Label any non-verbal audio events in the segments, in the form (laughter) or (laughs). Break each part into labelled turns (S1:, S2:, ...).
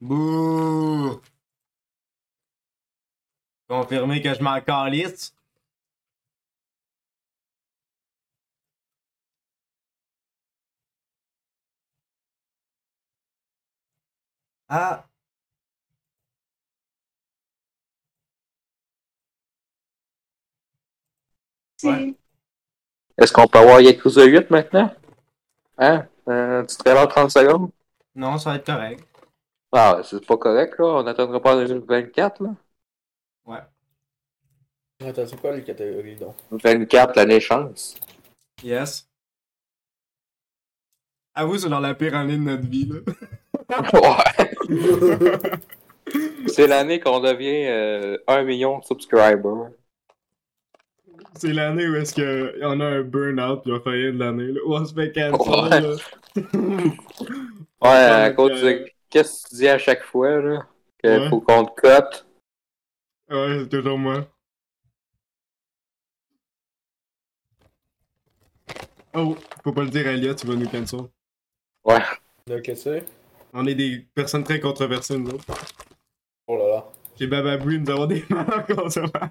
S1: Bouh! Confirmer que je m'en calisse. Ah!
S2: Ouais.
S3: Est-ce qu'on peut avoir Yakuza 8 maintenant? Hein? Euh, tu trailer 30 secondes?
S1: Non, ça va être correct.
S3: Ah, ouais, c'est pas correct, là. On n'attendra pas en 2024, là.
S1: Ouais.
S4: Attends, c'est quoi les catégories donc
S3: 24, l'année chance.
S1: Yes. Avoue, c'est genre la pire année de notre vie, là.
S3: (laughs) Ouais. c'est l'année qu'on devient euh, 1 million de subscribers.
S1: C'est l'année où est-ce que on a un burn-out pis on fait rien de l'année, là. Où on se fait cancel,
S3: Ouais.
S1: là. (laughs)
S3: Ouais, à
S1: Donc,
S3: cause
S1: euh,
S3: de qu'est-ce que tu dis à chaque fois, là? Qu'il
S1: Ouais.
S3: faut qu'on te cote.
S1: Ouais, c'est toujours moi. Oh, faut pas le dire à Elliot, tu vas nous cancel.
S4: De que c'est
S1: On est des personnes très controversées, nous autres.
S4: Oh là là.
S1: Chez Bababoui, nous avons des (laughs) malheurs conservateurs.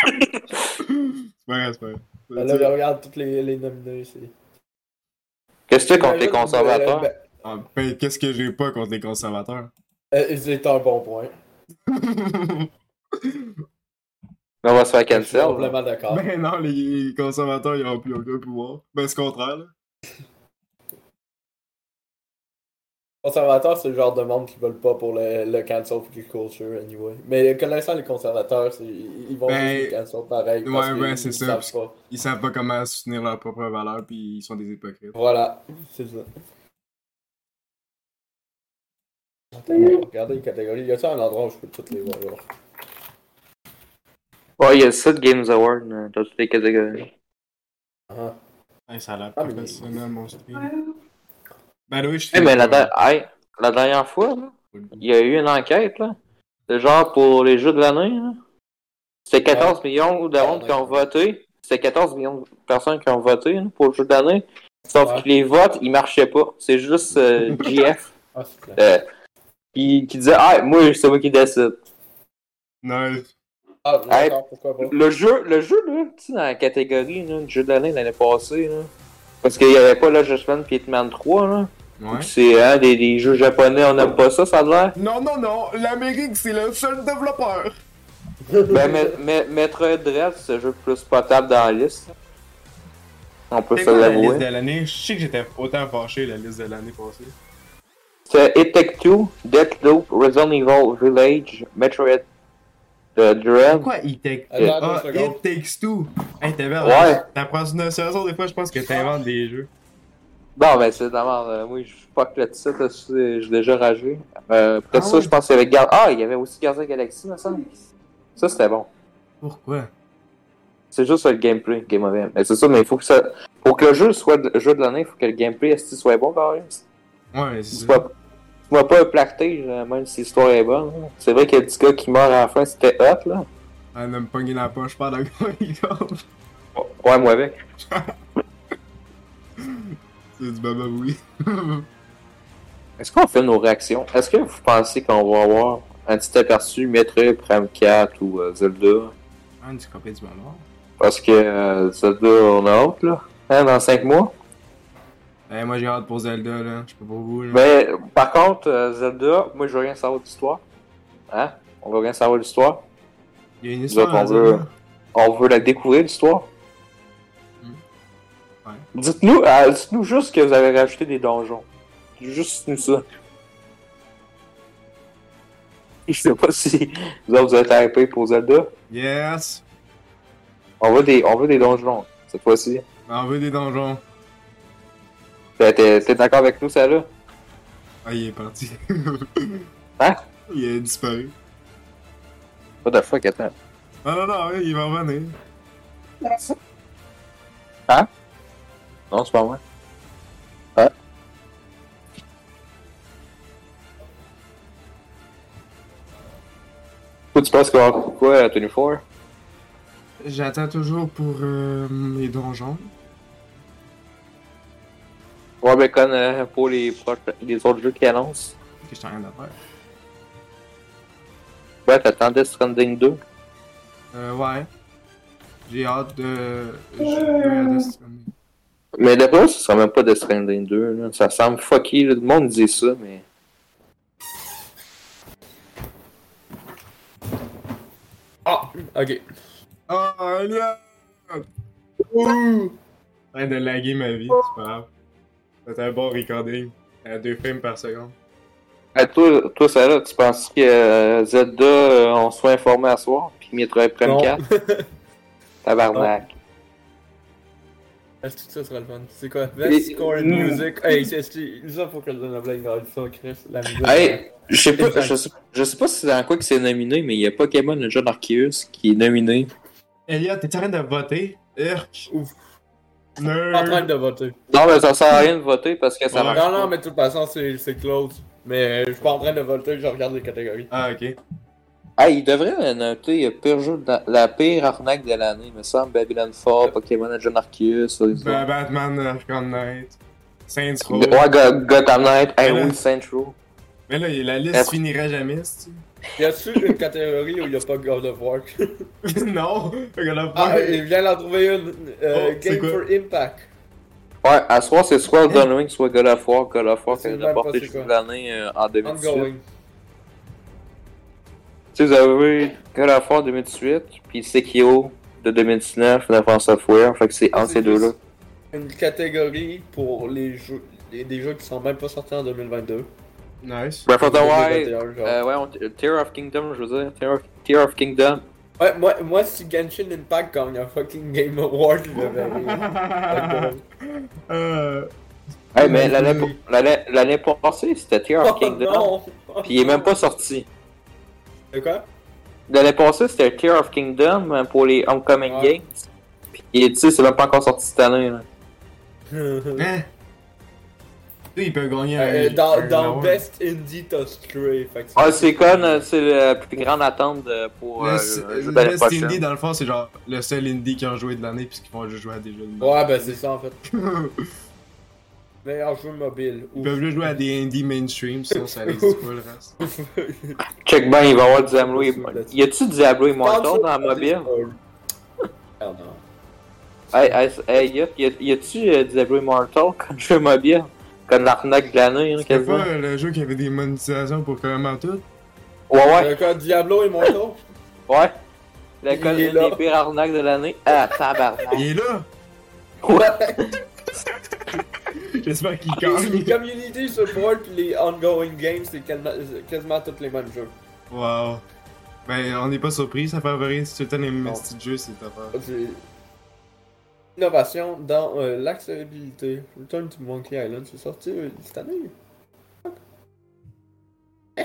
S1: c'est pas grave, c'est pas grave.
S4: Ben là, je regarde toutes les, les nominés ici.
S3: Qu'est-ce que tu contre les
S4: Imagine,
S3: conservateurs?
S4: ben,
S1: Ah, ben, qu'est-ce que j'ai pas contre les conservateurs? (laughs)
S4: ben, euh, c'est un bon point.
S1: ben
S3: On va se faire
S4: Je suis
S3: cancel. là.
S4: complètement d'accord.
S1: non, les conservateurs, ils ont plus aucun pouvoir. Ben, c'est le contraire, là.
S4: Conservateurs, c'est le genre de monde qui veulent pas pour le, le cancel culture, anyway. Mais connaissant les conservateurs, c'est- ils ils vont
S1: Ben,
S4: juste le cancel pareil. parce
S1: ouais,
S4: qu'ils-
S1: ben, c'est
S4: ils
S1: ça,
S4: savent
S1: parce
S4: pas.
S1: Ils savent pas comment soutenir leurs propres valeurs, puis ils sont des hypocrites.
S4: Voilà, c'est ça. Attends,
S3: Mm.
S4: Regardez les catégories. Y a-t-il un endroit où je peux toutes les voir? genre?
S3: Ouais, il y a 7 Games Awards euh, dans toutes les catégories.
S4: Ah,
S1: Hey, ça a l'air
S4: Ah, mais-
S1: professionnel, mon stream. Ben oui, je
S3: Eh,
S1: suis-
S3: mais la, der- hey, la dernière fois, là, il y a eu une enquête, là. C'est genre pour les jeux de l'année, là. C'était 14 millions de monde qui ont voté. C'était 14 millions de personnes qui ont voté là, pour le jeu de l'année. Sauf
S4: Ouais.
S3: que les votes, ils marchaient pas. C'est juste euh, GF
S4: ah c'est clair.
S3: euh, qui, qui disait Ah, moi, c'est moi qui décide.
S1: Non,
S4: Ah, d'accord, pourquoi pas?
S3: Le jeu, le jeu là, tu sais, dans la catégorie là, du jeu de l'année l'année passée, là, parce qu'il n'y avait pas là, Justman et Hitman 3, là.
S1: ouais.
S3: C'est hein, des, des jeux japonais, on n'aime pas ça, ça a l'air.
S1: Non, non, non, l'Amérique, c'est le seul développeur.
S3: Ben, mais, mais, Metroid Dread, c'est le jeu plus potable dans la liste. On peut
S1: C'est
S3: se
S1: quoi la liste de
S3: l'avouer.
S1: l'année? Je sais que j'étais autant fâché la liste de l'année passée.
S3: C'est It Take Two, Deathloop, Resident Evil Village, Metroid euh, Dread.
S1: Pourquoi il take...
S4: Euh, Attends
S1: Ah,
S4: deux secondes.
S1: it takes two! Hey, t'es vert,
S3: Ouais.
S1: t'apprends une notion, des fois, je pense que t'inventes des jeux.
S3: Non, mais c'est d'abord, euh, oui, je fuck le titre, là, je- j'ai déjà ragé. Euh, après
S1: Ah
S3: ça,
S1: oui.
S3: je pense qu'il y avait Gar- Ah, il y avait aussi Guardian Galaxy, me semble. Ça, c'était bon.
S1: Pourquoi?
S3: C'est juste le gameplay qui est mauvais. Mais c'est ça, mais il faut que ça. Pour que le jeu soit le jeu de l'année, il faut que le gameplay est soit bon quand même.
S1: Ouais, mais
S3: Tu
S1: c'est ça.
S3: vas tu vas pas le plaqueter, euh, même si l'histoire est bonne. hein. C'est vrai qu'il y a du gars qui meurt à la fin, c'était hot, là.
S1: Elle Ah, me pogner la poche pendant (laughs) qu'on y compte.
S3: Ouais, moi avec.
S1: C'est du baba oui.
S3: Est-ce qu'on fait nos réactions? Est-ce que vous pensez qu'on va avoir un petit aperçu Metroid Prime 4 ou euh, Zelda?
S1: (laughs) Ah, du copé du moment.
S3: Parce que euh, Zelda, on a hâte, là. Hein, dans 5 mois.
S1: Ben, moi, j'ai hâte pour Zelda, là. Je sais pas pour vous, là.
S3: Mais par contre, euh, Zelda, moi je veux rien savoir de l'histoire. Hein? On veut rien savoir de l'histoire.
S1: Il y a une
S3: Nous autres,
S1: histoire à
S3: on veut,
S1: Zelda.
S3: on veut la découvrir, l'histoire.
S1: Ouais.
S3: Dites-nous euh, dites-nous juste que vous avez rajouté des donjons. Juste nous ça. Je sais pas si vous autres, vous êtes hypés pour Zelda.
S1: Yes!
S3: On veut des, on veut des donjons cette fois-ci.
S1: Ben, On veut des donjons.
S3: T'es- T'es t'es d'accord avec nous, ça là?
S1: Ah, il est parti.
S3: Hein?
S1: Il a disparu.
S3: What the fuck, attends.
S1: Non, non, non, il va revenir.
S3: Non, c'est pas moi. Ah. Toi, tu penses qu'on va avoir quoi à 24?
S1: J'attends toujours pour euh, les donjons.
S3: Ouais, mais comme euh, pour les, proches- les autres jeux qui annoncent.
S1: que je suis en train de faire.
S3: Ouais, t'attendais Stranding 2.
S1: Euh, ouais. J'ai hâte de. J'ai hâte de se promener.
S3: Mais d'après moi, ce sera même pas Death Stranding 2. Là. Ça semble fucky. là. Le monde dit ça, mais.
S4: Ah, ok.
S1: Ah, un lien!
S4: Ouh!
S1: En train de laguer ma vie, c'est pas grave. C'est un bon recording. À deux films par seconde.
S3: À toi, toi Sarah, tu penses que euh, Zelda, euh, on soit informé à soir, puis Metroid Prime
S4: Non.
S3: 4
S4: (laughs)
S3: Tabarnak.
S4: Est-ce que ça sera le fun? Ah, C'est quoi?
S3: Et-
S4: Best score in
S3: Mm.
S4: music. Hey, c'est c'est- ça faut que je donne la blague dans le son, Chris. La musique.
S3: Hey, je sais pas,
S4: Exact.
S3: je sais, je sais pas si c'est dans quoi que c'est nominé, mais il y a Pokémon le jeune Arceus qui est nominé.
S1: Elliot, t'es en train de voter? Urk!
S4: Ouf.
S1: Nerd!
S4: Pas en train de voter.
S3: Non, mais ça sert à rien de voter parce que ça
S1: Ouais.
S3: marche.
S4: Non, non, mais de toute façon, c'est c'est close. Mais euh, je suis pas en train de voter, je regarde les catégories.
S1: Ah, ok.
S3: Ah, il devrait noter euh, pire jeu de la, la pire arnaque de l'année, me semble. Babylon 4, Pokémon le jeune Arceus. les autres.
S1: Ba- Batman Arkham Knight. Saints Row.
S3: Ouais, Go- Gotham Knight, hey,
S1: Mais là-
S3: oui, Central.
S1: Mais là, la liste
S3: Après-
S1: finira jamais, c'est-tu? (laughs)
S4: Y a-tu une catégorie où y a pas God of War?
S1: non! Regarde la
S4: Ah,
S1: ouais.
S4: il vient d'en trouver une. Euh,
S1: Oh, c'est
S4: Game
S1: quoi?
S4: for Impact.
S3: Ouais, à ce soir, c'est soit Gone Wing, soit God of War. God of War,
S4: Je sais
S3: c'est une
S4: même pas
S3: apportée
S4: c'est
S3: jeu de
S4: quoi.
S3: l'année euh, en 2018.
S4: Ongoing.
S3: Tu sais, vous avez God of War 2018, puis Sekiro de 2019, la France Software. Fait que Ah, c'est entre
S4: C'est
S3: ces deux-là.
S4: juste Une catégorie pour les jeux. les- Des jeux qui sont même pas sortis en 2022.
S1: Nice.
S3: Breath of the Wild,
S4: 2021, genre.
S3: euh, ouais, on- Tear of Kingdom, je veux dire. Tear of, Tear of Kingdom.
S4: Ouais, moi, moi, si Genshin Impact gagne un fucking Game Award, je le verrai.
S1: Ah. (laughs) euh,
S3: Hey, mais l'année pour- l'année- l'année passée, c'était Tear of Kingdom,
S4: Oh, non!
S3: puis il est même pas sorti.
S4: C'est quoi?
S3: L'année passée, c'était Tear of Kingdom euh, pour les Homecoming
S4: Ouais.
S3: Games. Puis tu sais, c'est même pas encore sorti cette année. Là.
S1: hein? Tu sais, il peut gagner
S4: Euh,
S1: un-
S4: dans
S1: un
S4: dans
S1: award.
S4: Best Indie, t'as Stray. fait que
S3: Ah, c'est con, euh, c'est la plus grande attente euh, pour
S1: Le,
S3: euh, le jeu de
S1: le
S3: l'année
S1: best
S3: prochaine.
S1: indie, dans le fond, c'est genre le seul indie qu'ils ont joué de l'année, puisqu'ils vont juste jouer à des jeux de
S4: Ouais, ben c'est ça en fait.
S1: merde.
S4: Meilleur jeu mobile.
S1: (laughs) Ils peuvent juste jouer à des indies mainstream, sinon ça n'existe pas le reste.
S3: Check ben, il va y avoir Diablo
S4: Ouais,
S3: et...
S4: c'est là-dessus.
S3: Y a-tu Diablo Immortal dans la mobile?
S4: Ah non.
S3: Hey, hey, hey, y'a- y a- y a-tu euh, Diablo Immortal comme jeu mobile? Comme l'arnaque de l'année, hein,
S1: C'est
S3: quasiment.
S1: pas euh, le jeu qui avait des monétisations pour carrément tout.
S3: Ouais, ouais,
S4: Le code Euh, Diablo est mon tour.
S3: ouais. La
S4: Il
S3: colle
S4: est
S3: une
S4: là.
S3: des pires arnaques de l'année. Ah, tabarnak.
S1: Il est là!
S3: Ouais.
S1: J'espère qu'il (laughs)
S4: Les
S1: gagne.
S4: community support pis les ongoing games, c'est quasiment, c'est quasiment tous les mêmes jeux.
S1: Wow. Ben, on n'est pas surpris, ça favorise tout le temps les
S4: Non.
S1: mêmes petits jeux, c'est top.
S4: C'est- Innovation dans euh, l'accessibilité. Return to Monkey Island, c'est sorti euh, cette année. Hein?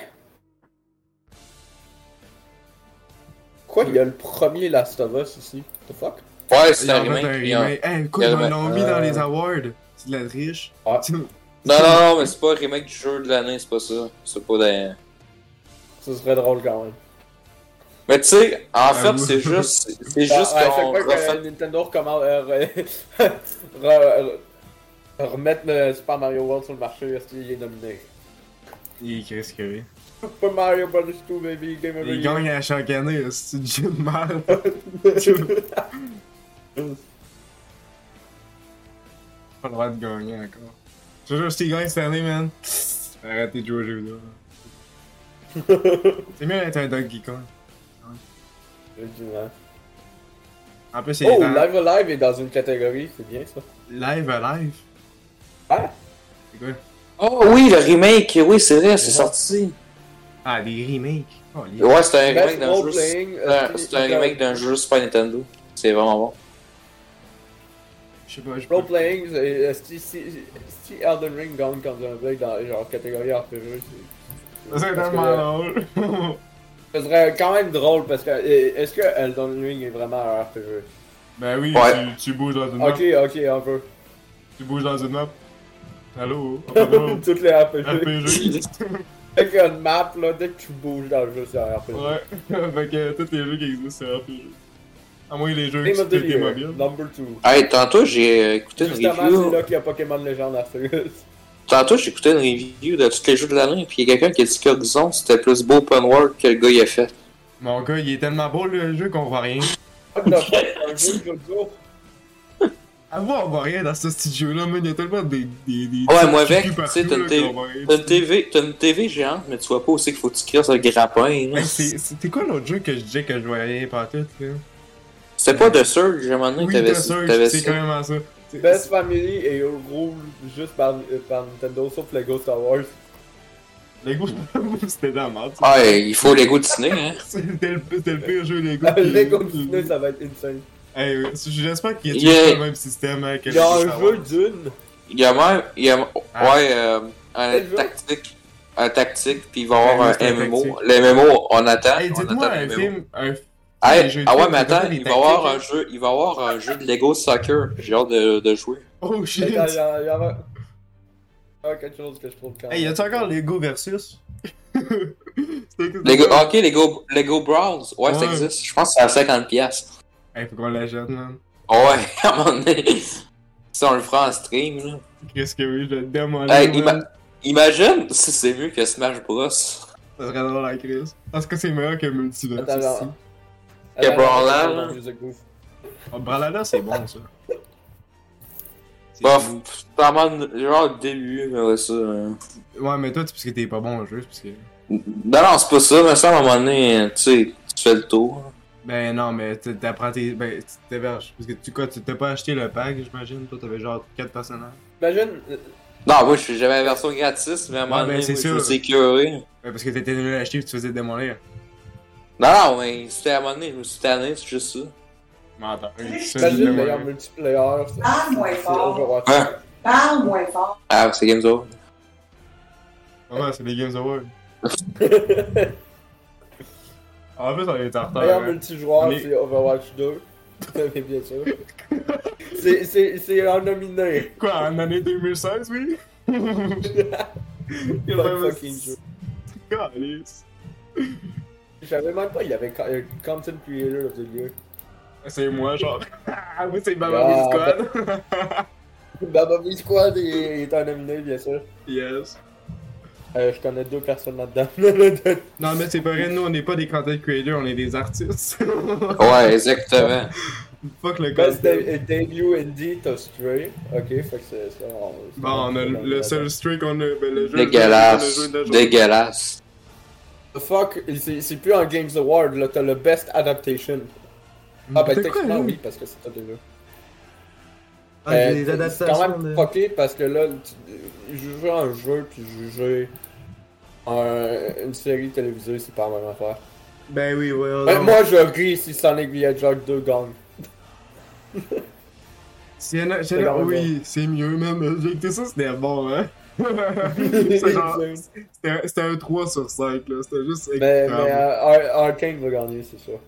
S4: Quoi, il y a le premier Last of Us ici? The fuck?
S3: Ouais,
S1: Il
S3: c'est
S1: y
S3: un
S1: en a un
S3: remake. il y a-
S1: remake. Hey, écoute,
S3: il y a
S1: on
S3: un-
S1: l'a mis dans
S4: euh,
S1: les awards. C'est de la triche.
S4: Ah.
S3: Non, non, non, mais c'est pas un remake du jeu de l'année, c'est pas ça. C'est pas des...
S4: Ce serait drôle quand même.
S3: Mais tu sais, en fait,
S1: Ah, oui.
S3: c'est juste... C'est juste
S4: Ah, ouais,
S3: qu'on
S4: chaque fois que
S3: refait...
S4: euh, Nintendo recommence euh, re- (laughs) re- re- remettre le Super Mario World sur le marché, est-ce qu'il est nominé?
S1: Il est Chris Curry.
S4: Super Mario Bros. 2 Baby Game Over.
S1: Il gagne à chaque année, là, c'est du jeu de merde.
S4: (laughs)
S1: pas le droit de gagner encore. Je te jure, si il gagne cette année, man, arrêtez de jouer aux jeux vidéo. C'est mieux d'être un Donkey Kong. En plus, il est
S4: Oh,
S1: dans-
S4: Live Alive est dans une catégorie, c'est bien ça.
S1: live alive.
S4: Ah,
S1: C'est quoi
S3: Oh oui, le remake, oui, c'est vrai, c'est sorti.
S1: Ah, des remakes. Oh, les...
S3: Ouais, c'est un remake
S4: Best
S3: d'un
S4: Role
S3: jeu.
S4: Playing. euh,
S3: c'est un- C'est un remake d'un jeu Super Nintendo. C'est vraiment bon.
S1: Je sais pas, je
S4: Role
S1: peux.
S4: Playing, c'est- c'est- c'est- si Elden Ring gagne comme un break dans genre catégorie RPG,
S1: C'est
S4: c'est. parce que- euh,
S1: tellement drôle. (laughs)
S4: Ce serait quand même drôle parce que. euh, Est-ce que Elden Ring est vraiment un RPG
S1: ben oui,
S3: Ouais.
S1: tu, tu bouges dans une
S4: Ok,
S1: map.
S4: ok, un peu.
S1: Tu bouges dans une map. Allô? Ah,
S4: (laughs)
S1: Allô?
S4: Toutes les RPG.
S1: RPG.
S4: Fait qu'il y a une map là, dès que tu bouges dans le jeu, c'est un RPG.
S1: ouais. (laughs) fait que tous les jeux qui existent, c'est RPG. À moins les jeux qui
S4: Game
S1: sont
S4: of the Year,
S1: mobiles.
S4: number 2.
S3: Hey, tantôt, j'ai euh, écouté une
S4: Justement, c'est
S3: review.
S4: là qu'il y a Pokémon Legend Arceus. (laughs)
S3: Tantôt, j'écoutais une review de tous les jeux de l'année, puis il y a quelqu'un qui a dit qu'Horizon, c'était plus beau open world que le gars il a fait.
S1: Mon gars, il est tellement beau le jeu qu'on voit rien.
S4: What the fuck, Ah, un jeu,
S3: (laughs)
S4: Jojo?
S1: À moi, on voit rien dans ce petit jeu-là, man. Il y a tellement des. des, des
S3: Ouais,
S1: des
S3: moi, avec,
S1: culs
S3: tu sais,
S1: partout,
S3: t'as une
S1: là,
S3: télé-
S1: qu'on voit rien.
S3: T'as une TV, t'as une TV géante, mais tu vois pas aussi qu'il faut que tu crées un grappin. là.
S1: Hey, (laughs) c'est- C'était quoi l'autre jeu que je disais que je voyais rien pas tout, là?
S3: C'était pas de Surge, j'ai un moment donné que
S1: Oui,
S3: t'avais
S1: bien
S3: ça.
S1: sûr,
S3: t'avais
S1: c'est
S3: ça.
S1: carrément ça. C'est-
S4: Best Family est au gros juste par, euh, par Nintendo sauf Lego Star Wars.
S1: Lego, (laughs) c'était de la merde. ça.
S3: Ah, et il faut les goûts de ciné, hein.
S1: C'était le, c'était (laughs) le pire jeu Lego. puis-
S4: (laughs) Lego Disney, ça va être insane.
S1: Hey, ouais, j'espère qu'il y a
S3: Yeah.
S1: toujours le même système hein, que
S4: Il y a
S1: le
S4: un
S1: Star
S4: jeu
S1: Wars.
S4: d'une.
S3: Il y a même. Il y a...
S1: Ah.
S3: Ouais, euh, un
S4: Quel jeu?
S3: tactique. Un tactique, puis il va y avoir
S1: Ouais,
S3: un
S1: Ben c'est un
S3: MMO. Le MMO, on attend.
S1: Hey,
S3: on
S1: dites-moi
S3: attend
S1: un
S3: le MMO.
S1: film. Un...
S3: Hey,
S1: Les jeux de
S3: ah ouais,
S1: films,
S3: mais
S1: c'est
S3: attends,
S1: comme des
S3: il va y avoir un
S1: tactiques,
S3: jeu, il va y avoir un jeu de Lego Soccer. J'ai hâte de, de jouer.
S4: (laughs)
S1: Oh
S4: Il
S1: shit!
S4: y en a- il y en a- il y en a- il y en a quelque chose que je trouve quand
S1: Hey, y a-tu encore Lego versus? (laughs) C'était-
S3: Lego, ok, Lego, Lego Brawls. Ouais, ça
S1: Ouais.
S3: existe. Je pense que c'est à 50 pièces.
S1: Hey, faut qu'on l'achète, man.
S3: Ouais, (laughs) à un moment donné. Ça, on le fera en stream, là.
S1: Qu'est-ce que oui, je le démolis.
S3: Hey,
S1: man.
S3: ima- imagine si c'est mieux que Smash Bros.
S1: Ça serait dans la crise. Parce que c'est meilleur que Multiverse.
S4: Attends,
S1: ici.
S4: attends.
S3: Il y a Brawlhalla, là.
S1: Oh, Bralala, c'est bon, ça. C'est
S3: Bah,
S1: cool.
S3: f- c'est vraiment genre le début, mais ouais, ça. euh.
S1: Ouais, mais toi, c'est parce que t'es pas bon au jeu, c'est parce que...
S3: Non, non, c'est pas ça, mais ça, à un moment donné, euh, tu sais, tu fais le tour.
S1: Ben non, mais t- t'apprends tes... Ben, tu t'héberges. Parce que tu quoi, tu t'as pas acheté le pack, j'imagine? Toi, t'avais genre 4 personnages.
S4: Imagine, euh,
S3: Non, moi, je suis jamais la version gratis, mais à un moment
S1: Ouais, ben,
S3: donné,
S1: c'est
S3: moi, je me
S1: sûr.
S3: suis curé.
S1: Ben, parce que t'étais venu l'acheter et tu te faisais démolir.
S3: Non, non, mais c'était à un moment donné, je me suis tanné, c'est juste ça.
S1: Menteur. Tu te faisais
S4: imagine le
S1: démolir.
S4: meilleur multiplayer. c'est-
S5: Parle Ah, moins
S4: C'est
S5: fort.
S4: Overwatch.
S3: Hein?
S5: Parle moins fort.
S3: Ah, c'est Games Over.
S1: Ouais, c'est les Games Awards. Ah, En plus, on est en retard.
S4: (laughs) meilleur
S1: hein.
S4: multijoueur,
S1: Mais-
S4: c'est Overwatch 2. (laughs) Mais bien sûr. C'est- C'est c'est un
S1: (laughs)
S4: nominé.
S1: Quoi, en année 2016,
S4: (laughs)
S1: oui? Il
S4: Pas de fucking jeu.
S1: (laughs) Calice.
S4: Je savais même pas, il y avait co- euh, Content Creator of the Year.
S1: C'est moi, genre. (laughs) Ah oui, c'est Baba
S4: Ah,
S1: Wii Squad. (laughs)
S4: Baba Bee Squad est, est un nominé, bien sûr.
S1: yes.
S4: Euh, je connais deux personnes là-dedans. (laughs)
S1: Non, mais c'est pareil, nous, on n'est pas des content creators, on est des artistes.
S3: Ouais, exactement.
S1: (laughs) Fuck le
S4: Best
S1: content.
S4: de- debut indie, t'as Stray. Ok, fait que c'est ça. on- c'est-
S1: Bon, on a le, le seul streak qu'on a. Ben, le jeu.
S3: Dégueulasse.
S1: le jeu de la journée.
S3: Dégueulasse.
S4: Fuck, c'est c'est plus un Games Award, là, t'as le Best Adaptation. Ah, ben,
S1: C'est quoi,
S4: techniquement,
S1: là?
S4: oui, parce que c'est ça déjà.
S6: Ah,
S4: Euh,
S6: des
S4: c'est- C'est
S6: adaptations
S4: quand même
S6: de-
S4: fucké parce que là, tu- juger un jeu puis juger un- une série télévisée, c'est pas la même affaire.
S6: Ben oui, ouais.
S4: Ben,
S6: non.
S4: moi, je ris si Sonic the Hedgehog 2 gagne.
S1: C'est un-
S4: C'est
S1: c'est un-
S4: quand même
S1: Oui, c'est mieux, même. J'ai écouté ça, c'était bon, hein. C'est genre- c'était un- c'était un 3 sur 5, là. C'était juste.
S4: Mais, mais
S1: écoutable.
S4: euh, Ar- Arkane va gagner, c'est (laughs) sûr.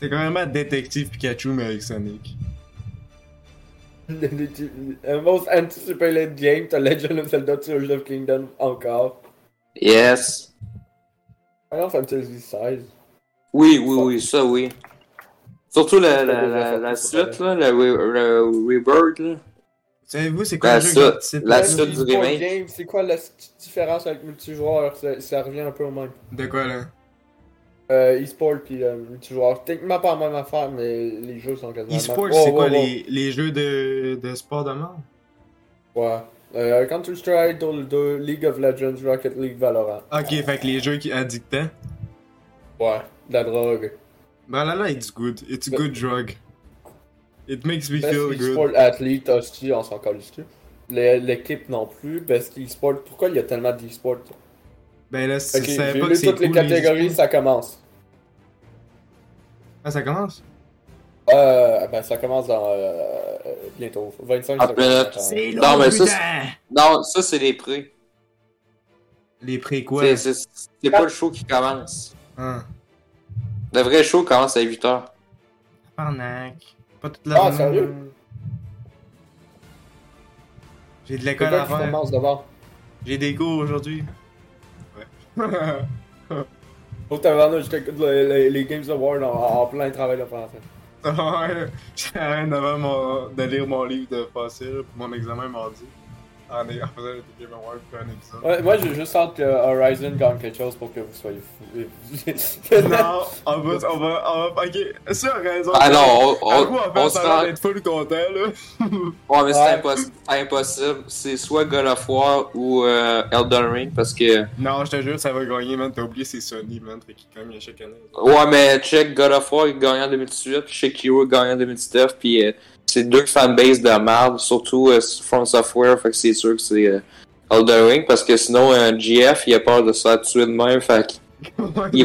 S1: C'est quand même Détective Pikachu, mais avec Sonic.
S4: Le- le- le most anticipated game, t'as Legend of Zelda Tears of Kingdom encore.
S3: Yes.
S4: Ah non, Final Fantasy XVI.
S3: Oui, oui, oui, ça, oui. Surtout la, la, la, la
S4: Ça,
S3: suite, là, la, re- le Rebirth, là.
S1: Savez-vous, c'est quoi
S3: La
S1: le jeu
S3: suite,
S1: qui
S3: la
S4: Le
S3: suite du
S4: multiplayer
S3: remake.
S4: game, C'est quoi la sti- différence avec multijoueur ça, ça revient un peu au même.
S1: De quoi, là
S4: Euh, e-sport puis euh, multijoueur. Techniquement pas la même affaire, mais les jeux sont quasiment.
S1: E-sport,
S4: la même.
S1: c'est
S4: Oh,
S1: quoi
S4: oh,
S1: Les, les jeux de, de sport de mort
S4: oh. Ouais. Euh, Counter-Strike, Dota 2, League of Legends, Rocket League, Valorant.
S1: Ok, fait que les jeux qui addictaient.
S4: Ouais. De la drogue.
S1: Ben là, là, it's good. It's a
S4: Ben.
S1: good drug. It makes me
S4: Best
S1: feel good.
S4: e-sport athlete, hostie, on s'en calisse tu L'équipe non plus. Best e-sport. Pourquoi il y a tellement d'e-sport
S1: Ben là, si
S4: Ok,
S1: tu
S4: j'ai
S1: savais
S4: lu
S1: pas que
S4: toutes
S1: c'est cool,
S4: les catégories, ça commence.
S1: Ah, ça commence
S4: Euh, ben ça commence dans euh, euh, bientôt. 25
S3: Ah,
S4: secondes.
S3: ben,
S4: ça commence.
S3: Non, mais ça, c'est- non, ça, c'est les prix.
S1: Les prix quoi
S3: C'est c'est- c'est pas le show qui commence.
S1: Ah,
S3: Le vrai show commence à 8h.
S1: Parnac. Pas toute la
S4: Ah,
S1: journée.
S4: sérieux?
S1: J'ai de
S4: C'est
S1: l'école
S4: quoi
S1: à
S4: qui
S1: faire.
S4: commence d'abord?
S1: J'ai des cours aujourd'hui. Ouais. (laughs)
S4: Au taverneau, je t'écoute le- le- les Games Awards en, en plein travail de français.
S7: (laughs)
S1: Ouais, j'arrête avant mon- de lire mon livre de facile pour mon examen mardi.
S7: Ah, en, en faisant le Game Awards puis un épisode.
S4: Ouais, moi, j'ai juste hâte que Horizon gagne quelque chose pour que vous soyez
S1: (laughs)
S4: fous. (laughs)
S7: Non, on va, on va, on va, ok, ça a raison.
S3: Ah non, on,
S7: En gros,
S3: on,
S7: en
S3: on
S7: fait,
S3: se
S7: ça a
S3: rend.
S7: l'air d'être full content, là.
S3: Ouais, mais c'est
S4: Ouais.
S3: impossi- impossible. C'est soit God of War ou euh, Elden Ring parce que.
S7: Non, je te jure, ça va gagner, man. T'as oublié, c'est Sony, man. Fait qu'ils gagnent à chaque année.
S3: Ouais, mais check God of War gagnant en 2018, puis Sekiro gagnant en 2019, puis euh, c'est deux fanbases de merde, surtout euh, From Software, fait que c'est sûr que c'est euh, Elden Ring parce que sinon, euh, GF, il a peur de se faire tuer de même, fait qu'il il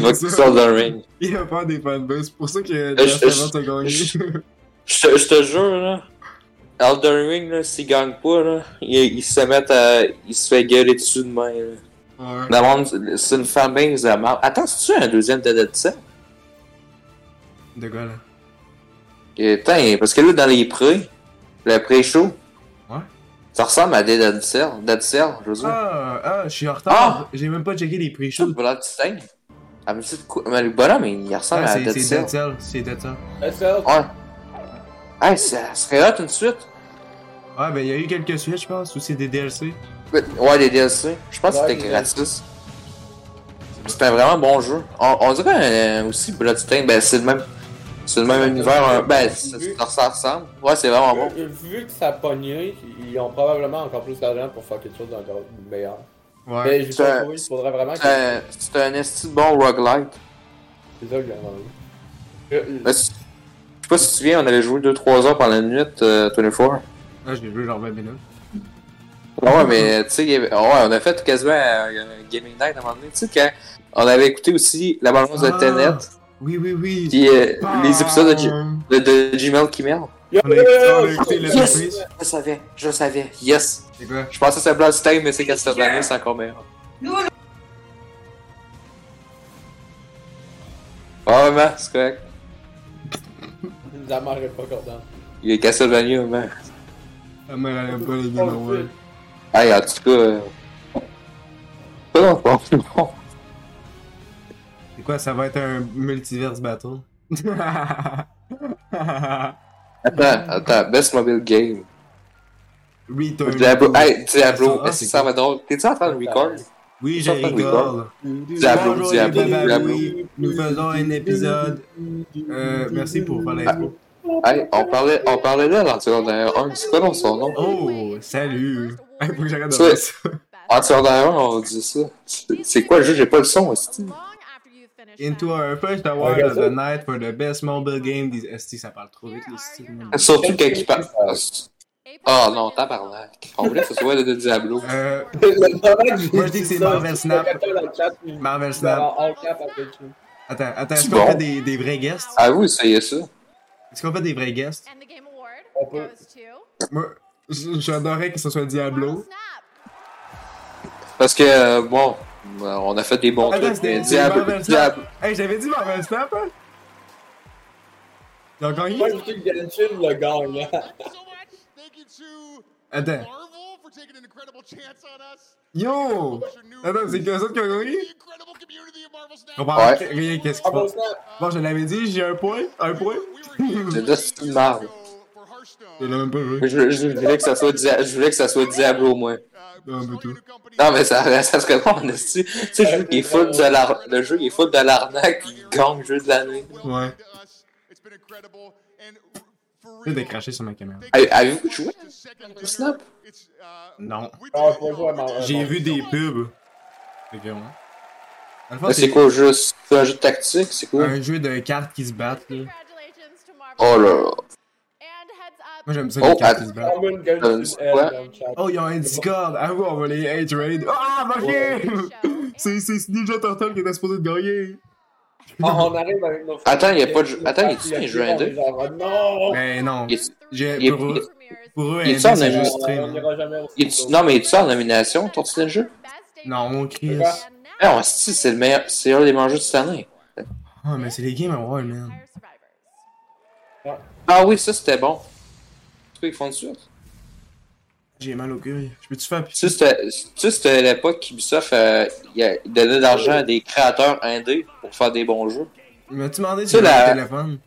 S1: (laughs)
S7: (laughs)
S3: va quitter Elden Ring. Euh,
S7: Il va faire des fanbases. C'est pour ça que
S3: je-
S7: Last of Us a
S3: je-
S7: gagné.
S3: Je te- je te jure, là. Elden Ring, là, s'il gagne pas, là, il, il se met à. Il se fait gueuler dessus de main, là.
S7: (laughs) Ouais.
S3: La monde- c'est une fanbase de merde. Attends, c'est-tu un deuxième de ça?
S7: De quoi, là?
S3: Putain, parce que là, dans les pré, le pré-show,
S7: Ouais.
S3: ça ressemble à des Dead Cell, Dead Cell, je veux dire.
S7: Ah, ah, je suis en retard. J'ai même pas checké les
S3: Je
S7: pré-shows.
S3: voilà, tu teignes. Elle me dit de quoi? Mais le bonhomme, il ressemble
S1: Ah,
S3: à
S1: c'est
S3: Dead
S1: c'est
S3: Cell.
S1: Dead Cell. C'est Dead Cell.
S3: Ouais. Hey, ça serait hot une suite.
S1: Ouais, ben il y a eu quelques suites, je pense, ou c'est des DLC.
S3: Ouais, les DLC. Je pense
S4: Ouais,
S3: que c'était
S4: les
S3: gratis. C'était un vraiment bon jeu. On, on dirait euh, aussi Bloodstained, ben c'est le même. C'est le même
S4: Ouais,
S3: univers,
S4: ouais.
S3: hein. ben ça, ça- ça ressemble. Ouais, c'est vraiment Ah, bon.
S4: euh, Vu que ça a pogné, ils ont probablement encore plus d'argent pour faire quelque chose d'encore meilleur.
S7: Ouais.
S4: Mais j'ai
S3: Ça-
S4: pas trouvé, il faudrait vraiment que
S3: C'est un- c'est un esti de bon roguelite.
S4: c'est ça que j'ai
S3: Ben,
S4: envie.
S3: c'est- Je sais pas si tu te souviens, on allait jouer 2-3 heures pendant la nuit, euh, 24.
S1: Ah, je l'ai joué genre 20 minutes.
S3: Ah ouais, mais tu sais, il y avait- ah ouais, on a fait quasiment euh, un Gaming Night à un moment donné. Tu sais, quand on avait écouté aussi la balance de
S1: Ah.
S3: Tenet,
S1: Oui, oui, oui.
S3: puis euh,
S7: Ah.
S3: les épisodes de, G- de, de Gmail qui merde.
S7: On a écouté- on a écouté le
S3: Yes.
S7: quiz.
S3: Je savais, je savais, yes.
S7: C'est quoi?
S3: Je pensais que c'était Bloodstained, mais c'est Castlevania, c'est encore meilleur. Ah, ouais, man, c'est correct.
S4: Ça m'arrête pas content.
S3: Il est Castlevania, man.
S7: Ah, mais elle aime pas les Game Awards.
S3: Hey, en tout cas. euh, Pas dans le fond, c'est bon.
S1: C'est quoi, ça va être un multiverse battle? (laughs)
S3: Attends, attends, Best Mobile Game.
S1: Return.
S3: Diablo, hey, Diablo,
S1: Ah,
S3: c'est
S1: c'est
S3: ça va donc. T'es-tu en train de Ah, record?
S4: Ah,
S1: Oui, j'ai rigole.
S3: Diablo,
S1: Bonjour, les
S3: Diablo,
S1: bababouis.
S3: Diablo.
S1: Nous faisons un épisode. Euh, merci pour faire l'intro.
S3: Ah. Hey, on parlait, on parlait là l'Entueur d'ailleurs 1. C'est quoi dans son nom?
S1: Oh, salut. (laughs)
S7: Hey, faut que j'arrête de
S3: Ah, Tu
S7: faire
S3: sais,
S7: ça.
S3: Entueur d'ailleurs 1, on dit ça. C'est- C'est quoi le jeu? J'ai pas le son, aussi.
S1: Into our first award of the night for the best mobile game. Des ST, ça parle trop vite, les styles.
S3: Surtout quand il parle. Ah non, tabarnak. On voulait que ce soit le de Diablo.
S8: (laughs)
S1: Euh,
S4: Moi
S1: Moi, je dis que c'est Marvel Snap. Marvel Snap. Attends, attends,
S3: C'est
S1: est-ce qu'on
S3: bon.
S1: fait des, des vrais guests?
S3: Ah oui, essayez ça.
S1: Est-ce qu'on fait des vrais guests?
S8: And the game award
S4: On peut-
S8: goes to
S7: Moi, j- j'adorais que ce soit Diablo.
S8: Marvel Snap.
S3: Parce que, euh, bon, euh, on a fait des bons
S7: Attends,
S3: trucs, mais
S7: c'était
S3: Diablo,
S7: Marvel Snap.
S3: Diablo.
S7: Hey, j'avais dit Marvel Snap, hein? Ils ont gagné?
S4: Moi, je dis que Genshin le gagne. hein.
S9: Thank you to
S7: Attends.
S9: Marvel for taking an incredible chance on us.
S7: Yo!
S9: What's your new
S7: Attends, c'est que ça qui a gagné?
S9: the incredible community of Marvel Snap? Uh,
S7: On parle
S3: Ouais.
S7: rien, qu'est-ce qu'il
S4: Marvel
S7: faut.
S4: Snap.
S7: Bon, je l'avais dit, j'ai un point, un
S1: (laughs)
S7: point. (laughs)
S3: C'est juste une merde.
S7: Il a même pas joué.
S3: Je, je voulais que ça soit Dia- je voulais que ça soit Diablo, moi.
S9: Uh,
S7: Non, mais tout.
S3: Non, mais ça, (laughs) ça serait bon, en esti. Tu sais, je veux qu'il est full de l'ar- le jeu, il est full de l'arnaque, puis il gagne le jeu de l'année.
S7: Ouais. Je vais
S9: J'ai
S7: décracher sur ma caméra.
S3: Avez- Avez-vous joué? Snap?
S1: Non.
S4: Non, je peux Ah, pas jouer à Marvel.
S1: J'ai vu des pubs.
S7: Fait que, ouais.
S1: Dans le fond,
S3: Mais c'est quoi, juste, c'est un jeu de tactique, c'est quoi?
S1: Un jeu de cartes qui se battent, là.
S8: Congratulations to Marvel
S3: Oh là là.
S8: And heads up.
S1: Moi, j'aime ça,
S3: Oh,
S1: les cartes
S3: att-
S1: qui se battent.
S4: Common Genshin,
S3: Euh, c'est
S4: elle,
S3: quoi?
S4: dans le chat.
S1: Ah. Oh, ils ont un
S7: Discord, ah oui, on va les hate raid.
S1: oh,
S7: Ah,
S8: show
S7: mangez!
S1: (laughs)
S8: and
S7: C'est c'est Ninja Turtle qui était supposé de gagner.
S4: Ah, On arrive avec nos.
S3: Attends, il y a pas de jeu- attends, y a-tu
S4: Il
S3: un jeu indé?
S4: genre, Ah, Non!
S1: Ben non.
S3: Il est-
S1: J'ai-
S8: il-
S1: pour, eux,
S8: premieres.
S1: pour eux,
S3: il est
S1: indé,
S3: ça,
S1: c'est
S3: mais-
S1: juste
S4: On
S1: stream.
S4: n'ira jamais aussi.
S3: Il est-tu- non, mais il est en nomination, ton style de jeu?
S8: Best debut
S1: Non, Chris.
S4: Ouais.
S8: and now
S3: Non, esti, c'est le meilleur, c'est un des meilleurs jeux de cette année.
S1: Ah, mais c'est les Game Awards, man.
S8: Vampire Survivors.
S3: Ah oui, ça, c'était bon. Tu sais, ils font de suite.
S1: J'ai mal au cul. Je peux-tu faire
S3: Tu sais, c'était- tu sais, c'était l'époque qu'Ubisoft, euh, il a- il donnait de l'argent à des créateurs indés pour faire des bons jeux.
S1: M'as-tu demandé si
S3: C'est
S1: j'avais
S3: la-
S1: un téléphone?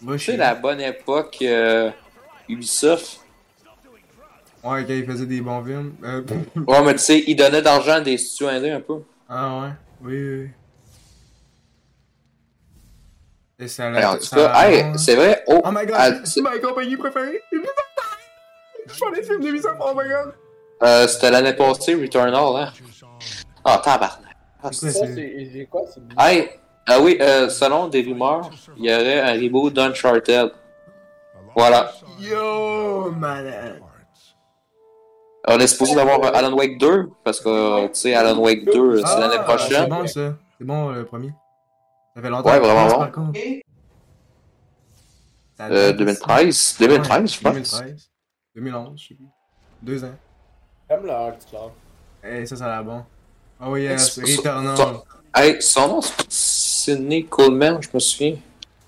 S1: Moi, je
S3: Tu sais,
S1: suis
S3: la bonne époque euh, Ubisoft,
S1: Ouais, quand il faisait des bons films. Euh, (laughs)
S3: Ouais, mais tu sais, il donnait d'argent à des studios indiens un peu.
S1: ah ouais, oui, oui, oui. Et ça
S3: Mais en
S1: l'a.
S3: tout
S1: ça l'a-
S3: cas, hey, c'est vrai, oh,
S1: Oh my god,
S3: à-
S1: c'est ma compagnie préférée! Je fais des films de Ubisoft, oh my god!
S3: euh, c'était l'année passée, Returnal, hein. Ah, tabarnak. Ah,
S1: C'est
S4: Ça,
S1: quoi, c'est-
S4: c'est c'est quoi c'est bizarre.
S3: Hey, ah oui, euh, selon des rumeurs, il y aurait un reboot d'Uncharted. Voilà.
S1: Yo, man!
S3: On est supposé d'avoir un Alan Wake 2, parce que, euh, tu sais, Alan Wake 2, c'est
S1: Ah,
S3: l'année
S1: C'est
S3: prochaine.
S1: bon ça, c'est bon le premier. Ça fait longtemps
S3: Ouais,
S1: que je
S3: vraiment
S1: pense,
S3: bon.
S1: par contre. Ça
S3: Euh,
S1: date, ça.
S3: 2013, 2013, je
S1: Ouais,
S3: pense.
S1: 2013, 2011, je sais plus. Deux ans.
S4: Comme le Heart Club.
S1: Eh, ça, ça a l'air bon. Ah oui, yes,
S3: Ex-
S1: Returnal.
S3: son- Hey, son nom, c'est Sidney Coleman, je me souviens.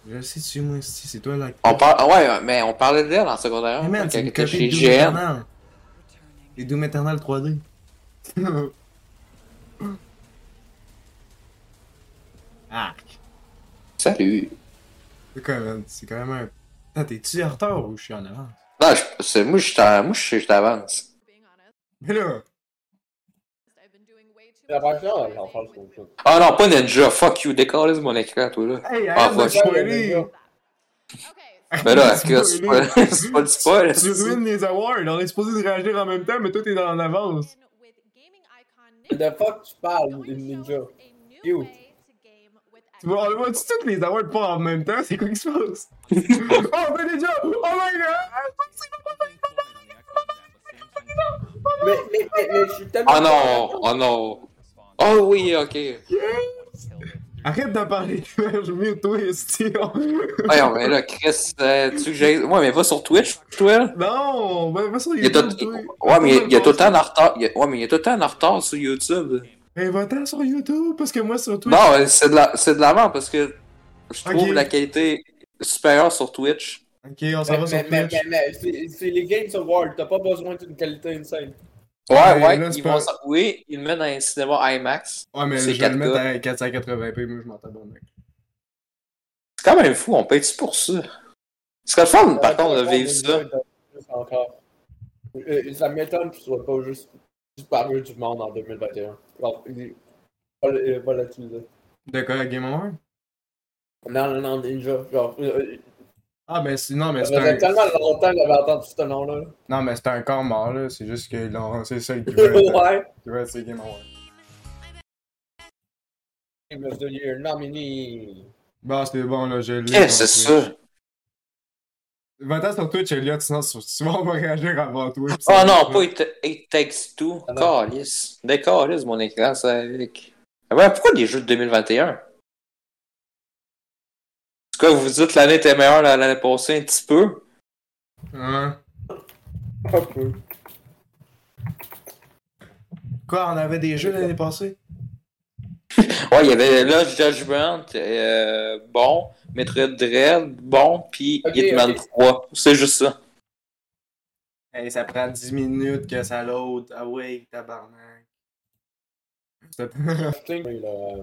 S1: Je sais tu moi si c'est toi là.
S3: On parle, ah ouais, mais on parlait d'elle en secondaire,
S1: Hey, man,
S3: quand
S1: c'est
S3: elle
S1: une
S3: était
S1: copie
S3: chez
S1: de Doom
S3: GN.
S1: Eternal. Les Doom Eternal 3D. (laughs) Arc.
S3: Salut.
S1: C'est quand même, c'est quand même un... Attends, t'es-tu en retard ou je suis en avance?
S3: Non, je- c'est- moi, je t'en- moi, je je t'avance.
S8: Being honest,
S1: Mais là,
S8: I've been doing way too
S4: La
S8: much.
S4: prochaine, on va en
S8: driving
S4: parle
S8: with
S4: sur le
S8: food.
S4: truc.
S3: Ah non, pas Ninja, fuck you, décalise mon écran, toi, là.
S1: hey,
S3: Ah,
S1: arrête de
S3: fuck.
S1: spoiler!
S8: Okay,
S1: (laughs)
S3: Mais là,
S1: Spoiler.
S3: c'est pas, (laughs) c'est pas le spoil.
S1: Tu
S3: c'est-
S1: ruines les awards, on est supposé de réagir en même temps, mais toi t'es en avance.
S8: so in with gaming icon Nick
S4: De fuck tu parles,
S8: going to
S4: une
S8: show
S4: ninja?
S8: us a new
S4: You.
S8: way to game with
S1: Tu vois, on voit
S8: Xbox.
S1: toutes les awards pas en même temps, c'est quoi qui se
S3: (laughs)
S1: passe? oh, ben déjà! Oh my god!
S4: Mais, mais, mais, mais je suis tellement.
S3: Oh non, oh non. Oh oui, ok.
S1: Arrête de parler, (laughs) je mute toi, esti.
S3: Voyons, mais là, Chris, euh, tu veux que j'aille. Ouais, mais va sur Twitch, toi.
S1: Non, ben, va sur
S3: Il y a tout...
S1: YouTube, toi.
S3: Ouais, mais il y a tout le temps en retard. il y a- Ouais, mais il y a tout le temps en retard sur YouTube.
S1: Ben, va-t'en sur YouTube, parce que moi, sur Twitch.
S3: Non, euh, c'est de la, c'est de la merde parce que je trouve
S1: Ok.
S3: la qualité supérieure sur Twitch.
S1: Ok, on s'en
S4: Mais,
S1: va sur
S4: mais, mais,
S1: Twitch.
S4: mais, mais, c'est- c'est les Games Awards, t'as pas besoin d'une qualité insane.
S3: Ouais,
S1: Ouais,
S3: ouais,
S1: là, c'est
S3: ils
S1: pas-
S3: vont s'en- oui, ils le mettent dans un cinéma IMAX.
S1: Ouais, mais
S3: C'est
S1: je vais le
S3: 4K.
S1: mettre à 480p, moi, je m'entends bon, mec.
S3: C'est quand même fou, on paye-tu pour ça? C'est Euh, le fun, par contre, de vivre ça.
S4: Encore. Euh, Ça m'étonne que tu sois pas juste disparu du monde en 2021. Alors, il- pas le- euh, pas là-dessus, là.
S1: De quoi, la Game Award?
S4: Non, non, non, Ninja. Genre, euh,
S1: Ah, ben, c'est- non, mais
S4: ça
S1: c'est
S4: faisait
S1: un.
S4: tellement longtemps que j'avais entendu ce nom-là.
S1: Non, mais c'est un corps mort, là. C'est juste que l'on- c'est
S3: (laughs)
S1: ça qui veut être-
S4: (laughs) ouais.
S1: qui veut être ses Game Awards.
S4: Game of the Year nominee.
S1: Bon, c'était bon, là, je l'ai.
S3: Qu'est-ce que
S1: sur
S3: Eh, c'est
S1: Twitch.
S3: ça?
S1: Va-t'en sur Twitch, Elliot, sinon, tu tu vas on va réagir avant toi.
S3: Oh non, pas It, It Takes Two.
S4: Mm. Ah non.
S3: Calice. Décalisse mon écran, ça avec. Ah ben, pourquoi des jeux de 2021? En tout cas, vous vous dites que l'année était meilleure là, l'année passée un petit peu.
S1: Hein?
S4: Un peu.
S1: Quoi, on avait des jeux l'année passée?
S3: Ouais, il y avait Lodge Judgment, euh, bon, Metroid Dread, bon, puis
S4: Ok,
S3: Hitman
S4: ok.
S3: 3. C'est juste ça.
S1: Hey, ça prend 10 minutes que ça l'autre. Ah ouais, tabarnak. C'est-
S4: Je sais que, là,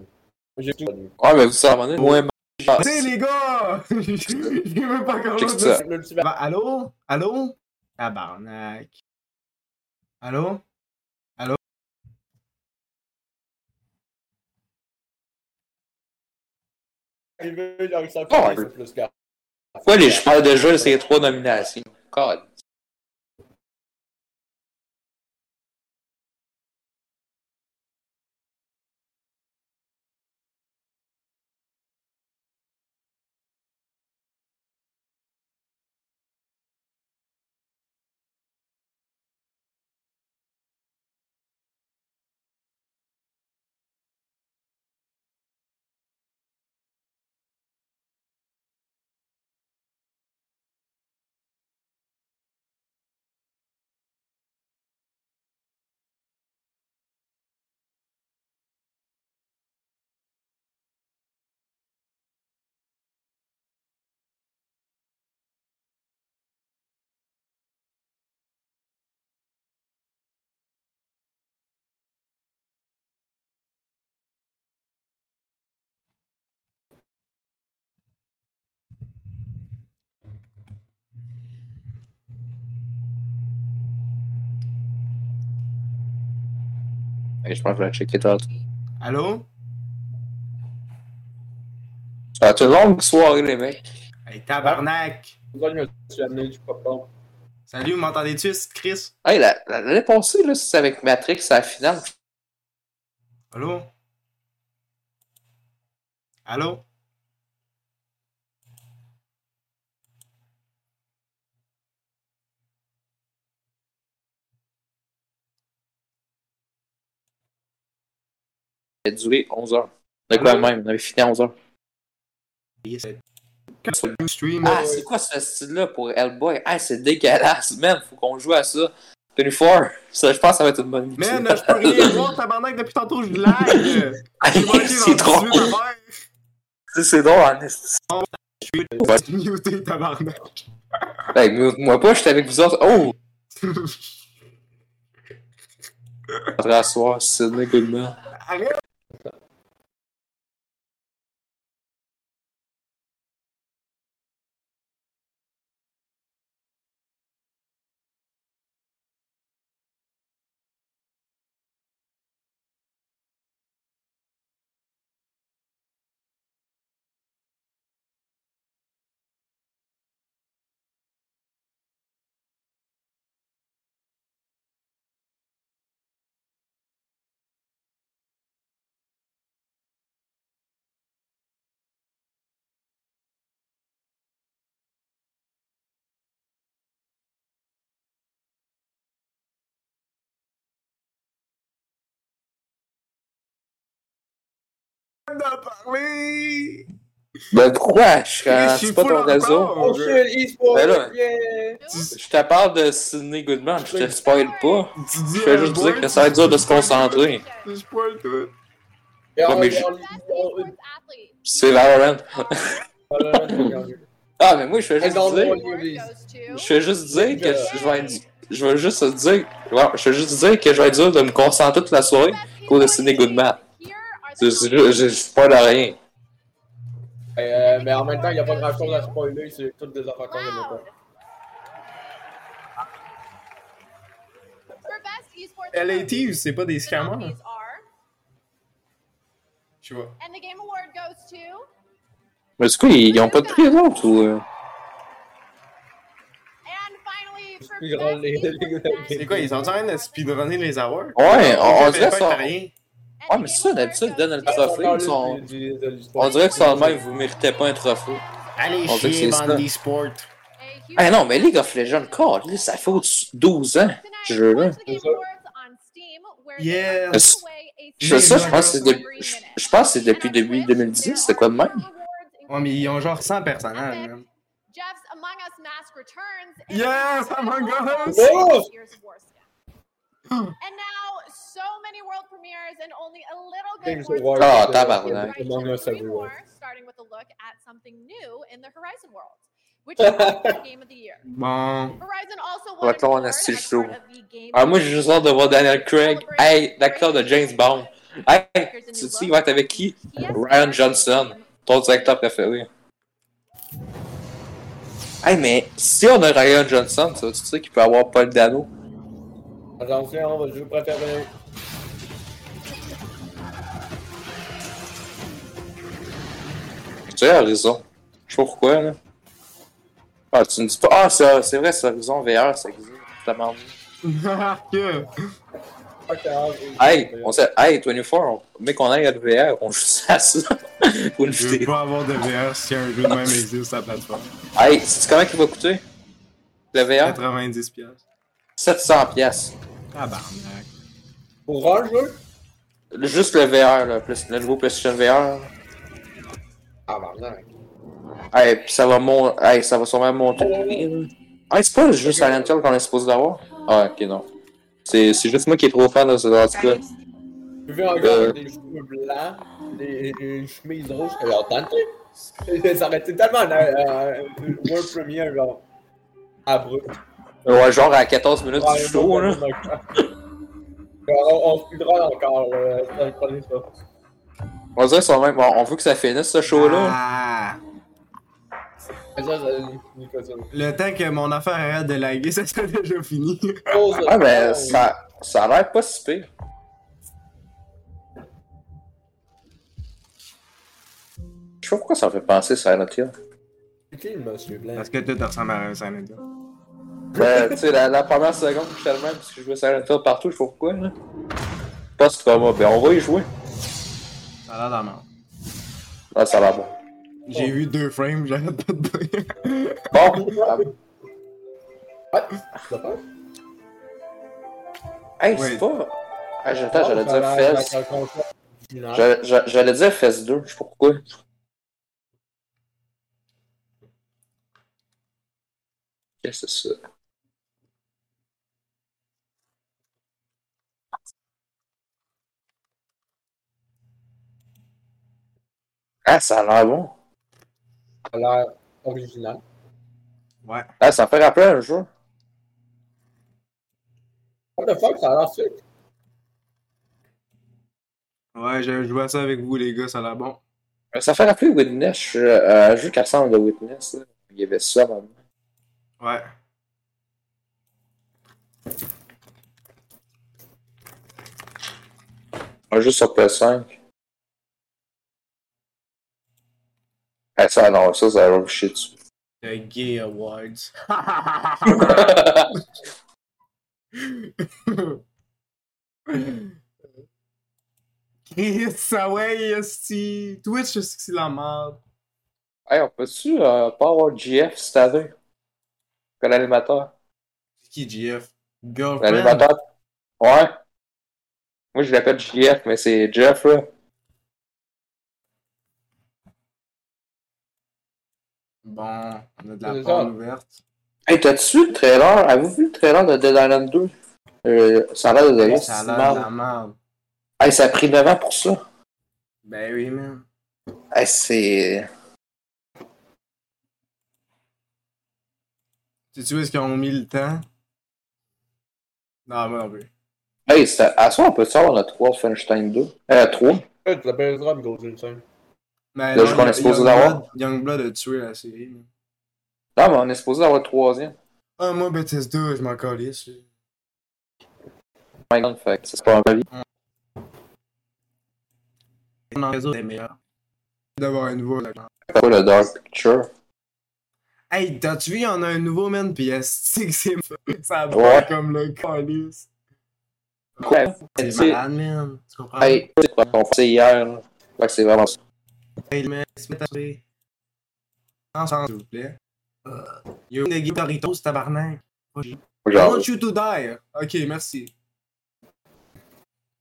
S4: J'ai tout connu.
S3: Ouais, mais vous savez, moi, ma-
S1: Tu sais, les gars! (laughs) J'ai même pas encore
S3: Ah. Check
S1: l'autre.
S3: ça.
S4: L'ultimate.
S1: Va- Allô? Allô? Tabarnak. Allô? Allô?
S4: arrivé, genre, ils s'en
S3: Oh,
S4: foutent,
S3: ouais.
S4: c'est plus grave.
S3: Pourquoi les joueurs de jeu, c'est les trois nominations? Calice. Et je pense que je vais checker tantôt.
S1: Allô?
S3: Ça va être une longue soirée, les mecs.
S1: Hey, tabarnak!
S4: Pourquoi je me suis amené du popcorn?
S1: Salut, m'entendez-tu, c'est Chris?
S3: Hey, la- la- l'année passée, là, c'est avec Matrix à la finale.
S1: Allô? Allô?
S3: Ça a duré 11 heures. De quoi de même, on avait fini à 11 heures.
S1: Yes.
S7: Quand c'est le stream, euh,
S3: Ah, c'est quoi ce style-là pour Hellboy? Ah, c'est dégueulasse, man. Faut qu'on joue à ça. 24. Ça, je pense que ça va être une bonne idée.
S7: man, je peux
S3: (laughs)
S7: rien voir, tabarnak, depuis tantôt, je lag. J'ai manqué
S3: c'est
S7: dans
S3: drôle.
S7: 18
S3: (laughs)
S7: affaires.
S3: C'est- C'est drôle, en esti.
S7: Je suis muté, tabarnak.
S3: Ben, mute moi pas, j'étais avec vous autres. Oh! Après à soir, Sidney Goodman.
S7: Arrête. de parler.
S3: Ben pourquoi? Je serais-
S7: Je
S3: C'est
S7: suis
S3: pas
S7: full
S3: ton
S7: en
S3: réseau.
S7: retard.
S4: Oh shit, e-sport!
S3: Ben là.
S4: Yeah!
S3: Je te parle de Sidney Goodman, je te spoil pas.
S7: Tu dis
S3: Je fais juste dire que ça va être dur de se concentrer.
S7: Je spoil tout.
S4: Et on-
S3: mais je-
S4: on-
S8: Best
S4: on-
S8: esports athlete.
S3: C'est Valorant. (laughs)
S4: Voilà, regarde.
S3: Ah, mais moi, je fais
S4: Et
S3: juste
S4: dans le
S3: dire.
S4: monde,
S8: Award
S4: Yuri.
S8: goes to-
S3: Je fais juste dire que je vais être- Je veux juste dire. ouais, je veux juste dire que je vais être dur de me concentrer toute la soirée.
S8: Best
S3: Pour le
S8: esports
S3: Sidney Goodman.
S8: athlete. Here are the
S3: Je,
S8: nominees.
S3: je, je, je spoil à rien.
S4: Et, euh, mais en même temps, il n'y a pas grand chose à spoiler, c'est toutes des affaires qu'on aimait pas.
S8: Loud. For best esports athlete,
S1: LAT, c'est pas des
S8: the
S1: scammers?
S8: nominees are-
S1: Je vois.
S8: And the game award goes to
S3: Mais du coup, ils, ils ont pas de prix, les autres, ou. euh?
S8: And finally, for
S4: Ils ont les-
S8: best
S4: les-
S8: esports athlete,
S1: C'est quoi, ils sont en train de speedrunner les hours?
S3: Ouais, on, on
S1: Jamais fait,
S3: dirait ça.
S1: t'as rien.
S8: and
S3: Ouais,
S8: the
S3: mais c'est ça,
S8: game award
S3: d'habitude, ils
S8: goes
S3: donnent le
S8: to-
S3: trophée.
S4: Encore
S3: ils sont-
S4: là, du- du- de l'e-sport.
S3: On dirait que sans même, vous méritez pas un trophée.
S1: Allez,
S3: On dirait
S1: chier,
S3: que c'est ça.
S1: bande sport.
S8: A huge-
S3: Ah non, mais League of Legends, call, là, ça fait au-dessus de 12 ans.
S8: Tonight,
S3: Je veux, là.
S8: watch the Game Awards on Steam, where they
S1: Yes.
S8: are giving away a
S3: Je sais ça, je pense que c'est
S8: Steam
S3: de- je je pense que c'est depuis
S8: And on
S3: début
S8: Twitch,
S3: 2010, c'est quoi de même?
S1: Ouais, mais ils ont genre 100 personnages. hein.
S8: Jeff's Among Us Mask returns. and-
S7: Yes, Among Us!
S4: Oh!
S8: Years of war stuff. And now, so many world premieres and only a little good
S4: Games
S8: war
S4: Award.
S3: Ah,
S8: stuff.
S3: tabarnak.
S8: Right,
S4: Among
S8: and
S4: Us
S8: three
S4: everywhere.
S8: more, Starting with a look at something new in the Horizon world, which is the game of the
S3: (laughs)
S8: year.
S1: Bon. (laughs)
S8: Horizon also
S3: Ouais,
S8: won an
S3: on
S8: award
S3: a six
S8: as part
S3: jours.
S8: of the game
S3: Ah, moi, j'ai juste hâte de voir Daniel Craig. Hey, l'acteur de James Bond. Hey, tu sais, il va être avec qui? Ryan Johnson, ton directeur préféré. Hey, mais si on a Ryan Johnson, ça veut dire qu'il peut avoir Paul Dano?
S4: Attention, je vous préfère.
S3: Tu sais, Horizon. Je sais pas pourquoi, là. Ah, tu me dis pas. Ah, c'est c'est vrai, c'est Horizon VR, ça existe. T'as marre.
S1: euh,
S7: Que-
S4: Fuck off.
S3: Hey, on sait. Hey, 24, on... mais qu'on aille à le VR, on joue ça, ça. (laughs) Pour une
S7: Je veux
S3: vidéo.
S7: pas avoir de VR si un jeu de même existe sur la plateforme.
S3: Hey, sais-tu comment il va coûter? Le VR?
S7: 90 piastres.
S3: 700$. piastres.
S7: Tabarnak.
S4: Pour un jeu?
S3: Le- Juste le VR, là, plus- le nouveau PlayStation VR.
S4: Ah, barnac.
S3: Hey, pis ça va mon... hey, ça va sûrement monter. Hey, c'est pas le jeu Silent Hill qu'on est supposé d'avoir? Ah, ok, non. C'est c'est juste moi qui est trop fan de ce genre de truc.
S4: Tu veux encore des cheveux blancs, des, des chemises rouges, alors dans le truc. Ça aurait été tellement un euh, un world premiere, genre. Abrupt.
S3: Ouais, genre à 14 minutes
S4: Ouais,
S3: du show, là.
S4: On, on speedrun encore, euh, ça, prenez ça.
S3: On dirait ça même, on on veut que ça finisse ce show-là.
S1: Ah,
S4: Mais ça, ça, Nicolas, ça.
S7: Le temps que mon affaire arrête de
S1: (laughs)
S3: ben,
S7: laguer, ça serait déjà fini.
S4: Pause.
S3: Ah, mais ça, ça a l'air pas si pire. pas pourquoi ça me fait penser Silent Hill.
S4: C'est qui le monsieur blanc?
S1: Parce que tout ressemble à un Silent Hill.
S3: Ben, tu sais, la, la première seconde que je suis même, parce que je jouais Silent Hill partout, je sais pas pourquoi, là. Pas ce trauma. Ben, on va y jouer.
S1: Ça a l'air de la merde.
S3: Là, Ah, ça a l'air bon.
S1: J'ai vu deux frames, (laughs) j'arrête pas de dire.
S3: Bon, ah,
S4: T'as peur?
S3: hey, c'est
S1: Oui.
S3: pas. Ah, j'ai le temps, j'allais
S4: Ça a l'air
S3: dire
S4: d'être
S3: Fest.
S4: un concept binaire.
S3: J'allais- J'allais j'allais dire Fest 2, je sais pas pourquoi. Qu'est-ce que c'est ça? Ah, ça a l'air bon.
S4: Ça a l'air original.
S1: Ouais.
S3: Ah, ça me fait rappeler un jeu.
S4: What the fuck, ça a l'air sick.
S1: Ouais, j'ai joué à ça avec vous, les gars, ça a l'air bon.
S3: Ça fait rappeler Witness. Je suis, euh, un jeu qui ressemble à Witness. là. Il y avait ça maman.
S1: Ouais.
S3: Un jeu sur PS5. Ah, ça, non, ça, ça va me
S1: (laughs)
S3: chier dessus.
S1: The Gay Awards. (laughs)
S7: Chris, ça
S1: ah
S7: ouais, esti. Twitch, c'est que c'est la merde.
S3: hey, on peut-tu euh, pas avoir GF cette année? Que l'animateur.
S1: C'est qui, GF? Girlfriend.
S3: L'animateur. Ouais. Moi, je l'appelle GF, mais c'est Jeff, là.
S1: Bon, on a de la
S4: C'est
S1: porte
S4: ça.
S1: ouverte.
S3: Hey, t'as-tu vu le trailer? Avez-vous vu le trailer de Dead Island 2? Euh, ça a l'air de
S1: Ouais,
S3: donner.
S1: Ça a l'air de la merde.
S3: Hey, ça a pris 9 ans pour ça.
S1: Ben oui, man.
S3: Hey, c'est.
S1: Tu sais, où est-ce qu'ils ont mis le temps? Non, moi non plus.
S3: Hey, ça- à ça, on peut savoir notre 3 Feinstein 2. Euh, 3.
S4: Ouais, Tu l'appelleras une grosse ulcine.
S1: Mais
S3: Là, je qu'on est supposé l'avoir.
S1: Youngblood- Youngblood a tué la série. man.
S3: Non, mais on est supposé avoir le troisième.
S1: Ah, moi, Bethesda, je m'en calisse. là.
S3: Oh my God, fait que ça, c'est pas un avis.
S1: Non, les autres, c'est meilleur. D'avoir une voix, là.
S3: C'est pas le Dark Picture.
S1: Hey, t'as-tu vu, il y en a un nouveau, man, pis esti que (laughs) c'est
S7: Ça va
S3: Ouais.
S7: comme le calice.
S3: Quoi?
S1: Oh, c'est
S3: c'est-
S1: malade, man. Tu comprends?
S3: Hey, c'est quoi qu'on fait hier, là? Fait que c'est vraiment ça.
S1: Hey, man, c'est pas tapé. Non, sans- s'il vous plaît. Euh, Yo, les gars, Doritos, tabarnak. I
S3: Genre,
S1: want you to die. Ok, merci.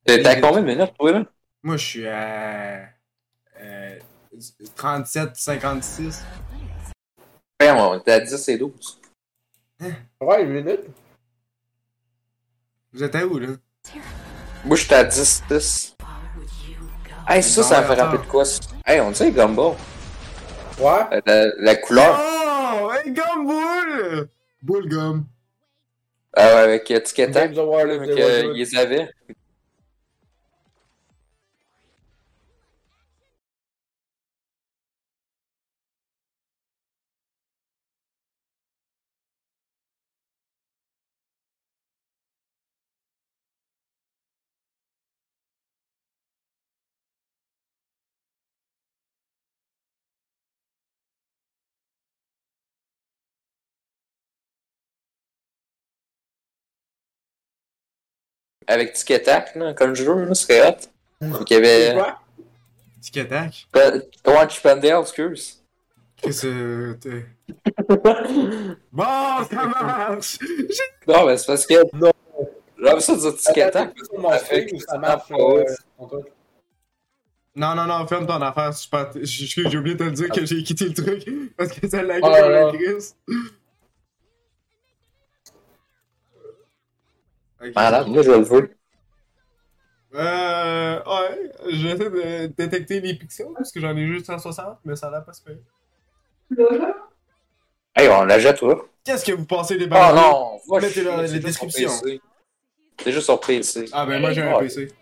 S3: t'es t'es à combien de minutes, toi, là?
S1: Moi, je suis à. Euh, 37, 56.
S3: Ouais, on était à 10 et 12.
S4: Ouais, une minute.
S1: Vous êtes à où, là?
S3: Moi, j'étais à 10, 10. Hey, ça, ça me fait rappeler de quoi? ça? Hey, on dirait Gumball.
S4: Ouais.
S3: Euh, La, la couleur,
S1: Oh! Hey, gomme boule!
S7: Boule gomme.
S3: euh, avec euh, Ticketan,
S4: Games of Wireless,
S3: que, euh, ils les avaient. Avec Ticketak, là, comme jeu, là, c'est hot. Donc, il y avait.
S4: Quoi?
S1: Tic tac.
S3: Ben, Orange Pandale, excuse.
S1: Qu'est-ce que
S3: (laughs)
S1: t'es? Bon, ça marche!
S3: Non, mais c'est parce que.
S4: Non.
S3: J'aime ça dire Ticketak.
S4: Attends, c'est mon
S3: Avec-
S4: stream ou ça marche,
S3: Ah,
S4: euh,
S3: ouais.
S4: ton truc?
S1: Non, non, non, ferme ton affaire, super. J'ai j'ai oublié de te dire que j'ai quitté le truc parce que ça
S3: Oh
S1: laguait
S4: Ah,
S1: dans la
S4: là.
S1: crise. Ok.
S3: Malade, Ah, moi, je le veux.
S1: Euh. Ouais, j'essaie de détecter les pixels parce que j'en ai juste 160, mais ça a l'air pas super.
S3: Hey, on la jette, là.
S1: Qu'est-ce que Ben, vous pensez des
S3: Ah
S1: barres?
S3: non, va
S1: mettez
S3: chier,
S1: dans les
S3: c'est juste sur
S1: descriptions.
S3: PC. C'est juste sur PC.
S1: Ah, ben moi j'ai un
S3: Ouais.
S1: PC.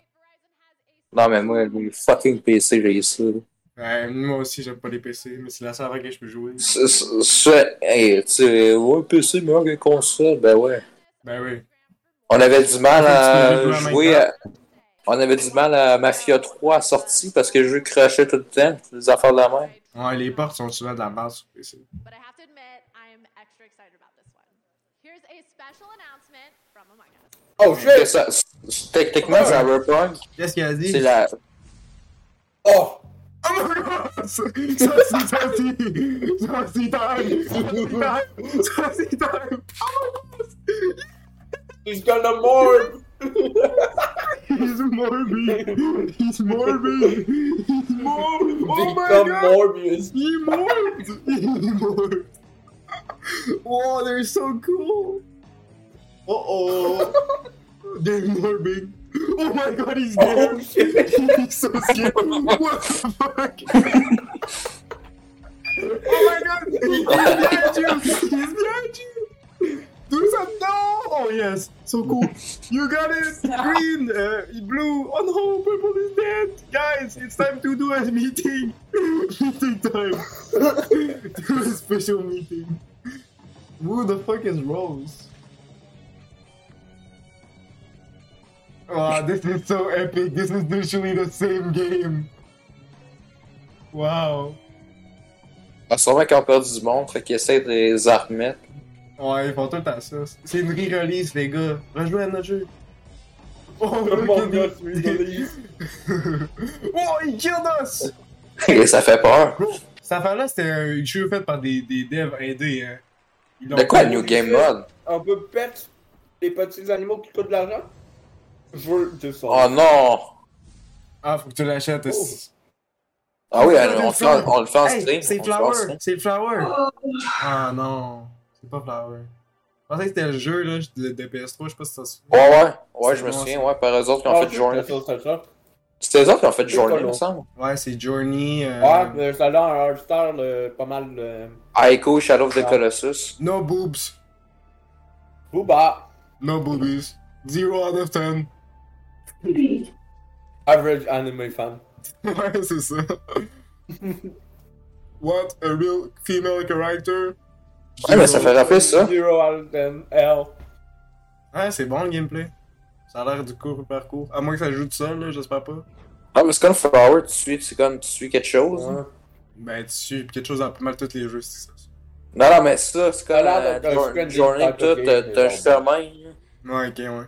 S3: Non, mais moi, le fucking PC, j'ai ça. là.
S1: Ouais, Ben, moi aussi j'aime pas les PC, mais c'est la seule affaire que je peux jouer.
S3: Ce- ce- ce- Hey, tu sais, ouais, PC meilleur que console, ben ouais.
S1: Ben oui.
S3: On avait du mal
S1: Tu peux
S3: à
S1: jouer à
S3: jouer à... On avait du mal à Mafia 3 à sortie parce que le jeu crachait tout le temps, les affaires de la main.
S1: Ouais, les portes sont souvent de la base sur PC.
S8: But I have to admit, I am extra excited about this one. Here's a special announcement from Among Us.
S4: Oh
S3: Que
S4: shit!
S3: ça- c'est- Techniquement, Cyberpunk,
S1: Qu'est-ce qu'elle a dit?
S3: c'est la.
S7: Oh
S4: Oh!
S7: my god! Ça, c'est time! Ça, c'est time! Ça, c'est time!
S4: He's gonna mourn!
S7: He's morbid! He's morbid! He's morbid! Oh my
S4: Become
S7: god!
S4: Morbius!
S7: He morbed! He morbed! Oh, they're so cool! Uh-oh! they're morbing! Oh my god, he's dead!
S4: Oh shit!
S7: He's so scared! What the fuck? oh my god! He's behind you! He's behind you! Do some no! Oh yes, so cool. You got it! Green, uh, blue, on home, purple is dead! Guys, it's time to do a meeting! meeting time! (laughs) do a special meeting. Who the fuck is Rose? Wow, Ah, this is so epic. This is literally the same game. Wow.
S3: Ah, Sûrement qu'ils ont perdu du monde, fait qu'ils essaient de les armettre.
S7: Ouais, ils font tout le temps ça. C'est une re-release, les gars. Rejoignez notre jeu. Oh,
S4: (laughs) Oh
S7: look
S4: mon
S7: at
S4: god,
S7: (laughs) this.
S4: release!
S7: oh, il killed us!
S3: (laughs) Et ça fait peur.
S7: Bro, cette affaire-là, c'était un jeu fait par des, des devs indés, hein. Ils l'ont
S3: De quoi,
S7: fait-
S3: New Game Mode?
S4: On peut perdre les petits animaux qui coûtent de l'argent? Je veux 200.
S3: Oh non!
S7: Ah, faut que tu l'achètes. aussi.
S3: Ah oui, on, on le fait, en- on le fait en
S1: Hey,
S3: Ah, stream.
S1: c'est
S3: on le fait en
S1: Flower!
S3: stream.
S1: C'est Flower! Ah non, c'est pas Flower. Je pensais que c'était le jeu là, de, de PS3, je sais pas si ça se
S3: Ouais, ouais, ouais, je me
S1: C'est bon,
S3: souviens,
S1: ça.
S3: ouais, par eux autres qui ont fait journée.
S4: Ah,
S3: C'est eux autres qui ont fait journée,
S4: pas
S3: il
S4: long.
S3: me semble.
S1: Ouais, c'est Journey. euh,
S4: mais Ah, ça a l'air un Hearthstone, euh, pas mal. euh,
S3: Aiko, Shadow of the
S4: Ah.
S3: Colossus.
S7: No boobs.
S4: Booba!
S7: No boobies. Zero out of
S1: (laughs)
S7: 10.
S4: Average anime fan.
S7: Ouais, c'est
S3: (laughs)
S7: ça. What a real female character.
S3: Ouais, mais ça fait rappeler ça.
S4: Zero out of 10. L.
S1: Ouais, c'est bon le gameplay. Ça a l'air du cours par cours. À moins que ça joue tout seul, là, j'espère pas.
S3: Ah, mais c'est comme Flower, tu suis, c'est comme tu suis quelque chose.
S4: Ouais.
S1: Ben, tu suis quelque chose à pas mal tous les jeux, c'est ça.
S3: Non, non, mais ça, c'est comme
S4: Ça a l'air
S3: euh,
S4: d'être un
S3: jour-
S4: spread
S3: journée,
S4: d'impact,
S3: tout,
S4: ok,
S3: euh,
S4: mais
S3: t'as
S4: bon.
S3: juste la main. là.
S1: Ouais, ok, ouais.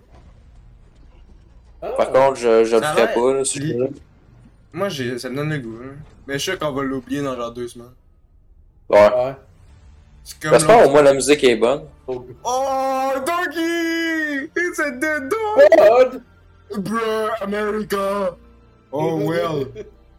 S4: Ah.
S3: Par contre, je, je le
S1: Ça a
S3: ferai
S1: l'air-
S3: pas, là, si je
S1: Moi, j'ai... ça me donne le goût, hein. Mais je suis sûr qu'on va l'oublier dans genre deux semaines.
S3: Ouais.
S4: Ouais.
S1: C'est comme.
S3: J'espère
S1: l'autre-
S3: au moins la musique est bonne.
S4: Oh
S7: Oh, Donkey! It's a dead dog!
S4: god!
S7: Bruh, America! Oh well,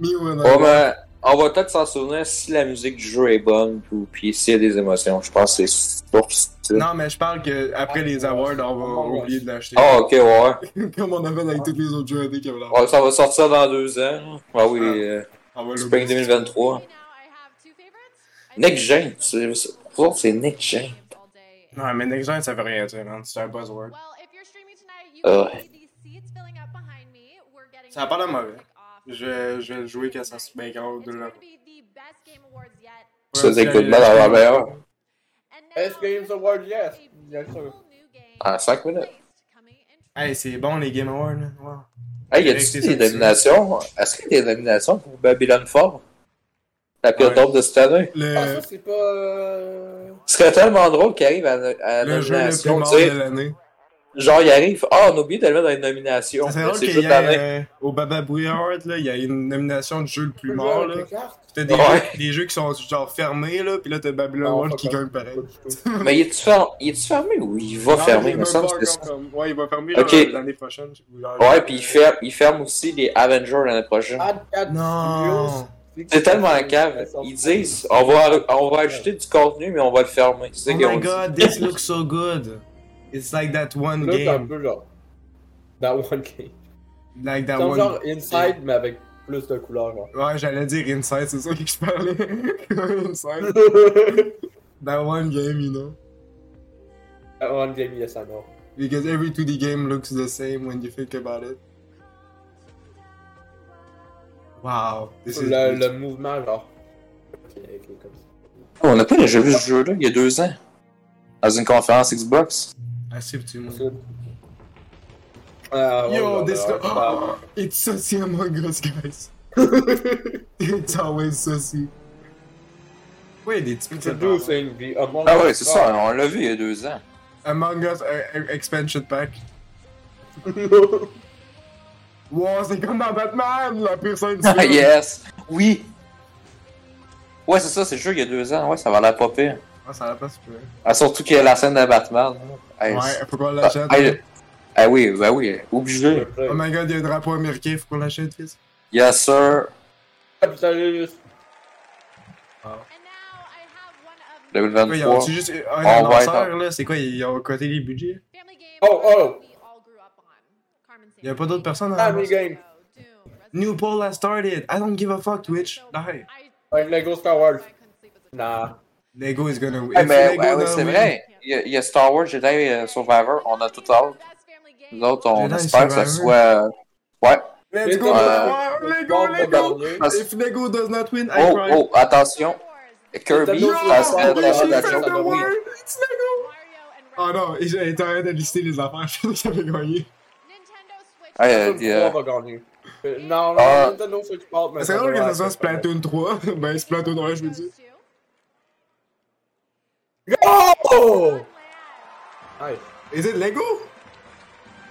S7: me when I.
S3: Ouais, mais on va peut-être s'en souvenir si la musique du jeu est bonne, puis, puis s'il y a des émotions. Je pense que c'est pour ça.
S1: Non, mais je parle que après les awards, on va oublier de l'acheter.
S3: Ah, ok, ouais.
S7: Ah, oh, (laughs) Comme on avait avec tous les autres jeux indés qui avaient l'air.
S3: Ouais, ça va sortir dans deux ans. Ah oui,
S1: Ah.
S3: euh,
S1: On va
S3: Spring
S1: l'oublier.
S3: 2023.
S8: Now I have two favorites. I
S3: Nick
S8: think
S3: Jane,
S8: both
S3: c'est
S8: of
S3: c'est- pour autres, c'est Nick Jane.
S8: them games all day.
S1: Non, mais Next Gen, ça veut rien dire, man. C'est un buzzword.
S8: Well, if you're streaming tonight, you
S3: Ah
S8: can see these seats filling up behind me. We're getting
S1: Ça a pas l'air
S8: ready to
S1: mauvais.
S8: kick off.
S1: Je, je vais le jouer quand ça se bien quand
S8: It's
S1: de
S8: going
S1: là.
S8: to be the best Game Awards yet.
S3: Ça, c'est écoutement dans la meilleure.
S8: And now,
S4: Best Games
S8: there's
S4: Award,
S8: a
S4: yes. Yes, sir.
S8: cool new game
S3: En 5 Ah, minutes.
S8: placed coming in
S1: Hey, c'est bon les Game Awards, là. Wow.
S3: Hey, y
S1: Eric,
S3: a-tu
S1: t'es
S3: des
S1: sorti.
S3: nominations? Est-ce qu'il y a des nominations pour Babylon 4? La pire
S1: Ouais.
S3: tombe de cette année?
S4: Ah,
S7: Le,
S4: ça c'est pas. euh,
S3: Ce serait tellement drôle qu'il arrive à, à la
S7: le jeu le plus
S3: nomination,
S7: mort
S3: tu sais.
S7: de l'année.
S3: Genre, il arrive, ah, on a oublié de le mettre dans les nominations.
S1: C'est drôle
S3: C'est
S1: qu'il
S3: juste
S1: y ait,
S3: l'année.
S1: euh, au Baba Brouillard, là, il y a une nomination de jeu le plus mort, là. T'as des,
S3: Ouais.
S1: jeux, des jeux qui sont genre fermés, là, pis là t'as Babylon
S4: Non,
S1: World
S4: fuck
S1: qui
S4: off.
S1: gagne pareil.
S3: Mais il est-tu fer- il est-tu fermé ou il va
S7: Non,
S3: fermer? Il me
S7: même
S3: semble
S7: pas
S3: que c'est
S7: encore fermé. Ouais, il va fermer
S3: Ok.
S7: genre, l'année prochaine. ou genre-
S3: Ouais, puis il ferme, il ferme aussi les Avengers l'année
S4: Ah,
S3: prochaine.
S1: Non!
S3: C'est tellement en cave. Ils disent, on va, on va ajouter du contenu, mais on va le fermer. C'est
S1: Oh
S3: ça qu'ils
S1: my
S3: ont dit.
S1: god, this looks so good! It's like that one
S4: Là, c'est un
S1: game.
S4: peu genre. That one game.
S1: Like that
S4: Comme
S1: one.
S4: genre Inside, mais avec plus de couleurs. genre.
S1: Ouais, j'allais dire Inside, c'est ça que je parlais. (laughs) Inside. That one game, you know.
S4: That one game, yes, I know.
S1: Because every 2D game looks the same when you think about it. Wow, this is
S4: Le, le
S1: beautiful.
S4: mouvement, genre. Ok, ok, comme ça.
S3: On n'a pas déjà vu ce jeu-là il y a deux ans. Dans une conférence Xbox.
S1: Ah, c'est petit, moi.
S4: Good. Ah, ouais,
S1: Yo,
S3: Oh,
S4: ouais,
S1: this
S4: ouais,
S1: guy.
S4: ouais.
S1: (gasps) it's sussy among us,
S3: (laughs)
S1: guys. it's always sussy.
S10: Ouais, des petits
S4: Introducing the Among
S3: Ah
S4: Us
S3: ouais, c'est ça, on l'a vu il y a deux ans.
S1: Among Us euh, euh, Expansion Pack.
S4: God.
S1: Wow, c'est comme dans Batman, la
S3: (laughs)
S1: personne.
S3: (laughs) Ah yes! Oui! Ouais, c'est ça, c'est le jeu il y a deux ans. Ouais, ça va l'air pas pire.
S1: Ah, ça va pas super.
S3: Ah, surtout qu'il y a la scène de Batman. Hey,
S1: Ouais, faut qu'on
S3: Ah,
S1: l'achète.
S3: ah, je- ah oui, bah oui, obligé.
S1: Oh my god, il y a un drapeau américain, faut qu'on l'achète, fils.
S3: Yes, sir.
S4: Capitaliste.
S8: And now I have one of
S1: Quoi, ils ont
S3: 2023.
S1: juste euh, un
S3: On va être-
S1: annonceur, là? C'est quoi, ils ont coté les budgets?
S8: family games
S4: Oh, oh.
S8: we all grew up on. Carmen
S1: Il y a pas d'autres personnes à
S4: Ah,
S1: annoncer?
S4: oui. Game.
S8: Doom, Resident
S1: New poll has started. I don't give a fuck, Twitch. Die.
S4: Like Lego Star Wars.
S8: I couldn't sleep as a
S4: Nah.
S1: Lego is gonna win.
S3: Eh,
S1: If
S3: mais
S1: Lego
S3: ouais, ouais,
S1: don't
S3: c'est
S1: win-
S3: vrai. Il y a- il y, a Star Wars, Jedi euh, Survivor, on a tout hâte.
S8: Best family game.
S3: Nous autres, on
S1: Jedi
S3: espère que ça
S1: Survivor.
S3: soit. euh, Ouais.
S1: Let's go,
S4: Ouais.
S1: Star Wars, Lego,
S4: Bombe
S1: Lego.
S4: regardée.
S3: Parce-
S1: If Lego does not win, I
S3: Oh,
S1: cry.
S3: oh, attention. Kirby,
S1: Yo,
S4: Yo,
S3: ça serait
S4: on
S3: la
S4: va
S1: she
S4: chercher
S1: said
S4: ça,
S1: the
S4: ça
S3: révélation.
S4: va, oui.
S1: word, it's Lego.
S8: Mario and
S1: Oh
S8: Rabbit.
S1: non, j'ai intérêt de lister les affaires, (laughs) je savais que j'avais gagné.
S8: Nintendo Switch.
S3: Ah, euh,
S4: Nintendo
S3: dis, euh,
S4: 3 va gagner. Euh, Non,
S3: Ah.
S4: non, Nintendo Switch porte, mais
S1: C'est
S4: ça
S1: drôle que
S4: devrait
S1: ça soit
S4: être-
S1: Splatoon 3. (laughs) ben, Splatoon 1, je veux dire.
S4: Go! Hey.
S1: Is it Lego?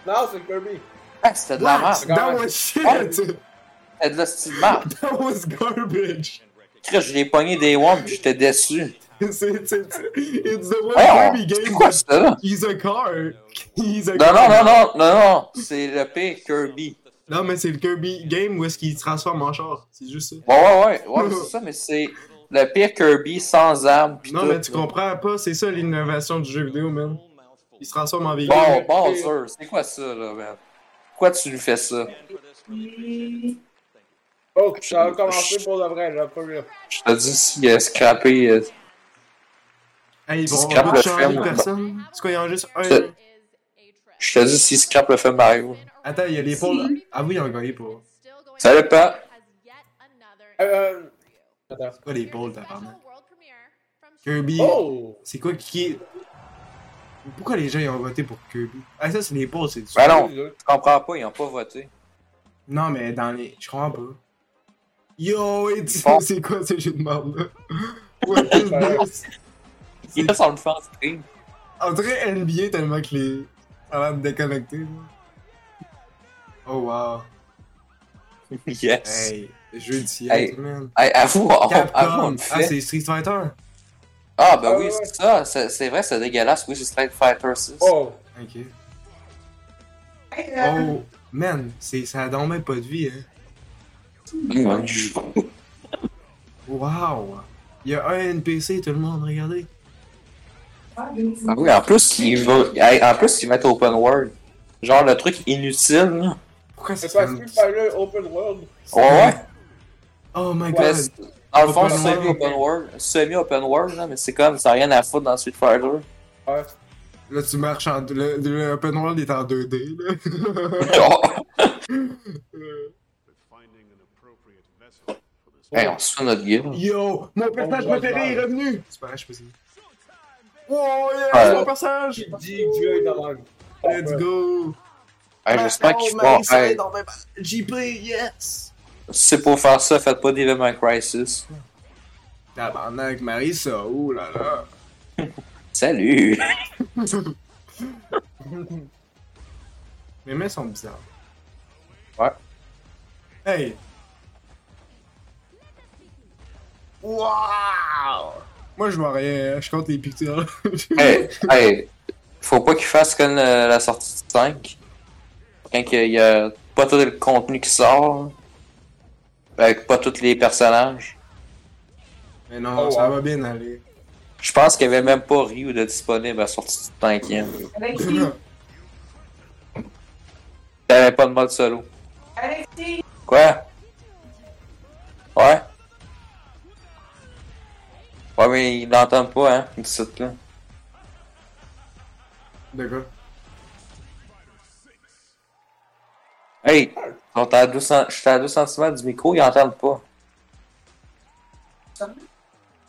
S4: Non, c'est Kirby.
S3: Ah, c'était de la Oh.
S1: What?
S3: merde.
S1: That was shit!
S3: C'était de la style merde.
S1: That was garbage! (laughs)
S3: Chris, je l'ai pogné des one puis j'étais déçu.
S1: C'est- c'est- c'est- It's the one
S3: Oh,
S1: Kirby
S3: c'est
S1: game
S3: quoi ça là?
S1: He's a car. (laughs) He's a
S3: Non,
S1: car.
S3: non, non, non, non, non, c'est le pire Kirby.
S1: Non, mais c'est le Kirby game où est-ce qu'il se transforme en char. C'est juste ça.
S3: Ouais, ouais, ouais, ouais, c'est ça, mais c'est le pire Kirby sans arme. Pis
S1: Non,
S3: tout.
S1: mais tu comprends pas, c'est ça l'innovation du jeu vidéo, man. Il se transforme en véhicule.
S3: Bon, bon, sûr, c'est quoi ça, là, man? Pourquoi tu lui fais ça?
S4: Oh, ça a commencé pour de vrai, là, pas mieux.
S3: Je te dis, s'il a scrappé. euh,
S1: Hey, ils vont
S3: Scrap
S1: pas
S3: le
S1: changer
S3: film.
S1: personne. C'est quoi, il y en a juste un.
S3: C'est- Je te dis, s'il scrape le film Mario.
S1: Attends, il y a les pôles. Ah oui, il y a un gars, il pour.
S3: Salut, Pat.
S4: Euh, Attends.
S1: C'est quoi Oh, les pôles, tabarnak? Kirby.
S4: Oh!
S1: C'est quoi qui est. Pourquoi les gens ils ont voté pour Kirby Ah, ça, c'est les pôles, c'est du.
S3: Ben non, je comprends pas, ils ont pas voté.
S1: Non, mais dans les. Je comprends pas. Yo, et dis-
S3: Bon.
S1: c'est quoi ce jeu de merde là What is this?
S3: Ils sont le faire en stream.
S1: On dirait NBA tellement que les. Ça a l'air de déconnecter. là. Oh wow.
S3: Yes.
S1: Hey, le jeu de siècle,
S3: Hey.
S1: man.
S3: Hey, avoue, on, avoue, on
S1: Capcom.
S3: le
S1: Ah,
S3: fait.
S1: c'est Street Fighter.
S3: Ah, ben oui,
S4: Ouais, ouais.
S3: c'est ça. C'est c'est vrai, c'est dégueulasse. Oui, c'est Street Fighter 6.
S4: Oh!
S1: Ok. Oh, man, c'est- ça a donc même pas de vie, hein.
S3: Mmh.
S1: Wow! Il y a un NPC, tout le monde, regardez.
S3: Ah oui, en plus, ils veulent, hey, en plus, ils mettent open world. Genre le truc inutile, là.
S1: Pourquoi c'est
S4: C'est pas Street Fighter Open World.
S3: Ouais, ouais.
S1: Oh my
S3: Mais
S1: god!
S3: c'est- dans le fond,
S1: Open world.
S3: semi-open world, semi-open world, là, mais c'est comme, ça n'a rien à foutre dans Street
S1: (laughs)
S3: Fighter.
S4: Ouais.
S1: Là, tu marches en. Le, le open world est en 2D, là. (laughs)
S3: Oh.
S11: Finding an appropriate vessel for this
S3: Hey, on se fait notre game.
S1: Yo! Mon personnage
S4: Oh my
S1: préféré
S4: God.
S1: est revenu! C'est pas grave, je peux essayer. Wow,
S3: Ouais.
S1: yeah, mon personnage!
S4: Qui dit Dieu dans la
S1: Let's go!
S3: Hey, j'espère
S1: Oh,
S3: qu'ils
S1: Marie,
S3: font.
S1: ça
S3: Hey,
S1: dans mes- JP, yes!
S3: c'est pour faire ça, faites pas des Devil Crisis.
S1: Tabarnak, Marie, ça, oh là là!
S3: Salut!
S1: Mes mains sont bizarres.
S3: Ouais.
S1: Hey! Wow! Moi, je vois rien, je compte les pictures.
S3: (laughs) Hey, hey, faut pas qu'ils fassent comme euh, la sortie de 5. Quand il y a pas tout le contenu qui sort, avec pas tous les personnages.
S1: Mais non,
S4: Oh,
S1: ça
S4: wow.
S1: va bien aller.
S3: Je pense qu'il y avait même pas Ryu de disponible à la sortie du cinquième.
S5: Alexis,
S3: Mm. T'avais pas de mode solo.
S5: Alexis,
S3: Quoi? Ouais? Ouais, mais ils l'entendent pas, hein, d'ici là.
S1: D'accord.
S3: Hey! ils sont à 200 Je suis à 2 cm du micro, ils entendent pas.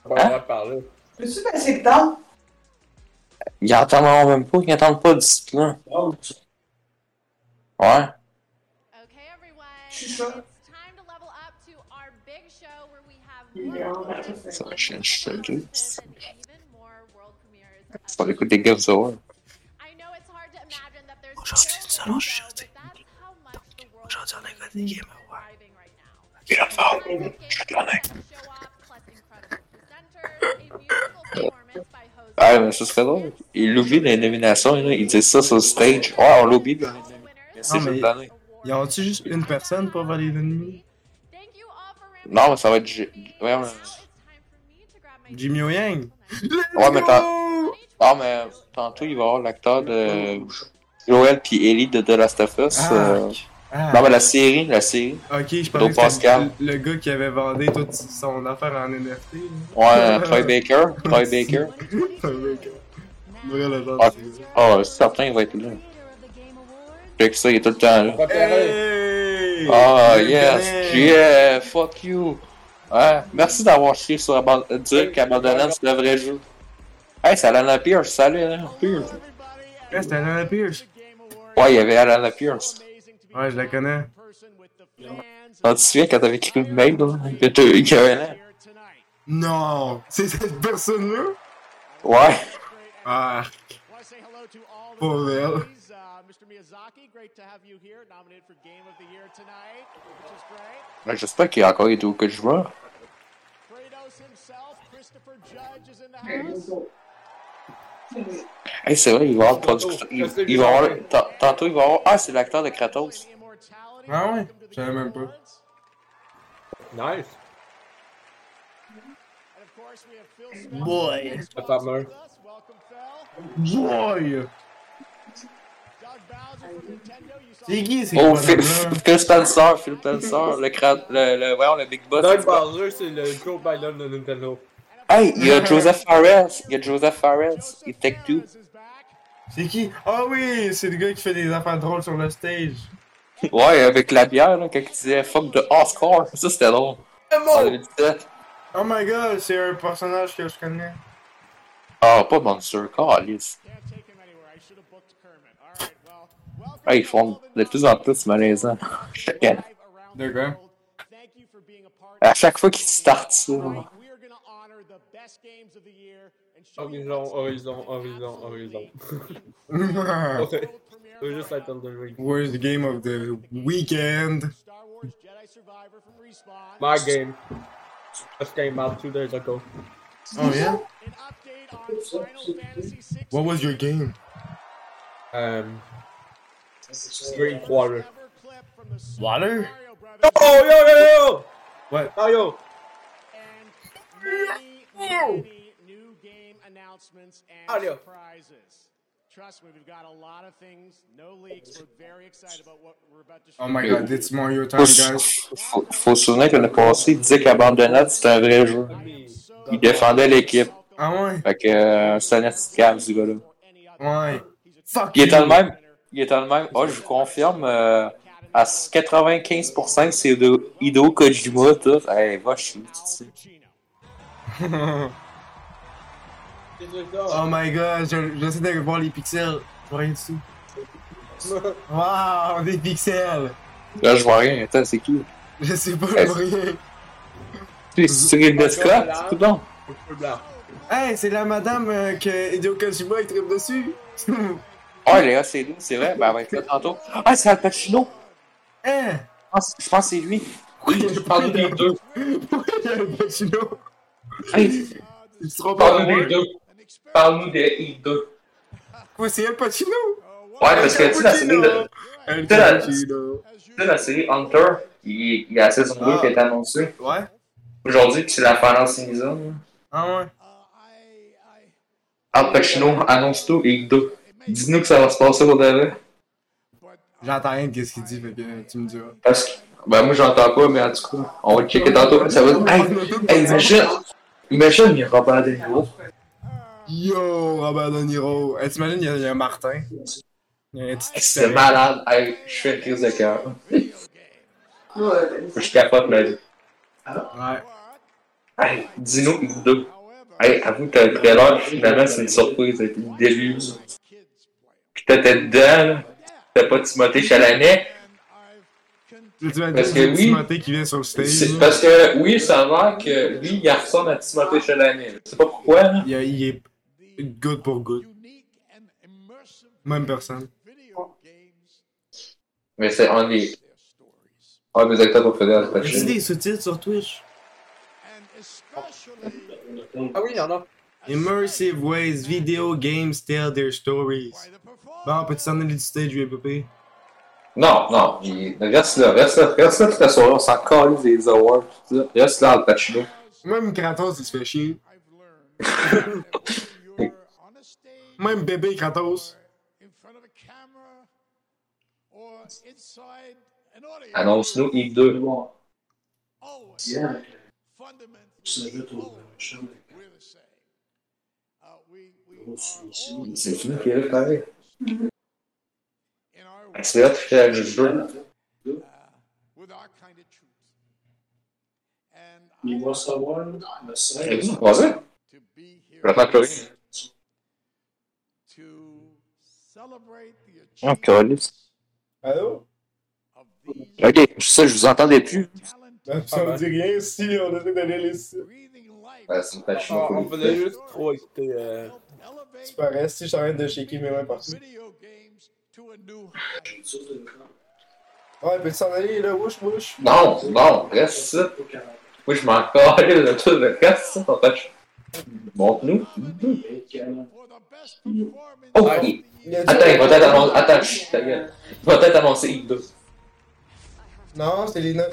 S4: On va parler.
S5: peux-tu passer le temps?
S3: Ils entendront même pas, ils entendent pas d'ici là.
S12: Ouais.
S8: Okay, everyone.
S5: She
S8: It's
S5: said-
S8: time to level up to our big show where we have
S5: Yeah,
S8: more
S5: that's
S8: bonus
S5: a
S8: rounds,
S3: section, she said,
S8: bonuses,
S3: yes.
S8: and even more world premieres
S3: C'est
S8: of
S3: pas l'écoute des Games Awards.
S8: I know it's hard to imagine that there's
S3: Aujourd'hui,
S8: so
S3: nous
S8: much
S3: allons
S8: though,
S3: jeter
S8: but that's how much the world
S3: Aujourd'hui, on a
S8: is
S3: gagné Game Awards.
S8: thriving right now.
S3: Il a fort. Ah, mais ça serait drôle. Ils l'oublient dans les nominations, là. ils disent ça sur le stage. Ouais, on l'oublie dans les nominations. Mais c'est
S1: Non, mais-
S3: jeu de l'année.
S1: Y a-tu juste une personne pour voler l'ennemi?
S8: Non, mais ça va être. J- Ouais,
S3: euh,
S8: ouais.
S1: Jimmy O. Yang.
S3: Ouais, mais t'as- Ah, mais tantôt, il va y avoir l'acteur de Joel puis Ellie de The Last of Us. euh,
S1: Ah,
S3: Non, mais la série, la série.
S1: ok, je pensais que
S3: Pascal.
S1: c'était le, le gars qui avait vendé toute son affaire en NFT. là.
S3: Ouais, euh, Troy Baker. Troy
S1: (laughs)
S3: Baker.
S1: Vrai legend.
S3: Ah, ah, c'est certain, il va être là. Fait que ça, il est tout le temps là.
S4: Pas pareil.
S1: Hey!
S3: Ah,
S1: Je le
S3: yes,
S1: connais.
S3: yeah, fuck you. Ouais, merci d'avoir chié sur Aban- euh, dire qu'Abandonnant c'est le vrai jeu. Hey, c'est Alana Pierce, salut hein? Alana Pierce.
S1: Ouais, c'était Alana Pierce.
S3: Ouais, il y avait Alana Pierce.
S1: Ouais, je la connais.
S3: Ah, tu te souviens quand t'avais écrit le mail, là, que t'as eu qu'il y avait là?
S1: Non! C'est cette personne-là?
S3: Ouais.
S1: Ah, pour elle.
S13: uh,
S3: Ouais, Ben, J'espère qu'il y a encore été au que je vois.
S13: Ah.
S3: Hey, c'est vrai, il va y avoir le producteur. Il, il va y avoir. le- tan- Tantôt, il va y avoir. Ah, c'est l'acteur de Kratos.
S1: Ah ouais? Je savais même pas.
S4: Nice.
S1: Boy!
S4: Le fameux.
S1: Boy! C'est qui, c'est
S3: Oh,
S1: quoi,
S3: Phil,
S1: là?
S3: Phil Spencer, Phil Spencer, le, cra- le, le, voyons, le Big Boss.
S4: Doug Bowser, c'est le Joe Biden de Nintendo.
S3: Hey, il y a Joseph Fares, il y a Joseph Fares, il tech tout.
S1: C'est qui? Ah oui, c'est le gars qui fait des affaires drôles sur le stage.
S3: Ouais, avec la bière, là, quand il disait fuck de Oscar, (laughs) ça c'était drôle. En 2017.
S1: Oh my god, c'est un personnage que je connais.
S3: Ah, pas Monster, Carlis. Ah, ils font de plus en plus malaisant. Chaque année.
S1: De quoi?
S3: À chaque fois qu'ils startent ça. là.
S4: Horizon, horizon, horizon,
S1: (laughs)
S4: horizon.
S1: Ah.
S4: (laughs) C'est juste être de week.
S1: (laughs) Worst game of the weekend.
S4: My game. Just came out two days ago.
S1: Oh yeah? What was your game?
S4: Um, green quarter.
S1: Water?
S4: Oh, yo, yo, yo!
S1: What?
S4: Mario! Mario!
S1: Oh my god, it's Mario time,
S3: Faut se
S1: guys.
S3: faut- faut se souvenir que le passé, il disait qu'Abandonnat c'était un vrai jeu. Il défendait l'équipe.
S1: Ah ouais?
S3: Fait que euh, c'est un petit câble, ce gars-là.
S1: Ouais. Fuck
S3: Il est
S1: you.
S3: le même. Il est le même. Ah, je vous confirme, euh, à 95%, c'est de Hideo Kojima, tout. Eh, va chier, tu sais.
S1: (laughs) Oh my god, je- j'essaie de voir les pixels. Je vois rien du tout. Waouh, des pixels!
S3: Là, je vois rien. Attends, c'est qui?
S1: Je sais pas, je vois rien.
S3: C'est Cyril Descott? Tout bon.
S4: Peu blanc.
S1: Hey, c'est la madame euh, que Hideo Kojima il tripe dessus! (laughs)
S3: Ah, Léa, c'est nous, c'est vrai. Ben, elle va être là tantôt. Ah, c'est Al Pacino.
S1: hein?
S3: Je pense- Je pense que c'est lui.
S1: Oui, je
S4: Parle des deux.
S1: Pourquoi il y a un Pacino?
S3: Hey,
S1: Il se trompe en
S3: Parle-nous
S1: moi.
S3: des deux. Parle-nous des I2.
S1: Quoi, c'est El Pacino?
S3: Ouais, parce que tu sais, la série de-
S1: El
S3: Tu sais, la-
S1: Pacino.
S3: tu sais, la série Hunter, il il y a la saison 2 qui est annoncée.
S1: Ouais?
S3: Aujourd'hui, puis c'est la fin Cinza. là.
S1: Ah ouais?
S3: Al Pacino annonce tout et I2. Dis-nous que ça va se passer au devant.
S1: J'entends rien de ce qu'il dit, fait que tu me diras.
S3: Parce que, ben moi j'entends pas, mais en tout cas, on va le checker tantôt. Ça va être. Hey, hey, imagine, imagine, il y a Robert De Niro.
S1: Yo, Robert De Niro! Hey, t'imagines, il y a- il y, a Martin. Il y a un petit
S3: Hey, C'est malade. Hey, je fais une crise de cœur. Je capote ma vie.
S1: Ouais.
S3: Hey, dis-nous une deux. Hey, avoue que le trailer, finalement, c'est une surprise depuis le début. Puis t'étais dedans, là. C'était pas Timothée Chalamet.
S1: Tu vas
S3: Parce
S1: dire
S3: que oui.
S1: Timothée qui vient sur le stage.
S3: C'est parce que, oui, ça a l'air que lui, il ressemble à Timothée Chalamet. Je sais pas pourquoi, là.
S1: Il, il est good pour good. Même personne.
S3: Mais c'est un des. Ah, mes acteurs préférés, c'est pas
S14: Y'a-tu
S3: chier.
S14: des sous-titres sur Twitch?
S4: Ah oui, il y en a.
S14: Immersive ways video games tell their stories. Bon, peux-tu s'en aller du stage, UAPP?
S3: Non, non, il- reste là, reste là, reste là toute la soirée, on s'en calisse des awards, tout ça. Reste là, Al Pacino.
S1: Même Kratos, il se fait chier. Même bébé Kratos.
S3: Annonce-nous Yves 2.
S9: Uh,
S3: C'est fini qui est là, pareil. C'est là, tu fais le jeu. Et vous, vous pensez? J'attends plus rien.
S15: Oh, câlisse.
S1: Allô?
S15: Ok, ça, je vous entendais plus.
S1: Ça me dit rien si on essaie d'aller laisser.
S3: Ouais, Ben, c'est
S4: Ah, on
S3: Pacino.
S4: faisait juste trop écouter. euh,
S1: Tu parais si j'arrête de shaker mes mains partout. Ouais, peux-tu s'en aller là, wouch wouch?
S3: Non, non, reste ça. Moi, je m'en calisse de tout le reste, ça, Al Pacino. Montre-nous. Oh, il-
S1: Y a-tu-
S3: Attends, il va peut-être annoncer. Attends, chut, ta gueule. Il va peut-être annoncer Yves 2.
S1: Non, c'est les notes.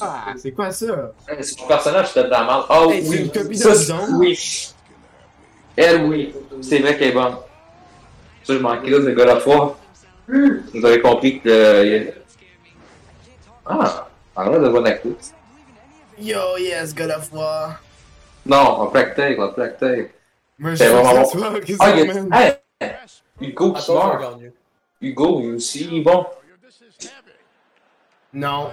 S1: Ah, c'est quoi ça?
S3: Hey, C'est le personnage qui était dans la merde. Ah
S1: Hey, c'est
S3: oui,
S1: une copie
S3: Ça,
S1: de
S3: c'est-
S1: Bidon.
S3: oui. Elle, oui. C'est vrai qu'elle est bonne. Ça, je m'en crisse de God of War. Vous avez compris que. euh, il y a- Ah, en vrai, de bonne actrice.
S14: Yo, yes, God of War!
S3: Non, on practique, on practique.
S1: Moi,
S3: C'est
S1: je
S3: vraiment
S1: sais
S3: bon.
S1: pas qu'est-ce
S3: Ah, il
S1: que ça mène.
S3: y a. Hey, Hugo qui
S4: Attends, on
S3: meurt.
S4: gagne.
S3: Hugo, il est aussi bon.
S9: Oh,
S1: Non,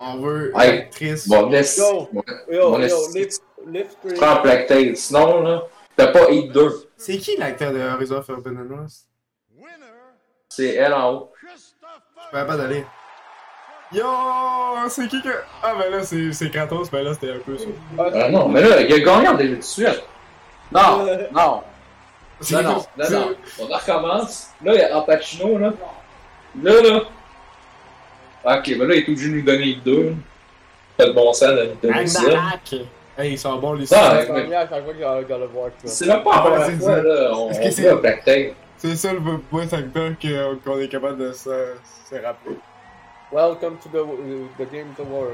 S1: on veut
S3: Hey.
S1: l'actrice.
S3: Ah, Bon, laisse.
S4: Go.
S3: Bon,
S4: Yo,
S3: Bon,
S4: yo,
S3: laisse-
S4: lift, lift, three.
S3: Prends practique. Sinon, là, t'as pas Heat 2.
S1: C'est qui l'acteur de Horizon Forbidden West?
S3: C'est elle en haut.
S1: Je pourrais pas d'aller. Yo, c'est qui que. Ah, ben là, c'est c'est Kratos, ben là, c'était un peu ça.
S3: Ah non, mais là, il a gagné en début de suite.
S4: Euh,
S3: Non, non.
S1: C'est
S3: Non,
S1: (laughs)
S3: non, non, non. On recommence. Là, il y a Pacino, là. Là, là. Ok, ben là, il est obligé de nous donner le 2. T'as le bon sens de nous donner ça.
S1: Arnaque! Hey, ils sont bons, les
S3: Ah,
S4: Ça
S1: sons.
S3: ouais.
S4: gagne à chaque fois qu'il y a un God of War, tu vois.
S3: C'est là pas la
S1: Ouais,
S3: première
S1: c'est
S3: fois,
S1: ça.
S3: là. On
S1: Est-ce
S3: on
S1: que
S3: fait
S1: c'est-
S3: un black tape.
S1: C'est le seul point acteur que- qu'on est capable de se, se rappeler.
S4: Welcome to the, uh, the Game of War.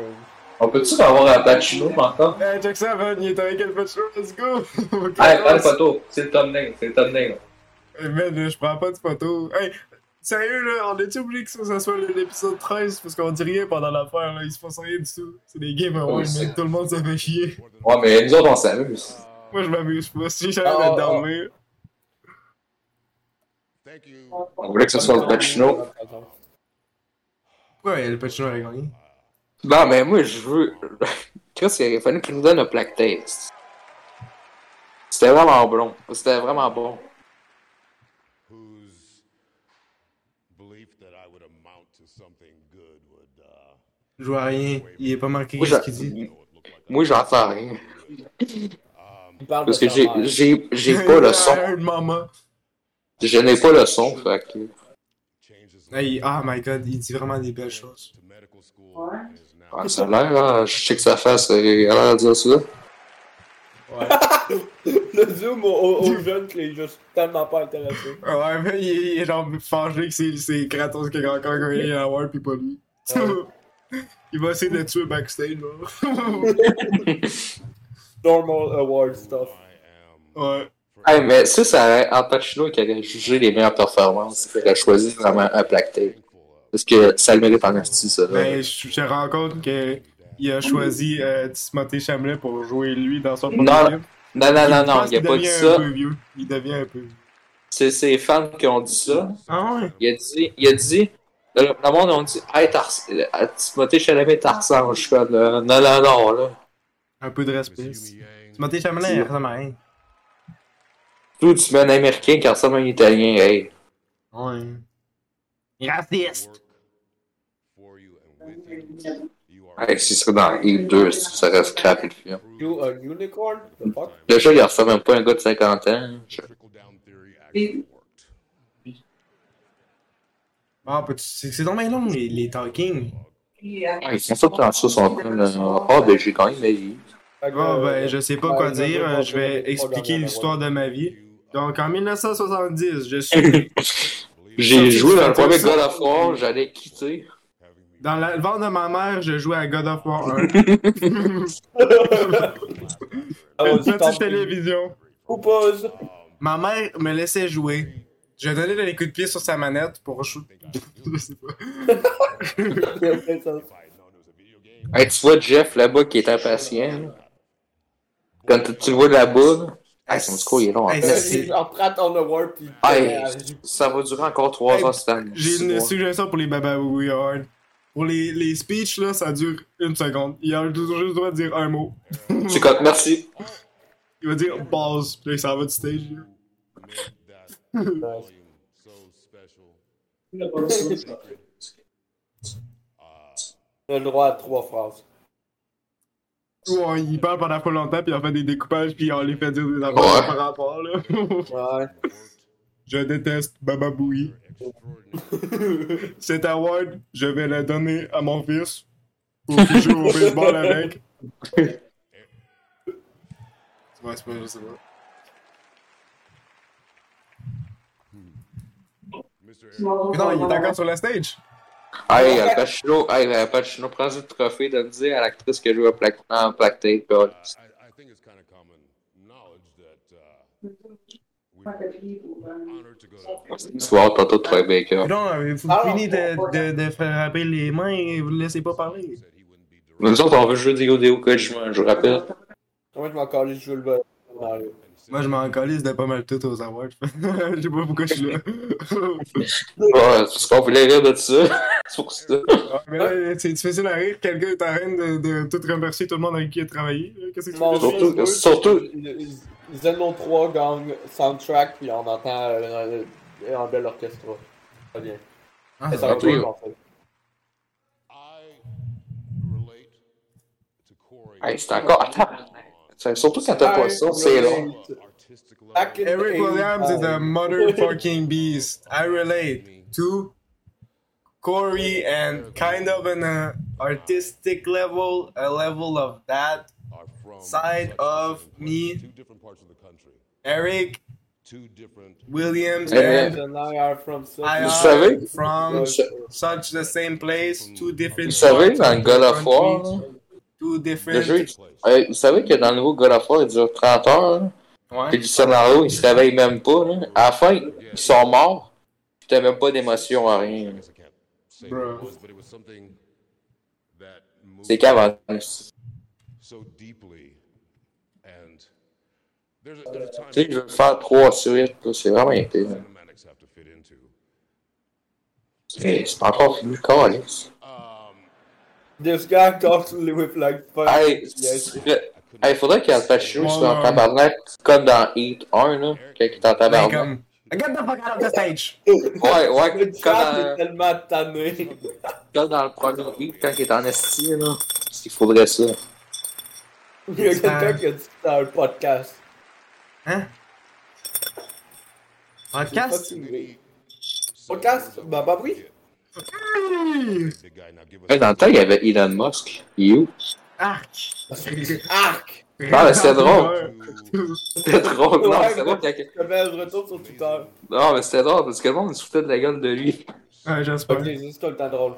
S3: On peut-tu avoir un Pacino encore?
S1: Hey, check ça, Van, il est avec El Pacho, let's go! (laughs)
S3: Hey, prends une photo. C'est le thumbnail. C'est le thumbnail.
S1: Hey, Eh, man, je prends pas de photo. Hey, sérieux, là, on est-tu obligé que ça, ça soit l'épisode 13 parce qu'on dit rien pendant l'affaire, là, il se passe rien du tout. C'est des games à
S3: Oui, c'est-
S1: mais tout le monde se fait chier.
S3: Ouais, mais nous autres, on s'amuse.
S1: Moi, je m'amuse pas, si
S4: Ah,
S1: j'arrive à
S4: ah,
S1: dormir.
S3: On voulait que ce soit le Pacino.
S1: Pourquoi El Pacino a gagné?
S3: Non, mais moi, je veux. (laughs) Chris, il a fallu qu'il nous donne un black tape. C'était vraiment bon. C'était vraiment bon.
S9: Whose belief that I would amount to something good would, uh,
S1: Je vois rien, il est pas marqué
S3: Moi,
S1: ce
S3: j'a-
S1: qu'il dit.
S3: Moi, j'entends rien.
S4: Il parle
S3: Parce
S4: de
S3: que
S4: sa
S3: j'ai,
S4: mère.
S3: j'ai, j'ai pas le
S1: (laughs)
S3: son.
S1: Tired mama.
S3: Je n'ai pas le son, fait que...
S1: Hey, oh my god, il dit vraiment des belles choses.
S3: Ah, ça a l'air, hein, je sais que sa face, elle a l'air de dire ça.
S4: Le zoom aux, aux- aux jeunes qui est juste tellement pas intéressé.
S1: Ouais, mais il est, il est genre fâché que c'est- c'est Kratos qui a encore gagné la World pis pas lui.
S4: Ouais.
S1: (laughs) il va essayer de le tuer backstage, là.
S4: Normal award stuff.
S1: (laughs) ouais.
S3: Hey, mais ça, ça aurait, Al Pacino qui aurait jugé les meilleures performances, il aurait choisi vraiment un plaque tape. Parce que ça le mérite en asti, ça. là.
S1: Ben, je je te rends compte qu'il a choisi euh, Timothée Chamelet pour jouer lui dans son premier
S3: Non,
S1: film.
S3: Non, non,
S1: Je
S3: non, non,
S1: pense
S3: il a
S1: qu'il
S3: pas dit
S1: devient
S3: ça.
S1: Un peu vieux. Il devient un peu vieux.
S3: C'est ses fans qui ont dit ça.
S1: Ah ouais?
S3: Il a dit, il a dit, le, le monde a dit, hey, t'as res- euh, Timothée Chalamet, t'as ressemble. Je suis comme, euh, non, non, non, là.
S1: Un peu de respect. Timothée Chamelet, il ressemble à rien.
S3: Tout tu mets un américain qui ressemble à un italien, hey.
S1: Ouais. Raciste!
S9: Work for you and with you. You are
S3: Hey, si serait dans Hill 2, ça serait scrappé le film.
S4: You a unicorn? The fuck?
S3: Déjà, il ressemble même pas à un gars de 50 ans. Je-
S9: trickle down theory actually worked.
S1: Ah, peux-tu- c'est c'est dommage long, les, les talking.
S3: Ah, ils sont ça dans ça, sont comme. Ah, ben j'ai quand même ma vie.
S4: Fait que,
S1: Bon, ben,
S4: euh,
S1: je sais pas
S4: ouais,
S1: quoi
S4: je vais
S1: dire,
S4: pas
S1: euh, je
S4: donner
S1: vais
S4: trop
S1: expliquer
S4: d'argent,
S1: l'histoire de ma vie.
S9: You
S1: Donc, en 1970, je
S3: (laughs)
S1: suis
S3: J'ai joué dans le premier God of War, j'allais quitter.
S9: having me
S1: dans la- le ventre de ma mère, je jouais à God of War
S3: (laughs)
S1: 1.
S4: Ah,
S1: Une
S4: vas-y,
S1: petite
S4: t'en prie.
S1: télévision.
S4: Ou pause.
S1: Ma mère me laissait jouer. Je donnais des coups de pied sur sa manette pour shooter. (laughs) je sais pas.
S3: (laughs)
S9: if I had known it was a video game.
S3: Hey, tu vois Jeff là-bas qui est impatient. là. Quand tu- tu le vois là-bas, là, hey, son discours il est long. en
S1: Hey,
S3: fait.
S1: c'est-
S4: On prend ton award pis.
S3: Hey, ça va durer encore 3
S1: Hey,
S3: heures cette année.
S1: J'ai
S3: six
S1: une
S3: mois.
S1: suggestion pour les Baba Booey Hard. Pour les, les speeches, là, ça dure une seconde. Il a juste le droit de dire un mot.
S3: Tu comptes, merci.
S1: Il va dire pause, puis là, il s'en va du stage. là.
S3: (laughs)
S9: made that volume so special.
S4: On a le droit à trois phrases.
S1: Ou on- il parle pendant pas longtemps, puis on fait des découpages, puis on les fait dire des affaires par rapport, là. (laughs)
S4: Ouais.
S1: je déteste Baba Booey. Cet award, je vais le donner à mon fils. Pour qu'il joue au baseball avec. Ouais, c'est pas, je sais pas. Mais non, il est encore sur la stage.
S3: Hey, euh, Pacino, hey, euh, Pacino, prends le trophée de le dire à l'actrice que joue à Plaque, en Plaque Tape. euh, God.
S9: I, I think it's kind of common knowledge that uh, we're honored to go to
S3: Tu vas avoir tantôt de Troy Baker.
S1: Non, il faut
S4: Ah,
S1: finir de, de, de frapper les mains et vous laissez pas parler.
S9: said he wouldn't be direct
S3: Nous autres, on veut jouer des Odeo Kojima, je vous rappelle.
S4: Moi, je m'en calais, je joue le bas. Non, là.
S9: and said
S1: Moi, je m'en calisse de pas mal tout aux awards. (laughs) je sais pas pourquoi je suis là.
S3: Ouais, c'est parce qu'on voulait rire de ça. (laughs) c'est pour ça.
S1: Ah, mais là, c'est difficile à rire. Quelqu'un est en train de, de tout remercier tout le monde avec qui il a travaillé. là. Qu'est-ce que tu
S4: Mon
S1: veux
S4: Dieu,
S1: dire?
S3: Surtout-
S4: eux,
S3: surtout-
S4: Ils ils- ils aiment mon 3 gang soundtrack puis on entend euh, euh, un bel orchestre. Très bien.
S1: Ah,
S4: Et ça va
S3: surtout-
S4: bien, en fait.
S9: I relate to Corey.
S3: Hey, c'est encore. Attends. C'est- Surtout quand t'as pas ça, c'est long.
S9: Artistic level.
S4: Back in the
S1: Eric
S4: 80s,
S1: Williams is a motherfucking beast. I relate to Corey and kind of an uh, artistic level, a level of that.
S9: are from
S1: Side
S9: such
S1: of
S9: different
S1: me.
S9: places, Two different parts of the country.
S1: Eric
S9: Two different.
S1: Williams
S3: Eh,
S1: and
S4: And I are from South-
S1: I
S3: Vous
S1: are
S3: savez?
S1: from
S4: Vous
S1: such the same place, two different
S3: Vous savez, dans le God of
S1: countries,
S3: War,
S1: two
S3: le jeu,
S1: different.
S9: Place.
S3: euh, vous savez que dans le nouveau God of War, il dure 30 heures. là. Puis
S1: Ouais.
S3: le scénario, il se réveille même pas. Là. À la fin, ils sont morts. Puis t'as même pas d'émotion à rien.
S9: I guess I can't say
S1: Bruh.
S9: what it was, but it was something that moved
S3: C'est qu'avant.
S9: so deeply, and there's a, there's a time
S3: Tu sais, je veux faire trois suites, là, c'est vraiment épais. là.
S9: cinematics have to fit into.
S3: Hey, C'est pas encore plus calice.
S9: Um,
S4: This guy talks with like fuck.
S3: Hey,
S4: Yes.
S3: c'est- hein. hey, faudrait qu'il y ait un Pacino
S1: Ouais,
S3: sur un
S1: ouais.
S3: tabarnak, comme dans Heat 1, là, quand il est en
S1: Ben,
S3: tabarnak.
S1: comme, get the fuck out of the stage!
S3: Ouais, ouais,
S4: Le
S3: comme
S4: chat est
S3: dans,
S4: tellement
S3: (laughs)
S4: tanné. (laughs)
S3: comme dans le premier Heat, quand il est en esti, là. Parce qu'il faudrait ça.
S4: Il y a quelqu'un qui a dit que c'était un podcast.
S1: Hein? Podcast?
S4: Fucking- Podcast? Bah, bah oui.
S9: Big guy, now give us
S1: (laughs)
S3: Ouais, dans le temps, il y avait Elon Musk. You.
S1: Arc!
S4: Arc!
S3: Non,
S1: (laughs)
S3: mais c'était drôle.
S9: two
S3: (laughs) C'était drôle. (laughs) Non,
S4: Ouais,
S3: c'était drôle. quand-
S4: Je fais un retour sur Twitter.
S3: Non, mais c'était drôle parce que le monde se foutait de la gueule de lui.
S1: Ouais,
S4: Ok,
S1: Ah, j'espère.
S4: c'est juste tout le temps drôle.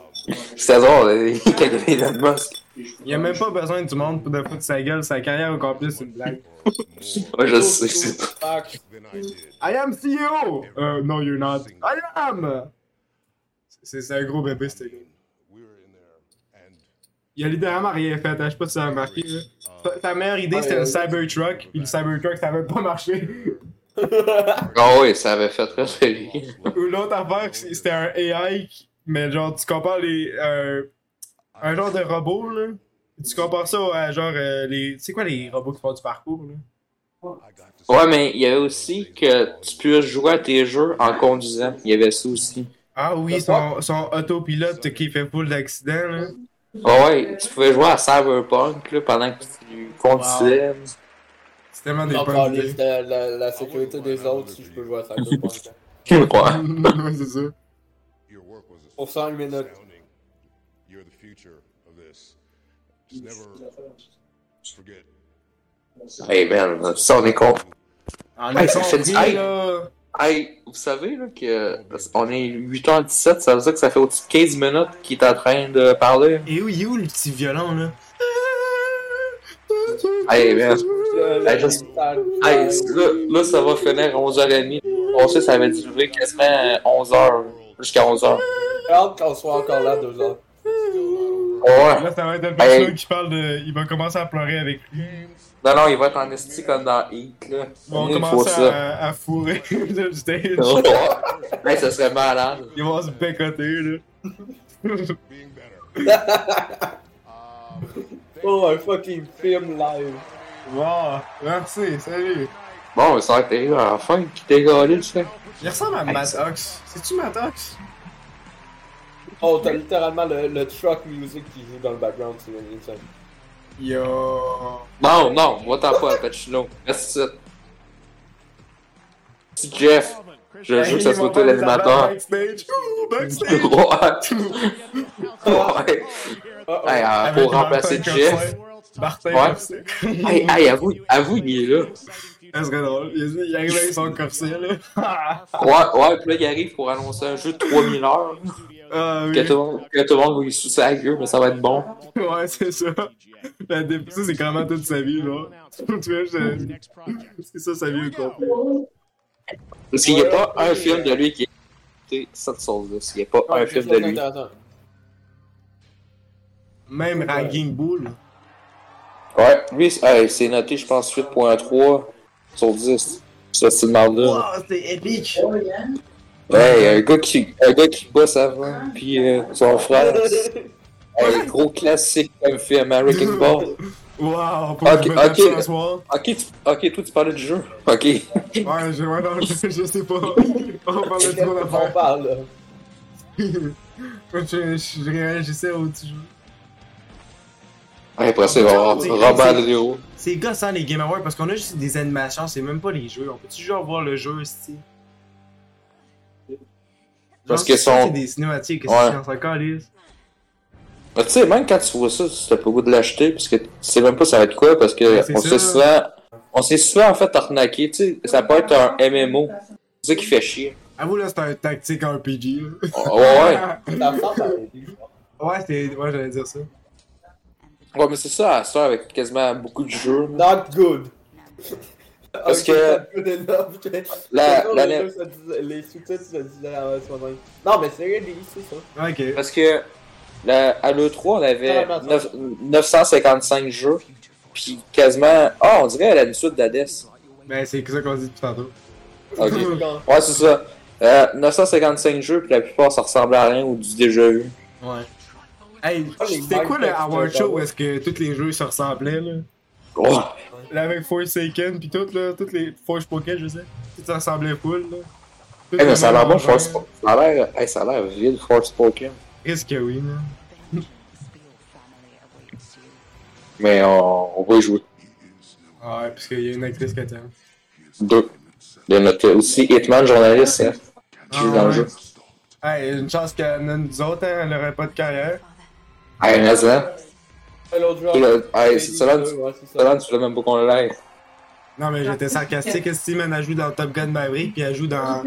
S3: C'était drôle, euh, (laughs) quand il y avait Elon Musk.
S1: Il a même pas besoin du monde pour de foutre sa gueule, sa carrière au complet, c'est une blague.
S9: more
S3: Ouais, je sais. c'est-
S4: Arc.
S9: than I did.
S1: I am CEO! Euh, no, you're not. I am! C'est c'est un gros bébé, ce gars.
S9: We were in there, and
S1: Il a littéralement rien fait, hein, je sais pas si ça a marqué, là. Ta, ta meilleure idée, c'était le Cybertruck, puis le Cybertruck, ça avait pas marché. (laughs)
S3: Ah oui, ça avait fait très série.
S1: Ou l'autre affaire, c'est- c'était un AI, qui- mais genre, tu compares les. euh, un genre de robot, là. Tu compares ça à genre. euh, les... C'est quoi les robots qui font du parcours, là?
S9: I got
S3: Ouais, mais il y avait aussi que tu puisses jouer à tes jeux en conduisant. Il y avait ça aussi.
S1: Ah oui, son, son autopilote qui fait full d'accidents, là.
S3: Ah ouais, tu pouvais jouer à Cyberpunk là, pendant que tu conduisais.
S1: C'est tellement des
S4: (laughs) Non,
S1: bonnes
S4: caliste,
S1: idées.
S4: la, la, la sécurité des autres, si je peux jouer à ça. je pense.
S3: Ouais.
S1: (laughs) Ouais, c'est ça.
S9: Your work was
S4: Pour 100 minutes.
S9: astounding. You're the future of this. Just never forget.
S3: Hey man, ça on est con.
S1: En
S3: Ouais,
S1: est
S3: ça fait
S1: conquis,
S3: du- hey.
S1: là.
S3: Hey, vous savez là, que on est 8h17, ça veut dire que ça fait au-dessus de 15 minutes qu'il est en train de parler.
S1: Et où, il est où le petit violon, là?
S3: Hey man.
S4: Euh,
S3: Hey, juste- Hey, là, là, ça va finir 11h30. On sait ça va durer quasiment 11h jusqu'à 11h.
S4: J'ai hâte qu'on soit encore là deux heures.
S3: Ouais.
S1: Là, ça va être le
S3: Hey.
S1: perso qui parle de. Il va commencer à pleurer avec lui.
S3: Non, non, il va être en esti comme dans Heat, là.
S1: Ils vont
S3: Il Mmh, faut
S1: commencer
S3: ça. Oh.
S1: à, à fourrer (laughs) le stage.
S3: Ouais. (laughs) hey, ça serait malade.
S1: Ils vont se bécoter, là. (laughs)
S9: Being
S4: (laughs)
S9: better.
S4: (laughs) Oh, un fucking film live.
S1: Wow, merci, salut.
S3: Bon, ça va t'arriver à la fin, qui t'est galé, tu sais.
S1: Il ressemble à Maddox. C'est-tu Maddox?
S4: Oh, t'as littéralement le, le truck music qui joue dans le background, c'est insane.
S1: Yo.
S3: Non, non, va t'en pas, Pacino. Reste ici. Petit Jeff, je joue que ça
S1: Hey,
S3: soit
S1: ils
S3: toi
S1: vont faire
S3: l'animateur.
S1: des Backstage. (laughs) Ouh, backstage.
S3: Ouais. Ouais.
S4: Oh, oh.
S3: Hey, euh,
S1: Avec
S3: pour remplacer
S1: Martin
S3: Jeff.
S1: Martin,
S3: Ouais.
S1: (laughs) merci.
S3: Hey, hey, avoue, avoue, il est là.
S1: Ça serait drôle. Il, il arrive avec son corset, là. (laughs)
S3: Ouais, ouais, puis là, il arrive pour annoncer un jeu de 3000 heures.
S1: ah
S3: Que
S1: oui.
S3: tout le monde, que tout le monde va lui sucer la gueule, mais ça va être bon.
S1: Ouais, c'est ça. La dé- ça, c'est comment toute sa vie, genre. tu vois, je- c'est ça, sa vie au complet.
S3: Parce qu'il n'y a pas un film de lui qui est 7 sur 10. Il n'y a pas ah, un film de lui.
S4: ah, Intéressant.
S1: Même Ragging Bull.
S3: Ouais, lui, c'est- hey, c'est noté, je pense, 8.3 sur 10. Ça, c'est le marde là.
S1: c'est épique.
S3: Hey, un gars qui, un gars qui bosse avant, puis euh, son frère. Un gros classique comme fait American Ball.
S1: Wow, pour
S3: Ok,
S1: le bonhomme
S3: ok.
S1: ce soir.
S3: Ok, tu- ok, toi, tu parlais du jeu. Ok. (laughs)
S1: Ouais, je, ouais, non, (laughs) je, je sais pas. On va parler
S4: C'est
S1: de trop
S4: (laughs) qu'est-ce qu'on
S1: d'affaires. (laughs)
S4: parle, là?
S1: Moi, je, je réagissais au petit jeu.
S3: Ouais, Après ça, il va y avoir Robert De Niro.
S1: C'est gossant les Game Awards parce qu'on a juste des animations, c'est même pas les jeux. On peut toujours voir le jeu, si.
S3: Parce que
S1: C'est
S3: son-
S1: des cinématiques,
S3: Ouais.
S1: c'est encore calisse.
S3: Mais tu sais, même quand tu vois ça, tu t'as pas le goût de l'acheter, parce que tu sais même pas ça va être quoi, parce que
S1: Ouais, c'est
S3: on
S1: ça.
S3: s'est souvent, on s'est souvent en fait arnaqué, tu sais, ça peut être un MMO, c'est ça qui
S1: (laughs)
S3: fait chier.
S1: Avoue, là, c'est un tactique RPG. là.
S3: Oh, (laughs) ouais, ouais.
S4: Ça ressemble à des-
S1: (laughs) Ouais, c'est. Ouais, j'allais dire ça.
S3: Ouais, mais c'est ça, à ça, avec quasiment beaucoup de jeux.
S4: Not good.
S3: (laughs) Parce
S4: Ok,
S3: que-
S4: not good enough.
S3: La-
S4: Toujours,
S3: la-
S4: les jeux se disaient- Les sous-titres se disaient ah à soi-même. Non, mais c'est rien c'est
S1: (clears throat)
S4: ça.
S1: Ok.
S3: Parce que la- à l'E3, on avait
S4: Totalement.
S3: neuf- 955 jeux, puis quasiment, ah, on dirait à l'habitude d'Ades.
S1: Ben, c'est ça qu'on dit depuis tantôt.
S3: (laughs) Ok.
S4: C'est quand-
S3: Ouais, c'est ça. Euh, 955 jeux, puis la plupart, ça ressemble à rien ou du déjà vu.
S1: Ouais. Hey,
S4: Ah, les
S1: c'était quoi le
S4: Minecraft,
S1: Award
S4: c'était
S1: Show
S4: bon.
S1: où est-ce que tous les jeux se ressemblaient, là?
S3: Oh.
S1: Là, avec Forsaken, pis tout, là, toutes les Forge Pocket, je sais. Tout ça ressemblait full, là. Tout
S3: Eh, mais ça a l'air
S1: le
S3: bon,
S1: même
S3: Force
S1: genre.
S3: Ça a l'air, eh, ça a l'air vide, Forspoken.
S1: Risque que oui, là.
S3: Mais on, on va y jouer.
S1: Ah ouais, parce qu'il y a une actrice qui t'aime.
S3: Deux. De notre aussi Hitman journaliste, hein, qui joue dans le jeu.
S1: Ah Hey, une chance que nous autres, hein, elle aurait pas de carrière.
S3: Hey, mais hein.
S4: L'autre joueur.
S3: Tout le- hey, c'est ça, là,
S4: Ouais,
S3: tu
S4: c'est ça.
S3: ça, là, tu voulais même pas qu'on l'aille.
S1: Non, mais j'étais sarcastique. Est-ce que man, elle joue dans Top Gun Maverick, puis elle joue dans,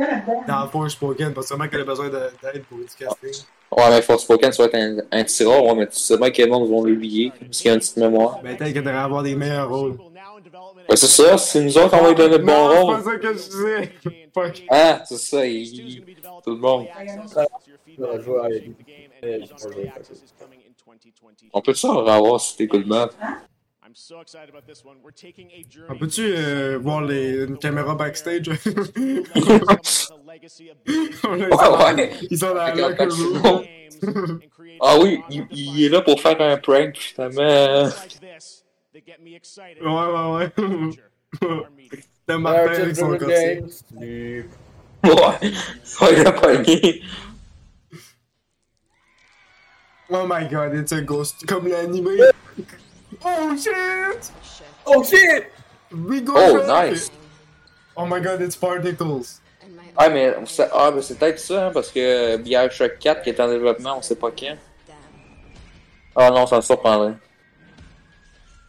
S1: dans Forge Pokémon, parce que sûrement qu'elle a besoin de- d'aide pour du casting.
S3: Ouais, mais Forspoken, ça va être un, un petit rôle, ouais, mais tu sais bien que les gens vont l'oublier, parce qu'il y a une petite mémoire.
S1: Ben, peut-être qu'elle devrait avoir des meilleurs rôles.
S3: Ben, c'est ça, c'est nous autres, on va lui donner le bon
S1: Non,
S3: rôle.
S1: C'est pas ça que je disais. Fuck.
S3: Ah, c'est ça, il- tout le monde. On peut-tu en revoir si t'es good man?
S1: On peut-tu euh, voir les, une caméra backstage? (laughs)
S3: Ouais, ouais.
S1: Ils sont dans la
S3: Avec un
S1: locker room.
S3: maximum. (laughs) Ah oui, il, il est là pour faire euh, un prank, (laughs) finalement.
S1: Ouais, ouais, ouais. de Martin avec son corset.
S4: Sleep.
S16: Ouais, soyez le premier.
S1: Oh my god, it's a ghost. Comme l'animé. Oh shit!
S4: Oh shit!
S1: We go
S3: Oh,
S1: back.
S3: nice.
S1: Oh my god, it's particles.
S3: Ah, mais c'est ah, mais c'est peut-être ça, hein, parce que BioShock 4 qui est en développement, on sait pas quand. Ah non, ça me surprendrait.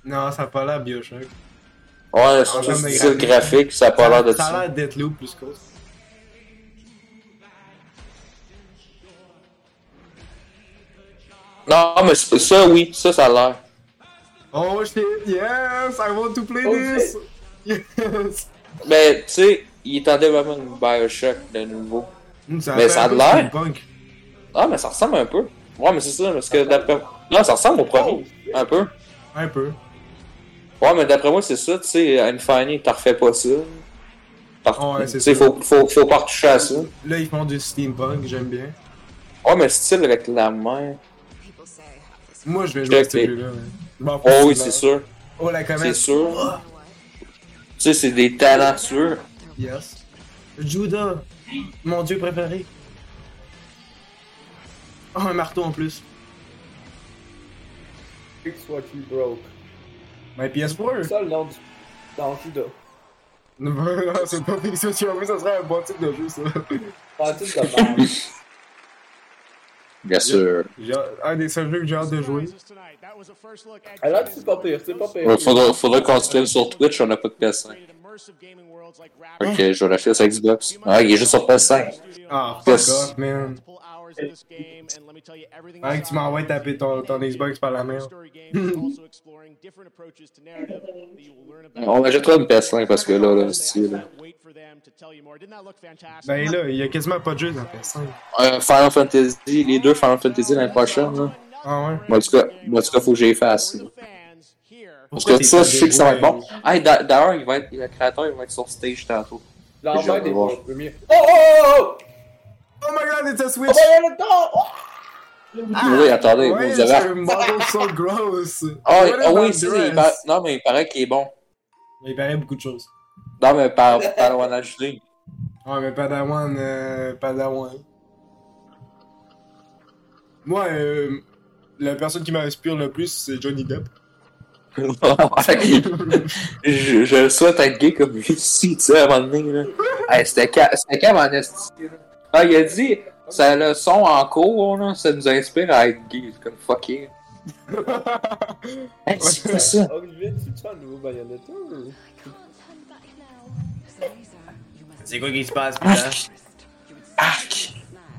S1: Non, ça a pas l'air Bioshock.
S3: Ouais,
S1: Ah,
S3: c'est
S1: j'aime
S3: juste
S1: les
S3: style
S1: graphiques.
S3: graphique, ça a pas l'air de
S1: ça. Ça
S3: ça.
S1: a l'air Deathloop plus cool.
S3: Non, mais c'est- ça, oui, ça, ça a l'air.
S1: Oh shit, yes, I want to play
S4: Oh,
S1: this! Yes!
S3: Mais, Ben, tu sais, il est en développement de BioShock de nouveau.
S1: Mm,
S3: Mais ça a
S1: fait un
S3: de
S1: peu
S3: l'air.
S1: steampunk.
S3: Ah, mais ça ressemble un peu. Ouais, mais c'est ça, parce
S1: Ah,
S3: que d'après. Non, ça ressemble au
S1: Oh,
S3: premier. Un peu.
S1: Un peu.
S3: Ouais, mais d'après moi, c'est ça, tu sais, à une Fanny, t'en refais pas ça. T'en-
S1: Ah, Ouais, c'est
S3: Tu sais,
S1: ça.
S3: faut, faut, faut pas retoucher à ça.
S1: Là, ils font du steampunk, j'aime bien.
S3: Ouais, mais style avec la main.
S1: Moi, je vais jouer à
S3: Check
S1: ce
S3: les-
S1: jeu-là. ouais. Bon,
S3: Oh oui,
S1: possible,
S3: c'est
S1: hein.
S3: sûr.
S1: Oh, la comète.
S3: C'est sûr. Tu sais, c'est des talentueux.
S1: Yes. Judah, mon dieu préféré. Oh, un marteau en plus.
S4: Fix what you broke.
S1: My
S4: C'est
S1: PS4.
S4: ça le nom du. Dans Judas.
S1: Non, c'est pas fiction, tu as vu, ça serait un bon titre de jeu, ça.
S4: Dans tout
S3: (laughs)
S4: de merde.
S3: Bien sûr.
S1: J'ai- Un des seuls jeux que j'ai hâte de jouer.
S4: Alors, Ah, c'est pas pire, c'est pas pire.
S3: Ouais, faudra, faudra qu'on se lève sur Twitch, on a pas de PS5. Ok, je vais l'acheter sur Xbox. Ah, il est juste sur PS5.
S1: Ah, fuck
S3: Yes.
S1: off, man. Hein, que tu m'envoies taper ton, ton Xbox par la merde.
S3: On achètera une PS5 parce que là, là, c'est là.
S1: Ben là, il y a quasiment pas de jeu dans PS5.
S3: Euh, Final Fantasy, les deux Final Fantasy l'année prochaine, là.
S1: Ah ouais?
S3: Moi, en tout cas, moi, en tout cas, faut que j'y fasse, là. Parce
S1: Pourquoi
S3: que
S1: t'es
S3: ça,
S1: pas
S3: je sais que ça va être
S1: dévoué,
S3: bon. Hey, d'a- d'ailleurs, il va être, le créateur, il va être sur stage tantôt.
S4: L'envers des
S3: voir.
S4: bons premiers. Oh oh oh oh!
S1: Oh my god, it's a Switch!
S4: Oh, voyons le temps! Oh!
S3: oui, attendez,
S1: Ouais,
S3: Ah vous avez.
S1: c'est un
S3: (laughs)
S1: model so gross!
S3: Ah oui,
S1: What
S3: ah oui,
S1: about
S3: si,
S1: dress?
S3: il par- non, mais il paraît qu'il est bon.
S1: Il paraît beaucoup de choses.
S3: Non, mais par, par le
S1: (laughs)
S3: One HD.
S1: Ouais, mais Padawan, euh, Padawan. Moi, euh, la personne qui m'inspire le plus, c'est Johnny Depp. (laughs)
S3: je, je le souhaite être gay comme lui ici, tu sais, à un moment donné, là. Hey, c'était ca- c'était calme en esti, là. Ah, il a dit, sa leçon en cours, là, ça nous inspire à être gay. C'est comme fucking. Hey, c'est quoi ça?
S4: Ah, Olivier, tu te fais un nouveau Bayonetta ou.
S17: C'est quoi qui se passe, putain?
S3: Arc!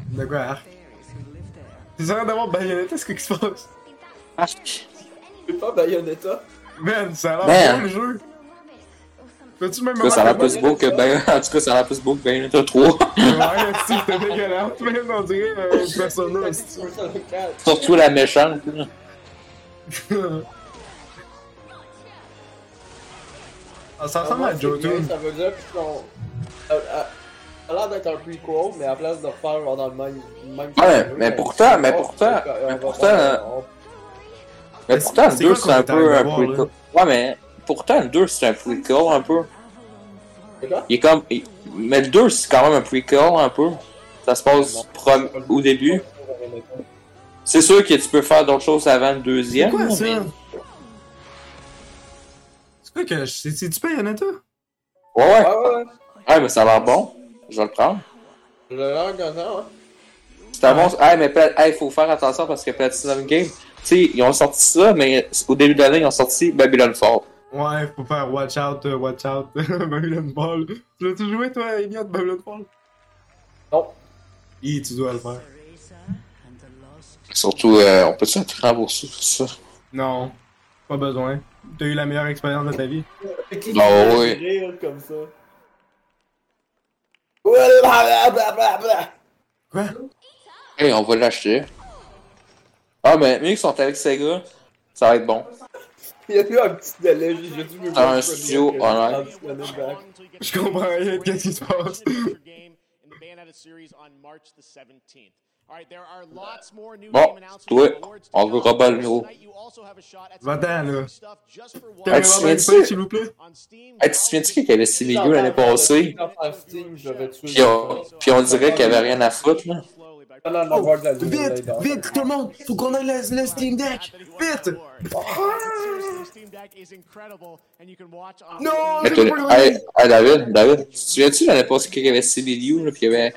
S1: De quoi, Arc? C'est ça d'avoir Bayonetta, ce qui se passe?
S3: Arc!
S4: C'est pas Bayonetta?
S1: Man, ça a l'air
S3: Man.
S1: bon le jeu! Peux-tu même
S3: En tout cas, ça a l'air
S1: avoir-
S3: plus beau que Ben. (laughs) En tout cas, ça a l'air plus beau que Ben, Bayonetta 3.
S1: Ouais, si, c'était dégueulasse, man, on dirait euh, Persona, esti.
S3: (laughs) Surtout la méchante, là.
S1: Ah, Ça ressemble à Jotun.
S4: Ça veut dire qu'ils sont. euh, euh, Ça a l'air d'être un prequel, mais à place de faire genre, dans le même. même
S3: Ouais, mais pourtant, mais
S4: Oh,
S3: pourtant,
S4: c'est-
S3: mais hein.
S4: on va
S3: pourtant,
S4: faire- on-
S3: Mais pourtant, le
S1: C'est
S3: 2,
S1: quoi
S3: c'est un
S1: qu'on est
S3: peu un
S1: allé voir,
S3: prequel. Ouais, mais pourtant, le 2, c'est un prequel, un peu.
S4: C'est quoi?
S3: Il est comme. il- Mais le 2, c'est quand même un prequel, un peu. Ça se passe prom- au début. C'est sûr que tu peux faire d'autres choses avant le deuxième.
S1: C'est quoi
S3: là,
S1: ça?
S3: mais-
S1: C'est quoi que. c'est- C'est-tu Bayonetta?
S3: Ouais, ouais.
S4: Ouais, Ah, ouais, ouais.
S3: Ouais, mais ça a l'air bon. Je vais le prendre.
S4: Je l'ai l'air gagnant, hein.
S3: C'est un bon. Hey, mais Pla- hey, faut faire attention parce que Platinum Game, tu sais, ils ont sorti ça, mais au début de l'année, ils ont sorti Babylon Fall.
S1: Ouais, faut faire watch out, euh, watch (laughs) out, Babylon Ball. Tu l'as-tu joué, toi, Emilia, de Babylon Ball?
S4: Non.
S1: Hi, tu dois le faire.
S3: Surtout, euh, on peut-tu être remboursé pour ça?
S1: Non, pas besoin. T'as eu la meilleure expérience de ta vie.
S3: Ah oui.
S4: Rire comme ça. Blablabla.
S1: Quoi?
S3: Hey, on va l'acheter. Ah, mais mieux qu'ils sont avec Sega, ça va être bon.
S4: Il y a eu un petit délai, j'ai dû me
S3: Ah, un studio, ouais.
S1: Je comprends rien de qu'est-ce qui se passe.
S3: Bon, toi, on veut Robert le micro.
S13: Va-t'en, là.
S3: Hey, Ah, tu te souviens-tu?
S1: s'il vous plaît.
S3: Hey, tu te souviens-tu qu'il y avait 6 millions l'année passée? Puis on, puis on dirait qu'il n'y avait rien à foutre, là.
S4: Oh,
S1: Oh, Vite, vite, tout le monde, faut qu'on aille la, la Steam Deck. Vite. Ah! Non,
S3: Mais
S1: j'ai pas
S3: t'as-
S1: le droit.
S3: hey, hey, David, David, tu te souviens-tu l'année passée qu'il y avait 6 millions, là, puis il y avait...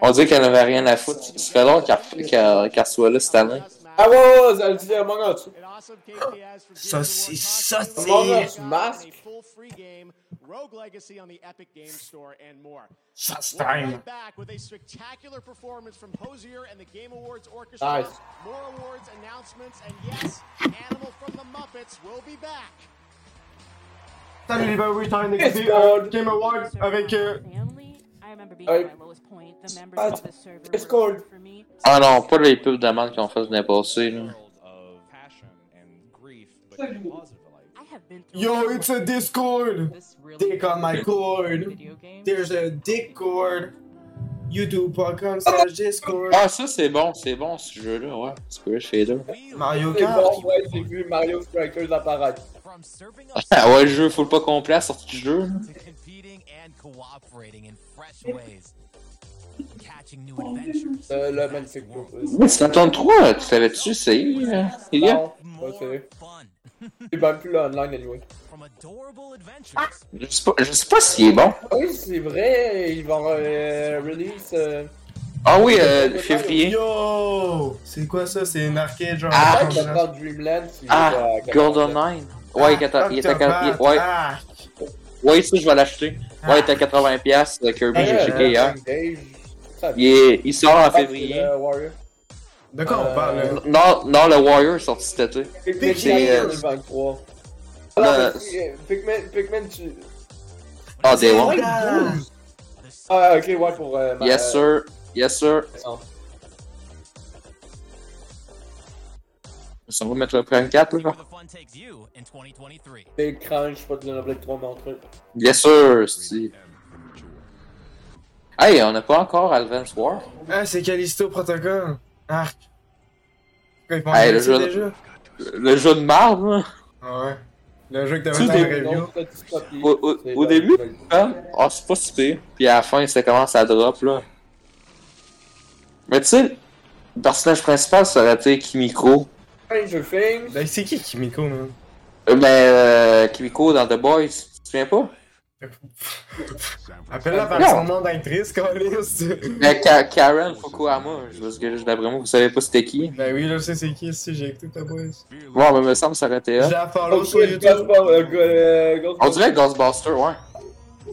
S3: On dirait qu'elle n'avait rien à foutre. Ça fait long qu'elle qu'elle- qu'elle soit là cette année.
S4: Ah ouais, ouais, ouais, ça le dit, Among Us.
S13: Ça, c'est ça,
S4: Among
S13: c'est.
S4: Us Mask.
S13: Shots time.
S4: Nice.
S1: Salut les Barbies, t'as un écouté
S4: Let's go.
S1: euh, Game Awards avec. euh,
S4: Hey. Ah, Discord.
S3: Ah non, pas les pubs de merde qu'on fait l'année passée, là.
S1: Yo, it's a Discord. Dick on my cord. There's a Discord. YouTube.com slash Discord.
S3: Ah, ça, c'est bon, c'est bon, ce jeu-là, ouais. Spirit Shader.
S1: Mario
S4: C'est
S1: Kart.
S4: bon, ouais, j'ai vu Mario Strikers apparaître. (laughs)
S3: Ah (laughs) ouais, le jeu, faut le pas complet à la sortie du jeu, là.
S4: Euh, le magnifique coup.
S3: Oui, c'est un temps de 3, tu savais-tu essayé, euh, il y a?
S4: Non, pas c'est. C'est même plus là online, anyway.
S3: Je sais pas, je sais pas s'il est bon.
S4: Ah oui, c'est vrai, ils vont euh, release. euh,
S3: Ah oui, euh, février.
S1: Yo! C'est quoi ça? C'est une arcade genre.
S3: Ah,
S4: peut-être que dans Dreamland. si il
S3: Ah,
S4: est à 14.
S3: GoldenEye. Ouais, il est à, il est à,
S1: Octopath,
S3: il- ouais,
S1: ah.
S3: ouais, ça, je vais l'acheter. Ouais, il est à 80$, piastres, le Kirby, j'ai
S4: Ouais,
S3: checké hier.
S4: euh, Dave, ça
S3: Il, est- il sort en
S4: Back to
S3: février.
S4: the Warrior.
S1: De quoi on
S4: Euh,
S1: parle là?
S3: Non, non, le Warrior est sorti cet été.
S4: Pikmin
S3: C'est, euh,
S4: 2023.
S3: le-
S4: Ah, mais si, euh, Pikmin, Pikmin, tu.
S3: Ah, Day One.
S1: Ah.
S4: Ah, ok, ouais, pour. euh, ma- euh,
S3: Yes, sir. Yes, sir.
S4: Non.
S3: On va mettre le Prime 4, là.
S4: Des crunch, je peux te donner un break 3 mon truc.
S3: Yes, sir, si. Hey, on n'a pas encore Advance War.
S1: Ah, c'est Callisto Protocol. Arc. Pourquoi ils font
S3: Hey,
S1: un
S3: Ah, le
S1: jeu
S3: jeu-
S1: déjà?
S3: Le jeu de marbre, là.
S1: Ah ouais. Le jeu que
S3: Tu
S1: t'avais dans
S3: sais,
S1: la review.
S4: Non, c'est dystopie.
S3: Au, au-
S4: C'est
S3: au
S4: dans-
S3: début, hein, ah, c'est pas si pire. Puis à la fin, ça commence à drop, là. Mais tu sais, le personnage principal, ça aurait été Kimiko.
S4: Stranger Things.
S1: Hey, Ben, C'est qui Kimiko, man?
S3: Euh, Ben, euh, Kimiko dans The Boys, tu te souviens pas?
S4: Euh,
S1: Appelle-la par
S3: Non.
S1: son nom d'actrice, Colis.
S3: Ben, Ka- Karen Fukuhama, je pense que d'après moi, vous savez pas c'était qui.
S1: (laughs) Ben oui, là, je sais c'est qui, si j'ai écouté ta voice.
S3: Bon, ben, me semble que ça aurait été
S1: J'ai
S3: elle.
S1: la follow
S4: Oh,
S1: sur
S4: shit,
S1: YouTube.
S4: Ghostbusters, euh, Go- euh,
S3: On
S4: Ghostbusters.
S3: dirait Ghostbuster, ouais.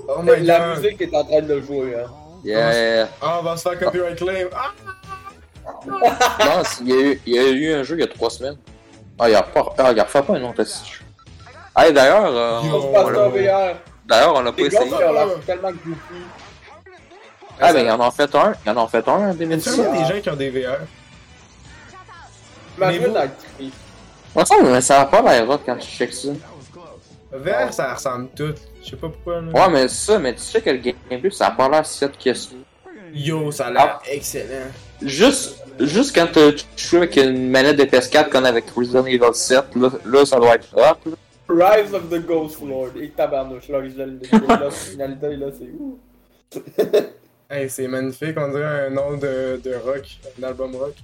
S1: Oh my
S4: La
S1: god.
S4: musique est en train de jouer. Hein.
S3: Yeah.
S1: Ah, on va se faire copyright claim. Ah!
S3: Non, c'est- il y, a eu, il y a eu un jeu il y a trois semaines. Ah, il a pas, ah, il a refait pas un autre petit jeu. Hey, d'ailleurs, euh,
S1: Yo.
S4: On se
S1: Oh,
S4: passe
S1: Voilà.
S4: en VR.
S3: d'ailleurs, on l'a pas
S4: Les
S3: essayé.
S4: gars, ça a l'air tellement goofy.
S3: Ah, ben, il en a fait un. Il en a fait un en
S1: Il y a
S3: 2017.
S1: sûrement des gens qui ont des VR.
S4: Imagine
S1: Mais vous-
S4: dans le cri.
S3: Moi, ça, mais ça a pas l'air hot quand tu checkes ça.
S1: VR, ça ressemble tout. Je sais pas pourquoi, là.
S3: Ouais, mais ça, mais tu sais que le gameplay, ça a pas l'air si hot que ça.
S1: Yo, ça a
S3: Ah.
S1: l'air excellent.
S3: Juste, juste quand t'as- tu joues avec une manette de PS4 comme avec Resident Evil 7, là, là ça doit être hot. là.
S4: Rise of the Ghost Lord. Et tabarnouche, l'originalité, l'originalité, là, c'est ouf.
S1: Hey, c'est magnifique, on dirait un nom de, de rock, un album rock.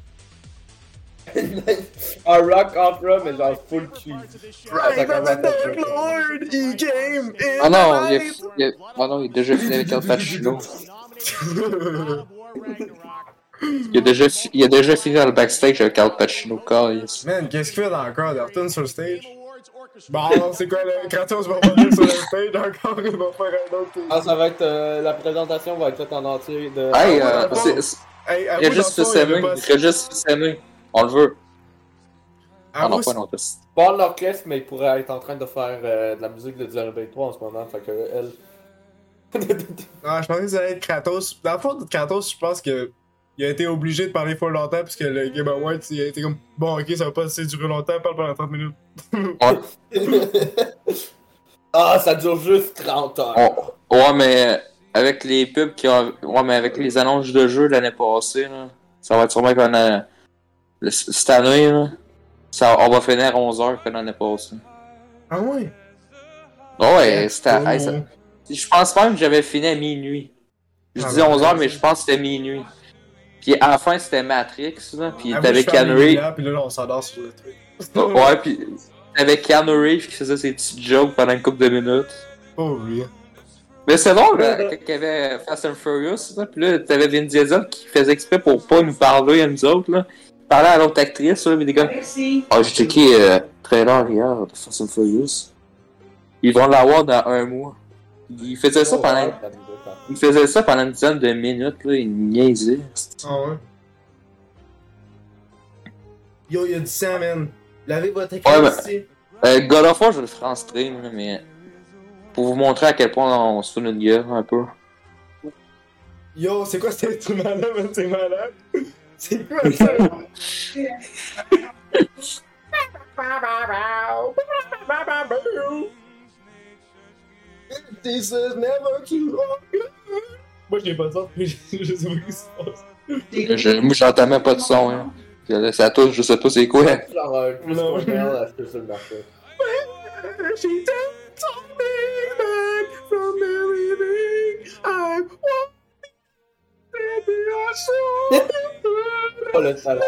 S4: (laughs) Un rock opera, mais genre full cheese. Ah, ça commence à être-
S1: he came in
S3: Ah non, il a, il a- ah non, il a déjà fini avec un patch là. Il a déjà, fi- il a déjà fini dans le backstage avec Al Pacino, guys.
S1: (laughs) Man, qu'est-ce qu'il fait dans le crowd? Il retourne sur le stage. Bon, c'est quoi, le Kratos va revenir sur le stage encore, il va faire un autre.
S4: Ah, ça va être. euh, la présentation va être faite en entier de.
S3: Hey,
S1: Ah,
S3: euh,
S1: bon.
S3: c'est- c'est-
S1: Hey, avoue,
S3: il a
S1: dans
S3: juste
S1: le
S3: fait
S1: fond, il y avait
S3: s'aimer.
S1: pas-
S3: Il a juste fait s'aimer. On le veut. Ah non,
S1: avoue,
S3: pas non, plus.
S4: Bon, l'orchestre, mais il pourrait être en train de faire euh, de la musique de Dylan Bay 3 en ce moment, fait que euh, elle.
S1: Ah, je pensais que ça allait être Kratos. Dans le fond, Kratos, je pense que il a été obligé de parler fort longtemps parce que le Game Awards, il a été comme bon, ok, ça va pas assez durer longtemps, parle pendant 30 minutes.
S4: (laughs) ah, ça dure juste 30 heures.
S3: On- Ouais, mais avec les pubs qui ont. Ouais, mais avec les annonces de jeux l'année passée, là. Ça va être sûrement qu'on a. le- Cette année, là, ça, on va finir à 11h que l'année passée.
S1: Ah ouais?
S3: Ouais, Eh, c'était.
S1: Oh,
S3: hey, ça- Je pense même que j'avais fini à minuit. Je
S1: Ah
S3: dis
S1: ben,
S3: 11h,
S1: ouais.
S3: mais je pense que c'était minuit. Puis à la fin, c'était Matrix, là,
S1: Ah,
S3: puis
S1: moi,
S3: t'avais
S1: je ferme les
S3: Canary.
S1: lumières, Puis là, on s'endort sur le truc.
S3: Oh, Ouais, puis t'avais Canary qui faisait ses petites jokes pendant une couple de minutes.
S1: (laughs) Oh, real.
S3: Mais c'est drôle, là, quand il y avait Fast and Furious, là, pis là, t'avais Vin Diesel qui faisait exprès pour pas nous parler à nous autres, là. Il parlait à l'autre actrice, là, mais des gars.
S5: Alexis.
S3: Ah, j'ai checké euh, trailer hier de Fast and Furious. Ils vont l'avoir dans un mois. Il faisait
S4: Oh,
S3: ça pendant, il faisait ça pendant une dizaine de minutes, là, il niaisait.
S1: Ah ouais. Yo, il y a du sang, man. Lavez votre écran
S3: Ouais,
S1: ici.
S3: Euh, God of War, je le ferai en stream, là, mais. Pour vous montrer à quel point on se fout de notre gueule, un peu.
S1: Yo, c'est quoi cet instrument-là, man? C'est malade. (laughs) C'est quoi ça? This is never too long. Moi, je l'ai pas sorti, (laughs) je je sais pas ce qui se passe.
S3: Je, moi, j'entends même pas de son, hein. Puis là, Ça touche, je sais pas c'est quoi.
S4: Genre, euh, plus
S1: Non.
S4: qu'on perd, là, c'est ça le marché.
S1: She done something back from everything I want. Baby, I should-
S4: Pas le talent.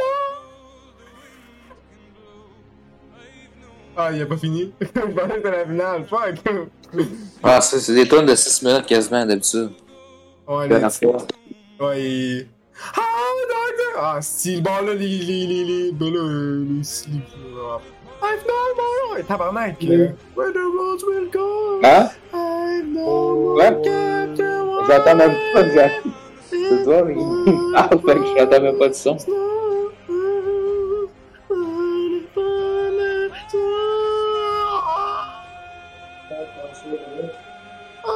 S1: Ah, il a pas fini. (laughs) On parlait de la finale, fuck.
S3: Ah, c'est c'est des tonnes de 6 minutes quasiment d'habitude.
S1: Ouais, les-
S3: Ouais,
S1: Oh, Ouais. et- Ah, docteur! Ah, si, bon, là, les. les. les. les. Ben là, euh, les. les. ah. I've no more. Ouais, Tabarnak! euh, Where the roads will go!
S3: Ah,
S16: Hein?
S1: I've no
S16: Ouais.
S1: more captain.
S16: J'entends même pas de C'est ça, mais- (laughs) Ah, fait que j'entends même pas de son.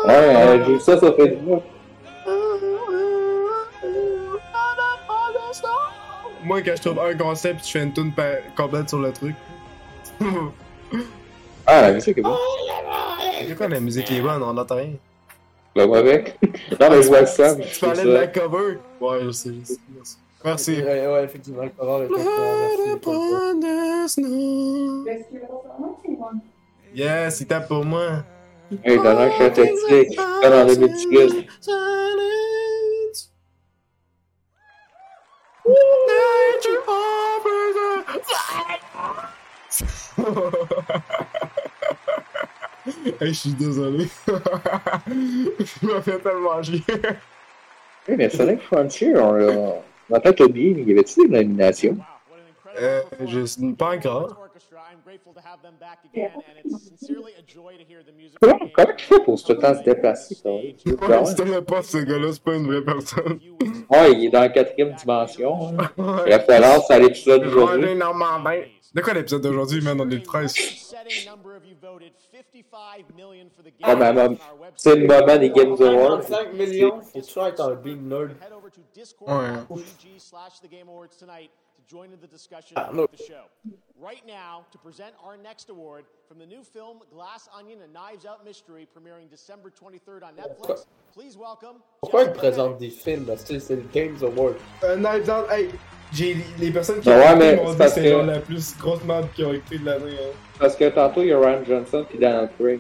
S16: Ouais, euh, j'ai vu ça sur Facebook.
S1: Moi, quand je trouve un concept, je fais une tune pa- complète sur le truc. (laughs)
S16: Ah, la musique est bonne.
S1: C'est quoi la musique est bonne, on n'entend rien.
S16: Ben, moi, avec. (laughs) Non, mais je vois ça. mais je
S1: Tu
S16: trouve
S1: parlais de la
S16: ça.
S1: cover? Ouais, je sais, je sais. Merci. Merci.
S4: Ouais, ouais, effectivement, le cover est excellent,
S1: Yes, il tape pour moi.
S16: Hey, t'en as un chien toxique. Comme en 2018.
S1: (laughs) Hey, je suis désolé. (laughs) je me fais tellement chier.
S16: Oui, mais Sonic Frontier, on l'a. On entend que bien, mais y avait-tu des nominations?
S1: Euh, je pas encore.
S16: Comment comment tu fais pour tout le temps se déplacer, ça? ouais? Tu veux pas,
S1: Ah Ouais,
S16: ouais?
S1: si t'aimais pas ce gars-là, c'est pas une vraie personne.
S16: Ouais, il est dans la quatrième dimension. hein.
S1: Ouais. ben.
S16: Référence à l'épisode d'aujourd'hui.
S1: Roger Normandin. De quoi l'épisode d'aujourd'hui, man, on est le 13?
S16: Ah, mais maman, c'est le moment des Games
S4: quoi.
S16: Awards.
S4: 35 millions, faut toujours être un big nerd.
S1: Ouais.
S4: Ah, non. Pourquoi- Pourquoi ils présentent des films? là? C'est c'est le Games Award.
S1: Un Knives Out, Euh, hey, j'ai les personnes qui
S16: Ben ouais,
S1: ont
S16: mais
S1: écouté m'ont
S16: c'est
S1: dit que
S16: parce
S1: c'est
S16: que-
S1: genre la plus grosse merde qui a écouté de l'année. hein.
S16: Parce que tantôt, il y a Ryan Johnson puis Daniel Craig.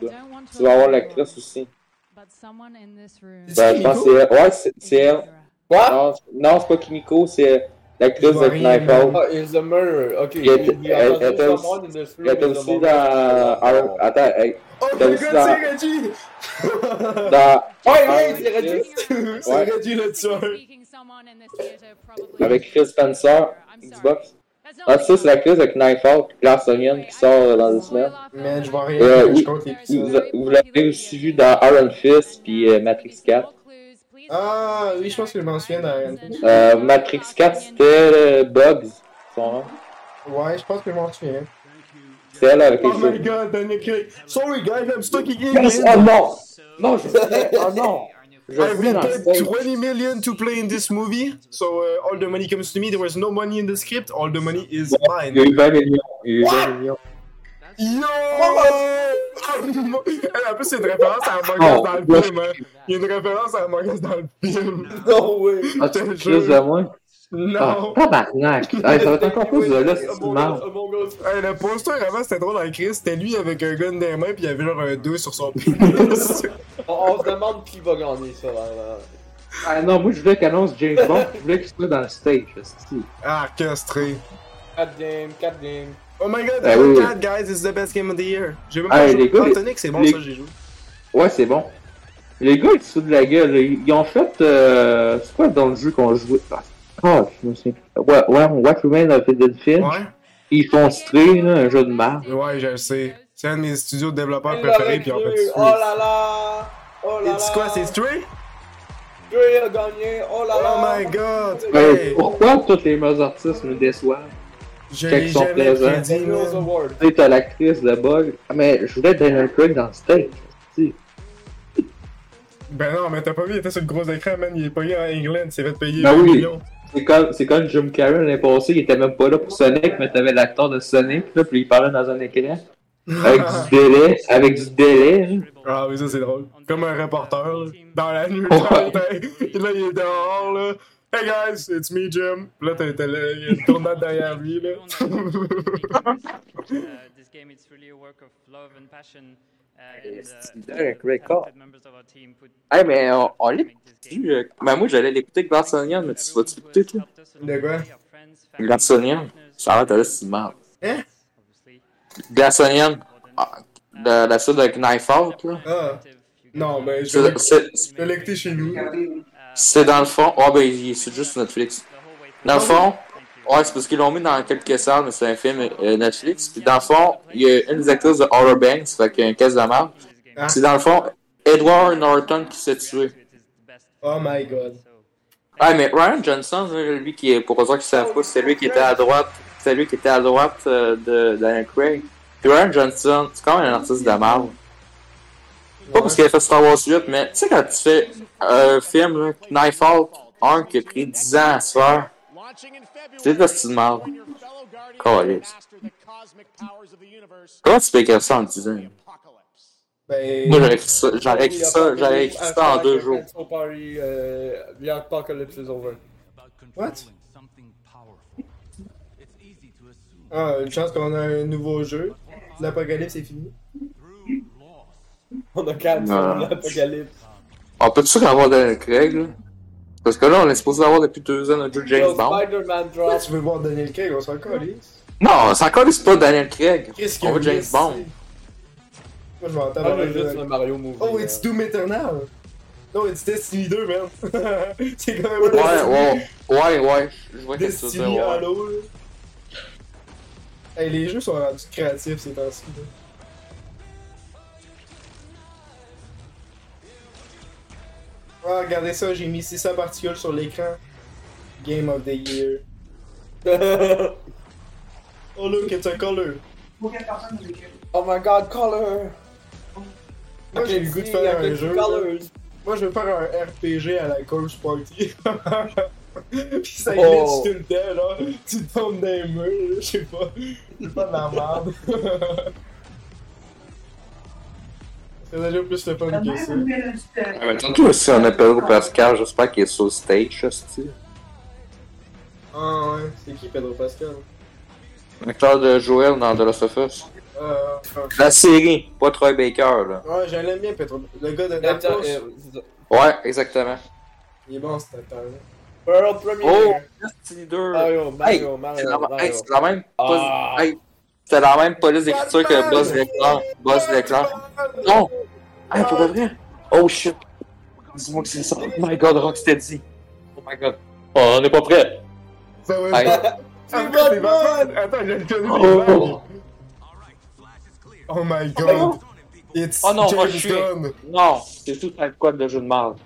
S16: Tu
S18: Tu
S16: vas avoir l'actrice aussi. Ben, je pense que c'est elle. Ouais, c'est- c'est elle.
S4: Quoi?
S16: Non, c'est- Non, c'est pas Kimiko, c'est l'actrice
S1: Je vois
S16: de
S1: rien,
S16: Knife Out.
S4: Ah, Is a Murder. Ok,
S16: Il était-
S4: il a
S16: elle-
S4: entendu
S16: elle était aussi-
S4: someone in this room
S16: Elle était
S4: is a
S16: aussi
S4: murderer.
S16: dans. euh, Iron- Attends, hey,
S1: Oh
S16: T'as
S1: my god,
S16: aussi dans-
S1: c'est Reggie!
S16: dans.
S4: Ouais, ouais, c'est Reggie.
S1: c'est
S16: Ouais.
S1: Reggie le tueur!
S16: Avec Chris Spencer, Xbox. Ah, ça, c'est l'actrice de Knife Out, Glass Onion, qui sort euh, dans une semaine.
S1: Man, je vois rien,
S16: Euh,
S1: mais
S16: oui.
S1: je compte les
S16: Vous,
S1: épisodes.
S16: vous l'avez aussi vu dans Iron Fist puis euh, Matrix 4.
S1: Ah, oui, je pense que je m'en souviens dans Iron Fist.
S16: Euh, Matrix 4, c'était euh, Bugs, son nom.
S1: (laughs) Ouais, je pense que je m'en souviens.
S16: C'est elle avec les
S1: Oh my
S16: cheveux.
S1: god, Daniel Craig! Sorry guys, I'm stuck again!
S16: Yes,
S1: man.
S4: Ah,
S16: oh non! Non, je sais, oh non! Je
S1: I
S16: sais
S1: will
S16: dans le
S1: pay
S16: stage.
S1: 20 million to play in this movie, so uh, all the money comes to me. There was no money in the script, all the money is
S16: Il y a
S1: mine.
S16: eu 20 millions, il y a eu 20 millions.
S1: Yo! Hey, en plus, c'est une référence à Among Us
S16: Oh,
S1: dans le
S16: ouais.
S1: film. hein. Il y a une référence à Among Us dans le film.
S4: Non, ouais.
S16: Ah, tu te crises de moi?
S19: Non!
S3: tabarnak! Hey, ça va être encore plus de là, si tu manges.
S4: Among Us.
S3: Ah.
S1: Hey, le poster avant, c'était drôle en crise. C'était lui avec un gun dans les mains, puis il y avait genre un 2 sur son
S3: (laughs)
S1: pénis.
S4: On, on se demande qui va gagner ça. vraiment.
S3: Ah non, moi je voulais qu'annonce James Bond, je voulais qu'il soit dans le stage. esti.
S1: ah, castré.
S4: 4 games, 4 games.
S1: Oh my god,
S3: Ah
S1: The
S3: oui.
S1: Cat, guys, it's the best game of the year. J'ai même
S3: Ah,
S1: pas
S3: les
S1: joué.
S3: gars, les-
S1: Tonic, c'est bon,
S3: les-
S1: ça, j'ai joué.
S3: Ouais, c'est bon. Les gars, ils se foutent de la gueule. Ils ils ont fait. Euh... C'est quoi dans le jeu qu'on jouait Ah, Ah, je me souviens. Ouais, ouais, What Remains of Edith Finch.
S1: Ouais?
S3: Ils font stray, là, un jeu de marge.
S1: Ouais, je le sais. C'est un de mes studios de développeurs
S4: Il
S1: préférés,
S4: l'aurait
S1: puis
S4: cru.
S1: en fait,
S4: Oh là là. Oh là là.
S1: C'est quoi, c'est stray?
S4: Stray a gagné. Oh là
S1: Oh
S4: là.
S1: my god!
S3: Ouais,
S1: Hey,
S3: pourquoi tous les meilleurs artistes nous déçoivent?
S1: je
S3: check
S1: l'ai
S3: son
S1: jamais
S3: plaisir.
S1: prédit,
S4: Daniels
S1: man.
S4: Award.
S3: Tu sais, t'as l'actrice de Bug. Ah, mais je voulais Daniel Craig dans le stage. esti.
S1: Ben non, mais t'as pas vu, il était sur le gros écran, man. Il est payé en England, il s'est fait payer
S3: Ben
S1: 20
S3: oui.
S1: millions.
S3: C'est comme, c'est comme Jim Carrey l'année passée, il était même pas là pour Sonic, mais t'avais l'acteur de Sonic, là, puis il parlait dans un écran. Avec (laughs) du délai, avec du délai. hein. là.
S1: Ah oui, ça c'est drôle. Comme un reporter, là, dans la nuit. là, il est dehors, là. Hey guys, it's me, Jim. Puis Là, t'as t'as le- il y a une tornade derrière lui, là. (laughs)
S16: Uh, this game is really a work of love and passion. uh,
S3: C'est Derek Record. Hey, mais on, on l'écoute-tu? euh, Ben moi, j'allais l'écouter avec Varsonian, mais tu vas-tu l'écouter, toi?
S1: De quoi?
S3: Glassonian? Ça a l'air de la si marde.
S1: Hein?
S3: Glassonian? Ah, de- la suite avec Knife Out, là.
S1: Ah. Non, mais je
S3: C'est- c'est-
S1: vais l'écouter chez nous.
S3: C'est dans le fond. Oh, ben, il- c'est juste Netflix. Dans le fond, ouais, c'est parce qu'ils l'ont mis dans quelques salles, mais c'est un film euh, Netflix. Puis dans le fond, il y a une des actrices de Horror Banks, fait qu'il y a une caisse de marde.
S1: Ah.
S3: C'est dans le fond Edward Norton qui s'est tué.
S1: Oh my
S3: (laughs)
S1: god.
S3: Ah, mais Ryan Johnson, là, lui qui est, pour ceux qui savent pas, c'est lui qui était à droite, c'est lui qui était à droite euh, de Daniel Craig. Puis Ryan Johnson, c'est quand même un artiste de marde. Pas parce qu'il a fait Star Wars 8, mais tu sais quand tu fais euh, un film, là, Knife Out 1 qui a pris 10 ans à se faire, c'est de style marde. Calisse. Comment tu peux écrire ça en 10 ans?
S1: Ben.
S3: Moi j'aurais écrit ça, j'aurais écrit ça, j'aurais écrit ça en deux jours.
S4: After Party, euh, The Apocalypse is over.
S1: What? (laughs) Ah, une chance qu'on a un nouveau jeu. L'apocalypse est fini.
S4: On a calme sur
S3: Non.
S4: l'apocalypse.
S3: On peut sûr avoir Daniel Craig, là? Parce que là, on est supposé avoir depuis deux ans notre jeu James
S4: Yo,
S3: Bond.
S4: Spider-Man
S1: Pourquoi
S4: drop.
S1: tu veux voir Daniel Craig? On s'en calisse.
S3: Non, c'est encore c'est pas Daniel Craig.
S1: Qu'est-ce qu'il
S3: On
S1: y a
S3: veut
S1: eu
S3: James
S1: ici?
S3: Bond.
S1: Moi, je m'entends.
S4: Ah,
S1: dans
S4: j'ai
S1: le
S4: juste
S1: jeu.
S4: un Mario movie.
S1: Oh, it's Doom Eternal! Non, it's Destiny 2, man! (laughs) c'est quand même
S3: Ouais, ouais, ouais, ouais. Je vois que tu veux
S1: Destiny
S3: dire, ouais.
S1: Halo, là. Hey, les jeux sont rendus créatifs ces temps-ci, là. Ah, regardez ça, j'ai mis 600 particules sur l'écran. Game of the Year. Oh, look, it's a color!
S4: (laughs) oh my god, color!
S1: Moi, j'ai le goût de faire un jeu. là. Moi, je veux faire un RPG à la course party. (laughs) Puis ça glitch
S4: Oh.
S1: tout le temps, là. Tu tombes dans les murs, là, je sais pas. Je veux pas de la merde. (laughs) C'est déjà plus le fun que ça.
S5: Ah, mais tantôt aussi, on appelle au Pascal, j'espère qu'il est sur le stage, hostie.
S1: Ah ouais, c'est qui Pedro Pascal?
S5: L'acteur de Joel dans The Last of Us.
S1: Euh, enfin,
S5: La série, pas Troy Baker, là.
S1: ouais, je l'aime bien Pedro. Le gars de
S4: Attends,
S1: Narcos,
S4: euh, c'est ça.
S5: Ouais, exactement.
S1: il est bon cet acteur-là.
S4: World Premiere!
S5: Oh, Destiny 2.
S1: Ah,
S4: Mario,
S5: Hey,
S4: Mario,
S5: c'est
S4: Mario,
S5: la,
S4: Mario.
S5: hey, c'est la même police-
S4: Ah.
S5: hey, c'est la même police d'écriture que Boss Leclerc. Boss Leclerc. Non! Hey, pour de vrai? Oh shit! Dis-moi que c'est ça. Oh my god, Rocksteady! Oh my god. Oh, on n'est pas prêt!
S1: Ça va
S5: (laughs) Hey.
S3: (laughs)
S1: être- Ah, c'est
S4: Batman!
S1: Batman! Attends, j'ai le connu des
S5: Oh.
S1: vagues. Oh my god! It's
S5: Oh non, on va
S1: James
S5: le tuer.
S1: Gunn!
S5: Non! C'est tout un quad de jeu de merde.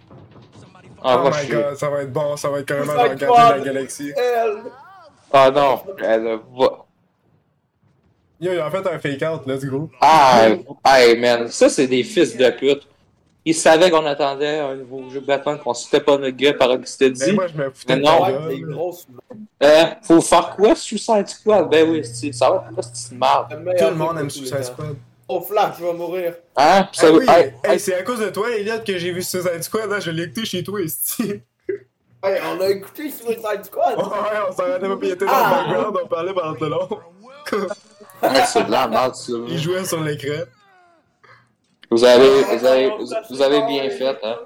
S5: Ah,
S1: Oh
S5: va
S1: my
S5: chier.
S1: god, ça va être bon, ça va être carrément
S4: Ça va
S1: dans
S4: être
S1: Gardien de la
S4: bon.
S1: Galaxie.
S4: Elle!
S5: Ah non! Elle va.
S1: Yo, il a fait un fake out, let's go.
S5: Ah, hey man, ça c'est des fils de pute. Ils savaient qu'on attendait un nouveau jeu de Batman, qu'on citait pas notre gars par
S1: Mais
S5: Rocksteady.
S1: Ben, moi, je me foutais
S5: Mais
S1: de
S5: non.
S1: ta
S4: Ouais,
S1: gueule,
S4: des
S1: là.
S4: grosses
S5: Euh, faut faire quoi, Suicide Squad? Ben oui, c'est- ça va être quoi, c'est une merde.
S1: Tout le monde aime Suicide Squad.
S4: Oh Flash, je vais mourir.
S5: Hein?
S1: Ah
S5: Ça-
S1: oui,
S5: hey,
S1: hey, (laughs)
S5: hey,
S1: c'est à cause de toi, Elliot, que j'ai vu Suicide Squad. hein, Je l'ai écouté chez toi, ici.
S4: Hey, on a écouté Suicide Squad!
S1: Ouais, on s'arrêtait pas, puis il était dans
S4: Ah!
S1: le background, on parlait pendant tout le long. (laughs)
S3: Ouais, c'est de la merde, ça.
S1: Il jouait sur l'écran.
S3: Vous avez, vous avez,
S4: Oh,
S3: vous avez bien fait, hein.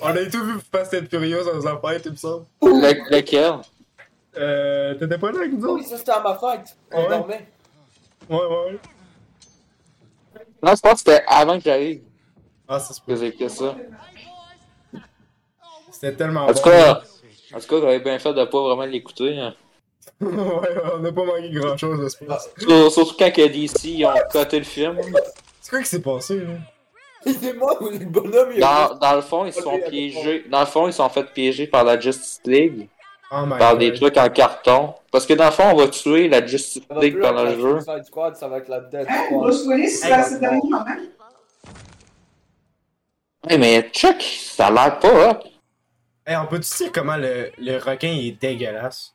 S1: On a tout vu Fast and Furious dans les affaires, tout ça.
S3: Le- lequel?
S1: Euh, t'étais pas là avec nous
S4: Oui,
S1: autres?
S4: ça c'était à ma fête! On
S1: Oh, Ouais.
S4: dormait!
S1: Ouais, ouais.
S3: Non, je pense que c'était avant que j'arrive
S1: Ah, ça se peut.
S3: que j'ai écouté ça.
S1: C'était tellement
S3: En tout cas, en tout cas, vous avez bien fait de pas vraiment l'écouter, hein.
S1: bon. (laughs) ouais, on a pas manqué grand chose, je pense.
S3: Sur- Surtout quand que DC ils ont coté le film.
S1: C'est quoi qui s'est passé, là?
S4: C'est moi ou le bonhomme? il a-
S3: Dans, dans le fond, ils se sont piégés. Dans le fond, ils se sont fait piéger par la Justice League.
S1: Oh my
S3: Par
S1: god.
S3: des trucs en carton. Parce que dans le fond, on va tuer la Justice
S4: Ça va
S3: League
S4: plus
S3: pendant le
S4: être la
S3: jeu.
S4: Suicide Squad, ça va être la Death
S5: Hein,
S4: Squad.
S5: Bruce Willis, c'est la- c'est le dernier moment.
S3: Hey, mais check, ça a l'air pas, hein?
S20: Hey, on peut-tu dire comment le, le requin il est dégueulasse?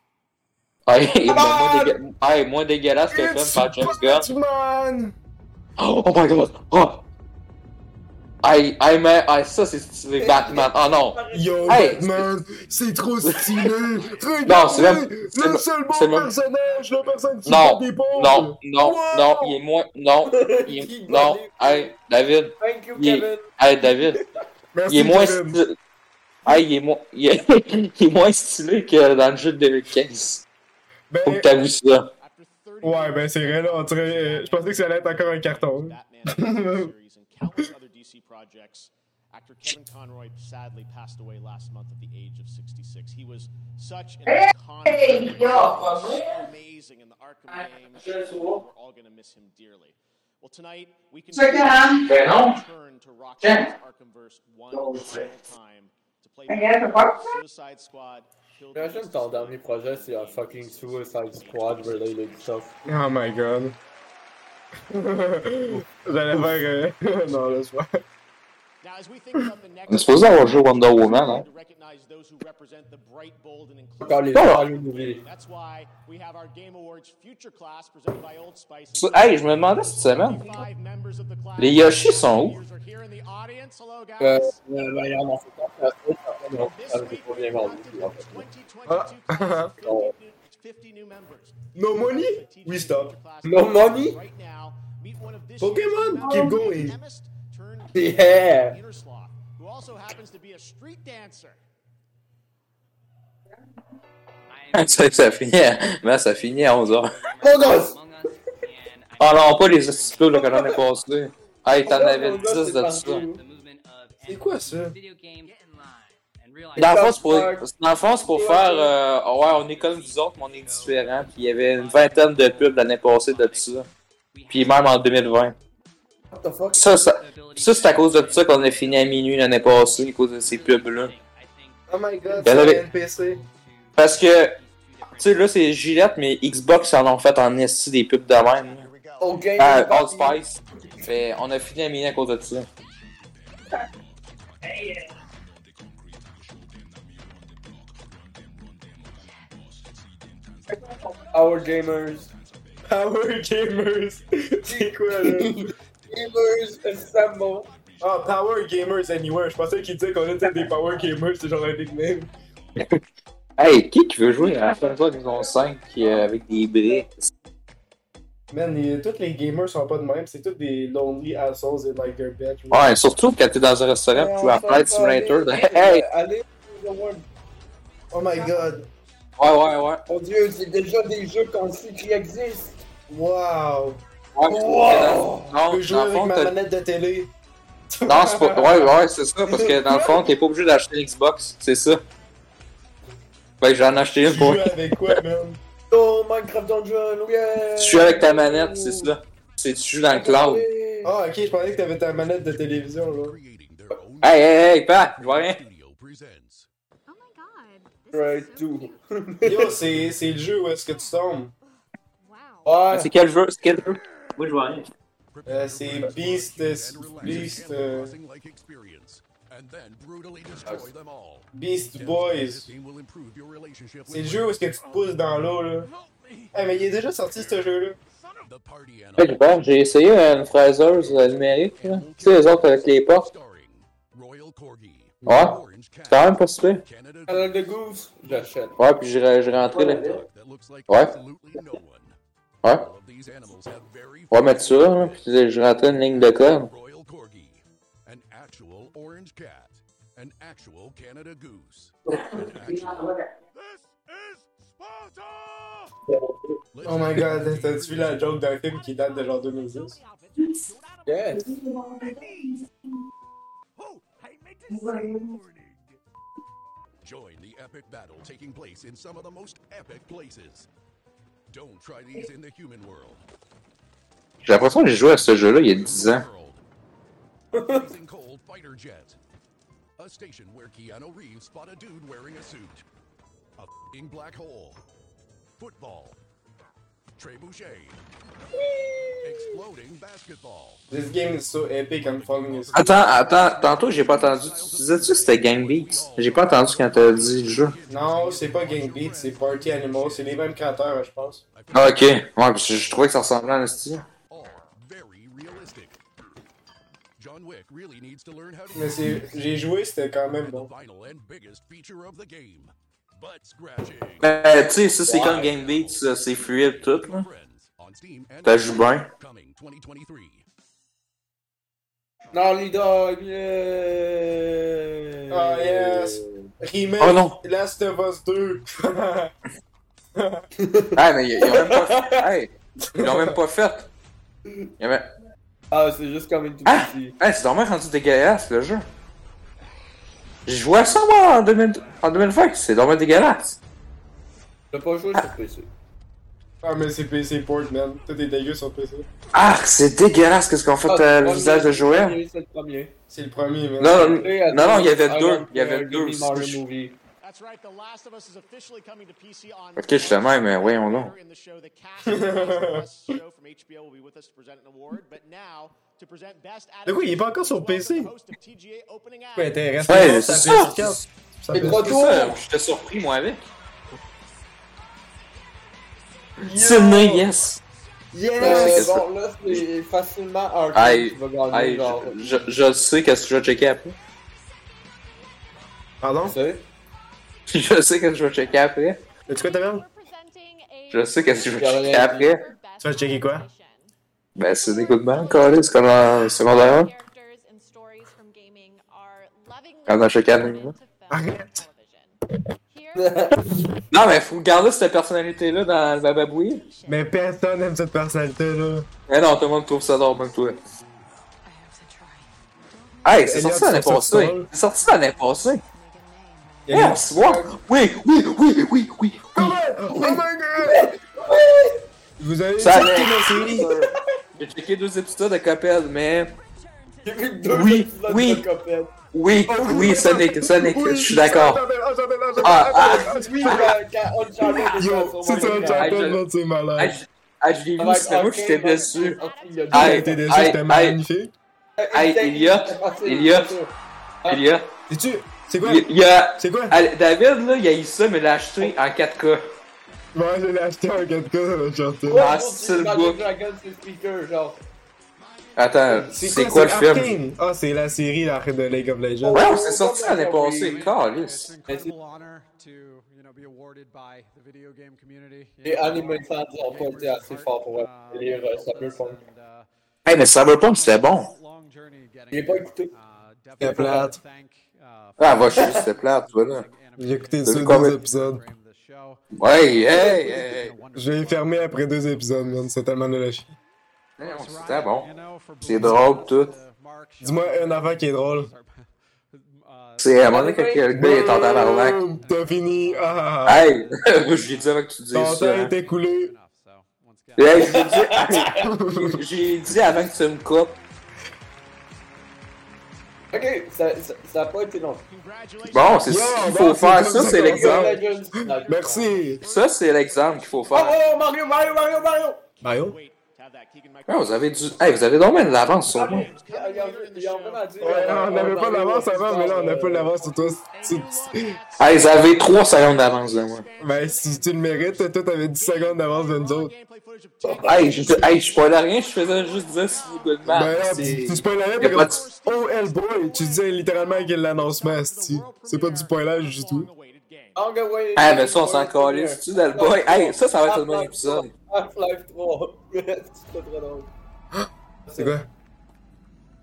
S3: Hey, mais Ah, moins, dégue- hey, moins dégueulasse que le film par James Gunn.
S1: Batman!
S3: Oh, oh my god! Oh! Hey, hey, mais hey, ça, c'est stylé Batman. Oh non!
S1: Yo,
S3: Hey,
S1: Batman! C'est
S3: (laughs)
S1: trop stylé! Regardez,
S3: Non, c'est même- c'est
S1: Le
S3: même-
S1: seul bon
S3: c'est même-
S1: personnage, la personne qui
S3: Non,
S1: bat des pauvres!
S3: Non, non,
S1: Wow!
S3: non, il est moins. Non, il
S4: Qui
S3: est...
S4: va
S3: non.
S4: aller-
S3: Hey, David,
S4: Thank you,
S3: Il est-
S4: Kevin!
S3: hey, David,
S1: Merci,
S3: il est moins.
S1: Kevin.
S3: sti- Hey, il est moins. Il est, il est (laughs) moins stylé que dans le jeu de 2015. Faut que
S1: Ben,
S3: t'avoues ça.
S1: ouais, ben c'est vrai, là, on dirait... euh, Je pensais que ça allait être encore un carton. (laughs)
S13: Batman series and countless other DC projects. Actor Kevin Conroy sadly passed away last month at the age of 66. He was such an
S5: Hey,
S13: iconic,
S5: yo,
S13: character,
S5: Pablo.
S13: so amazing in the Arkham
S5: Ah,
S13: games.
S5: sure,
S13: and
S5: so.
S13: We're all going to miss him dearly. Well, tonight we can
S5: Check it out.
S13: É,
S3: Ben non.
S13: return to Rocksteady's
S5: Check.
S13: Arkhamverse one
S5: Oh,
S13: final
S5: shit.
S13: time to play
S5: I guess the box set?
S13: Suicide Squad. Kill the
S4: Imagine ton dernier projet, c'est un fucking Suicide Squad related stuff.
S1: Oh my god. (laughs) J'allais faire... euh, (laughs) non, laisse voir.
S13: Now, as we think about the next
S3: On est supposé avoir joué Wonder Woman, hein?
S13: to recognize those who represent the bright, bold, and
S4: Encore les
S3: Oh.
S13: inclusive.
S4: gens le nourrir.
S13: That's why we have our Game Awards Future Class presented by Old Spice.
S3: Ça- Hey, je me demandais cette semaine.
S13: Five members of the class.
S3: Les Yoshi sont où?
S13: Are here in the audience. Hello, guys.
S4: Euh, euh, regarde, on s'est pas fait la suite, après, on
S13: This
S4: va
S13: week
S4: pas
S13: we
S4: bien vendu,
S13: inducted
S4: en
S13: the
S4: fait.
S1: Uh,
S13: 2022 class of 50
S4: Oh.
S13: new- 50 new members.
S1: No money? We stop.
S4: No money?
S13: Right now, meet one of this
S1: Pokemon,
S13: year's
S1: keep
S13: members,
S1: going.
S13: chemist
S1: (laughs)
S13: turned
S4: Yeah.
S13: Innersloth, who also happens to be a street dancer.
S16: ça, ça finit à... mais ça finit à 11h.
S4: Mon gosse!
S16: Oh non, pas les astuces là que j'en ai passé. Hey, t'en
S4: Mon
S16: avais
S4: gosse,
S16: 10
S4: c'est
S16: de ça.
S4: partout. C'est quoi ça?
S16: Dans le fond, c'est pour, dans le fond, c'est pour faire. euh, ouais, on est comme vous autres, mais on est différents. Puis il y avait une vingtaine de pubs l'année passée de tout ça. Puis même en 2020.
S4: What the fuck?
S16: Ça, ça, ça c'est à cause de tout ça qu'on a fini à minuit l'année passée, à cause de ces pubs-là.
S20: Oh my god,
S16: Ben, c'est avec-
S20: NPC.
S16: Parce que, tu sais, là, c'est Gillette, mais Xbox en ont fait en esti des pubs de même. là.
S1: Oh.
S4: Ok.
S16: Ah, Old Spice. Fait, on a fini à minuit à cause de ça.
S4: Our gamers.
S1: Power Gamers! C'est quoi, là?
S3: (laughs)
S4: Gamers assemble.
S1: Ah, Power Gamers Anywhere. Je pensais qu'il disait qu'on était des Power Gamers, c'est genre un nickname.
S16: Hey, qui qui veut jouer Hein? à la fin de saison 5 euh, avec des briques?
S1: Man, les- tous les gamers sont pas de même, c'est tous des lonely assholes in like their bedroom.
S16: Ouais, surtout quand t'es dans un restaurant pis tu joues à Flight Simulator.
S4: Allez,
S16: (laughs) Hey!
S4: allez, the world.
S1: Oh my god,
S16: Ouais, ouais, ouais.
S4: Mon Oh dieu, c'est déjà des jeux qu'on sait qui existent.
S1: wow!
S16: Ouais,
S4: Wow!
S1: Je peux
S16: parce que
S1: jouer
S16: dans- Non, dans le
S1: avec
S16: fond,
S1: ma
S16: t'as-
S1: manette de télé.
S16: non, c'est pas. Ouais, ouais, c'est ça, parce que dans le fond, t'es pas obligé d'acheter une Xbox, c'est ça. Fait que j'en ai acheté
S1: Tu
S16: une pour.
S1: joues avec quoi, man?
S4: Oh, Minecraft Dungeon, yeah!
S16: Tu joues avec ta manette, c'est ça. C'est tu joues dans le cloud.
S1: Ah, ok, je pensais que t'avais ta manette de télévision, là.
S9: Creating their own
S16: Hey, hey, hey, Pat, je vois rien.
S9: studio presents.
S8: Oh my god. This
S4: Right,
S8: is so
S4: too.
S8: cute.
S1: Yo, c'est c'est le jeu où est-ce que tu tombes?
S8: Wow.
S1: Ah.
S4: Ouais,
S16: C'est quel jeu? C'est quel jeu? Moi, je vois rien.
S1: Euh, c'est Beast, euh, Beast, euh,
S9: Like experience, and then brutally destroy them all.
S1: Beast Boys.
S9: Team will improve your relationship
S1: C'est le
S9: with
S1: jeu où est-ce que tu te pousses dans l'eau, là. Eh, mais il est déjà sorti, ce jeu-là.
S9: the party
S16: Fait que,
S9: animal.
S16: bon, j'ai essayé une fraiseuse euh, numérique, là. Tu sais, les autres avec les portes.
S9: Starring Royal Corgi,
S3: Ouais. C'est quand même pas si pire.
S4: Canada de Goose, j'achète.
S3: Ouais, puis j'ai re- j'ai rentré là. Ouais. Ouais. Ouais, mettre ça,
S16: hein,
S3: là, puis j'ai rentré une ligne de code.
S9: An actual Canada goose. An actual-
S1: Oh my god, t'as-tu vu la joke d'un film qui date de genre 2010?
S4: Yes!
S9: Join the epic battle taking place in some of the most epic places. Don't try these in the human world.
S3: J'ai l'impression que j'ai joué à ce jeu-là il y a 10 ans.
S9: Blazing Cold Fighter Jet. A station where Keanu Reeves fought a dude wearing a suit. A fing black hole. Football. Trebuchet. Exploding basketball.
S1: This game is so epic, I'm falling asleep.
S3: Attends, attends, tantôt j'ai pas entendu. Tu disais-tu que c'était Gang Beats? J'ai pas entendu quand t'as dit le jeu.
S1: Non, c'est pas Gang Beat, c'est Party Animal, c'est les mêmes créateurs, je pense.
S3: Ah, ok. Ouais, parce que je trouvais que ça ressemblait à un style.
S9: John Wick really needs to learn how to.
S1: Mais c'est- j'ai joué, c'était quand même bon.
S9: Final and biggest feature of the game. Butt scratching.
S3: Ben, tu sais, ça c'est comme Gang Beats, ça, c'est fluide tout, là. T'as joué bien.
S4: Non, Lida, yeah!
S1: Ah yes! Remake
S3: Oh, non.
S1: Last of Us 2!
S3: Ah, mais ils ils ont même pas (laughs) fait. Hey, ils l'ont même pas fait. Ils ont même-
S4: Ah, c'est juste comme une toute
S3: Ah!
S4: petite.
S3: Hey, c'est vraiment rendu dégueulasse le jeu. J'ai joué à ça moi en, 2000... en 2020, c'est vraiment dégueulasse.
S4: T'as pas joué sur PC.
S1: Ah, mais c'est PC Port, man. Tout est dégueu sur PC.
S3: Ah, c'est dégueulasse qu'est-ce qu'on fait
S1: Ah,
S3: euh, le
S1: premier,
S3: visage de Joël.
S4: C'est le premier.
S1: C'est le premier, man.
S3: Non, non, non, non, il y avait deux. Il y avait deux. aussi.
S13: That's right, The Last of Us is officially coming to PC on
S3: Ok, je suis la même, mais voyons donc.
S13: in the show. The cast of The Last of
S1: (laughs)
S13: Us show from HBO will be with us to present an award, but now to present best
S1: De quoi, il est pas encore sur PC? Ouais, t'es resté
S3: Ouais,
S1: sur
S3: c'est
S1: ta
S3: ça!
S1: PS4. Ça
S3: C'est
S1: fait-
S3: ça, J'étais surpris moi avec. Sydney, yes!
S4: Yes! Euh, Bon, là, c'est facilement Arkham
S3: Aïe,
S4: qui va gagner,
S3: aïe,
S4: genre.
S3: je, je- je sais qu'est-ce que je vais checker après. (laughs)
S1: Pardon?
S3: Je sais qu'est-ce que je vais checker après.
S1: As-tu quoi, Tavian?
S3: Je sais qu'est-ce que je vais checker après.
S1: Tu vas checker quoi?
S3: Ben, c'est des coups de balle, carré, c'est comme en secondaire 1. Quand on checkait à la minute.
S1: Arrête!
S3: Non, mais faut garder cette personnalité-là dans le bababoui.
S1: Mais personne aime cette personnalité là.
S3: Mais Eh non, tout le monde trouve ça drôle, même toi. Hey, c'est
S1: Elliot,
S3: sorti l'année
S1: trouve ça
S3: passée!
S1: drôle.
S3: C'est sorti l'année passée!
S1: Elliot.
S3: Yes, wow. Oui, oui, oui, oui, oui!
S1: Oh my god! Vous avez
S3: Ça
S1: checké
S3: allait.
S1: la série?
S3: J'ai checké deux épisodes de Cuphead, mais...
S4: Deux
S3: Oui,
S4: épisodes
S3: oui.
S4: de Cuphead.
S3: Oui, oui, Sonic, Sonic, je suis d'accord. Ah, ah.
S1: Yo, c'est un
S3: Hey,
S1: champion,
S3: je-
S1: man, c'est malade.
S3: Ah, je l'ai vu, c'est moi qui j'étais déçu.
S1: Hey,
S3: Hey,
S1: t'es déçu,
S3: hey,
S1: c'était
S3: hey.
S1: magnifique.
S3: Hey, Elliot, Elliot, Elliot.
S1: T'es-tu? C'est quoi?
S3: Il il y a...
S1: C'est quoi?
S3: Allez, David, là, il a eu ça, mais l'a acheté en 4K.
S1: Moi, je l'ai acheté en 4K, ça va chanter.
S3: Ah, c'est le book. Attends, c'est quoi le film?
S1: Arcane? Ah, c'est la série là, de League of Legends.
S3: Ouais, c'est sorti l'année passée, calice.
S21: incredible honor to you know be awarded by the video game community. You
S4: Les
S21: know,
S4: Anime Fans ont pas été assez forts pour
S21: uh,
S4: lire euh, Cyberpunk.
S3: Hey, mais Cyberpunk, c'était bon.
S4: J'ai pas écouté.
S21: Uh,
S1: C'était plate.
S3: Ah, va chier, c'était plate, voilà.
S1: J'ai écouté
S3: T'as
S1: ça
S3: vu combien-
S1: deux épisodes.
S3: Ouais, hey, hey, hey.
S1: J'ai fermé après deux épisodes, man. C'est tellement nul à chier.
S3: Hey, on- C'était bon. C'est drôle, tout.
S1: Dis-moi une affaire qui est drôle.
S3: C'est à un moment donné, quand le gars il est en tabarnak.
S1: Boom, T'as fini. Ah, ah, ah.
S3: Hey, moi, (laughs) je l'ai dit avant que tu
S1: Ton
S3: dises
S1: temps
S3: ça. hein.
S1: est écoulé. (laughs)
S3: Hey, je l'ai dit- j'ai dit avant que tu me coupes.
S4: Ok, ça, ça, ça a pas été long.
S3: Bon, c'est ça qu'il faut faire. Ça, c'est l'exemple.
S4: Legends.
S1: Merci.
S3: Ça, c'est l'exemple qu'il faut
S4: Oh,
S3: faire.
S4: oh, Mario, Mario, Mario, Mario!
S1: Mario?
S3: Ah, vous avez du. Hey, vous avez donc de l'avance sur moi.
S1: Ben,
S7: Ouais, non, on n'avait pas d'avance avant, mais là, on a pas d'avance sur toi. Tu- tu-
S3: Hey, vous avez 3 secondes d'avance de moi.
S7: Ben, si tu le mérites, toi, t'avais 10 secondes d'avance de nous autres.
S3: Hey, je hey, je spoilais rien, je faisais juste 10 de
S7: Ben,
S3: map.
S7: là, tu, tu spoilerais,
S3: Ah, Y a
S7: pis
S3: pas
S7: comme,
S3: de-
S7: oh, Hellboy, tu disais littéralement qu'il l'annoncement, c'est C'est pas du spoilage du tout.
S3: Ah, mais ça, on s'en calisse. Tu d'Hellboy? Hey, ça, ça va être le bon épisode.
S4: Half-Life 3. (laughs) c'est pas très drôle.
S3: C'est quoi?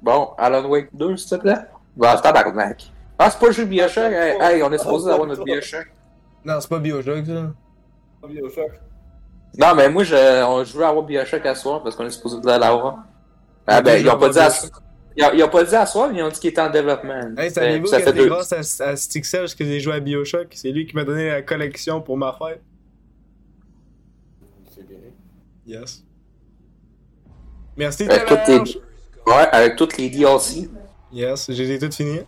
S3: Bon, Alan Wake 2, s'il te plaît. Bah, tabarnak. Ah, c'est pas le jeu Bioshock. Hey, hey, on est supposé avoir notre Bioshock.
S1: Non, c'est pas Bioshock, ça.
S4: Bioshock.
S3: Non, mais moi, je, on, je veux avoir Bioshock à soir parce qu'on est supposé de l'avoir. Ah, ben, ils ont pas dit à soir. Ils ont, ils ont pas dit à soir, mais ils ont dit qu'il était en développement.
S1: Hey,
S3: Ben,
S1: savez-vous
S3: ça
S1: que
S3: fait
S1: c'est
S3: deux.
S1: grâce à, à Stixel parce que j'ai joué à Bioshock? C'est lui qui m'a donné la collection pour ma fête.
S4: C'est bien.
S1: Yes. Merci,
S3: Avec Euh, toutes les.
S1: Taylor!
S3: Ouais, avec toutes les DLC.
S1: Yes, je les ai toutes finies.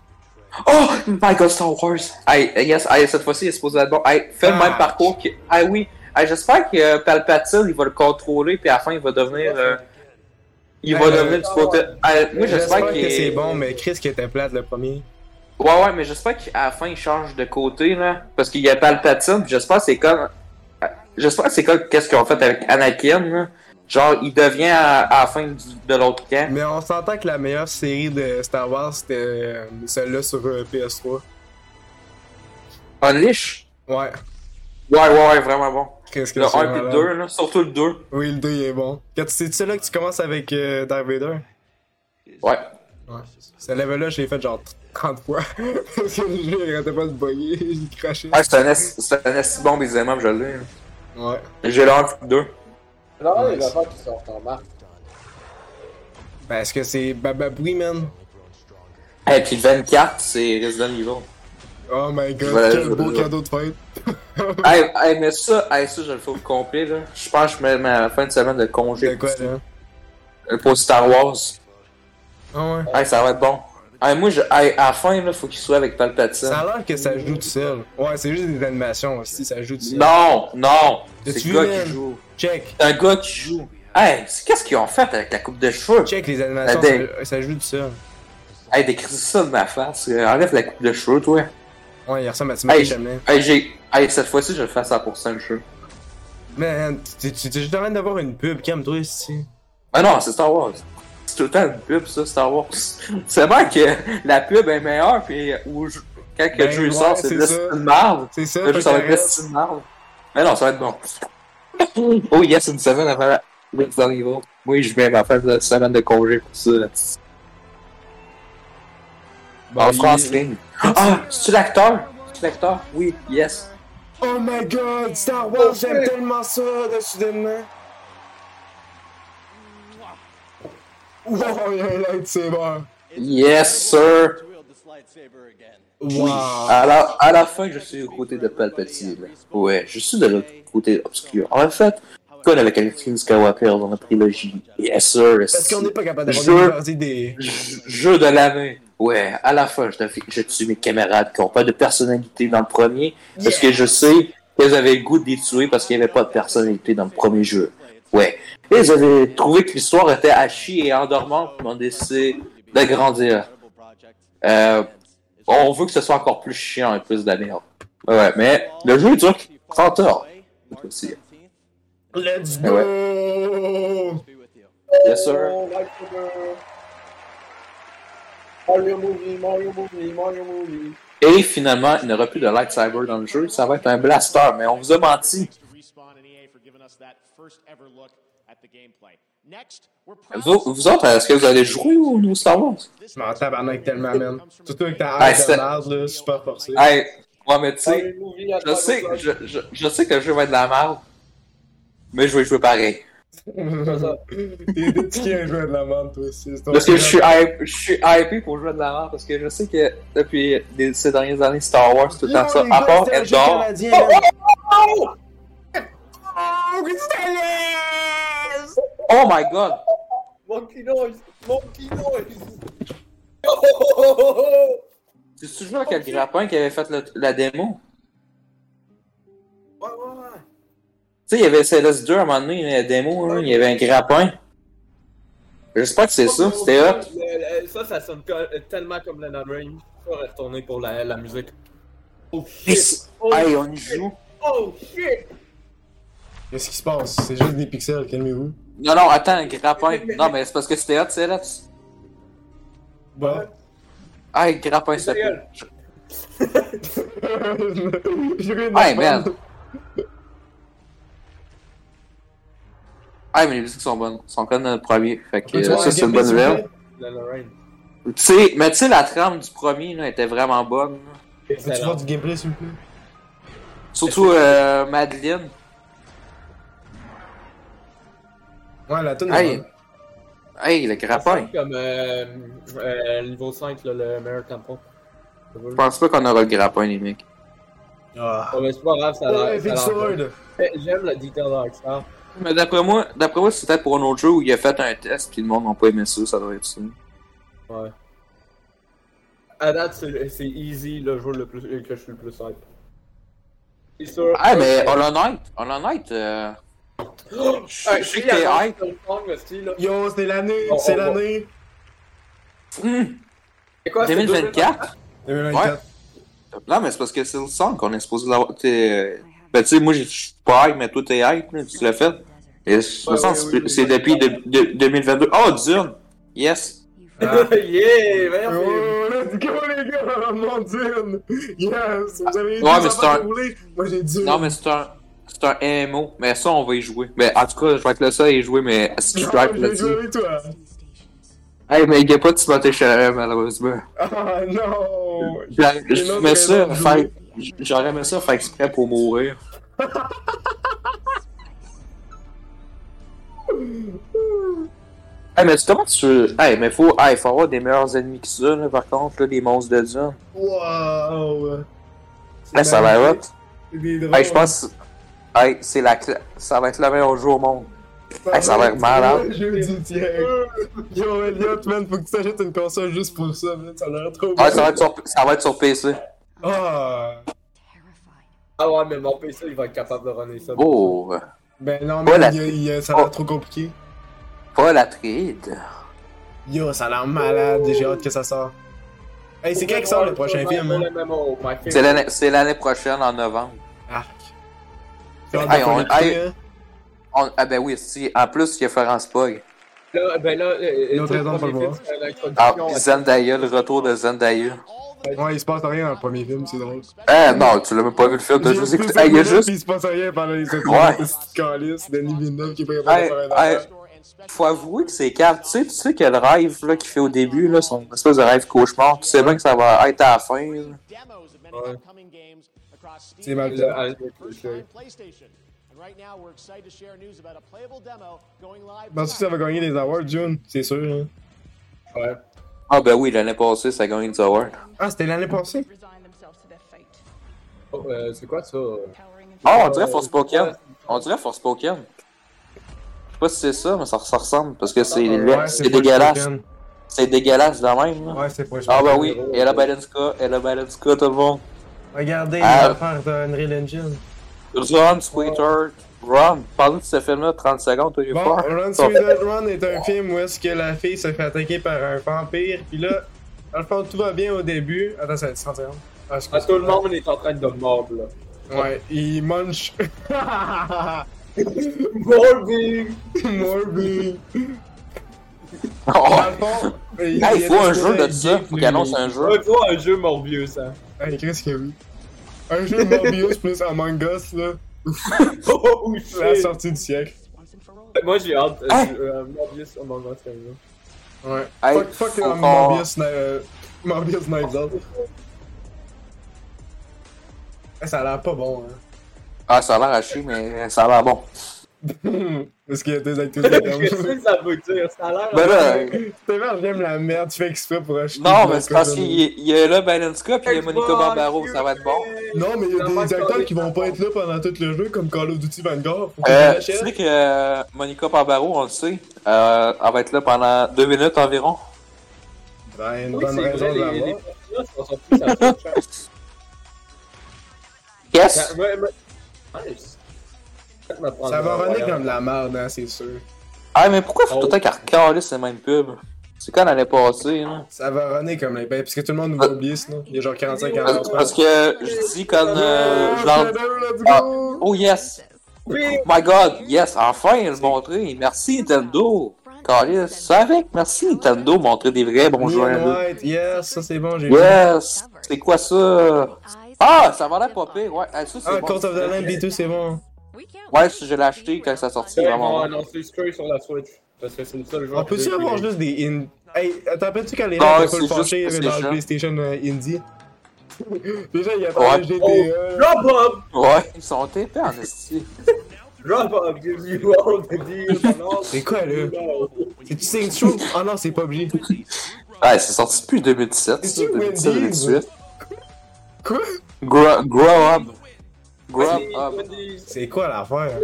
S3: Oh! My God, Star Wars! Hey, yes, hey, cette fois-ci, il est supposé être bon. Hey, fais le même parcours que. Ah oui! Hey, j'espère que euh, Palpatine, il va le contrôler, puis à la fin, il va devenir. euh, Il va
S1: Hey,
S3: devenir
S1: euh,
S3: du côté. Hey, moi, j'espère qu'il
S1: que c'est
S3: est.
S1: bon, mais Chris qui était plate le premier.
S3: Ouais, ouais, mais j'espère qu'à la fin, il change de côté, là. Parce qu'il y a Palpatine, puis j'espère que c'est comme. J'espère que c'est comme qu'est-ce qu'ils ont fait avec Anakin, là. Genre, il devient à, à la fin du- de l'autre camp.
S1: Mais on s'entend que la meilleure série de Star Wars, c'était euh, celle-là sur euh, PS3.
S3: Unleash?
S1: Ouais.
S3: Ouais, ouais, ouais, vraiment bon.
S1: Qu'est-ce que
S3: Le
S1: c'est
S3: 1 puis le
S1: malade.
S3: 2, là. Surtout le 2.
S1: Oui, le 2 il est bon. Quand tu- C'est-tu là que tu commences avec euh, Darth Vader?
S3: Ouais.
S1: Ouais. Ce level-là, je l'ai fait genre 30 fois. (laughs) Parce que le jeu, il arrêtait pas de bugger. (laughs) Il crachait.
S3: Ouais, c'est un S- c'est un S bon des aimants, je l'ai. là.
S1: Ouais.
S3: J'ai le 1 puis le 2.
S4: Non, les affaires qui sortent en mars.
S1: Ben, est-ce que c'est Bababoui, man?
S3: Et puis le 24, c'est Resident Evil.
S1: Oh my god,
S3: Ouais,
S1: quel
S3: je-
S1: beau
S3: je-
S1: cadeau de fête.
S3: (laughs)
S1: Ah,
S3: hey, hey, mais ça, hey, ça, je le fais au complet, là. Je pense que je mets ma fin de semaine de congé.
S1: quoi, là?
S3: Euh, Pour Star Wars.
S1: Ah ouais.
S3: Hey, ça va être bon. Hey, moi, je, hey, à la fin, là, faut qu'il soit avec Palpatine.
S1: Ça a l'air que ça joue tout seul. Ouais, c'est juste des animations aussi, ça joue tout seul.
S3: Non, non. C'est
S1: T'as-tu
S3: le gars
S1: vu,
S3: qui
S1: man?
S3: joue.
S1: Check.
S3: C'est un gars qui joue. Hey, c'est- qu'est-ce qu'ils ont fait avec la coupe de cheveux?
S1: Check les animations,
S3: Hey,
S1: ça, ça joue tout seul.
S3: hey, décris ça de ma face. Euh, Enlève la coupe de cheveux, toi.
S1: Ouais, il ressemble à Timothy
S3: Hey,
S1: hey, Chalamet.
S3: j- hey, j'ai- hey, cette fois-ci, je le fais à 100% le jeu.
S1: Man, tu tu- t'es juste en train d'avoir une pub, calme-toi ici.
S3: Ah non, c'est Star Wars. C'est tout le temps une pub, ça, Star Wars. C'est vrai que la pub est meilleure, puis où je- quand que le
S1: Ben
S3: jeu
S1: ouais,
S3: sort, c'est
S1: c'est
S3: de la
S1: ça.
S3: style de marde.
S1: C'est ça,
S3: Le jeu,
S1: fait
S3: ça va
S1: que
S3: être de
S1: le
S3: la style de marde. Mais non, ça va être bon. (laughs) oh yes, une semaine avant Resident Evil. Oui, je mets ma fin de semaine de congé pour ça. en
S1: Ben, il-
S3: France Ligne. Ah, c'est-tu l'acteur? C'est-tu l'acteur? Oui, yes.
S1: Oh my god, Star Wars, j'aime tellement ça, de soudainement. Wow, il y a un lightsaber.
S3: Yes, sir!
S1: Wow.
S3: À la, à la fin, je suis au côté de Palpatine. Ouais, je suis de l'autre côté obscur. En fait, comme avec Anakin Skywalker dans la trilogie. Yes, sir!
S1: Parce qu'on n'est pas capable d'avoir
S3: Jeu-
S1: des idées.
S3: Jeu de l'année. Ouais, à la fin, je, dev- je tue mes camarades qui n'ont pas de personnalité dans le premier, parce que je sais qu'elles avaient le goût de les tuer parce qu'il n'y avait pas de personnalité dans le premier jeu. Ouais. Et ils avaient trouvé que l'histoire était à chier et endormante, puis on décidé d'agrandir. Euh, on veut que ce soit encore plus chiant et plus de la merde. Ouais, mais le jeu dure 30 heures. cette fois-ci.
S1: Let's
S3: Ouais.
S1: go!
S3: Yes, sir.
S4: Oh, Lightsaber. Mario Movie, Mario Movie, Mario Movie.
S3: Et finalement, il n'y aura plus de lightsaber dans le jeu. Ça va être un blaster, mais on vous a menti.
S13: E
S3: Vous, vous autres, est-ce que vous allez jouer au nouveau Star Wars?
S1: Je m'en tabarnak tellement, man. Surtout avec ta
S3: Hey,
S1: hype de
S3: c'est-
S1: merde, là, super forcé. (laughs)
S3: Hey, ouais, mais tu sais, je sais, je, je, je sais que le jeu va être de la merde, mais je vais jouer pareil.
S1: T'es dédié à jouer de la merde, toi aussi. c'est ton
S3: Parce que je suis,
S1: genre.
S3: hype, je suis hypé pour jouer de la merde, parce que je sais que depuis des- ces dernières années, Star Wars, tout le temps
S1: Yo,
S3: ça,
S1: les
S3: à
S1: gars,
S3: part
S1: c'était un
S3: être
S1: jeu
S3: dehors.
S1: canadien,
S3: Oh,
S1: man.
S3: oh, oh my god!
S4: Monkey Noise, Monkey Noise. Oh, oh, oh, oh,
S3: C'est toujours quel grappin qui avait fait le- la démo?
S4: oh. Ouais, ouais, ouais.
S3: Tu sais, il y avait CLS2 à un moment donné, la démo, là, il y avait un grappin. J'espère que c'est ça, c'était hot.
S4: Le- le- euh, Ça, ça sonne co- tellement comme Lennon Ring. Je vais retourner pour la, la musique. Oh shit! Oh,
S3: Hey, on y joue.
S4: oh shit!
S1: Qu'est-ce qui se passe? C'est juste des pixels, calmez-vous.
S3: Non, non, attends, grappin. Non, mais c'est parce que c'était hot, c'est là.
S1: (laughs) Bah.
S3: Hey, grappin, ça peut.
S1: J'ai rien
S3: Hey, man. Hey, mais les musiques sont bonnes. Ils sont comme dans le premier. Fait que
S4: Peux-tu
S3: euh,
S4: voir
S3: ça,
S4: un
S3: c'est une
S4: gameplay,
S3: bonne
S4: s'il vous
S3: nouvelle.
S4: plaît? Lennon Ring.
S3: Tu sais, mais tu sais, la trame du premier là, était vraiment bonne. là.
S1: Veux-tu voir du gameplay, s'il vous plaît?
S3: Surtout euh, Madeleine.
S1: Ouais, la tune est
S3: Hey!
S1: bonne.
S3: Hey, le grappin!
S4: Comme euh, euh, niveau 5, là, le meilleur tampon.
S3: Je pense pas qu'on aura le grappin, les mecs.
S1: Ah.
S4: mais c'est pas grave, ça a
S1: Ouais,
S4: l'air.
S1: Epic
S4: ça a l'air
S1: Sword.
S4: cool. J'aime le detail art, ça.
S3: Mais d'après moi, d'après moi, c'était pour un autre jeu où il a fait un test puis le monde n'a pas aimé ça, ça doit être ça.
S4: Ouais. À date, c'est c'est easy le jeu le plus, que je suis le plus hype. C'est sûr.
S3: Ah, mais Hollow Knight! Hollow Knight! euh,
S4: Oh,
S3: je-
S4: hey,
S3: je sais
S4: lui,
S3: que t'es
S4: il annonce
S3: hype.
S4: son song aussi, là.
S1: Yo, c'est l'année,
S4: Oh,
S1: c'est
S4: oh,
S1: l'année.
S4: C'est quoi, c'est
S3: 2024?
S1: 2024.
S3: Non, mais c'est parce que c'est le son qu'on est supposé l'avoir. T'es... euh, Ben, tu sais, moi, je suis pas hype, mais toi, t'es hype, là, tu l'as fait. Et je me sens que c'est- c'est depuis de- de- 2022. Oh, Dune! Yes!
S4: (laughs)
S3: Ah.
S4: yeah,
S1: Ah.
S4: merci.
S1: Oh, let's go, les gars, Oh, mon dieu. Yes, vous avez
S3: Ouais,
S1: dit
S3: mais
S1: ça
S3: c'est
S1: va
S3: un-
S1: rouler. Moi, j'ai dit. (laughs)
S3: Non, mais c'est un. C'est un MMO, mais ça, on va y jouer. Mais en tout cas, je vais être le seul à y jouer, mais si je
S1: Non,
S3: peux être
S1: je
S3: le
S1: vais jouer
S3: seul.
S1: avec toi.
S3: Hey, mais il n'y a pas de Timothée Chalamet, malheureusement.
S1: Ah,
S3: (laughs)
S1: non.
S3: J'a-
S1: J'ai une autre
S3: j'aimais ça
S1: raison de
S3: faire-
S1: jouer.
S3: J'aurais aimé ça faire exprès pour mourir. Hey, mais tu- comment tu. Hey, mais faut. Hey, faut avoir des meilleurs ennemis que ça, là, par contre, là, les monstres de Dune.
S1: Wow.
S3: Hey, ça va être. hot.
S1: Des drôles.
S3: Hey, je pense. Hey, c'est la. cla- Ça va être le meilleur jeu au monde. Hey, ça va être malade.
S1: Jeu du siècle. Yo, Elliot, man, faut que tu t'achètes une console juste pour ça, man. Ça a l'air trop
S3: Ouais, Ah, ça va être sur, ça va être sur PC.
S1: Ah.
S4: Ah ouais, mais mon PC, il va être capable de runner ça.
S3: Oh.
S1: Ben non, mais
S3: Pas la-
S1: il y a- il y a- ça a l'air trop compliqué.
S3: Pas la trade.
S1: Yo, ça a l'air malade, j'ai hâte que ça sort. Hey, c'est quand qui sort le prochain film, hein?
S3: C'est l'année- C'est l'année prochaine, en novembre.
S1: Arc.
S3: Hey, on- hey, on- ah ben oui, si. En plus, il y a Florence Pog.
S4: Là, ben là, euh,
S1: Une autre
S4: euh,
S1: raison de pas le
S4: premier
S1: voir.
S4: film, c'est
S3: Ah,
S4: l'introduction
S3: puis
S4: à-
S3: Zendaya, le retour de Zendaya.
S1: Ouais, il se passe rien dans le premier film, c'est drôle.
S3: Eh non, tu l'as même pas vu le film, t'as
S1: J'ai
S3: juste
S1: vu
S3: écouté.
S1: cinq
S3: Hey, il y a
S1: minutes,
S3: juste.
S1: puis Il se passe rien pendant les autres
S3: Ouais.
S1: minutes, c'est calice, Denis Villeneuve qui est pas capable de
S3: Hey,
S1: faire un
S3: hey,
S1: affaire.
S3: eh, faut avouer que c'est calme. Tu sais, tu sais que le rêve là, qu'il fait au début, là, son espèce de rêve cauchemar, tu sais bien que ça va être à la fin. là.
S13: Demos of many
S4: Ouais.
S13: upcoming games across Steam
S1: C'est mal
S13: and
S1: fait.
S13: Xbox
S4: Ah,
S13: for the
S4: c'est
S13: first
S4: sûr.
S13: time PlayStation. And right now, we're excited to share news about a playable demo going live.
S1: Je pense que ça va gagner des awards, June, c'est sûr. hein.
S4: Ouais.
S3: Ah ben oui, l'année passée, ça a gagné des awards.
S1: Ah, c'était l'année passée?
S4: Oh, euh, c'est quoi ça?
S3: Ah,
S1: Euh,
S3: on dirait Forspoken. On dirait Forspoken. Je sais pas si c'est ça, mais ça, ça ressemble, parce que c'est
S1: Ouais,
S3: c'est
S1: c'est pas
S3: dégueulasse.
S1: Forspoken.
S3: C'est dégueulasse de même. là.
S1: Ouais, c'est pas
S3: Ah bah oui, Ella Balinska, Ella Balinska, tout le monde.
S1: Regardez,
S3: Ah.
S1: l'affaire de Unreal Engine.
S3: Run, Sweetheart, Run. Parle-nous de ce film-là, 30 secondes, toi,
S1: Bon,
S3: fort.
S1: Run Sweetheart Run est un film où est-ce que la fille se fait attaquer par un vampire, puis là, dans le fond, tout va bien au début. Attends, ça a 30 secondes. Ah,
S4: Ah,
S1: excuse-moi.
S4: tout le monde est en train de mordre, là.
S1: Ouais, il
S4: (laughs)
S1: munch.
S4: Morbing!
S1: Morbi.
S3: (laughs) Oh.
S1: Dans le fond, il-
S3: Hey, faut un
S1: était
S3: jeu de
S1: très
S3: ça,
S1: gay,
S3: faut
S1: lui.
S3: qu'il annonce un jeu.
S4: Ouais, toi, un jeu hein. morbieux, ça.
S1: Hey, qu'est-ce qu'il y a eu? Un jeu de Morbius plus Among Us, là.
S4: (laughs) Oh,
S1: La
S4: shit!
S1: sortie du siècle.
S4: Moi, j'ai hâte. euh,
S3: Ah.
S4: euh, Morbius Among Us, comme
S3: (laughs)
S4: ça.
S1: Ouais.
S3: Hey,
S1: fuck fuck
S3: faut
S1: euh,
S3: qu'on-
S1: Morbius, Kni- euh, Morbius Knives Out. Hey, Eh, Ça a l'air pas bon, hein.
S3: (laughs) Ah, ça a l'air à chier, mais ça a l'air bon.
S1: Parce qu'il y a des acteurs
S3: (laughs)
S4: Qu'est-ce que ça veut dire? Ça a l'air.
S3: Ben là, euh,
S1: C'est vrai, j'aime la merde, tu fais exprès pour acheter.
S3: non,
S1: de
S3: mais
S1: la
S3: c'est parce
S1: cochonnerie.
S3: qu'il y a- il y a là Balinska puis il y a Monica Barbaro, ça va être bon.
S1: Non, mais il y a
S4: Ça va
S1: des
S4: encore
S1: acteurs qui
S4: des
S1: vont pas être là pendant tout le jeu, comme Call of Duty Vanguard. Faut que
S3: Euh,
S1: tu
S3: tu
S1: l'achètes.
S3: sais que euh, Monica Barbaro, on le sait, euh, elle va être là pendant deux minutes environ.
S1: Ben, une
S4: Oui,
S1: bonne
S4: c'est
S1: raison
S4: vrai,
S1: de
S4: les, les
S1: l'avoir.
S4: personnages sont sortis, ça fait cher.
S3: Yes!
S4: Ben, ouais, ouais. Nice. Ça me prend
S1: Ça va
S4: le-
S1: runner
S4: ouais,
S1: comme de la merde, hein, c'est sûr.
S3: Ah, mais pourquoi faut tout le temps qu'elle recalisse les mêmes pubs? C'est quand l'année passée, là?
S1: Ça va runner comme les bêtes, parce que tout le monde va oublier sinon. Il y a genre 45 ans.
S3: Parce, parce que je dis quand euh, je leur- Ah, Oh yes! Oh my god, yes, enfin, ils le montraient. Merci Nintendo! Carlis, c'est avec, merci Nintendo, montrer des vrais bons jeux.
S1: Neon White, yes, ça c'est bon, j'ai
S3: Yes! C'est quoi ça? Ah, ça va l'air pas pire, ouais. Ah, ça, c'est
S1: Ah,
S3: bon.
S1: Court of the Land B2, c'est bon.
S3: Ouais, je l'ai acheté quand ça sortit,
S4: Ils vont
S3: vraiment.
S4: annoncer Stray sur la Switch. Parce que c'est le seul joueur.
S1: On peut-tu avoir juste des. In... Hey, t'en rappelles-tu quand les
S4: Non,
S1: gens étaient
S4: c'est
S1: full
S4: juste
S1: penchés dans le
S4: PlayStation.
S1: PlayStation euh, Indie? (laughs) Déjà, il y a pas E. de GTA.
S3: Oh.
S4: Drop Oh, Bob!
S3: Ouais, ils sont épais en esti.
S4: Drop Bob gives you all the deals.
S1: C'est quoi là? C'est-tu Saints Row? Ah non, c'est pas obligé.
S3: Ouais, c'est sorti depuis 2017, ça,
S1: C'est-tu
S3: 2017,
S1: Wendy's?
S3: 2018.
S1: Quoi?
S3: Grow, grow up! Grow up!
S1: C'est quoi l'affaire?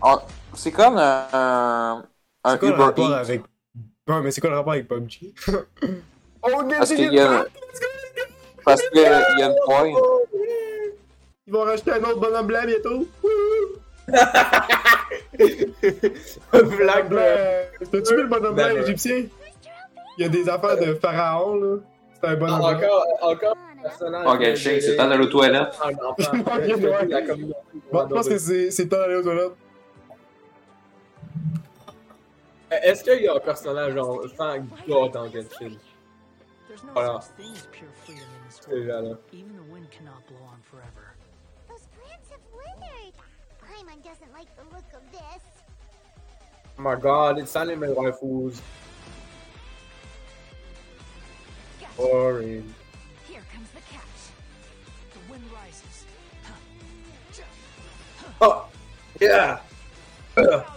S3: Ah, c'est comme un. un- un
S1: C'est quoi le
S3: Uber
S1: rapport
S3: Eats.
S1: avec. Non, mais c'est quoi le rapport avec (laughs) PUBG?
S7: Oh,
S3: Parce qu'il y a. Parce qu'il y a une
S1: Oh,
S3: pointe.
S7: Ils vont racheter un autre bonhomme blanc bientôt.
S4: Black
S1: blanc. T'as-tu vu le bonhomme blanc
S4: Never.
S1: égyptien? Il y a des affaires de pharaon là. C'est un bonhomme blanc.
S4: Ah, Encore, encore un personnage. Ah,
S3: Ok, shake, c'est temps d'aller aux toilettes.
S4: Un
S1: (laughs)
S4: enfant. La communauté.
S1: Bon, je pense que c'est c'est le temps d'aller aux toilettes.
S4: Eh, Est-ce qu'il y a un personnage genre sans gars dans Genshin? Voilà. C'est là, là.
S22: Even the wind cannot blow on forever.
S23: Those plants have withered. Paimon doesn't like the look of this.
S4: Oh my god, it's anime waifus. Boring.
S22: Here comes the catch. The wind rises.
S4: Oh! Yeah! Ugh. (laughs)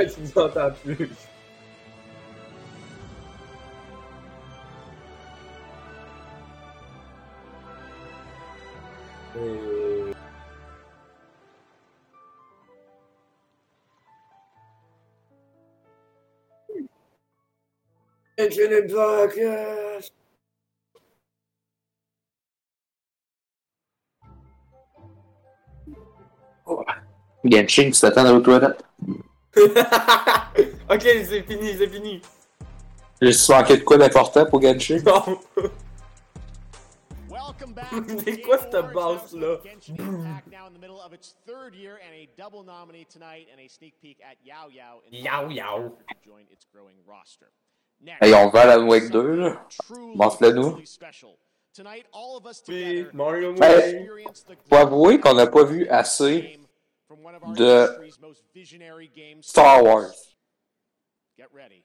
S4: Tu nous entends plus. Euh, Engine and podcast.
S3: Genshin, tu t'attends d'aller aux toilettes.
S4: (laughs) Ok, c'est fini, c'est fini.
S3: J'ai manqué de quoi d'important pour Genshin? (laughs)
S4: Non!
S1: (laughs)
S4: C'est quoi cette basse-là?
S13: Back now in the middle of its third year and a double nominee tonight and a sneak peek at Yao Yao in
S4: Yao Yao.
S13: to join its growing roster. Next,
S3: Hey, on va à la Wake 2, là. Montre-le nous.
S13: tonight
S4: Puis Mario
S3: Ben,
S4: Movie.
S3: faut avouer qu'on n'a pas vu assez de Star Wars.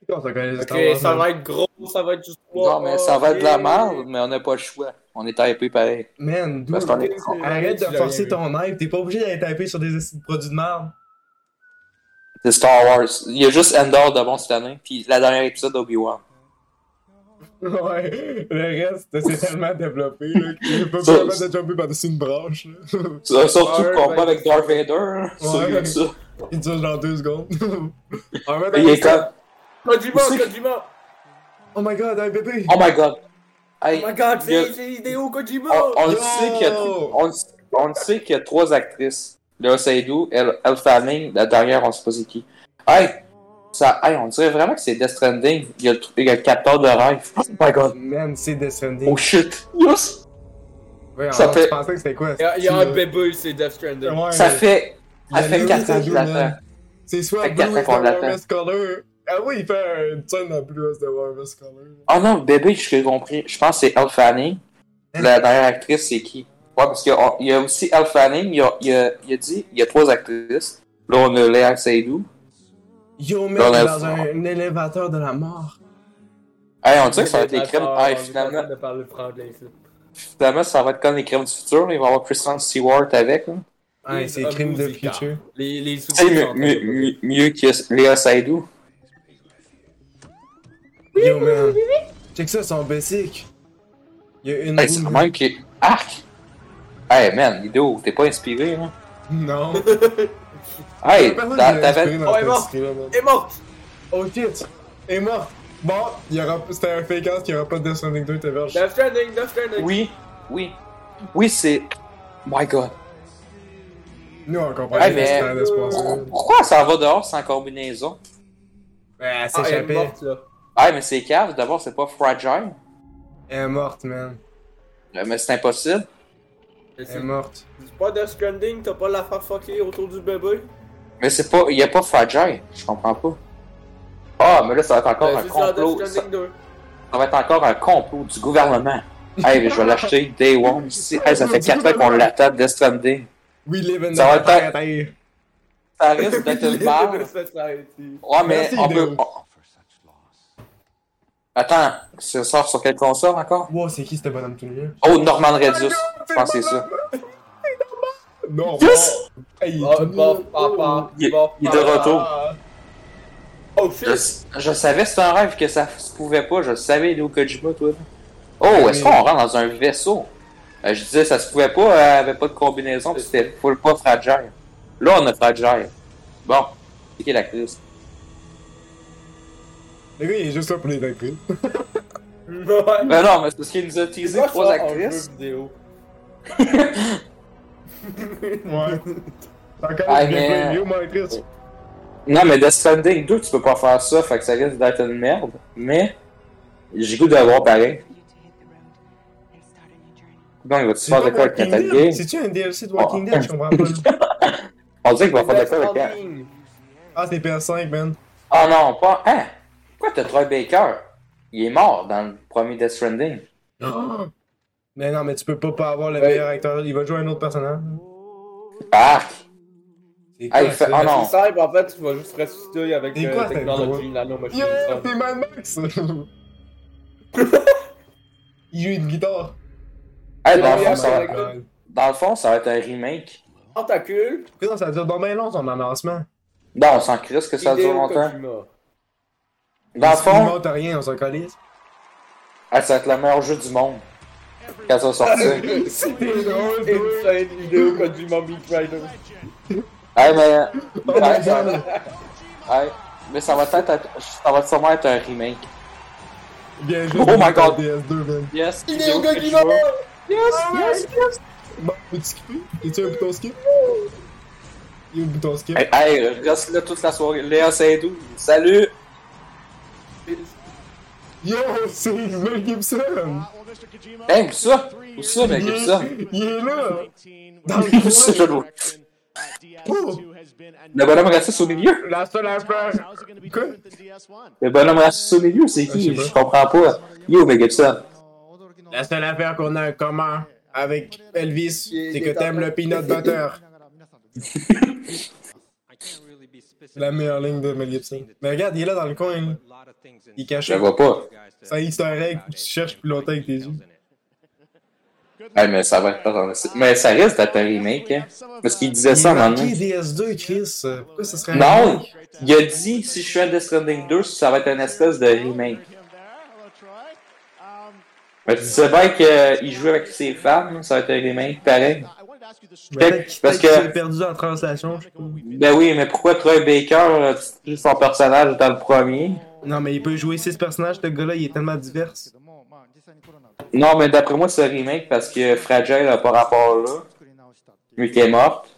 S4: Ok,
S1: hein.
S4: ça va être gros, ça va être juste
S3: Non, mais ça va être de la merde, mais on n'a pas le choix. On est hypé pareil.
S1: Man, dude,
S3: Parce qu'on est-
S1: arrête de
S3: Tu l'as
S1: forcer
S3: bien
S1: ton hype, t'es pas obligé d'aller taper sur des esti de produits de merde.
S3: C'est Star Wars. Il y a juste Endor de bon cette année, puis la dernière épisode d'Obi-Wan.
S1: Ouais, le reste, c'est tellement développé là, qu'il est pas
S3: Ça-
S1: capable de jumper par-dessus une branche.
S3: (laughs)
S1: là.
S3: Ça, Surtout le
S1: Ouais,
S3: combat
S1: ben,
S3: avec Darth Vader. hein. C'est
S1: Ouais.
S3: comme ça.
S1: Il dure genre deux
S4: (laughs)
S1: secondes. Ah, mais
S3: Il est comme.
S4: Kojima,
S1: Tu sais-
S4: Kojima!
S1: Oh my god, un bébé!
S3: Oh my god! Hey,
S4: Oh my god,
S3: il y a- Oh,
S4: c'est c'est Hideo Kojima!
S3: On, on le
S4: Yo!
S3: sait qu'il y a, on, le- on le sait qu'il y a trois actrices. Léa Seydoux, Elle, Elle Fanning, la dernière, on sait pas c'est qui. Hey! Ça, hey, on dirait vraiment que c'est Death Stranding. Il y a le, tr- il y a le capteur de rêve. Oh my god!
S1: Man, c'est descendu.
S3: Oh shit! Yes!
S1: Ouais,
S3: Ça
S1: alors,
S3: fait-
S1: tu pensais que c'était quoi?
S4: Il y a, il y a
S1: c'est-
S4: un bébé, c'est Death Stranding.
S1: Ouais.
S3: Ça fait.
S1: Il y a
S3: Ça fait
S1: deux
S3: 4 ans
S1: ados,
S3: qu'il
S1: man.
S3: l'attend.
S1: C'est soit
S3: Fait
S1: Blue
S3: quatre ans
S1: is the
S3: qu'on l'attend.
S1: warmest color. Ah oui, il fait une scène à Blue is the warmest color.
S3: Oh non, bébé, je l'ai compris. Je pense que c'est Elle Fanning. La dernière actrice, c'est qui? Ouais, parce qu'il y, a- il y a aussi Elle Fanning. Il y a, il y a- il y a dit, il y a trois actrices. Là, on a Léa Seydoux.
S1: Yo, man,
S3: Dans la-
S1: dans un, un élévateur de la mort.
S3: Hey, on dirait que ça va être les crimes.
S4: Ah,
S3: Hey,
S4: on est
S3: finalement.
S4: en train de parler franglais, ici.
S3: Finalement, ça va être comme les crimes du futur. Il va y avoir Christian Stewart avec. Là.
S1: Ah, Ouais, c'est
S4: Un
S1: Crime de
S4: musica.
S1: Future.
S4: Les, les sous
S3: C'est mieux, mieux, mieux- mieux que Léa Seydoux.
S1: Yo, man. Check ça, son basic. Il y a une.
S3: Hey, Ben, c'est
S1: roue-
S3: même qui. Arc! Hey, man, Lido, t'es pas inspiré, là?
S1: Non.
S3: Hey,
S1: Personne qui
S3: t'a-
S1: l'a
S3: t'avais.
S1: inspiré dans
S4: Oh, elle est
S1: cette
S4: morte.
S1: série-là, man.
S4: (laughs) est morte!
S1: Oh shit! Elle est morte! Bon, il y aura... c'était un fake out, il n'y aura pas de Death Stranding 2, t'es verge.
S4: Death Stranding, Death Stranding!
S3: Oui, oui. Oui, c'est. My god.
S1: Nous, on comprend
S3: Ouais,
S1: les
S3: mais- Ah,
S1: histoires de ce poisson.
S3: Pourquoi ça va dehors sans combinaison?
S1: Ben, elle s'est Ah, elle est échappée. morte, là.
S3: Ouais, mais c'est cave. D'abord, c'est pas fragile.
S1: Elle est morte, man.
S3: Euh, Mais c'est impossible.
S1: Elle est morte.
S4: C'est pas de Stranding, t'as pas la faire fucker autour du bébé.
S3: Mais c'est pas. Il a pas fragile. Je comprends pas. Ah, mais là, ça va être encore
S4: Ben,
S3: un
S4: c'est ça, Death
S3: complot. Ça,
S4: Stranding (laughs) 2.
S3: ça va être encore un complot du
S1: (laughs)
S3: gouvernement. hey, mais je vais l'acheter Day One. Si- hey, ça fait 4 ans qu'on l'attend, Death Stranding.
S1: We live in
S3: Ça va
S1: the
S3: être un-
S1: society.
S3: Ça risque d'être
S1: (laughs)
S3: une barre. Ouais, mais
S1: Merci,
S3: on
S1: Dave.
S3: peut. on- Attends, ça sort sur quelle console encore?
S1: Wow, c'est qui ce bonhomme tout nu?
S3: Oh, Norman Redus. Je pense que c'est ça.
S1: Non,
S3: Yes!
S1: Hey, il est
S4: Oh,
S1: tout nu.
S4: bof, papa. Oh,
S3: Il, il est de retour.
S4: (laughs)
S3: Je, je savais, c'est un rêve que ça se pouvait pas. Je le savais, Hideo Kojima, toi. Oh, est-ce
S1: Oui.
S3: qu'on rentre dans un vaisseau? Euh, je disais, ça se pouvait pas, elle avait pas de combinaison, puis c'était full pas fragile. Là, on a fragile. Bon, c'est qui la crise?
S1: Le gars, il est juste là pour les vacances.
S3: Ben non, mais c'est parce qu'il nous a teasé
S4: Moi,
S3: trois
S4: ça, en
S3: actrices.
S4: jeu vidéo.
S1: Ouais. (laughs) T'as encore
S3: Ah,
S1: le gameplay
S3: mais-
S1: mieux, mon Chris.
S3: Non, mais Death Stranding 2, tu peux pas faire ça, fait que ça risque d'être une merde. Mais, j'ai goût d'avoir pareil. Donc, il va-tu
S1: C'est
S3: faire de
S1: pas
S3: quoi avec
S1: Walking
S3: Metal
S1: Dead.
S3: Gear?
S1: C'est-tu un DLC de
S3: Oh.
S1: Walking Dead? Je comprends pas.
S3: (laughs) On dirait qu'il va faire de quoi avec elle.
S1: Ah, c'est PS5, man. (gasps)
S3: Ah non, pas. Hein? Pourquoi t'as Troy Baker? Il est mort dans le premier Death Stranding.
S1: Mais non, mais tu peux pas, pas avoir le meilleur acteur. Il va jouer un autre personnage.
S3: Ah!
S1: C'est
S3: Ah, il fait- ah, non.
S4: C'est simple, en fait, tu vas juste ressusciter avec
S1: C'est
S4: euh,
S1: quoi, cette
S4: technologie, nanomachine.
S1: Yo, t'es Mad
S3: (laughs)
S1: Max! il joue une guitare.
S3: Hey, dans, le
S1: Oh
S3: fond, Ah, ça
S1: my
S3: va...
S1: God.
S3: dans le fond, ça va être un remake.
S4: Tentacule.
S1: Putain, ça dure donc bien long son annoncement.
S3: Non, on s'en crisse que ça dure
S1: Hideo
S3: longtemps.
S4: Kojima.
S3: Dans le
S1: Si Il
S3: fond,
S1: monte rien, on s'en
S3: (laughs)
S1: calise.
S3: ah, ça va être le meilleur jeu du monde. Quand ça va sortir.
S4: C'était drôle, Insane
S3: (laughs)
S4: vidéo quand du Mommy Rider.
S3: Hey, mais. Hey, ça... hey, mais ça va être. Ça va sûrement être un remake.
S1: Bien joué.
S3: Oh my god!
S1: PS2, man.
S3: Yes!
S4: Hideo Kojima!
S3: Yes, yes, yes!
S1: Ah Bon, peux-tu skipper? Y'a-tu un bouton skip? Y'a un bouton skip?
S3: Hey, hey, reste là toute la soirée. Léa Seydoux, salut!
S1: Yo, c'est Mel Gibson!
S3: Hey, où ça? Où ça, mec? Où ça?
S1: Il est là!
S3: Dans le ça, je dois- Le bonhomme raciste au milieu?
S1: La seule affaire! Quoi?
S3: Le bonhomme raciste au milieu, c'est qui? Je comprends pas. Yo, mais Gibson.
S1: La seule affaire qu'on a en commun avec Elvis, c'est que
S4: il est en
S1: t'aimes
S4: train-
S1: le peanut butter. La meilleure ligne de Mel Gibson. Mais regarde, il est là dans le coin. là. Il est caché.
S3: Je le vois pas.
S1: Ça y est, c'est un règle que tu cherches plus longtemps avec tes yeux.
S3: Hey, mais ça va être. attends, c'est- Mais ça risque d'être un remake, hein? Parce qu'il disait ça,
S1: Il est
S3: maintenant.
S1: marqué DS2, Chris. euh, Pourquoi ça serait un
S3: Non!
S1: remake?
S3: Il a dit, si je fais un Death Stranding 2, ça va être une espèce de remake. Mais tu sais bien qu'il joue avec ses femmes, ça va être un remake, pareil.
S1: Peut-être
S3: Parce
S1: peut-être qu'il s'est
S3: que,
S1: perdu en translation. je sais pas.
S3: ben oui, mais pourquoi Troy Baker, euh, tu joues son personnage dans le premier?
S1: Non, mais il peut jouer six personnages, ce gars-là, il est tellement divers.
S3: Non, mais d'après moi, c'est un remake parce que Fragile a pas rapport là. Vu qu'elle est morte.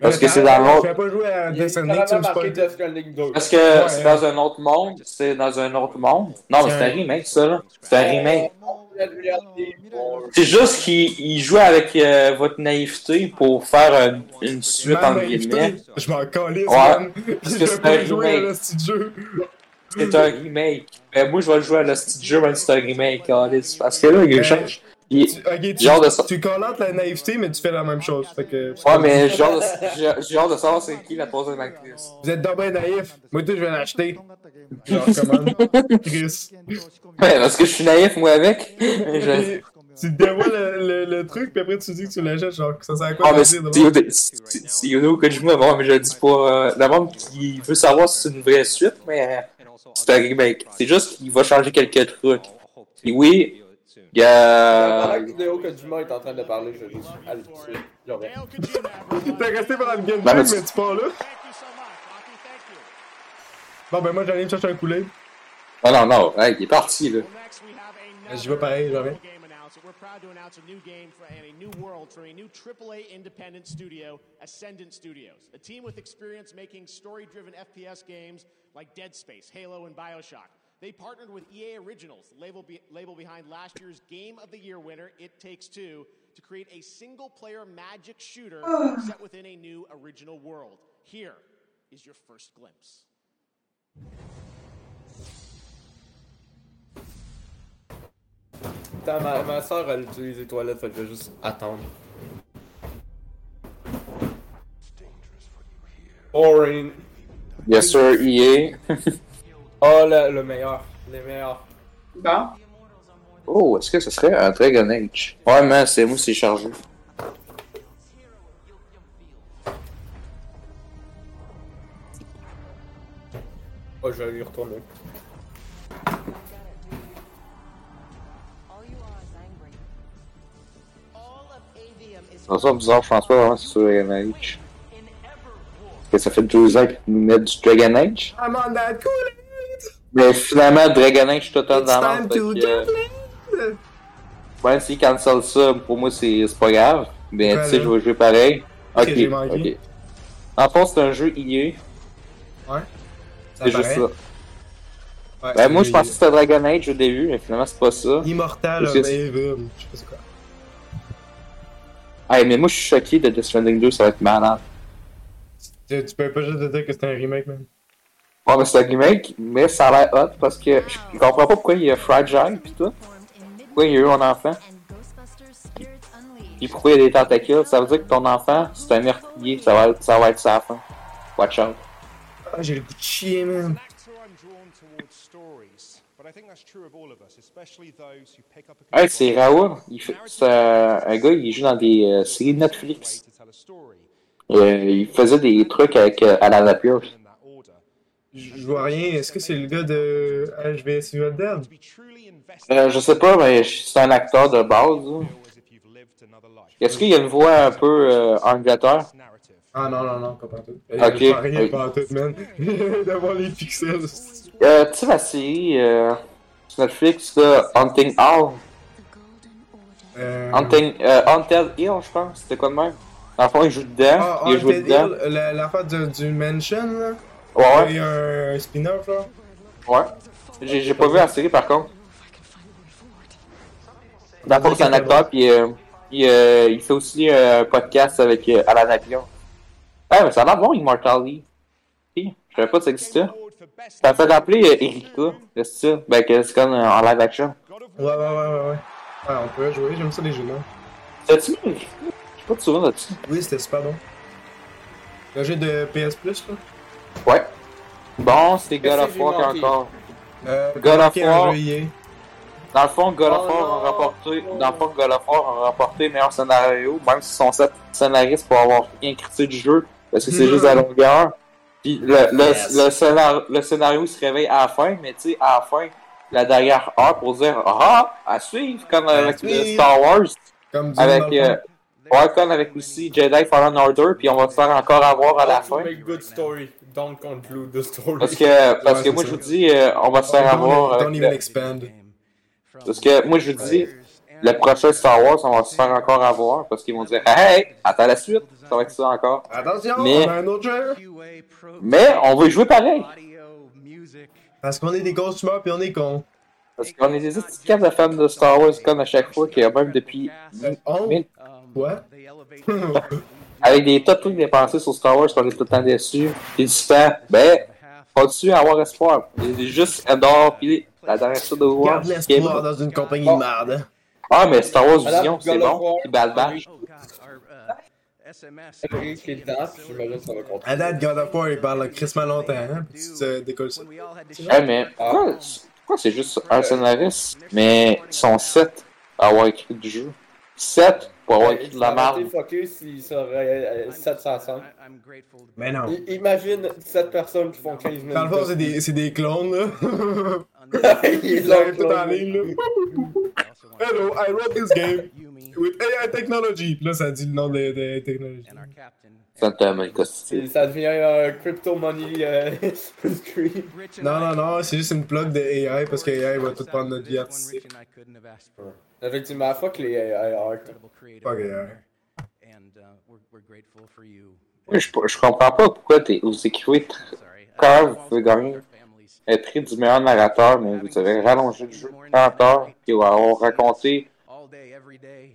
S3: Parce que c'est dans
S1: Je vais
S3: l'autre.
S1: pas jouer à Death Stranding, tu
S4: T'as
S1: me
S4: marqué
S1: spoil.
S4: Death Stranding 2.
S3: Parce que c'est dans un autre monde. C'est dans un autre monde. Non, mais c'est un remake, ça, là. C'est un remake.
S4: Oh,
S3: C'est juste qu'il il joue avec euh, votre naïveté pour faire un- une suite,
S1: Ma
S3: entre
S1: naïveté,
S3: guillemets.
S1: Je m'en calisse,
S3: Ouais.
S1: man.
S3: Parce
S1: Je
S3: que
S1: vais
S3: c'est un
S1: pas jouer à
S3: remake.
S1: le petit jeu.
S3: C'est un remake. Ben, moi, je vais le jouer à le style jeu, même si c'est un remake. câlisse. Parce que là, il
S1: Ben,
S3: change. Il-
S1: Ok, tu,
S3: J'ai hâte de ça.
S1: tu call out la naïveté, mais tu fais la même chose. Fait que,
S3: Ouais, mais j'ai hâte de- j'ai- j'ai hâte de savoir c'est qui la troisième actrice.
S1: Vous êtes donc bien naïf. Moi, tout, je vais l'acheter.
S3: (laughs)
S1: Genre, comment? Chris.
S3: Ouais, Ben, parce que je suis naïf, moi, avec. Je-
S1: Tu dévoiles le, le- le truc, puis après, tu dis que tu l'achètes. Genre, ça sert à quoi
S3: Ah,
S1: de
S3: mais
S1: le
S3: c'est
S1: dire, de
S3: Yoda
S1: même?
S3: c'est Yoda Kojima, bon, mais je le dis pas. Euh, le monde qui veut savoir si c'est une vraie suite, mais euh, c'est un remake. C'est juste qu'il va changer quelques trucs. Et oui, il y a.
S4: Pendant que Hideo Kojima est en train de parler, je vais juste aller le tuer. J'aurais-
S1: T'es resté pendant le gameplay,
S3: Non, mais
S1: mais
S3: tu-
S1: tu pars là. Bon, ben, moi, j'allais me chercher un coulet.
S3: Ah non, non, hey, il est parti, là.
S1: Ok, J'y vais pareil, jamais.
S13: announce it. We're proud to announce a new game for, and a new world for a new AAA independent studio, Ascendant Studios, a team with experience making story-driven FPS games like Dead Space, Halo, and BioShock. They partnered with EA Originals, the label, be, label behind last year's Game of the Year winner, It Takes Two, to create a single-player magic shooter set within a new original world. Here is your first glimpse.
S4: Attends, ma, ma soeur, elle utilise les toilettes, fait que je vais juste attendre. Boring.
S3: Yes, sir, EA.
S4: Oh, le, le meilleur. Les meilleurs.
S5: Bon.
S3: (laughs) oh, est-ce que ce serait un Dragon Age? Ouais, mais c'est moi, c'est chargé.
S4: Oh, je vais lui retourner.
S3: C'est ça bizarre, je pense pas vraiment que c'est sur Dragon Age. Parce que ça fait deux ans qu'ils nous mettent du Dragon Age.
S7: I'm on that Kool-Aid!
S3: Mais finalement, Dragon Age, je suis totalement
S7: It's
S3: dans la
S7: time
S3: merde,
S7: to
S3: fait que,
S7: get
S3: euh,
S7: laid!
S3: Même s'ils cancellent ça, pour moi, c'est c'est pas grave. Mais
S7: Ouais,
S3: tu sais,
S7: là.
S3: je vais jouer pareil.
S7: Ok,
S3: Ok,
S7: j'ai
S3: ok.
S7: manqué.
S3: En fond, c'est un jeu IA.
S1: Ouais.
S3: C'est juste
S1: paraît.
S3: ça.
S1: Ouais,
S3: ben, moi, je
S1: oui.
S3: pensais que c'était Dragon Age au début, mais finalement, c'est pas ça.
S1: Immortal,
S3: Parce que-
S1: mais boom, je sais pas c'est quoi.
S3: Ah, mais moi, je suis choqué de Death Stranding 2, ça va être malade.
S1: Tu, tu peux pas juste te dire que c'est un remake, man.
S3: Bon, mais c'est un remake, mais ça a l'air hot parce que je comprends pas pourquoi il y a Fragile pis tout. Pourquoi il y a eu un enfant. Et pourquoi il y a des tentacules. Ça veut dire que ton enfant, c'est un meurtrier, ça va, ça va être sa fin. Watch out.
S1: Ah, j'ai le goût de chier, man.
S3: Hey, c'est Raoul. Il fait- C'est un un gars, il joue dans des euh, séries Netflix. Euh, il faisait des trucs avec euh, Alan Lapierre.
S1: Je je vois rien. Est-ce que c'est le gars de HVS Evil Dead?
S3: Euh, je sais pas, mais je- c'est un acteur de base. là. Est-ce qu'il y a une voix un peu euh, angulateur?
S1: Ah non, non, non, pas partout. Eh,
S3: Ok.
S1: Je vois rien
S3: Oui.
S1: partout, man. (laughs) D'avoir les pixels.
S3: Euh, tu sais, la série euh, sur Netflix, là, Hunting
S1: Ah.
S3: Hall.
S1: Euh...
S3: Hunting, euh, Haunted Hill, je pense. C'était quoi de même? Dans le fond, il joue dedans.
S1: Ah,
S3: il a joué
S1: Haunted
S3: dedans.
S1: Hill, la- l'affaire du, du mansion, là.
S3: Ouais, ouais.
S1: Il y a un, un spin-off, là.
S3: Ouais. J'ai j'ai pas vu la série par contre. Dans le fond, c'est un acteur, puis euh, puis, euh, il fait aussi euh, un podcast avec euh, Alan Napion. Ouais, mais ça a l'air bon, Immortally. Hi, Je savais pas que ça existait. Ça me fait rappeler euh, Erika, le style. Ben, que c'est comme euh, en live action.
S1: Ouais, ouais, ouais, ouais, ouais. Ouais, on peut jouer, j'aime ça les jeux, là.
S3: T'as-tu mis Erika? J'ai pas de souvenir de ça.
S1: Oui, c'était super bon. Le jeu de PS Plus, là.
S3: Ouais. Bon, c'est God of
S1: j'ai
S3: War
S1: manqué?
S3: encore.
S1: Euh,
S3: God of
S1: ok, un
S3: War.
S1: jeu IA.
S3: Dans le fond, God of
S1: Oh
S3: War a remporté, dans le fond, God of War a remporté meilleur scénario, même si son set- scénariste pour avoir rien critiqué du jeu, parce que c'est
S1: Mhm.
S3: juste à longueur. Puis le, le,
S1: Yes.
S3: le, scénar- le scénario se réveille à la fin, mais tu sais, à la fin, la dernière heure pour dire Ah, à suivre, comme avec le
S1: suivre.
S3: Star Wars.
S1: Comme Dune,
S3: avec,
S1: dans le fond.
S3: euh, ouais, comme avec aussi Jedi Fallen Order, puis on va se faire encore avoir à la fin.
S4: Make good story. Don't conclude the story.
S3: Parce que, parce que
S4: Ouais,
S3: moi,
S4: c'est
S3: je vous
S4: ça.
S3: dis, euh, on va se faire avoir.
S1: Don't,
S3: avec
S1: don't
S3: le-
S1: even expand.
S3: Parce que moi je vous dis, le prochain Star Wars, on va se faire encore avoir parce qu'ils vont dire Hey, attends la suite, ça va être ça encore.
S1: Attention,
S3: mais,
S1: on a un autre jeu!
S3: mais on veut jouer pareil.
S1: Parce qu'on est des consommateurs puis on est cons.
S3: Parce qu'on est des petites caves de fans de Star Wars comme à chaque fois, qu'il y a même depuis. mille-
S1: Quoi? (laughs)
S3: Avec des tas de trucs dépensés sur Star Wars qu'on est tout le temps déçus. Puis du temps, ben, continue à avoir espoir. Il est juste adore, puis la dernière chose de voir.
S1: Garde l'espoir dans une compagnie de merde.
S3: Ah, mais Star Wars
S1: Madame
S3: Vision, c'est
S1: God of
S3: bon. Puis Bad Batch.
S9: Oh, uh,
S4: Eric (laughs) qui est dedans, puis j'imagine que ça va continuer.
S1: À date, God of War, il parle crissement longtemps, hein? Puis tu te décolles ça.
S3: Ouais, Eh, mais pourquoi, pourquoi c'est juste un scénariste, mais ils sont sept à avoir écrit du jeu? Sept pour avoir écrit de la
S4: Ça aurait
S3: merde.
S4: été fucké s'il serait euh, 705.
S1: Mais non.
S4: I- Imagine 7 personnes qui font 15 minutes.
S1: Dans le fond,
S4: (laughs)
S1: c'est des, c'est des clones, là. (laughs)
S4: Ils
S1: Ils
S4: ont
S1: arrivent tout en
S4: clones.
S1: ligne, là. Hello, I wrote this game. with AI technology. Puis là, ça dit le nom de, de technologie.
S3: Santa Monica City.
S4: Et Ça devient euh, Crypto Money euh, (laughs) Screen.
S1: Non, non, non, c'est juste une plug de AI parce que AI va tout prendre notre vie artistique.
S4: Effectivement, fuck les euh, AI art.
S1: Fuck AI.
S13: uh,
S3: Moi, Je, je comprends pas pourquoi t'es, vous écrivez tr-
S13: Uh,
S3: Curve veut gagner le prix du meilleur narrateur, mais vous avez rallongé le jeu de 30 heures, puis on va raconter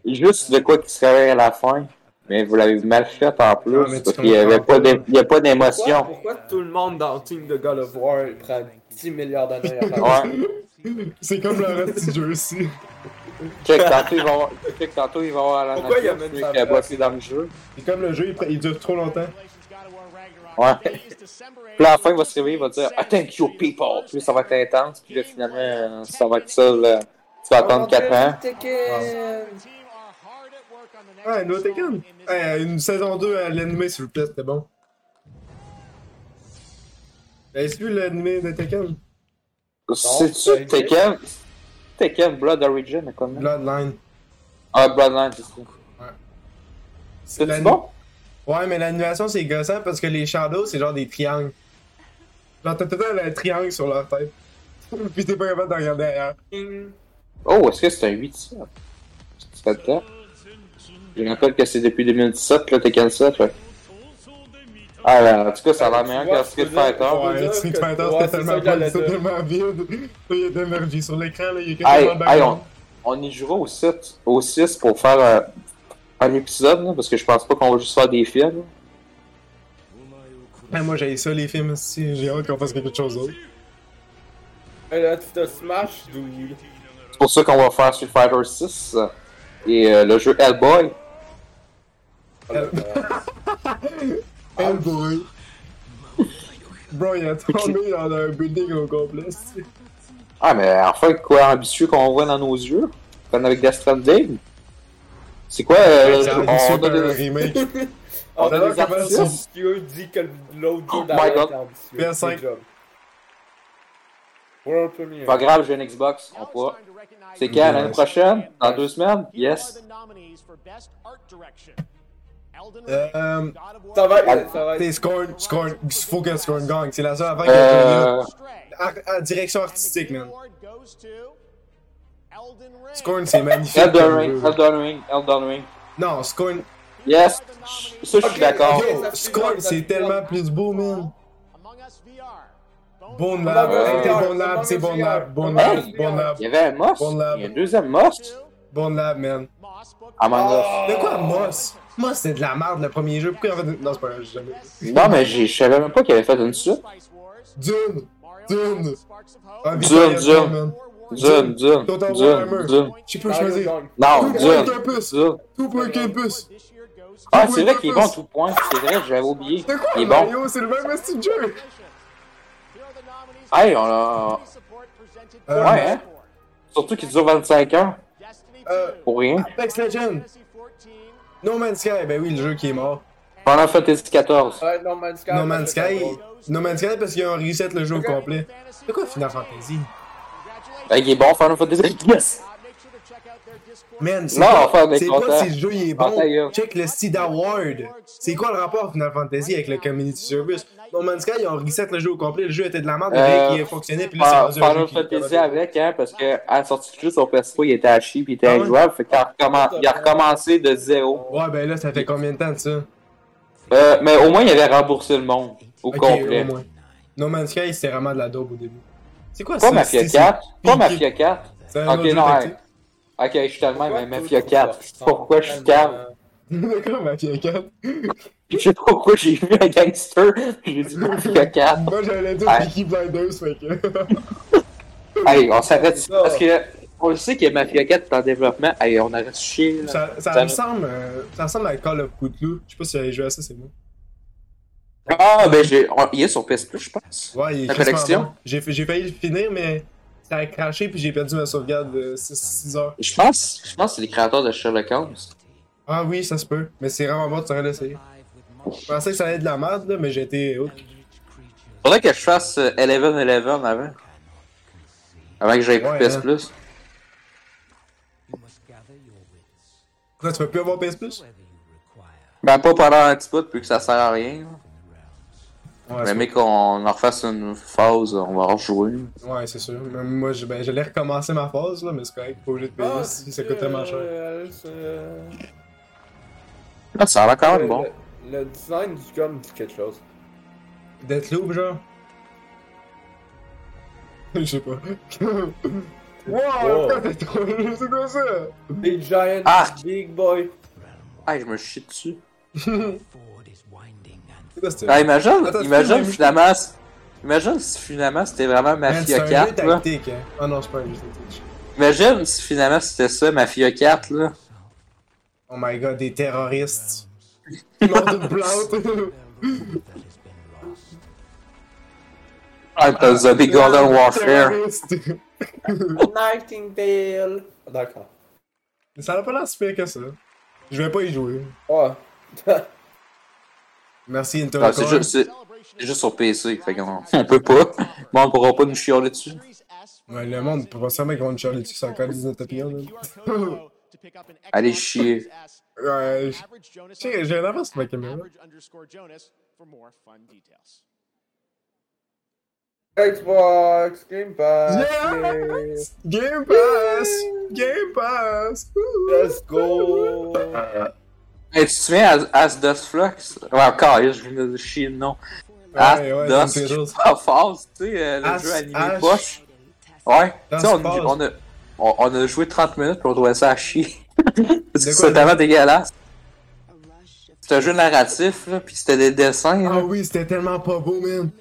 S3: juste de quoi qui serait à la fin, mais vous l'avez mal fait en plus,
S4: mais tu
S3: parce qu'il n'y avait
S4: comprends
S3: pas d'é- il y a pas d'émotion.
S4: Pourquoi, pourquoi tout le monde dans le team de God of War prend 10 milliards d'années à faire ça?
S3: Ouais.
S1: (laughs) C'est comme le reste du jeu aussi.
S3: Check, tantôt, ils vont avoir- check, tantôt, ils vont avoir la
S1: Pourquoi il y a
S3: nature
S1: même
S3: qui
S1: ça
S3: a
S1: après?
S3: bossé dans le jeu.
S1: C'est comme le jeu, il, pre- il dure trop longtemps.
S3: Ouais. Puis là, à la fin, il va se réveiller, il va dire I thank you people. Puis là, ça va être intense. Puis là, finalement, euh, ça va être ça. Là. Tu vas attendre 4 ans.
S1: Ouais, No Tekken. Ouais, une saison 2 à l'animé, s'il vous plaît, c'était bon. Ben, Est-ce que l'animé de Tekken
S3: C'est-tu Tekken Tekken Blood Origin, mais comment
S1: Bloodline.
S3: Ah, Bloodline, c'est ça.
S1: C'est
S3: bon?
S1: Ouais, mais l'animation, c'est gossant parce que les shadows, c'est genre des triangles. Genre, t'as tout le temps le triangle sur leur tête. (laughs) Puis t'es pas capable de regarder ailleurs.
S3: Oh, est-ce que c'est un 8 Ça fait le temps. Je rappelle que c'est depuis 2017, là, Tekken 7. Là. Ah, là, en tout cas, ça a l'air meilleur que Street Fighter.
S1: Ouais, le Street Fighter, c'était tellement bon, c'était tellement vide. (laughs) Il y a de l'énergie sur l'écran, là, il y a quelque
S3: Hey,
S1: chose de
S3: hey, on, on y jouera au 6, au 6 pour faire euh, un épisode, là, parce que je pense pas qu'on va juste faire des films.
S1: Hey, moi, j'ai ça, les films, si j'ai hâte qu'on fasse quelque chose d'autre.
S4: Et là, tu te smash, douille.
S3: C'est pour ça qu'on va faire Street Fighter 6 euh, et euh, le jeu Hellboy.
S4: Euh.
S1: Hellboy. Bro, il a tombé dans un building au complet. c'est-
S3: Ah, mais enfin, quoi ambitieux qu'on voit dans nos yeux, comme avec Death Stranding. C'est quoi euh,
S1: C'est
S3: on,
S1: ambitieux
S3: a
S1: pour un
S3: des...
S1: remake.
S3: (laughs)
S4: On
S3: On a
S4: a
S3: des artistes.
S4: ambitieux dit que l'autre joue
S3: Oh my
S4: d'arrêt
S3: God.
S4: est ambitieux.
S3: PS5.
S4: Good job. World premiere.
S3: Pas grave, j'ai une Xbox, on pourra. C'est quand, l'année prochaine? Dans deux semaines? Yes.
S1: Euh,
S4: ça va,
S1: ça va. T'es Scorn, Scorn, faut que Scorn gagne. C'est la seule affaire
S3: Euh.
S1: que Ar- ar- Direction artistique, Ah, man. Scorn, c'est magnifique.
S3: Elden
S1: comme
S3: Ring,
S1: jeu.
S3: Elden Ring, Elden Ring.
S1: Non, Scorn.
S3: Yes, ça, je suis d'accord.
S1: Yo, Scorn, c'est tellement plus beau, man. Bone Lab,
S3: Euh.
S1: hey, t'es Bone Lab, c'est Bone Lab, Bone Lab,
S3: Hey,
S1: Bone Lab.
S3: Il y avait un Moss,
S1: Bone Lab.
S3: il y a un deuxième Moss. Ah,
S1: Bone Lab, man.
S3: Among Us.
S1: De quoi, Moss? Moss, c'est de la merde, le premier jeu. Pourquoi il en fait... Non, c'est pas vrai, j'ai jamais...
S3: Non, mais j'ai- je savais même pas qu'il avait fait une suite.
S1: Dune! Dune! Ah,
S3: Dune,
S1: Victoria
S3: Dune. Dune, Dune,
S1: Total
S3: Dune,
S1: Warhammer.
S3: Dune.
S1: Tu peux choisir.
S3: Non,
S1: Tout point
S3: Dune.
S1: campus.
S3: Dune.
S1: Tout point campus.
S3: Ah, c'est vrai qu'il est bon tout point. C'est vrai, j'avais oublié.
S1: C'est quoi,
S3: Il est bon.
S1: Mario? C'est le même style de jeu.
S3: Hey, on a.
S1: Euh,
S3: Ouais, hein? Surtout qu'il dure 25 ans.
S1: Euh,
S3: Pour rien.
S1: Apex Legends. No Man's Sky, ben oui, le jeu qui est mort.
S3: Final Fantasy XIV.
S4: Ouais, no Man's Sky.
S1: No Man's Sky, No Man's Sky parce qu'ils ont reset le jeu au complet. C'est quoi Final Fantasy?
S3: Ben, il est bon, Final Fantasy Ah, Yes!
S1: Man, c'est
S3: Non, enfin,
S1: quoi,
S3: on est
S1: c'est quoi
S3: content.
S1: si le jeu il est
S3: Ah,
S1: bon?
S3: ta gueule.
S1: Check le Seed Award. C'est quoi le rapport Final Fantasy avec le Community Service? No Man's Sky, ils ont reset le jeu au complet. Le jeu était de la merde,
S3: Euh,
S1: mais il fonctionnait, puis
S3: Fin-
S1: là, c'est rendu un
S3: Final
S1: jeu qui-
S3: Fantasy avec, hein, parce que à la sortie du jeu, son PS3, il était à chier puis il était
S1: Ah ouais?
S3: injouable. Fait qu'il a, recommen- il a recommencé de zéro.
S1: Ouais, ben là, ça fait combien de temps de ça?
S3: Euh, mais au moins, il avait remboursé le monde. Au
S1: Ok,
S3: complet.
S1: au moins. No Man's Sky, c'était vraiment de la daube au début. C'est quoi
S3: Pas
S1: ça?
S3: Mafia
S1: c'est- Euh, c'est-
S3: 4. Pas Mafia 4.
S1: C'est un
S3: Ok,
S1: autre jeu
S3: non,
S1: tactique.
S3: hein. Ok, je suis tellement, mais Mafia 4. Pourquoi je suis
S1: euh,
S3: calme?
S1: (laughs) D'accord, Mafia 4.
S3: Je sais pas pourquoi j'ai vu un gangster, j'ai dit Mafia
S1: (laughs)
S3: 4.
S1: Moi, j'allais dire
S3: Hey.
S1: Peaky Blinders, fait que. (laughs)
S3: Hey, on s'arrête parce que on le sait que Mafia 4 est en développement. Hey, on arrête de chier. là.
S1: Ça, ça, ressemble, euh, ça ressemble à Call of Cthulhu. Je sais pas si j'avais joué à ça, c'est bon.
S3: Ah, ben, j'ai... on- il est sur PS Plus, je pense.
S1: Ouais, il est
S3: La
S1: crissement
S3: collection?
S1: bon. J'ai j'ai failli le finir, mais ça a craché puis j'ai perdu ma sauvegarde de 6 heures.
S3: Je pense, je pense que c'est les créateurs de Sherlock Holmes.
S1: Ah oui, ça se peut. Mais c'est vraiment bon, tu aurais l'essayer. Je pensais que ça allait être de la merde, là, mais j'ai été hook.
S3: Faudrait que je fasse euh, 11-11 avant.
S1: hein.
S3: Avant que j'aille pour
S1: Ouais,
S3: PS
S1: hein.
S3: Plus.
S1: Là, tu peux plus avoir PS Plus?
S3: Ben, pas pendant un petit bout, puis que ça sert à rien. là. mais mec, qu'on en refasse une phase, on va rejouer.
S1: Ouais, c'est sûr. Mais moi, je- ben, j'allais recommencer ma phase, là, mais c'est correct. Pas obligé de
S4: Ah,
S1: payer si ça coûte tellement cher.
S4: euh,
S3: Ah, ça a l'air quand même bon.
S4: Le, le design du com dit quelque chose.
S1: Deathloop, genre? (laughs) Je sais pas.
S4: Wow.
S1: (laughs) c'est quoi ça?
S4: Big Giant, Big Boy.
S3: Ah, je me chie dessus.
S1: Ah,
S3: Ah, imagine,
S1: Attends,
S3: imagine
S1: excuse-moi.
S3: finalement. si- Imagine si finalement c'était vraiment
S1: Man,
S3: Mafia
S1: C'est un jeu
S3: 4, là.
S1: tactique, hein. Ah non, c'est pas un jeu tactique.
S3: Imagine si finalement c'était ça, Mafia 4, là.
S1: Oh my god, des terroristes. Ils mordent une plante.
S3: Ah, t'as Zombie Golden Warfare.
S1: Terroristes.
S4: Nightingale. D'accord.
S1: Mais ça n'a pas l'air si pire que ça. Je vais pas y jouer.
S4: Ouais.
S1: Merci, Intel.
S3: Ah, c'est
S1: Core.
S3: juste, c'est- c'est juste sur PC, fait qu'on (laughs) on peut pas. Mais on pourra pas nous chialer dessus.
S1: Ouais, le monde, pour pas ça, mec, on charlie dessus, c'est encore des utopiens, là.
S24: (coughs)
S3: Allez chier.
S1: Ouais, je- j'ai j'ai un avance sur ma caméra.
S13: Underscore Jonas for more fun details.
S4: (laughs) Xbox, Game Pass.
S1: Yes! Game Pass! Game Pass!
S4: Let's go!
S3: Hey, tu te souviens As, As Dust Flux? Ouais, encore, je viens de chier le nom. As
S1: ouais, ça me
S3: Dust
S1: fait rire.
S3: Force, tu sais, euh, le
S1: As-
S3: jeu animé
S1: As-
S3: poche. Ouais, tu
S1: Dust
S3: sais, on,
S1: Force.
S3: on, a, on, on a joué 30 minutes puis on trouvait ça à chier. (laughs) Parce que
S1: quoi,
S3: c'est tellement dégueulasse. C'était un jeu narratif, là, puis c'était des dessins. là.
S1: Ah oui, c'était tellement pas beau, man.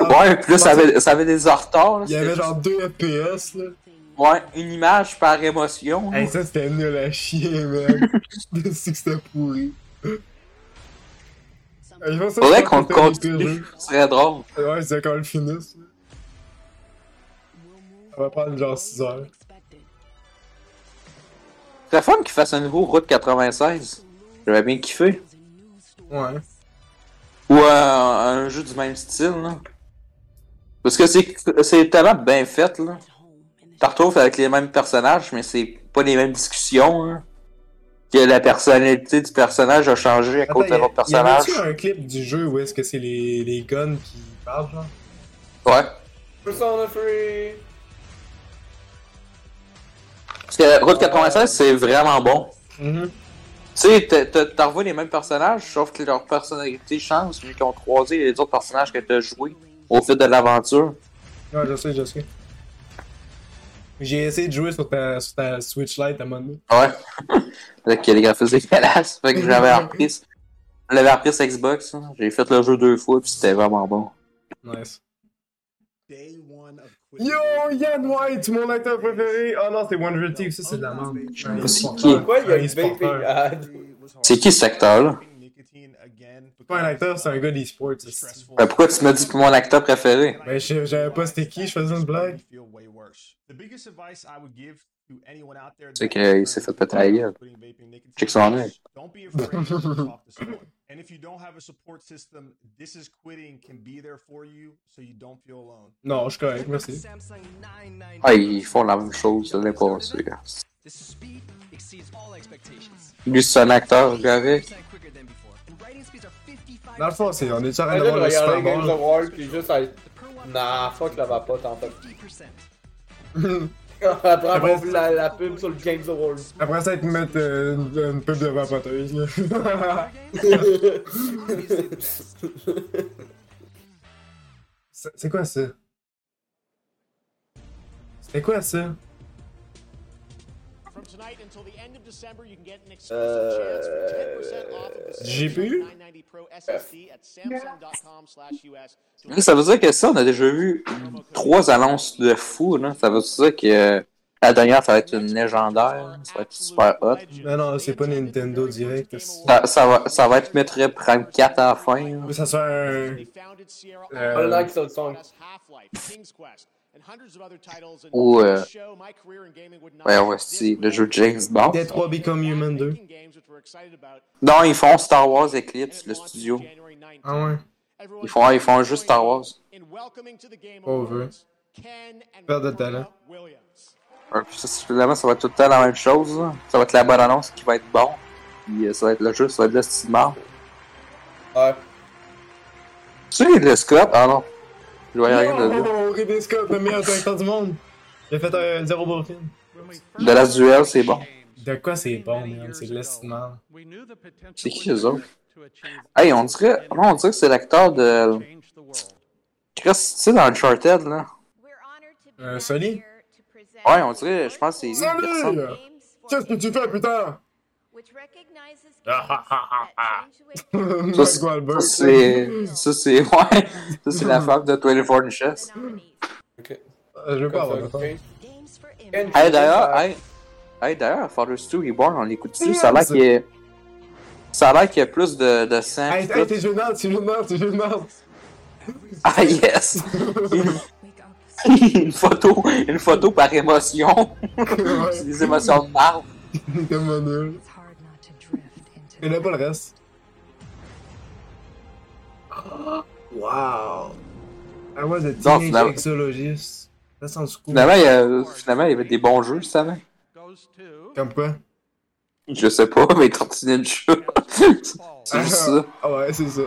S1: Ah,
S3: ouais, puis là, ça avait, ça avait des retards. là,
S1: Il y avait
S3: c'était-
S1: genre 2 FPS, là.
S3: Ouais, une image par émotion.
S1: Hey, ça, c'était nul à chier, man. Je sais que c'était pourri. Hey, je pense que ça,
S3: Faudrait
S1: c'est
S3: qu'on le
S1: encore le pire
S3: continue,
S1: jeu.
S3: ce serait drôle.
S1: Ouais, c'est quand le finisse. là. Ça va prendre genre 6 heures.
S3: C'est le fun qu'ils fassent un nouveau Route 96. J'avais bien kiffé.
S1: Ouais.
S3: Ou euh, un jeu du même style, là. Parce que c'est c'est tellement bien fait, là. T'en retrouves avec les mêmes personnages, mais c'est pas les mêmes discussions, là. Que la personnalité du personnage a changé à cause de
S1: Attends,
S3: l'autre
S1: y a- y
S3: personnage.
S1: avait-tu un clip du jeu où est-ce que c'est les, les guns qui parlent, genre?
S3: Ouais.
S4: Persona 3.
S3: Parce que Route 96, c'est vraiment bon. Mm-hmm.
S1: Mhm.
S3: Tu sais, t'as- t'as- t'en revois les mêmes personnages, sauf que leur personnalité change, vu qu'ils ont croisé les autres personnages que t'as joués au fil de l'aventure.
S1: Ouais, je sais, je sais. J'ai essayé de jouer sur ta, sur ta Switch Lite à un moment donné.
S3: (laughs) Ouais. Fait que les graphismes dégueulasses. Fait que j'avais repris. J'avais repris sur Xbox. hein. J'ai fait le jeu deux fois puis c'était vraiment bon.
S1: Nice. Yo, Yann White, mon acteur préféré! Oh non, c'est One Real Thief, ça c'est de la merde.
S3: pas c'est qui.
S4: Oh, Pourquoi il y a une Ah.
S1: e-sporteur.
S4: vaping ad?
S3: C'est qui cet acteur-là?
S1: C'est pas un acteur, c'est un gars d'e-sport. c'est-
S3: Ben, pourquoi tu m'as dit que mon acteur préféré?
S1: Ben, je- j'avais pas c'était qui, je faisais une blague.
S3: C'est qu'il s'est fait péter la gueule. Check son nez.
S24: Don't be afraid to talk to
S1: (laughs)
S24: someone. And if you don't have a support system, this is quitting can be there for you so you don't feel alone.
S1: Non, je suis correct, merci.
S3: Ah, ils font la même chose l'année passée. Lui, c'est un acteur correct.
S1: Dans le fond, c'est, on est sur
S4: J'ai
S1: un
S4: de
S1: le
S4: regarder
S1: Super
S4: Games
S1: Bowl.
S4: of War puis juste à être. Nah, fuck la vapote en fait. (laughs) Après avoir vu la, la pub sur le Games
S1: (laughs)
S4: of War.
S1: Après ça, ils te mettent euh, une, une pub de vapoteuse. là. C'est c'est quoi ça? C'est quoi ça?
S13: From tonight until the end of December, you can get an exclusive chance for 10% off of the
S1: Euh...
S13: Samsung
S1: J'ai pu?
S13: 990 Pro SSD at samsung.com slash US.
S3: Là, Ça veut dire que ça, on a déjà vu trois annonces de fou. Là. Ça veut dire que euh, la dernière, ça va être une légendaire. Ça va être super hot.
S1: Mais non, c'est pas Nintendo Direct. c'est-
S3: Ça, ça va, ça va être Metroid Prime 4 à la fin. là.
S1: Ça sera un.
S4: I
S1: Euh,
S4: like that song.
S3: Ou. Euh... Ouais, Ben ouais, si, le jeu de James Bond.
S1: Dead 3 Become Human 2.
S3: Non, ils font Star Wars Eclipse, le studio.
S1: Ah ouais?
S3: Ils font, ils font juste Star Wars.
S1: Oh, veut. Perte de talent.
S3: Ouais, puis ça, c'est- finalement, ça va être tout le temps la même chose. là. Ça va être la bonne annonce qui va être bon. Puis euh, ça va être le jeu, ça va être le style de marde.
S4: Ouais.
S3: Tu sais, le Scott? Ah non. Je voyais rien de là.
S1: Oh, Ridley Scott, le meilleur directeur du monde. Il a fait un zéro bon film.
S3: De la duel, c'est bon.
S1: De quoi c'est bon, man? C'est de l'estimant.
S3: C'est qui eux autres? Hey, on dirait, non, on dirait que c'est l'acteur de. Chris, tu sais, dans Uncharted, là.
S1: Euh, Sony?
S3: Ouais, on dirait, je pense que c'est lui. qui
S1: Sony!
S3: ressemble.
S1: Qu'est-ce que tu fais, putain?
S3: Ça, c'est- ça, c'est. Ça, c'est. (laughs) Ouais. Ça, c'est la femme de 24 Chess.
S1: Euh, Je veux pas avoir de
S3: Hey, d'ailleurs, hey, hey, d'ailleurs, Father's 2 Reborn, on l'écoute dessus, ça a l'air qu'il y a... Ça a l'air qu'il y a plus de, de sang.
S1: Hey,
S3: pis
S1: hey,
S3: tout.
S1: t'es jeune t'es jeune t'es jeune
S3: Ah, yes! (laughs) une photo, une photo par émotion. (laughs) c'est des émotions de marbre.
S1: Tellement nul. Et là, pas le reste. Oh, Wow! Ah, I was a
S3: Non,
S1: teenage
S3: finalement-
S1: exologist. Ça sent du coup.
S3: Finalement il, y a- finalement, il y avait des bons jeux, ça va?
S1: Comme quoi?
S3: Je sais pas, mais tartiner le jeu. (laughs) c'est juste ça.
S1: Ah ouais, c'est ça.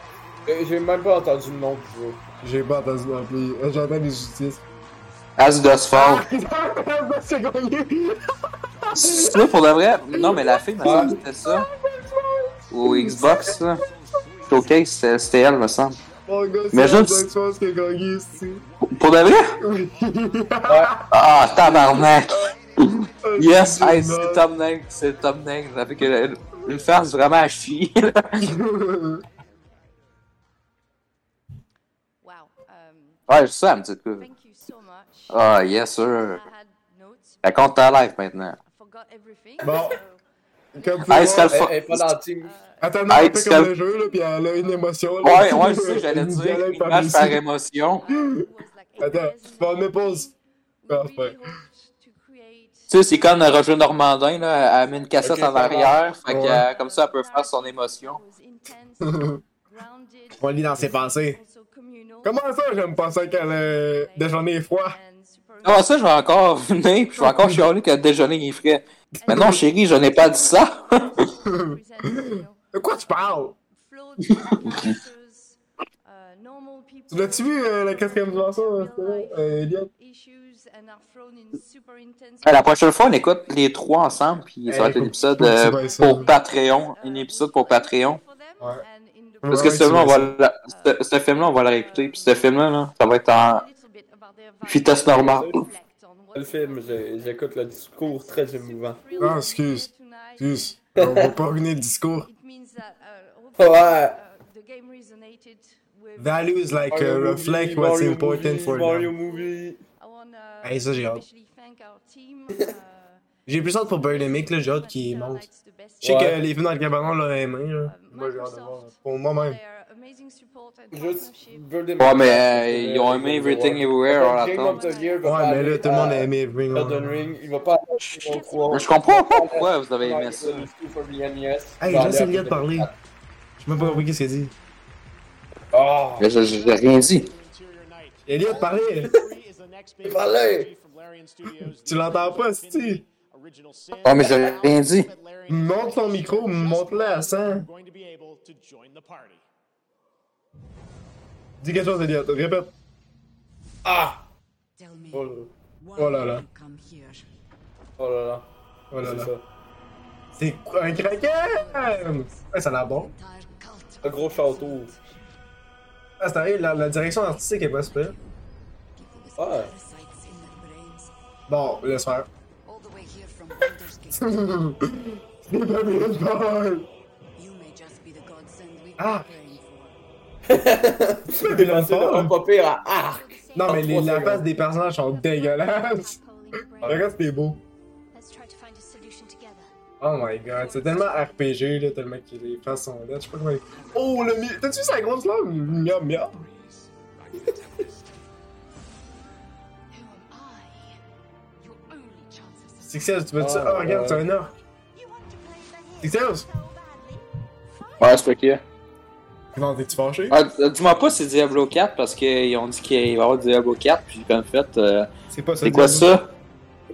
S1: (laughs)
S4: J'ai même pas entendu le nom du jeu.
S1: J'ai pas entendu non plus. J'entends les justices. (laughs)
S3: As does fall.
S1: C'est gagné! (laughs)
S3: Ça, pour de vrai, non, mais la fille, me semble, c'était ça. Au Xbox, là. Showcase, c'était c'était elle, me semble.
S1: Mon gars, c'est
S3: Mais je-
S1: la bonne chose qui a gagné ici.
S3: Pour de vrai?
S1: Oui.
S3: Ah, tabarnak! Yes, hey, c'est le thumbnail, c'est le thumbnail. Ça fait que le- une face vraiment à chier. là. ouais, je sais, elle me dit de quoi. Ah, yes, sir. Elle compte ta life maintenant.
S1: (laughs) Bon. Comme
S3: Hey, c'était le fun.
S1: Attends,
S3: Hey,
S1: non, elle fait
S3: c'était
S1: comme
S3: le-
S1: le jeu, là, pis elle a une émotion. là.
S3: Ouais, ouais, je sais,
S1: (laughs)
S3: j'allais
S1: Une
S3: dire.
S1: dialogue
S3: Une
S1: par
S3: image par
S1: dessus.
S3: émotion.
S1: Attends, on met pause. Parfait.
S3: Tu sais, c'est comme Roger Normandin, là, elle met une cassette
S1: Ok,
S3: en
S1: ça va.
S3: arrière, fait que,
S1: Ouais.
S3: euh, comme ça, elle peut faire son émotion.
S1: (laughs) On lit dans ses pensées. Comment ça, je me pensais qu'elle euh, déjeuner froid?
S3: Non, Ah, bah,
S1: (laughs)
S3: ça, je vais encore (laughs) venir, puis je vais encore chialer que le déjeuner est frais. Mais non, chérie, je n'ai pas dit ça. (laughs)
S1: De quoi tu parles? tu l'as-tu vu, euh, la quatrième dimension, hein, c'était là, euh, Elliot?
S3: Euh, La prochaine fois, on écoute les trois ensemble, puis ça va
S1: Hey,
S3: être un
S1: faut-
S3: épisode
S1: faut que tu
S3: euh,
S1: veilles ça.
S3: pour Patreon. Un épisode pour Patreon. Parce que
S1: Ouais,
S3: ce
S1: tu
S3: film-là, on va
S1: veilles
S3: la- ce- ce film-là, on va le réécouter, puis ce film-là, là, ça va être en vitesse normale.
S4: Le film, j'ai- j'écoute le discours très émouvant.
S1: Ah, excuse. Excuse. On va pas ruiner le discours.
S4: Ouais.
S1: Values like uh,
S4: Mario
S1: reflect
S4: movie,
S1: what's
S4: Mario
S1: important
S4: movie,
S1: for
S4: Mario
S1: them.
S4: movie.
S1: Hey, ça j'ai hâte. (laughs)
S8: uh,
S1: j'ai plus hâte pour Birdemic, là, j'ai hâte qu'il monte. Je sais
S4: Ouais.
S1: que les films dans le cabanon l'ont aimé, là. Moi, j'ai hâte de voir. Pour moi-même.
S4: Juste Birdemic.
S3: Ouais, mais euh, ils ont aimé Everything Everywhere en
S4: Game
S3: attendant.
S4: of the Year va
S1: Ouais, mais
S4: aller
S1: là, tout le monde
S4: à
S1: a aimé Euh, Ring.
S4: Elden Ring. Il va pas aller au trois.
S3: Je comprends pas pourquoi vous avez aimé ça.
S4: For the NES.
S1: Hey,
S4: Il va
S1: laisse
S4: aller à
S1: Elliot parler. J'ai même pas compris qu'est-ce qu'il a dit.
S4: Oh!
S3: Mais je- je- J'ai rien dit.
S1: Elliot, parlait!
S4: Parlez!
S1: tu l'entends pas, si
S3: Oh, mais j'ai rien dit.
S1: Monte ton micro, monte-le à 100. Dis quelque chose, Elliot, répète.
S4: Ah! Oh là
S1: Oh là là,
S4: oh là là.
S1: oh là là.
S4: C'est ça.
S1: C'est quoi, un kraken? Ouais, ça a l'air bon.
S4: Un gros château.
S1: Ah, c'est vrai, la, la direction artistique est pas super. (laughs)
S4: Ah! (laughs)
S1: Bon, laisse faire. Ah!
S4: Des lanceurs un pas pire à arc!
S1: Non, mais les,
S4: Trois
S1: la
S4: secondes.
S1: face des personnages sont
S8: (laughs)
S1: dégueulasses! Regarde, c'était beau. Oh my god, c'est tellement RPG, là, tellement que les faces sont là. Je sais pas comment. Oh, le mi. T'as-tu vu sa grosse là? Miam, miam! Sixels, tu veux dire
S4: Ah,
S1: Oh, regarde,
S4: ouais.
S1: c'est un orc! Sixels!
S3: Ouais, c'est ok.
S1: Non, t'es-tu fâché?
S3: Ah, d- Dis-moi pas c'est Diablo 4 parce qu'ils ont dit qu'il va y avoir Diablo 4 puis comme fait euh,
S1: C'est pas ça.
S3: c'est quoi
S1: Diablo.
S3: ça?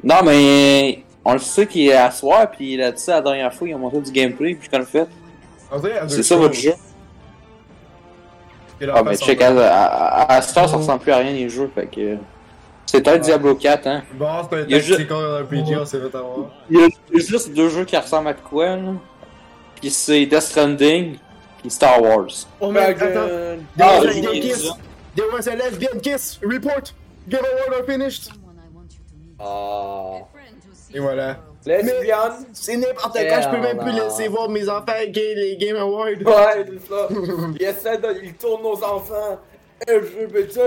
S3: Non mais on le sait qu'il est à soir, puis il a dit ça la dernière fois, ils ont montré du gameplay, puis je le fait. C'est ça votre jeu. Ah, mais check, à, à, à- à cette heure, ça ressemble plus à rien les jeux, fait que. C'est peut-être Diablo 4, hein.
S25: Bon, c'est un
S3: Il y a juste- Ah,
S25: tactical RPG, on s'est fait avoir.
S3: Il y a il y a juste deux jeux qui ressemblent à de quoi, là. Puis c'est Death Stranding, puis Star Wars.
S1: Oh man,
S3: Dragon.
S1: attends. There
S3: Ah,
S1: was a
S3: j'ai
S1: gay
S3: dit
S1: kiss.
S3: ça.
S1: There was a lesbian kiss. Report. Get award or finished.
S4: Ah.
S1: Et voilà.
S4: Lesbian.
S1: C'est n'importe quoi, je peux même plus
S4: Hell no.
S1: laisser voir mes enfants gay les Game Awards.
S4: Ouais, c'est ça. il essaie de. Il tourne aux enfants. Un jeu bêtu.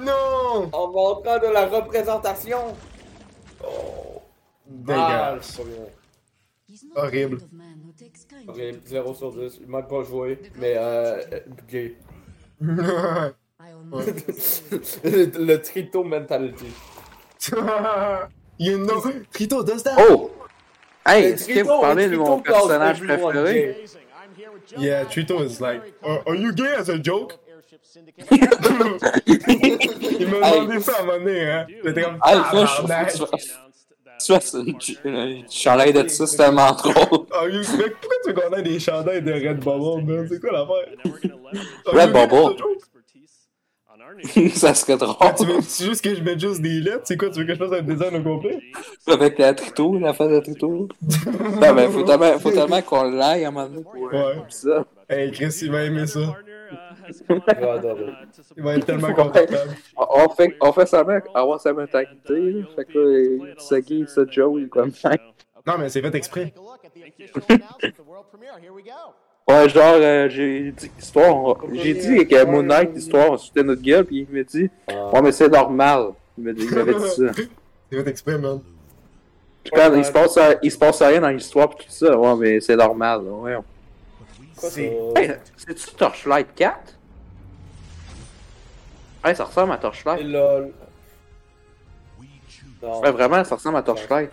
S1: Non.
S4: En montrant de la représentation. Ah, Oh. Mal.
S1: Dégueulasse. Ah, Horrible. (laughs)
S4: Horrible. 0 sur 10. Il m'a pas joué, mais euh. euh,
S3: (laughs)
S4: Gay.
S1: Ouais.
S4: le, le Trito mentality.
S1: you know. Trito does that.
S3: Oh! Hey,
S1: Le
S3: est-ce que
S1: Trito,
S3: vous parlez
S1: le
S3: de mon
S1: Trito classe
S3: personnage
S1: everyone
S3: préféré?
S1: gay. Yeah, Trito is like, are, are you gay as a
S3: (laughs)
S1: joke? (laughs) Il m'a
S3: Hey.
S1: demandé ça à un moment donné, hein. J'étais comme,
S3: Hey, ça, je trouve
S1: tabarnak.
S3: que tu fasses- tu fasses une- une une chandelle de ça, c'est tellement drôle. (laughs)
S1: Are you- Mais pourquoi tu connais des chandails de Redbubble, man? C'est quoi l'affaire?
S3: Redbubble. ça serait
S1: Ah, tu veux
S3: drôle.
S1: tu veux juste que je mette juste des lettres? C'est quoi? Tu veux que je fasse un design au complet?
S3: Avec la trito, la face de la trito. Non, mais faut tellement, faut tellement qu'on l'aille à un moment donné pour
S1: Ouais.
S3: ça.
S1: Hey, Chris, il va aimer ça.
S13: uh,
S3: (laughs)
S1: Il va être tellement
S3: Ouais.
S1: confortable.
S3: On- On fait, on fait sa mec, avoir sa mentalité, là. Fait que là, il- ça guille, ça Joe, il est comme ça.
S1: Non, mais c'est fait
S3: (laughs)
S1: exprès.
S3: Ouais, genre, euh, j'ai dit que l'histoire, on- j'ai dit que Moon Knight, l'histoire, c'était notre gueule, puis il me dit, ouais, mais c'est normal. Il me dit- il
S1: (laughs)
S3: m'avait dit ça.
S1: C'est fait exprès, man.
S3: Puis quand il se passe, il se passe rien dans l'histoire, puis tout ça, ouais, mais c'est normal, là, ouais.
S1: C'est.
S3: Hey, c'est-tu Torchlight 4? Hey, ça ressemble à Torchlight.
S4: Lol.
S3: Ouais, vraiment, ça ressemble à Torchlight.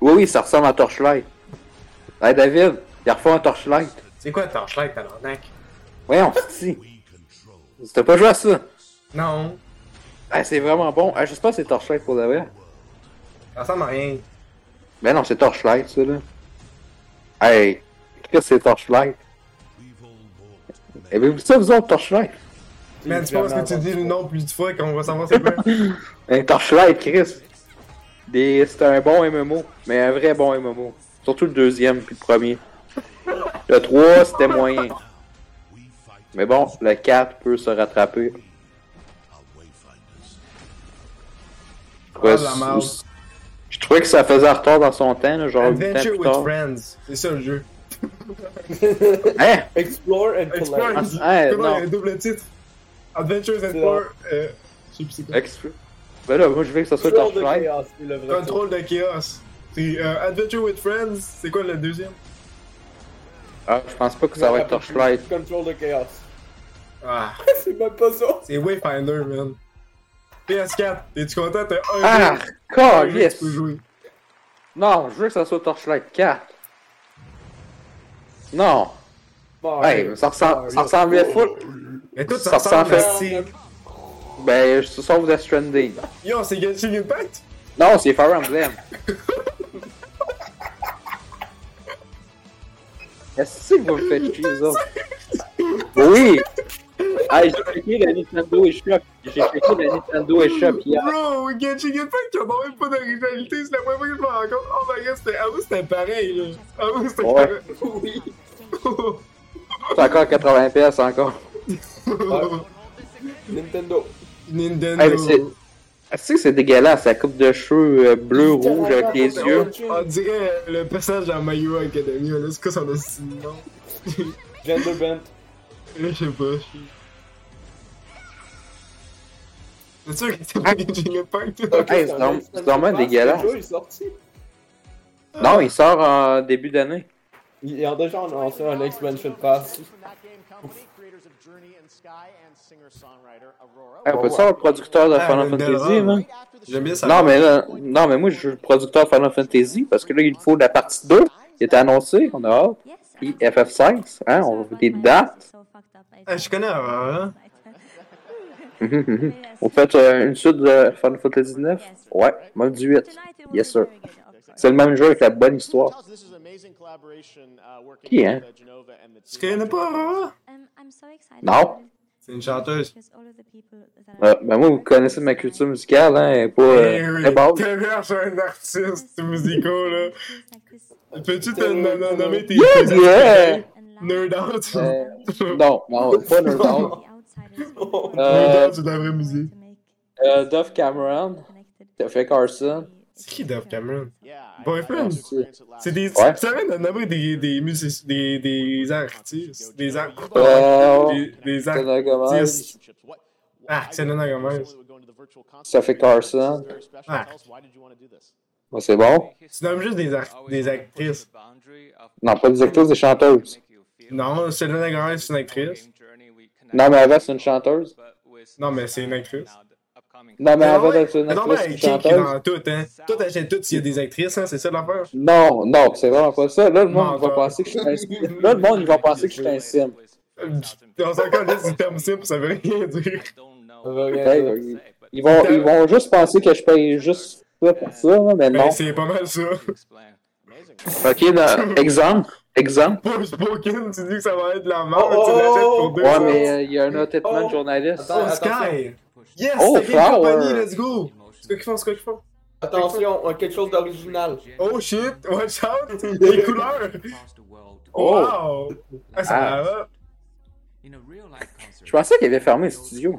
S3: Oui, oui, ça ressemble à Torchlight. Hey, David, il refait un Torchlight.
S1: C'est quoi Torchlight, tabarnak?
S3: Voyons, si. T'as pas joué à ça?
S1: Non.
S3: Hey, c'est vraiment bon. Hey, je sais pas si c'est Torchlight pour de vrai.
S1: Ça ressemble à rien.
S3: Ben non, c'est Torchlight, ça, là. Hey, qu'est-ce que c'est Torchlight? Eh bien, vous savez, vous autres, Torchlight?
S1: Man, tu penses que tu dis le nom plus de fois qu'on va savoir
S3: (laughs)
S1: c'est quoi?
S3: Un Torchlight, Chris! Des... C'est un bon MMO, mais un vrai bon MMO. Surtout le deuxième, puis le premier. Le 3, c'était moyen. Mais bon, le 4 peut se rattraper. Je trouvais,
S1: Ah, Ah, la merde.
S3: je trouvais que ça faisait retard dans son temps, là, genre 8 ans
S1: Adventure
S3: plus
S1: with
S3: tard.
S1: Friends. C'est ça le jeu.
S3: Hein?
S4: Explore and
S1: Explore.
S3: Ah,
S4: collect.
S1: Comment il y a
S3: non.
S1: un double titre? Adventures and
S4: C'est
S1: Explore. Euh, je sais plus c'est quoi.
S3: Exp- Ben là, moi je veux que ça soit
S4: Control de
S3: Torchlight.
S4: chaos, c'est le vrai
S1: Contrôle de chaos. C'est euh, Adventure with Friends. C'est quoi le deuxième?
S3: Ah, je pense pas que ça va être Torchlight.
S4: Control de chaos. (laughs)
S1: Ah.
S4: c'est même pas ça.
S1: C'est Wayfinder, man. PS4, es-tu content? T'as un
S3: Ah,
S1: jeu.
S3: God,
S1: Un jeu que
S3: yes.
S1: tu peux jouer.
S3: Non, je veux que ça soit Torchlight 4. Non!
S4: Bon,
S3: Hey,
S4: Ah, ouais.
S3: ça, ressemble, ça ressemblait
S4: Oh,
S3: full.
S1: Mais tout
S3: Ça
S1: ça ressemble
S3: ressemble
S1: à
S3: à- Ben, ce sont Death Stranding.
S1: Yo, c'est Genshin Impact?
S3: Non, c'est Fire
S4: (laughs)
S3: Emblem. Est-ce que vous me
S4: (laughs)
S3: faites chier, ça? Oui! Hey, j'ai checké la Nintendo eShop. J'ai checké la Nintendo eShop hier.
S1: Bro, Genshin Impact, ils ont même pas d'originalité. C'est la première fois que je me rends compte. Oh my god, c'était- à vous c'était pareil, là. À vous c'était
S3: Ouais.
S1: pareil. Oui.
S3: C'est encore 80 PS encore.
S4: Nintendo.
S1: Nintendo.
S3: Hey, mais c'est... Est-ce que c'est dégueulasse, la coupe de cheveux euh, bleu, rouge avec les yeux?
S1: On dirait euh, le personnage dans My Hero Academia, là. C'est quoi son esti de nom?
S4: Genderbent.
S1: Je sais pas. je- C'est sûr que
S3: Ah.
S1: c'est pas Genshin Impact.
S3: Hey, c'est norm- c'est normal dégueulasse.
S4: Le jeu est sorti.
S3: Non, il sort en début d'année.
S4: Ils ont déjà annoncé un expansion pass.
S3: Hey, Eh, on peut savoir le producteur de
S4: Ah,
S3: Final
S4: une belle
S3: Fantasy,
S4: robe.
S3: là?
S1: J'aime bien ça.
S3: Non, mais là, non, mais moi, je suis le producteur Final Fantasy, parce que là, il faut la partie 2, qui est annoncée, on a hâte. Puis FF5, hein, on veut des dates.
S1: Ah, je connais Aurora.
S3: (laughs) Mhm, mhm. on fait euh, une suite de Final Fantasy 9. Ouais, même du 8. Yes, sir. C'est le même jeu avec la bonne histoire.
S13: This is amazing collaboration uh, working
S3: Qui, hein?
S13: with uh, Genova and the
S1: Tu connais pas, hein?
S8: Um,
S3: Non.
S1: C'est une chanteuse.
S3: Ah, ben moi, vous connaissez ma culture musicale, hein, elle est pas
S1: Eh
S3: euh,
S1: oui,
S3: très basse.
S1: t'héberges un artiste musical, là. Peux-tu te nom- nom- nommer tes...
S3: (laughs) Yeah,
S1: tes-
S3: yeah.
S1: Nerd out.
S3: Euh, non, non, pas Nerd Out.
S1: Nerd
S3: Euh,
S1: (laughs) out, c'est de la vraie musique.
S3: euh, Dove Cameron, t'as fait Carson.
S1: C'est qui Dove Cameron? Boyfriend? C'est des...
S3: Ouais.
S1: Tu savais de nommer des, des music- des, des artistes, des artistes,
S3: Euh,
S1: des, des
S3: Selena Gomez.
S1: artistes. Ah, Selena Gomez.
S3: Ça fait Carson.
S1: (laughs) Ah.
S3: Bon, c'est bon.
S1: Tu nommes juste des, ar- des actrices.
S3: Non, pas des actrices, des chanteuses.
S1: Non, Selena Gomez, c'est une actrice.
S3: Non, mais avant, c'est une chanteuse.
S1: Non, mais c'est une actrice.
S3: Non, mais avant d'être une
S1: Ah Non, mais
S3: actrice,
S1: elle
S3: une
S1: kick dans
S3: chanteuse.
S1: tout, hein. Tout achète tout s'il y a des actrices, hein, c'est ça l'affaire?
S3: Non, non, c'est vraiment pas ça. Là, le monde il va
S1: Menteur.
S3: penser que
S1: (laughs)
S3: je suis un sim. Là, le monde il va penser que je suis un sim.
S1: Euh, On s'en connaît du terme simple, ça veut rien dire.
S3: Hey, Ils vont, ils vont juste penser que je paye juste ça pour ça, là, mais non.
S1: Ben, c'est pas mal ça.
S3: Ok, dans- exemple, exemple.
S1: Push Spoken, tu dis que ça va être de la merde, tu
S3: oh,
S1: l'achètes
S3: oh,
S1: pour deux
S3: ouais,
S1: cents.
S3: mais euh, il y a un entêtement de journaliste.
S1: Oh, Sky! Yes,
S3: Oh,
S1: c'est Game
S3: Flower.
S1: Company, let's go! C'est quoi qu'ils font, c'est quoi qu'ils font?
S4: Attention, on a quelque chose d'original.
S1: Oh shit, watch (laughs) out! Les couleurs! Wow! Ah, ça
S3: Ah.
S1: va!
S3: Je pensais qu'il avait fermé le studio.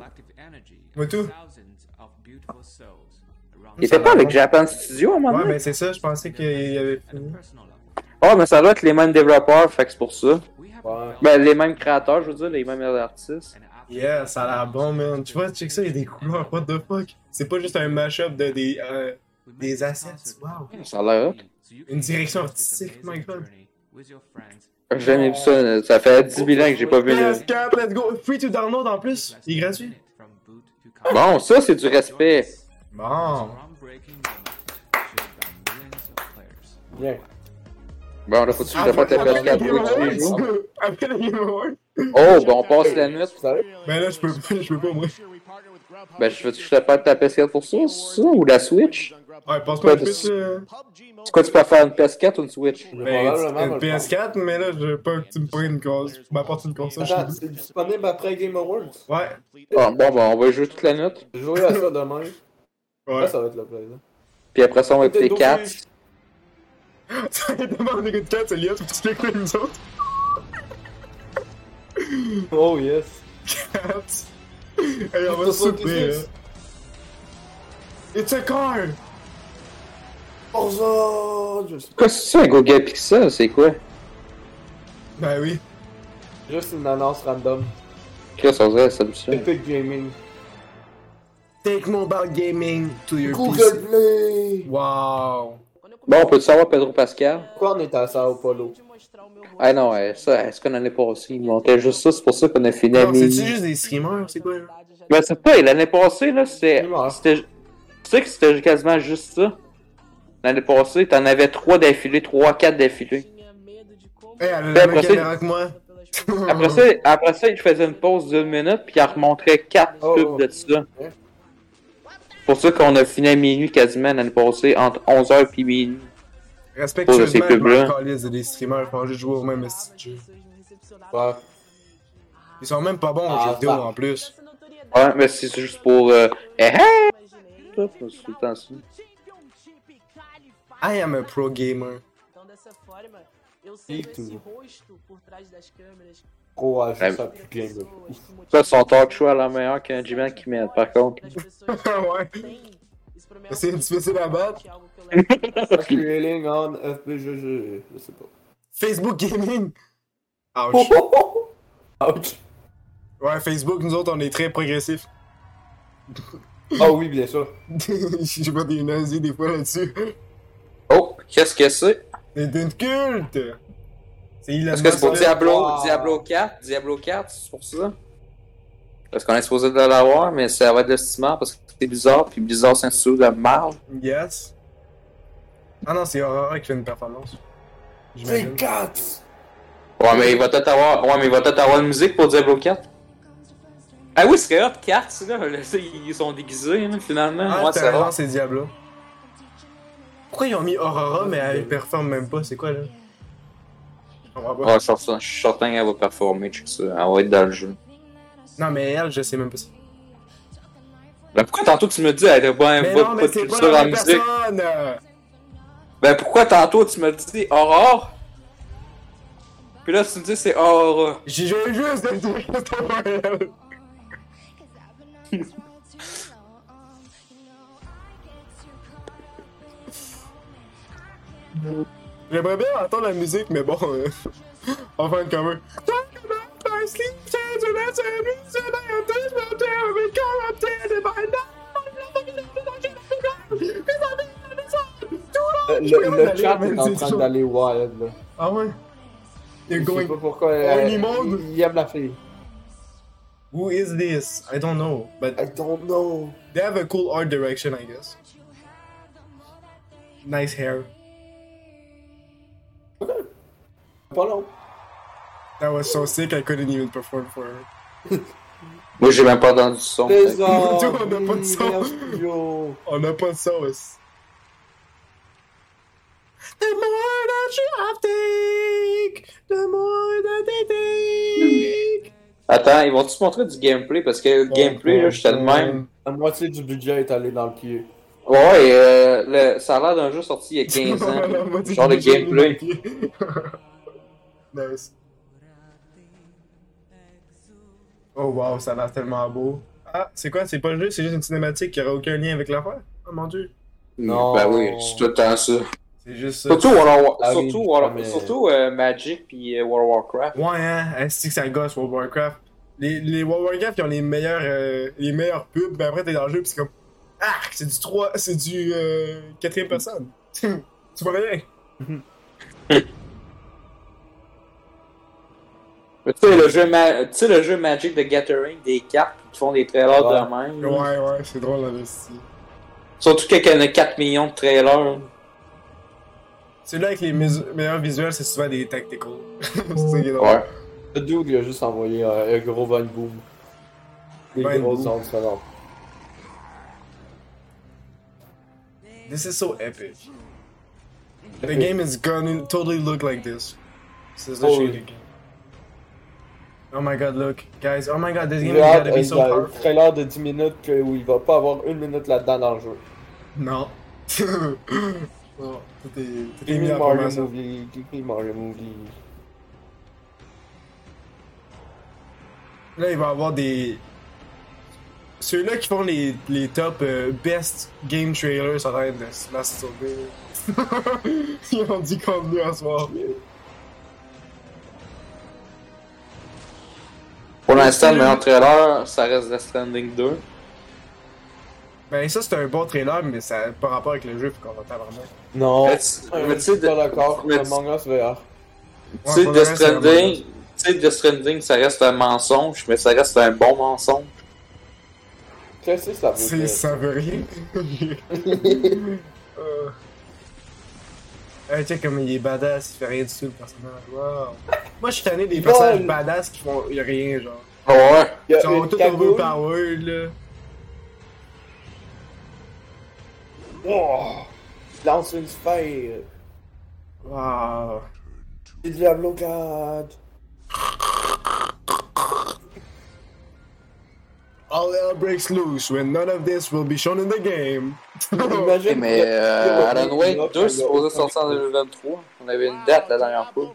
S1: Moi tout!
S3: Il était pas avec Japan Studio à un moment
S1: Ouais,
S3: donné?
S1: mais c'est ça, je pensais qu'il y avait fini.
S3: Ah, mais ça doit être les mêmes développeurs, fait que c'est pour ça. Ben, les mêmes créateurs, je veux dire, les mêmes artistes.
S1: Yeah, ça a l'air bon, man. Tu vois, check ça, il y a des couleurs, what the fuck? C'est pas juste un mashup de des, euh, des assets, wow!
S3: Ça a l'air hot.
S1: Une direction artistique, my god!
S3: J'ai jamais vu ça, euh, ça fait 10 000 ans que j'ai pas vu le...
S1: PS4, let's go! Free to download en plus! Il est gratuit!
S3: Bon, ça c'est du respect.
S1: Bon!
S4: Bien.
S3: Bon, là, faut-tu Ah, que je fasse la
S1: Après-
S3: PS4
S1: après
S3: pour
S1: le
S3: tous les
S1: Game
S3: jours?
S1: Awards. Après le Game Awards.
S3: Oh, ben on passe la nuit.
S1: Ben là, je peux pas, je peux pas, moi.
S3: Ben, je veux-tu que je te fasse ta PS4 pour ça, c'est ça, ou la Switch?
S1: Ouais, passe-moi
S3: quoi,
S1: le euh, Switch, là.
S3: C'est quoi, tu peux faire une PS4 ou une Switch?
S1: Ben, une PS4, mais là, je veux pas que tu me prennes une console. Tu m'apportes une console. chez
S4: Attends,
S1: vous.
S4: c'est disponible après Game Awards.
S1: Ouais.
S3: Ah, bon, ben, on va jouer toute la nuit.
S4: Jouer à ça (laughs) demain.
S1: Ouais.
S4: Ça, ça va être le plaisir.
S3: Puis après ça, on va écouter 4.
S1: (laughs) Ça va être demandé que de 4, c'est lié, puis tu l'écoutes nous autres.
S4: Oh yes.
S1: 4. Hey, on va souper, là. It's a car!
S4: Forza! Just,
S3: Pourquoi c'est ça, un Google Pixel? C'est quoi?
S1: Ben oui.
S4: juste une annonce random.
S3: Qu'est-ce qu'on dirait, ça me suit.
S4: Epic Gaming.
S1: Take mobile gaming to your
S4: Google Play!
S1: Wow!
S3: Bon, on peut savoir Pedro Pascal?
S4: Pourquoi on est à Sao Paulo?
S3: Ah non, ouais, ça, est-ce qu'on en est pas aussi? Il montait juste ça, c'est pour ça qu'on a fini à
S1: Non, c'est-tu
S3: minuit.
S1: juste des streamers? C'est quoi, là?
S3: Ben, c'est pas, l'année passée, là, c'était. c'était- Tu sais que c'était quasiment juste ça? L'année passée, t'en avais 3 d'affilée, 3-4 d'affilée.
S1: Hey, elle a la
S3: Ben,
S1: même
S3: après ça,
S1: caméra que moi. (laughs)
S3: Après ça, après ça, il faisait une pause d'une minute, puis il remontrait 4 tubes de ça. Pour ça qu'on a fini à minuit quasiment l'année passée, entre 11h puis minuit.
S1: Respectueusement,
S3: Pour ces
S1: je
S3: pubs-là.
S1: m'en calisse des streamers, ils font juste jouer au même esti de jeu.
S4: Ouais.
S1: Ils sont même pas bons aux
S3: Ah,
S1: jeux vidéo
S3: ça.
S1: en plus.
S3: Ouais, mais c'est juste pour. Euh, eh,
S5: É
S3: hey! Tout le temps ça.
S1: I am a pro gamer.
S26: Então, dessa forma, eu sendo esse rosto por trás das câmeras.
S4: Pro à
S3: Ben,
S4: juste à plus gamer.
S3: Ça, son talk show é a l'air meilleur qu'un Jiman qui met, par contre.
S1: ouais. C'est difficile à battre.
S4: Streaming on FPGG. Je sais pas.
S1: Facebook Gaming!
S4: Oh,
S1: Ouch.
S4: Ouch.
S1: Ouais, Facebook, nous autres, on est très progressifs. (laughs)
S4: Ah oui, bien sûr.
S1: J'ai pas des nazis des fois là-dessus.
S3: (laughs) Oh, qu'est-ce que c'est?
S1: C'est une culte! C'est Elon
S3: Est-ce que c'est pour
S1: Musk.
S3: Diablo, Diablo 4? Diablo 4, c'est pour ça? Parce qu'on est supposé de l'avoir, mais ça va être l'estimant parce que c'est bizarre, puis bizarre, c'est un studio de marge.
S1: Yes. Ah non, c'est Aurora qui fait une performance.
S4: C'est 4!
S3: Ouais, mais il va peut-être avoir, ouais, mais il va peut-être avoir une musique pour Diablo 4. Ah oui, c'est hot 4, (laughs) ça, là. Là, ça, Ils sont déguisés, là, hein, finalement.
S1: Ah,
S3: ouais,
S1: t'as
S3: ça va.
S1: raison, c'est Diablo. Pourquoi ils ont mis Aurora, mais elle performe même pas? C'est quoi, là? Je comprends pas.
S3: Ouais, je suis certain- je suis certain qu'elle va performer, tu sais. Elle va être dans le jeu.
S1: Non, mais elle, je sais même pas si.
S3: Ben pourquoi tantôt tu me dis elle était pas
S1: Mais
S3: pas,
S1: non,
S3: pas
S1: mais
S3: de
S1: c'est pas
S3: culture
S1: la
S3: en
S1: même
S3: musique?
S1: personne! euh.
S3: Ben pourquoi tantôt tu me dis Aurore? Puis là tu me dis c'est Aurora.
S1: J'ai joué juste de dire que c'était pas elle. J'aimerais bien entendre la musique, mais bon, euh, on va faire une cover.
S4: Euh, Le, le chat est en train d'aller wild, là.
S1: Ah ouais? You're
S4: Je sais
S1: going
S4: pas pourquoi.
S1: horny
S4: euh,
S1: mode?
S4: Il aime la fille.
S1: Who is this? I don't know, but
S4: I don't know.
S1: They have a cool art direction, I guess. Nice hair.
S4: Pas long.
S1: That was so sick I couldn't even perform for her.
S3: Moi j'ai même pas entendu le
S4: Ah,
S1: (laughs)
S3: son. fait que-
S1: Dude, on n'a pas de son. On n'a pas de son. it's- The more that you take, the more that they
S3: (laughs)
S1: take.
S3: Attends, ils vont-tu montrer du gameplay? Parce que le gameplay, là, j'étais le même.
S4: Euh, La moitié du budget est allé dans le pied.
S3: Ouais, euh, le- ça a l'air d'un
S1: (laughs)
S3: jeu sorti il y a 15
S1: La
S3: ans.
S1: moitié
S3: genre de
S1: du budget
S3: gameplay.
S1: (laughs) nice. Oh wow, ça a l'air tellement beau. Ah, c'est quoi? C'est pas le jeu, c'est juste une cinématique qui aura aucun lien avec l'affaire? Oh mon dieu.
S4: Non.
S3: Ben oui, c'est tout le temps ça.
S1: C'est juste ça.
S3: Surtout, World of War-
S1: Ah oui,
S3: surtout, World of-
S1: mais-
S3: surtout, euh, Magic puis euh, World of Warcraft.
S1: Ouais, hein, est-ce que ça gosse World of Warcraft? Les, les World of Warcraft, ils ont les meilleurs, euh, les meilleurs pubs, mais après, t'es dans le jeu, pis c'est comme. Ah, c'est du 3, c'est du euh, 4 personne. (laughs) tu vois rien?
S3: Tu sais, le jeu, ma- tu sais, le jeu Magic de Gathering, des cartes qui font des trailers de même. là.
S1: Ouais, ouais, c'est drôle, là, c'est-
S3: Surtout que qu'il y en a 4 millions de trailers.
S1: Celui-là avec les mis- meilleurs visuels, c'est souvent des tacticals. (laughs) c'est ça qui est drôle.
S3: Ouais.
S4: Le dude, il a juste envoyé euh, un gros Van Boom. Des
S1: Van
S4: grosses
S1: Boom.
S4: ondes sonores.
S1: This is so epic. The game is gonna totally look like this. This is the
S4: Holy.
S1: shaded game. Oh my god, look. Guys, oh my god, this game
S4: J'ai
S1: is
S4: hâte,
S1: gonna
S4: euh,
S1: be
S4: il
S1: so
S4: y a un
S1: powerful.
S4: trailer de 10 minutes que- où il va pas avoir une minute là-dedans dans le jeu.
S1: Non. (laughs) non, tout est, tout est
S4: Give
S1: mis
S4: me
S1: en
S4: Mario
S1: formation.
S4: Movie, give me Mario Movie.
S1: Là, il va y avoir des. Ceux-là qui font les, les top euh, best game trailers, ça va être de Smash Sauvé. (laughs) Ils ont dit contenu à soir.
S3: Pour l'instant, le meilleur trailer, ça reste The Stranding 2.
S1: Ben, ça, c'est un bon trailer, mais ça par rapport avec le jeu, faut qu'on va tabarnak.
S4: Non,
S3: Mais
S4: je
S3: tu-
S4: suis
S3: mais tu sais,
S4: pas d'accord.
S3: mais
S4: Le
S3: tu-
S4: manga se verra.
S3: Tu sais,
S1: pour le
S3: Death
S1: reste, c'est la bonne
S3: Stranding, tu sais, Death Stranding, ça reste un mensonge, mais ça reste un bon mensonge.
S4: Qu'est-ce que ça veut
S1: C'est,
S4: dire?
S1: ça veut rien. (laughs) euh... hey, check comme il est badass, il fait rien du tout, le personnage. Wow. Moi, je suis tanné des
S4: Lol.
S1: personnages badass qui font rien, genre.
S3: Ah Ouais.
S4: Il y a
S1: Ils sont
S4: une
S1: tous
S4: cagoule.
S1: overpowered, là.
S4: Wow! Il Oh! Lance une sphère.
S1: Wow.
S4: C'est Diablo 4.
S1: All hell breaks loose when none of this will be shown in the game.
S3: Hey, Eh, mais euh, Alan Wake 2 supposé sortir en 2023. On avait une date la dernière fois.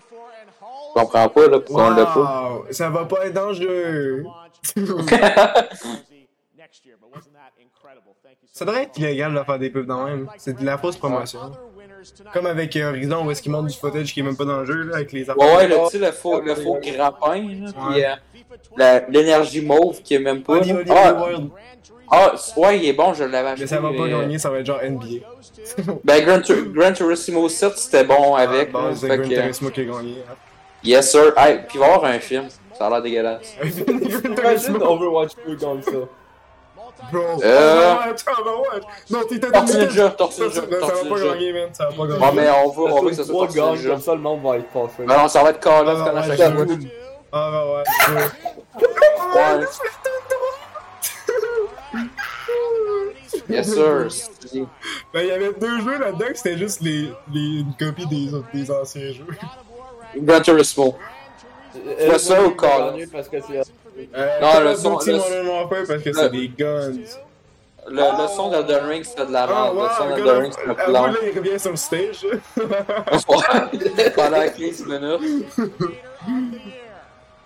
S3: Je comprends pas là, pourquoi on l'a pas.
S1: Wow, Oh, ça va pas être (laughs) dangereux. ça devrait être illégal de faire des pubs dans même. C'est de la fausse promotion. Comme avec euh, Horizon où est-ce qu'ils montrent du footage qui est même pas dans le jeu là, avec les
S3: Ouais, ouais, là, tu sais, le faux, le faux grappin, là, puis euh, la- l'énergie mauve qui est même pas.
S1: Oli,
S3: là.
S1: Oli, Oli
S3: Ah,
S1: World.
S3: ah, ouais, il est bon, je l'avais acheté.
S1: Mais ça va pas
S3: mais-
S1: gagner, ça va être genre NBA.
S3: Ben, Gran, Tur- Gran Turismo 7, c'était bon avec.
S1: Ah,
S3: euh,
S1: Bon,
S3: là,
S1: c'est
S3: fait
S1: Gran
S3: que-
S1: Turismo qui a
S3: (laughs)
S1: gagné. hein.
S3: Yes, sir. Hey, puis il va y avoir un film. Ça a l'air dégueulasse.
S4: Imagine Overwatch 2 comme ça.
S1: Bro,
S3: Euh.
S1: Overwatch, Overwatch. Non, t'es
S3: Tortue Ninja, Tortue
S1: Ça, ça-
S3: Ninja,
S1: Ça va
S3: Tortue
S1: pas
S3: Ninja.
S1: gagner, man. Ça va pas
S3: Bon, Oh, mais
S1: gagner.
S3: on veut, on veut que ça soit
S4: Trois
S3: sorti le
S4: gangs
S3: jeu.
S4: comme ça, le monde va être passé.
S3: Ben non, ça va être Call of Call à
S1: Overwatch
S3: chaque fois.
S1: deux. Overwatch deux.
S3: Ouais. Yes, sir.
S16: aussi.
S1: Ben, il y avait deux jeux là-dedans que c'était juste les, les, une copie des, autres- des anciens jeux.
S3: Gran Turismo.
S1: Fais ça
S4: moi,
S1: au
S4: j'ai
S1: corps,
S4: gagné parce que c'est.
S1: Euh,
S3: Non, le
S1: Call of
S3: son-
S1: Duty
S3: le-
S1: Modern Warfare, parce que
S3: le-
S1: c'est des guns.
S3: Le, le son de The Ring, c'était de la
S1: Ah,
S3: merde.
S1: ouais,
S3: le son de
S1: God
S3: The
S1: of-
S3: Ring, c'était
S1: Ah,
S3: de
S1: oui,
S3: la
S1: là, il revient sur le stage. (laughs)
S3: Ah. (laughs) merde. Pendant 15 minutes.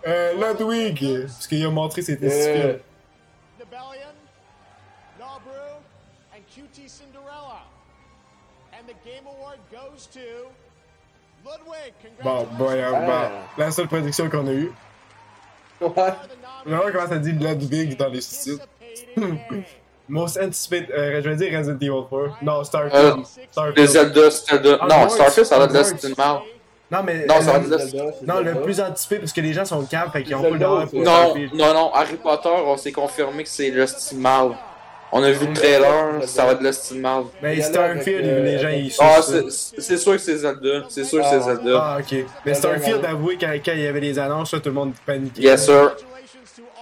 S1: Euh, Ludwig, parce qu'il a montré ses
S4: Euh,
S1: testicules.
S13: Nabru, and QT Cinderella. And the Game Award goes to Ludwig.
S1: (laughs) Bon, bon, euh,
S4: Ah.
S1: bon, la seule prédiction qu'on a eue.
S4: Euh, (laughs) Ouais.
S1: Vraiment comment ça dit Ludwig dans les titres. Most anticipated, euh, je vais dire Resident Evil 4. Non, Starfield.
S3: Euh, Les Zelda, c'était de.
S1: Ah,
S3: Non,
S1: Works,
S3: Starfield, ça va de la
S1: Works.
S3: c'est une merde.
S1: Non, mais.
S3: Non,
S1: euh,
S3: ça va être
S1: le-
S3: le- Zelda,
S4: c'est
S1: Non, le
S4: Zelda.
S1: plus anticipé, parce que les gens sont caves, fait qu'ils ont pas le
S4: Zelda,
S1: droit pour
S3: Non,
S1: Starfield.
S3: non, non, Harry Potter, on s'est confirmé que c'est le style mal. On a vu le trailer, ça va être le style mal.
S1: Mais Ben, Starfield,
S4: avec, euh,
S1: les gens, ils
S3: Ah,
S1: sucent ça.
S3: c'est- c'est sûr que c'est Zelda. C'est sûr que c'est Zelda.
S1: Ah, ok. Mais Starfield, avoué, quand, quand il y avait les annonces, là, tout le monde paniquait.
S3: Yes, sir.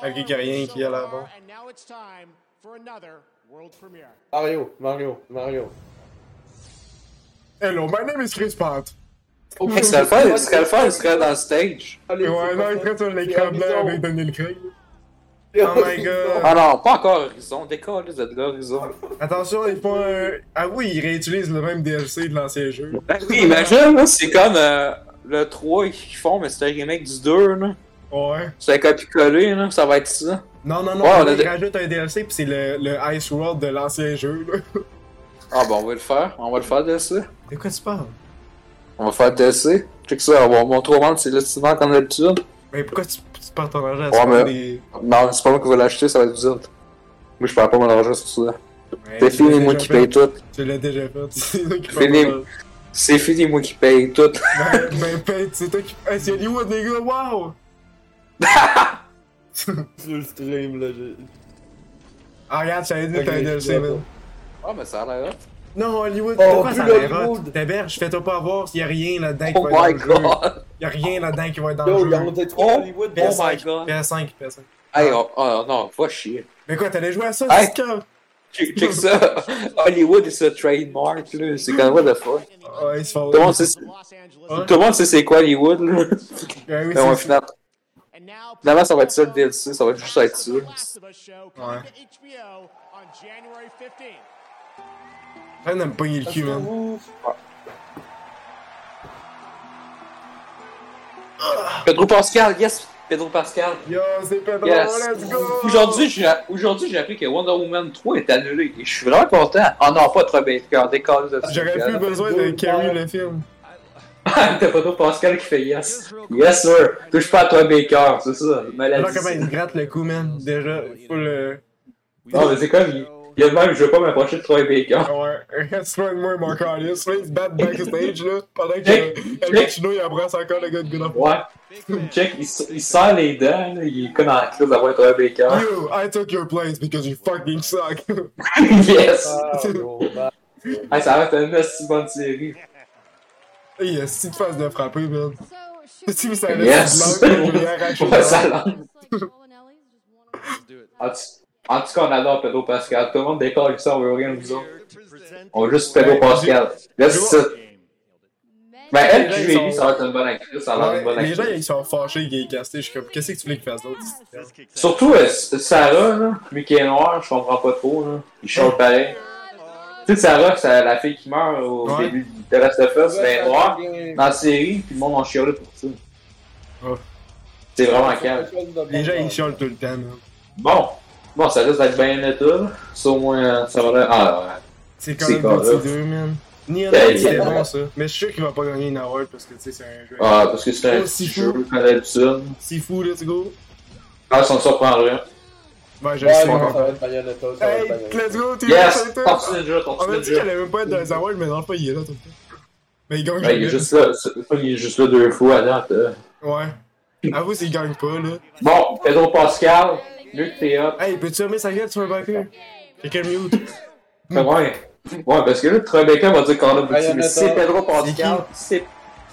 S1: Avec les Coréens qui allaient avant.
S4: Mario, Mario, Mario.
S1: Hello, my name is Chris Pratt.
S3: Hey, ce serait le fun, ce serait le fun, ce serait dans le stage.
S1: Ouais, non, il serait sur l'écran blanc avec Daniel Craig. Oh my god.
S3: Ah non, pas encore Horizon. Décolle, vous êtes là, Horizon.
S1: Attention, ils font un. Ah oui, ils réutilisent le même DLC de l'ancien jeu.
S3: Ben oui, imagine, là, c'est comme euh, le 3 qu'ils font, mais c'est un remake du 2, là.
S1: Ouais.
S3: C'est un copier-coller, là, ça va être ça.
S1: Non, non, non,
S3: Ouais, on a
S1: ils
S3: de-
S1: rajoutent un DLC, puis c'est le, le Ice World de l'ancien jeu, là.
S3: Ah bon, on va le faire, on va le faire DLC.
S1: De quoi tu parles?
S3: On va faire DLC. Check ça, on va montrer au monde, c'est le souvent comme d'habitude.
S1: Mais pourquoi tu, tu perds ton argent à
S3: Ouais,
S1: ce moment
S3: mais.
S1: des.
S3: Non, c'est pas moi qui vais l'acheter, ça va être vous autres. Moi, je perds pas mon argent sur ça.
S1: Ouais,
S3: c'est
S1: tu
S3: fini,
S1: l'as
S3: moi
S1: déjà
S3: qui
S1: fait.
S3: paye tout.
S1: Tu l'as déjà fait, (laughs) c'est toi qui perds
S3: Fini.
S1: ton argent.
S3: C'est fini, moi qui paye tout.
S1: Ben, ben, ben, c'est toi qui. Hey, c'est Hollywood, les gars, waouh!
S4: Sur le stream, là, j'ai.
S1: Ah, regarde, j'avais dit que
S4: Ok,
S1: t'avais un
S4: je
S1: DLC,
S4: vois
S1: man.
S3: Ah, mais ça a l'air hot.
S1: Non, Hollywood,
S4: Oh,
S1: pourquoi
S4: plus
S1: ça a l'air
S4: Hollywood.
S1: hot? T'héberge, fais-toi pas avoir, y'a rien là-dedans qui
S3: Oh
S1: va
S3: my
S1: être dans le jeu.
S3: god! Oh
S1: Y'a rien là-dedans qui va être dans le
S4: Yo, ils
S1: jeu. Oh!
S4: ont détruit Hollywood.
S1: Bien
S4: bon,
S1: sûr.
S3: my god!
S1: PS5, PS5.
S3: Hey, oh, oh, non, va chier.
S1: Mais quoi, t'allais jouer à ça,
S3: Hey.
S1: c'est quand?
S3: Check check ça.
S1: (laughs)
S3: Hollywood, c'est un trademark, là. C'est quand même de fun.
S1: Ah, Ouais, ils se font.
S3: Tout le monde sait, tout le monde sait c'est quoi Hollywood, là.
S1: Ouais, Ben oui,
S3: Mais ouais,
S1: c'est-
S3: finalement, finalement, ça va être ça le DLC, ça va juste être ça.
S1: Ouais.
S13: HBO on January 15th.
S1: Arrête de me pogner le cul, man. (laughs)
S3: Pedro Pascal, yes, Pedro Pascal.
S1: Yo, c'est Pedro,
S3: Yes.
S1: Oh, let's go!
S3: Aujourd'hui, j'ai aujourd'hui, j'ai appris que Wonder Woman 3 est annulé et je suis vraiment content. Oh non, pas trop Baker, décolle de ça. Ah,
S1: J'aurais plus besoin de carry le film.
S3: T'as Pedro Pascal qui fait yes. Yes, sir. Touche pas à toi Baker, c'est ça.
S1: Alors,
S3: Maladie.
S1: comment il se gratte le cou, man? Déjà, euh, faut le.
S3: Non, mais c'est comme, il, il y a de même, je veux pas m'approcher de Troy Baker.
S1: Ouais, (laughs) reste loin de moi, mon carlis. Là, il se bat backstage, là, pendant que
S3: Check,
S1: El
S3: check.
S1: Pacino, il embrasse encore le gars de Good of War.
S3: Ouais. Check, il, s- il sort les dents, là, il est comme en crise d'avoir Troy
S1: (laughs)
S3: Baker.
S1: You, I took your place because you fucking suck. (laughs)
S3: yes!
S4: Ah,
S3: Hey, ça va être une si bonne série.
S1: Hey, Il a six faces de frapper, man. (laughs) Si vous savez,
S3: Yes!
S1: c'est blanc, je l'ai arraché.
S3: Ouais, ça lance.
S1: (laughs)
S3: En tout- en tout cas, on adore Pedro Pascal. Tout le monde décolle ça, on veut rien nous autres. On veut juste Pedro Pascal. Là, c'est ça. Mais Bah, elle, puis lui, ça va être une bonne actrice. Ça va être une bonne
S1: Ouais, les gens,
S3: actrice.
S1: ils sont fâchés qu'il est casté. Je suis comme, qu'est-ce que tu voulais qu'il fasse d'autre? ici?
S3: Surtout euh, Sarah, là, lui qui est noir, je comprends pas trop. Là. Il chante pareil. Tu sais, Sarah, c'est la fille qui meurt au
S1: Ouais.
S3: début de Last of Us, mais elle est noire
S4: Ouais.
S3: dans la série, puis le monde en chialait pour ça.
S1: Ouais.
S3: C'est vraiment calme.
S1: Les
S4: hein.
S1: gens, ils chiolent tout le temps, man.
S3: Bon, bon, ça risque d'être bien état. Ça au moins, euh, ça va. Ah,
S1: C'est quand
S3: C'est
S1: même
S3: quand même.
S1: 2, man. Ni un
S3: Ben,
S1: autre,
S3: il-
S1: c'était bon, ça. Mais je suis sûr qu'il va pas gagner une award parce que, tu sais, c'est un jeu.
S3: ah, parce que c'est un
S1: Oh, si
S3: petit
S1: fou.
S3: jeu comme d'habitude.
S1: C'est fou, let's go.
S3: Ah, ça me surprendrait.
S1: Ouais, je
S4: Ouais,
S1: sais,
S4: non, ça va
S1: man.
S4: être Bayonetta, ça va
S1: Hey,
S4: être Bayonetta.
S1: let's go, t'es
S3: Yes!
S1: là,
S3: Top Ninja, top
S1: On a dit qu'il
S3: Ninja.
S1: allait même pas être dans les awards, mais dans le fond, il est là tout le temps. Mais il gagne
S3: Ouais, il est
S1: jamais.
S3: juste là, c'est- il est juste là deux fois à date. euh.
S1: Ouais. Avoue s'il gagne pas, là.
S3: Bon, Pedro Pascal, Luc, t'es up.
S1: Hey, peux-tu fermer sa gueule sur un backer? Quelqu'un mute.
S3: Ouais.
S1: Mm.
S3: Ouais, parce que là, Rebecca va dire qu'on a
S4: Bayonetta.
S3: bouti, mais c'est Pedro Pascal. C'est.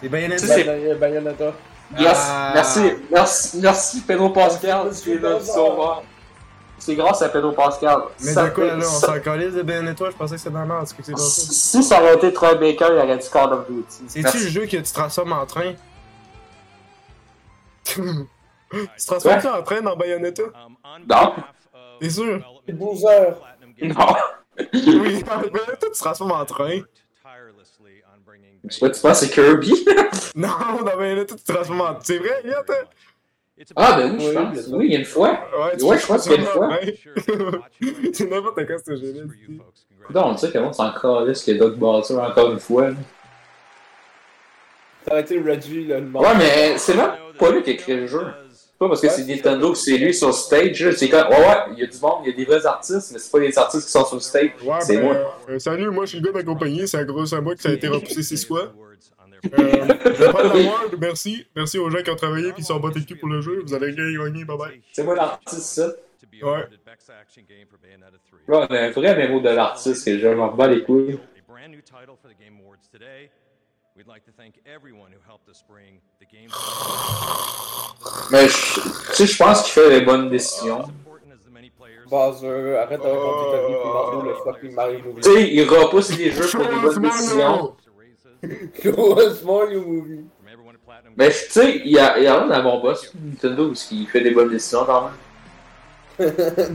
S1: C'est bien
S3: Tu
S1: net.
S3: sais,
S4: Bayonetta. Bayonetta.
S3: Yes,
S1: Ah.
S3: merci, merci, merci Pedro Pascal, tu es là, tu sauves. C'est grâce à Pedro Pascal.
S1: Mais
S3: Ça-
S1: de quoi, là, on
S3: ça-
S1: s'en calisse de Benetton, je pensais que c'était dans la merde, ce que c'est passé.
S3: Si ça aurait été Troy Baker, il aurait dit Call of Duty.
S1: C'est-tu le jeu que tu transformes en train? tu transformes-tu en train dans Bayonetta?
S3: Non.
S1: T'es sûr?
S4: Boozer.
S3: Non. (laughs)
S1: oui, (laughs) dans Bayonetta, tu te transformes en train.
S3: Tu vois, tu penses que c'est Kirby? (laughs)
S1: non, dans Bayonetta, tu te transformes en... C'est vrai, Elliot? hein?
S3: Ah, ben oui, je pense. Oui, il y a une fois.
S1: Ouais, tu
S3: Ouais,
S1: fais
S3: je pense qu'il y a une fois.
S1: (laughs) transformer en train. C'est n'importe quoi, ce jeu-là.
S3: Non, tu sais comment c'est encore là, que Doc Bowser encore une fois. là.
S4: Ça aurait été Reggie, là, le mort.
S3: Ouais, mais c'est même pas lui qui a créé le jeu. C'est Pas parce que c'est Nintendo que c'est lui sur stage. là, C'est quand, ouais, ouais, il y a du monde, il y a des vrais artistes, mais c'est pas les artistes qui sont sur stage.
S1: Ouais,
S3: c'est
S1: ben,
S3: moi.
S1: euh, salut, moi, je suis le gars de la compagnie. C'est grosse à moi que ça a été repoussé
S13: (laughs)
S1: six fois. Euh, je vais
S3: (laughs)
S1: prendre la word, merci. Merci aux gens qui ont travaillé et qui sont battus le cul pour le jeu. Vous allez rien gagner, bye bye.
S3: C'est moi l'artiste, ça.
S1: Ouais.
S3: Là, on a un vrai mémo de l'artiste que je m'en bats les couilles. Mais je, tu sais, je pense qu'il fait les bonnes décisions.
S4: Bowser, arrête de raconter ta vie, puis Mario, le
S1: Oh,
S4: fucking Mario movie.
S3: Tu sais, il repousse les jeux pour les bonnes décisions.
S1: oh.
S4: (laughs) Grosse Mario movie. (laughs)
S3: Mais tu sais, il y a, il y a rien dans mon boss Nintendo parce qu'il fait des bonnes décisions quand même.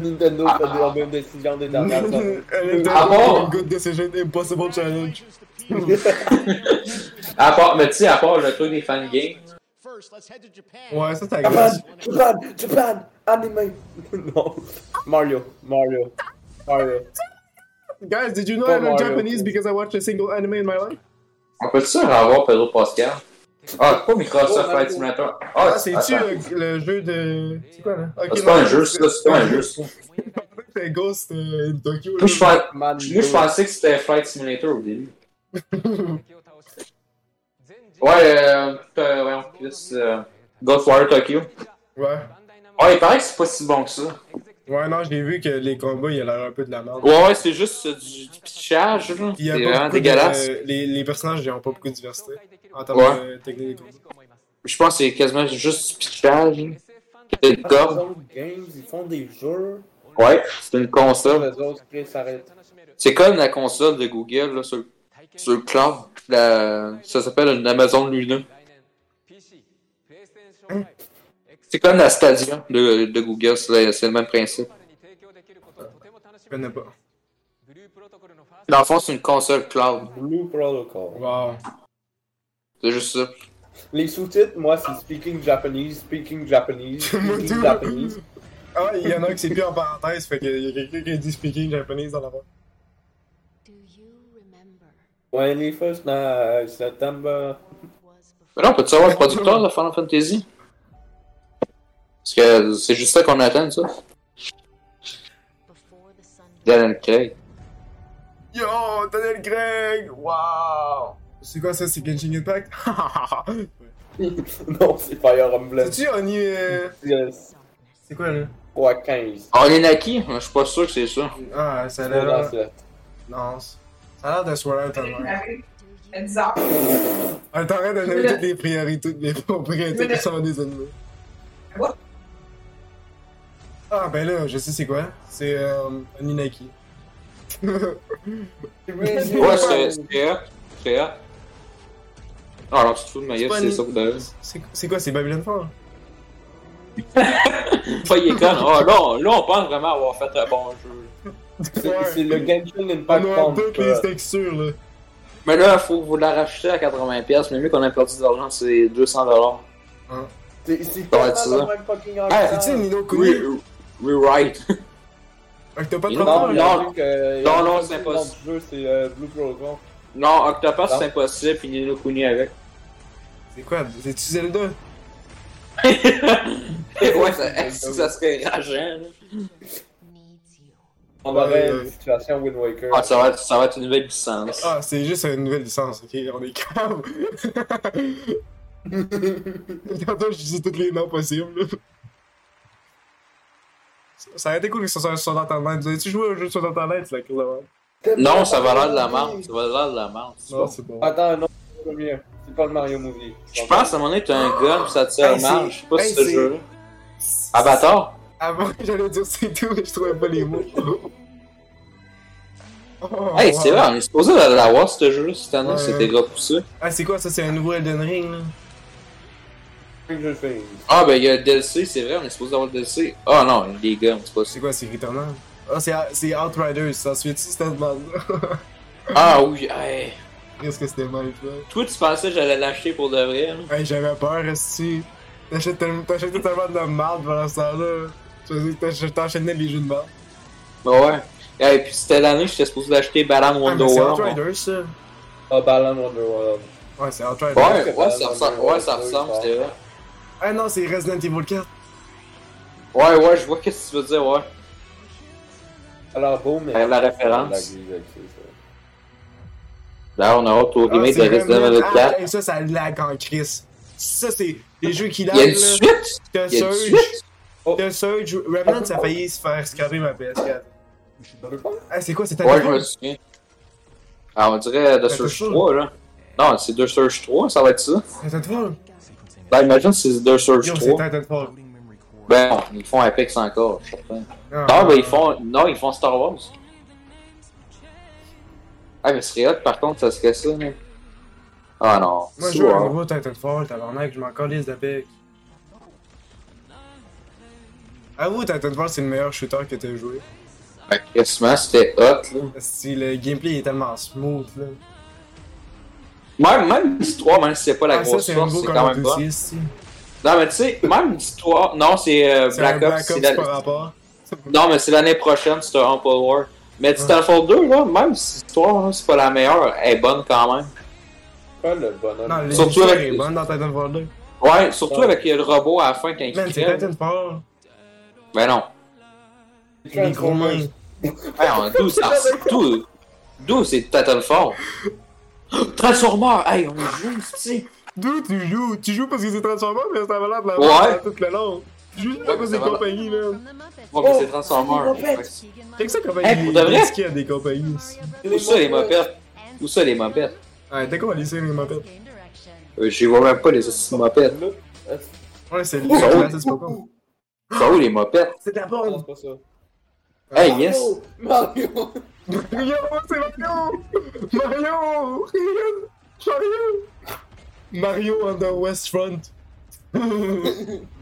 S4: Nintendo fait de la
S1: (laughs)
S4: même décision des dernières années.
S3: Ah bon?
S1: Good decision, impossible challenge.
S3: (laughs) À part, mais tu sais, à part le truc des fan games.
S1: Ouais, ça, c'est
S3: Ah,
S4: Japan, Japan, Japan, anime. (laughs) non. Mario, Mario, Mario.
S1: Guys, did you know
S4: Pas
S1: I learned
S4: Mario.
S1: Japanese because I watched a single anime in my life?
S3: On peut-tu ça avoir Pedro Pascal? Ah, pas Microsoft Flight Simulator. Ah,
S1: Ah, c'est-tu
S3: attends. Ah,
S1: le, le jeu de. C'est quoi là?
S3: C'est pas un jeu, ça, c'est pas un jeu, ça.
S1: (laughs) C'est Ghost euh, in Tokyo.
S3: Moi, je
S1: là.
S3: pens- moi, je pensais que c'était Flight Simulator
S1: (laughs)
S3: au début. Ouais, euh, euh, voyons, Chris, euh, Ghostwire Tokyo.
S1: Ouais.
S3: Ah, il paraît que c'est pas si bon que ça.
S1: Ouais, non, j'ai vu que les combats, il a l'air un peu de la merde.
S3: Ouais, ouais, c'est juste euh, du, du pitchage, là.
S1: Il y a
S3: C'est
S1: pas
S3: vraiment
S1: beaucoup de- euh,
S3: dégueulasse.
S1: les, les personnages, ils n'ont pas beaucoup de diversité en termes
S3: Ouais.
S1: de technique de combat.
S3: Je pense que c'est quasiment juste du pitchage. là. C'est une
S4: Les
S3: corde.
S4: autres games, ils font des jeux.
S3: Ouais, c'est une console.
S4: Les autres, Chris, arrête.
S3: C'est comme la console de Google, là, sur, sur le cloud. La- ça s'appelle une Amazon Luna. C'est comme la Stadia de, de Google, c'est c'est le même principe.
S1: Je connais pas.
S3: Dans le fond, c'est une console cloud.
S4: Blue Protocol.
S1: Wow.
S3: C'est juste ça.
S4: Les sous-titres, moi, c'est Speaking Japanese, Speaking Japanese, Speaking Japanese.
S1: Ah, il y en a un qui c'est plus en parenthèse, fait qu'il y a quelqu'un qui a dit speaking japonais dans la voix.
S4: When it first night, September.
S3: Mais là, on peut savoir le producteur de Final Fantasy? Parce que c'est juste ça qu'on attend, ça. Daniel Craig.
S1: Yo, Daniel Craig! Wow! C'est quoi ça, c'est Genshin
S4: (laughs)
S1: Impact?
S4: (laughs) non, c'est Fire Emblem. euh,
S1: C'est-tu, on y est.
S4: Yes.
S1: E? C'est quoi là?
S4: Ouais, 15.
S3: Ah, Naki? Je suis pas sûr que c'est ça.
S1: Ah, ça a
S4: Trois dans
S1: l'air.
S4: sept.
S1: Non, c'est- ça a l'air de Swirl tellement.
S5: (laughs)
S8: é
S5: Elle dit, ah,
S1: Ah, t'arrêtes d'analyser toutes les priorités, les propriétés qui sont des ennemis. Ah, ben là, je sais c'est quoi. C'est euh, Ninaki.
S3: Ouais, c'est c'est hot. C'est hot. Ah, alors, tu te fous de ma gueule,
S1: pas
S3: c'est
S1: une-
S3: ça que d'ailleurs.
S1: C'est- C'est quoi, c'est Babylon 4?
S3: Enfin, il est con. Ah, là, on- là, on pense vraiment avoir fait un bon jeu.
S4: C'est c'est
S1: Ah
S4: le Genshin Impact
S1: On a
S4: Bomb,
S1: toutes
S4: euh,
S1: les textures là.
S3: Mais là, faut vous la racheter à 80$. Mais mieux qu'on a perdu de l'argent, c'est 200$.
S4: C'est c'est
S3: Ça va
S4: tellement
S3: être ça.
S4: le même fucking
S1: Ah,
S4: arcade.
S1: c'est-tu Nino Kuni?
S3: Oui, oui, right.
S1: Fait que t'as pas de
S3: Non,
S1: contrôle?
S3: non.
S4: euh,
S3: Non, non, c'est
S4: c'est
S3: pas
S4: pas Le jeu, c'est euh, Blue Protocol.
S3: Non, Octopath,
S4: Non.
S3: c'est impossible, puis Nino Kuni avec.
S1: C'est quoi? C'est-tu Zelda?
S3: (laughs) ouais, ça, (laughs) ça serait rageant, là.
S4: On aurait
S1: Euh,
S4: une situation Wind Waker.
S3: Ah, ça va, être, ça va être une nouvelle licence.
S1: Ah, c'est juste une nouvelle licence, ok? On est calme. (laughs) Tantôt, je disais tous les noms possibles. là. Ça- Ça aurait été cool que ça soit sur l'internet. Vous avez-tu joué au jeu sur l'internet, la crise de merde?
S3: Non, ça va l'air de la merde. Ça va l'air de la merde.
S1: Non, c'est
S3: Ah,
S1: bon.
S4: Attends, non, c'est pas mieux. C'est pas le Mario Movie.
S3: Je pense à un moment donné, t'as un gun, puis ça te sert
S1: Hey,
S3: mal.
S1: c'est-
S3: Je sais pas
S1: hey,
S3: si ce
S1: c'est-
S3: jeu. Avatar?
S1: Avant, Ah, (laughs) j'allais dire c'est tout, mais je trouvais pas les mots. Oh,
S3: (laughs) Hey, c'est
S1: wow.
S3: vrai, on est supposé la- l'avoir, ce jeu-là, cette année,
S1: Ouais.
S3: c'était gros poussé.
S1: Ah, c'est quoi ça? C'est un nouveau Elden Ring, là?
S3: Ah, ben, il y a le DLC, c'est vrai, on est supposé avoir le DLC. Ah non, les gars, c'est pas
S1: C'est quoi, c'est Returnal? Ah, c'est, c'est Outriders, ça se fait-tu cette (laughs) bande-là?
S3: Ah oui, hey.
S1: Qu'est-ce que c'était mal fait?
S3: Toi, tu pensais que j'allais l'acheter pour de vrai, hein?
S1: Hey, j'avais peur, Esti. T'achètes tellement t'achètais tellement de merde pendant ce temps-là. Je veux dire, t'ach- T'enchaînais les jeux de merde.
S3: Bah ouais. Hey, puis c'était l'année, j'étais supposé l'acheter Balan
S1: Ah, mais c'est
S3: Wonderworld.
S1: Outriders, ça.
S4: Ah, Balan Wonderworld.
S1: Ouais, c'est Outriders.
S3: Ouais, ouais, ça ressemble, ouais, ça ressemble, c'est vrai.
S1: Ah non, c'est Resident Evil 4.
S3: Ouais, ouais, je vois qu'est-ce que tu veux dire, ouais.
S4: Alors, beau, mais.
S3: Regarde la référence. Là, on a hâte au
S1: Ah,
S3: remake
S1: c'est
S3: de Resident
S1: vraiment-
S3: Evil
S1: Ah,
S3: 4.
S1: hey, ça, ça lag en Chris. Ça, c'est les jeux qui
S3: Il y a
S1: lag.
S3: une suite!
S1: T'as
S3: Il y a une
S1: Surge.
S3: suite!
S1: T'as Surge. Remnant, ça a failli se faire scraper ma PS4. Ah, c'est quoi, c'est ta
S3: Ouais, je me souviens. Ah, on dirait The
S1: Ben,
S3: Surge
S1: c'est ça.
S3: 3, là. Non, c'est The Surge 3, ça va être ça.
S1: Titanfall?
S3: Bah, imagine si c'est The Surge
S1: Yo, c'est
S3: 3.
S1: Titanfall.
S3: Ben, non, ils font Apex encore, je suis certain.
S1: Ah.
S3: Non, ben, ils font, non, ils font Star Wars. Ah, mais ce serait hot, par contre, ça serait ça, là. Ah non.
S1: Moi,
S3: c'est
S1: je joue à un
S3: wow.
S1: nouveau Titanfall, tabarnak, je m'en calisse d'Apex. Avoue, Titanfall, c'est le meilleur shooter que t'as joué.
S3: Ben, quasiment, c'était hot, là.
S1: Si le gameplay est tellement smooth, là.
S3: Même, même l'histoire, même si c'est pas la
S1: Ah, ça,
S3: grosse
S1: c'est un
S3: force,
S1: nouveau
S3: c'est
S1: Call
S3: quand
S1: of
S3: même pas.
S1: Duty, ici.
S3: Non, mais tu sais, même l'histoire. Non, c'est euh,
S1: C'est un
S3: Black Ops.
S1: Black
S3: c'est
S1: Ops
S3: la-
S1: par rapport.
S3: Non, mais c'est l'année prochaine, c'est un Humble War. Mais Titanfall 2, là, même si l'histoire, là, c'est pas la meilleure, elle est bonne quand même.
S4: Pas le bonhomme.
S1: Non,
S3: Surtout
S1: l'histoire
S3: avec-
S1: est bonne dans Titanfall 2.
S3: Ouais, surtout avec le robot à la fin quand il
S1: Man, c'est
S3: crève.
S1: Titanfall.
S3: Ben non.
S1: Les gros mains.
S3: Ben, on- d'où (laughs) ça d'où- D'où c'est Titanfall? (gasps) Transformer! Hey, on joue, c'est
S1: D'où tu joues? Tu joues parce que c'est Transformers, mais c'est valable de la
S3: Ouais.
S1: merde tout le long. Tu joues
S3: Ouais,
S1: pas parce que
S3: mais
S1: c'est
S3: ça va-
S1: compagnie, man.
S3: Ouais, mais c'est Transformers.
S1: Fait que ça, quand
S3: Hey, pour de vrai?
S1: est-ce qu'il y a des compagnies aussi?
S3: Où ça les mopettes? Où ça les mopettes?
S1: Ouais, t'es quoi, les les mopettes?
S3: Euh, J'y vois même pas les astuces de mopettes.
S1: Ouais, c'est le
S3: Oh, oh,
S1: classique, c'est pas con.
S3: Ça où Ah les mopettes?
S1: C'est de la bombe!
S4: C'est pas ça. Oh,
S3: Hey, yes!
S4: Mario! (laughs)
S1: Mario, c'est Mario! Mario! Regarde! Mario! Mario on the West Front. (laughs)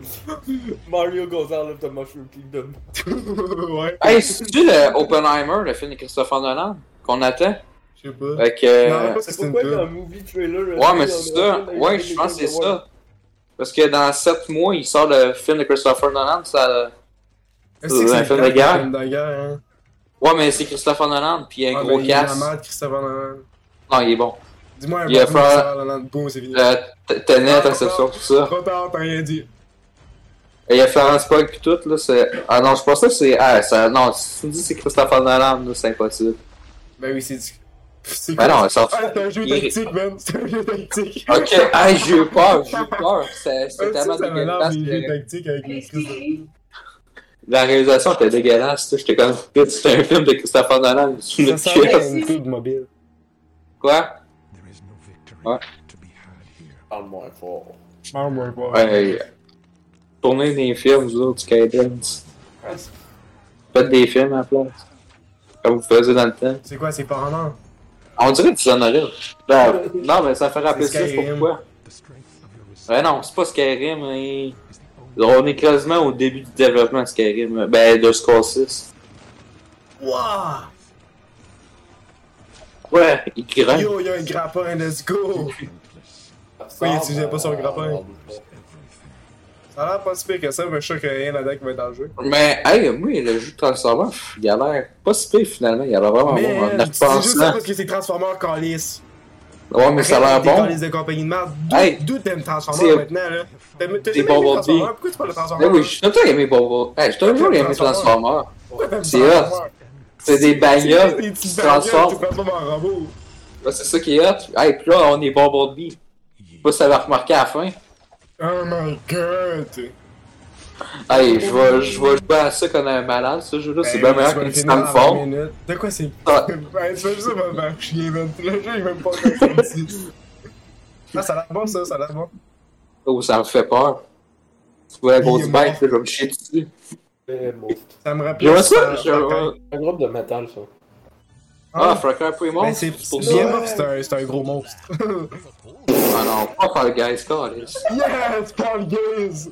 S4: Mario goes out of the Mushroom Kingdom.
S1: ouais.
S3: Hey, c'est-tu le Oppenheimer, le film de Christopher Nolan, qu'on attend?
S1: Je sais pas.
S3: Fait que- euh,
S1: Non, parce que c'est une
S4: Pourquoi il y a un
S1: pub.
S4: movie trailer?
S3: Ouais, mais c'est ça. Ouais, je pense que c'est ça. Parce que dans 7 mois, il sort le film de Christopher Nolan, ça.
S1: Est-ce que
S3: Euh, C'est un film de
S1: un
S3: guerre.
S1: film de guerre, hein?
S3: Ouais, mais c'est Christopher Nolan, puis il y a un
S1: Ah,
S3: gros
S1: ben, il y a
S3: casse.
S1: La merde, Christopher Nolan.
S3: Non, il est bon.
S1: Dis-moi un
S3: Il y a
S1: bon film
S3: Fra-
S1: Christopher Nolan. Boum, c'est fini.
S3: Euh, T-
S1: Ah,
S3: Tenet, Inception, tout ça.
S1: Trop tard, t'as rien dit.
S3: Et il y a Florence Pugh pis tout, là, c'est... Ah non, je pense que c'est... Ah, ça... Non, si tu me dis que c'est Christopher Nolan, là, c'est impossible.
S1: Ben oui, c'est du. C'est
S3: Ben
S1: quoi?
S3: non, ça-
S1: Ah, c'est un jeu
S3: il-
S1: tactique, man. C'est un jeu tactique.
S3: Ok, hey, j'ai eu peur, j'ai eu peur. C'est c'est
S1: Ah, ça,
S3: tellement
S1: ça mélange
S3: dégueulasse.
S1: les jeux
S3: que-
S1: tactiques avec les crises
S3: La réalisation était dégueulasse, tu sais, j'étais comme... (laughs) C'est un film de Christopher Nolan, je
S1: de.
S3: me
S1: Ça sent
S3: tuais.
S1: une pub mobile.
S3: Quoi? Ouais.
S4: Parle-moi fort.
S1: Marre, moi, pas.
S3: Ouais. Tournez Ben, euh, des films, vous autres, du Skydance.
S1: Ah,
S3: Faites des films à la place. Comme vous faisiez dans le temps.
S1: C'est quoi, c'est par an?
S3: On dirait Dishonored. Ben, non, mais ça fait rappeler ça,
S1: Ah, Skyrim.
S3: pourquoi? Ouais, non, c'est pas Skyrim, mais... On est quasiment au début du développement de Skyrim. Ben, de Score 6.
S1: Wouah!
S3: Ouais, il grimpe.
S1: Yo, y'a un grappin, let's go! Pourquoi il utilisait pas
S3: Ah,
S1: son grappin? Ça a l'air pas si pire que ça, mais je suis sûr qu'il y a rien là-dedans qui va être dans le jeu.
S3: Mais, hey, moi, le jeu de Transformers, pff, il a l'air pas si pire finalement. Il a l'air vraiment
S1: Mais
S3: Ah, bon en
S1: euh, c'est juste ça
S3: repensant.
S1: parce que c'est Transformers Callis.
S3: Ouais, mais ça a l'air
S1: Des
S3: bon.
S1: Callis de compagnie de merde. D'où
S3: Hey,
S1: d'où t'aimes Transformers
S3: c'est-
S1: maintenant, là? T'aimes t'as
S3: c'est
S1: jamais aimé
S3: Bumblebee.
S1: Transformers? Pourquoi tu parles de
S3: Mais
S1: Transformers?
S3: Eh oui, je suis tout aimé Bobo. Hey, je suis toujours aimé Transformers.
S1: Pourquoi t'aimes
S3: C'est hot.
S1: Transformers?
S3: C'est des bagnoles
S1: C'est des
S3: qui
S1: petites
S3: se
S1: bagnoles
S3: transforment.
S1: qui se transforment en robots.
S3: Ouais, c'est ça qui est hot. Hey, puis là, on est Bumblebee. Je sais pas si ça va remarquer à la fin.
S1: Oh my god!
S3: Hey, je vais, je vais jouer à ça comme un malade, ce jeu-là. C'est
S1: Ben
S3: bien
S1: oui,
S3: meilleur
S1: tu vas
S3: que
S1: le finir en
S3: Titanfall.
S1: 20 minutes. De quoi c'est?
S3: Ah.
S1: Ben, tu fais juste me faire chier, man. Le jeu, il est même pas comme ça. Ah, ça a l'air bon, ça, ça a l'air bon.
S3: Oh, ça me fait peur. Tu vois la
S1: Il
S3: grosse
S1: est
S3: bête, là, je vais me chier dessus.
S27: Mais bon.
S1: Ça me
S27: Il y
S1: rappelle.
S27: a ça,
S1: ça,
S27: c'est un,
S1: Frank-
S27: un groupe de metal,
S3: (laughs)
S27: ça.
S3: Ah, Fracker Puemon?
S1: Ben, c'est
S3: pour
S1: bien
S3: ça.
S1: mort, c'est un- c'est un gros monstre.
S3: Ah non, pas Fall Guys, Carlis.
S1: (laughs) yes, Paul Gaze!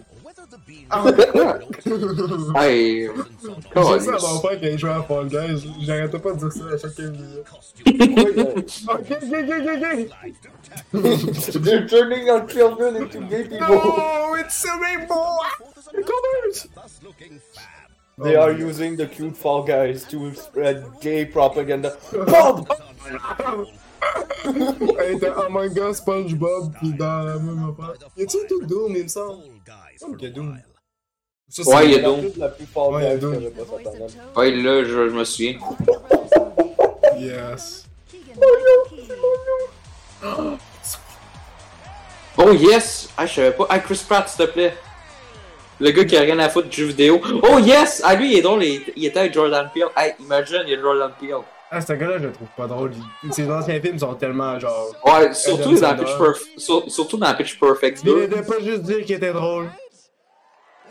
S1: Ah,
S3: Hey,
S1: J'ai
S3: Carlis.
S1: ça à mon frère quand il jouait à Fall Guys, j'arrêtais pas de dire ça à chacun minute. Ok, ok, ok, ok, ok!
S4: They're turning on children into gay people.
S1: No, Oh, it's a rainbow! Oh, The colors!
S4: They are using the cute fall guys to spread gay propaganda. Bob!
S1: hey, t'as Among Us, SpongeBob, pis dans la même affaire. Y'a-tu tout Doom, il me semble? Je pense qu'il y a Doom. Ça, c'est
S3: Ouais, il y a
S1: la
S3: Doom.
S1: pub
S4: la plus fall
S1: Ouais, il y a
S4: guys
S1: Doom.
S4: que je vois pas ça,
S3: Ouais, là, je, je me souviens.
S1: Yes.
S3: Oh yes! Ah, je savais pas. Ah, Chris Pratt, s'il te plaît. Le gars qui a rien à foutre du jeu vidéo. Oh yes! Ah, lui, il est drôle, il, il était avec Jordan Peele. Hey, imagine, il est Jordan Peele.
S1: Ah, ce gars-là, je le trouve pas drôle. Il- Ses anciens films sont tellement genre.
S3: Ouais, surtout dans, Pitch
S1: Perfect.
S3: Perf- sur- surtout dans Pitch Perfect
S1: Il
S3: 2.
S1: aidait pas juste dire qu'il était drôle.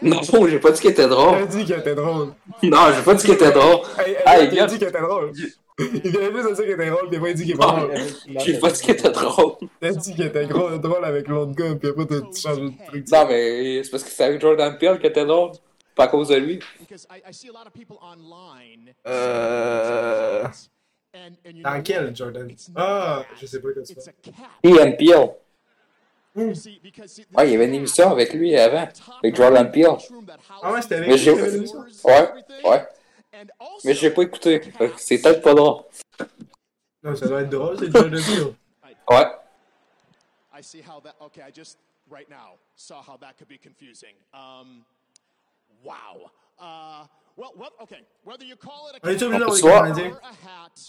S3: Non, non, (laughs) j'ai pas dit qu'il était
S1: Il a
S3: drôle.
S1: dit qu'il était drôle.
S3: Non, j'ai pas dit qu'il était (laughs) drôle.
S1: Hey,
S3: Hey,
S1: hey, il a
S3: gars.
S1: dit qu'il était drôle. Il vient juste de dire qu'il était drôle, des fois il dit qu'il est pas
S3: Ah,
S1: drôle.
S3: J'ai pas dit qu'il était drôle.
S1: T'as dit qu'il était gros- drôle avec l'autre gars, pis après t'as changé de truc.
S3: Non, mais c'est parce que c'est avec Jordan Peele qu'il était drôle. Pas à cause de lui. Uh,
S1: Euh. Dans quel, Jordan Ah, je sais pas quoi tu
S3: Ian Peele. Ouais, il y avait une émission avec lui avant, avec Jordan Peele.
S1: Ah ouais, c'était avec
S3: Mais
S1: lui,
S3: j'ai...
S1: t'avais vu
S3: Ouais, ouais. Mais j'ai pas écouté. Fait que C'est peut-être pas drôle.
S1: Non, ça doit être drôle, c'est Jordan Peele.
S3: Ouais.
S13: I see how that. Okay, I just right now saw how that could be confusing. Um, wow. Uh, well, well, okay. Whether you call it a
S1: On est obligé
S3: On peut
S1: d'avoir
S3: se
S1: des
S3: voir.
S1: Canadiens.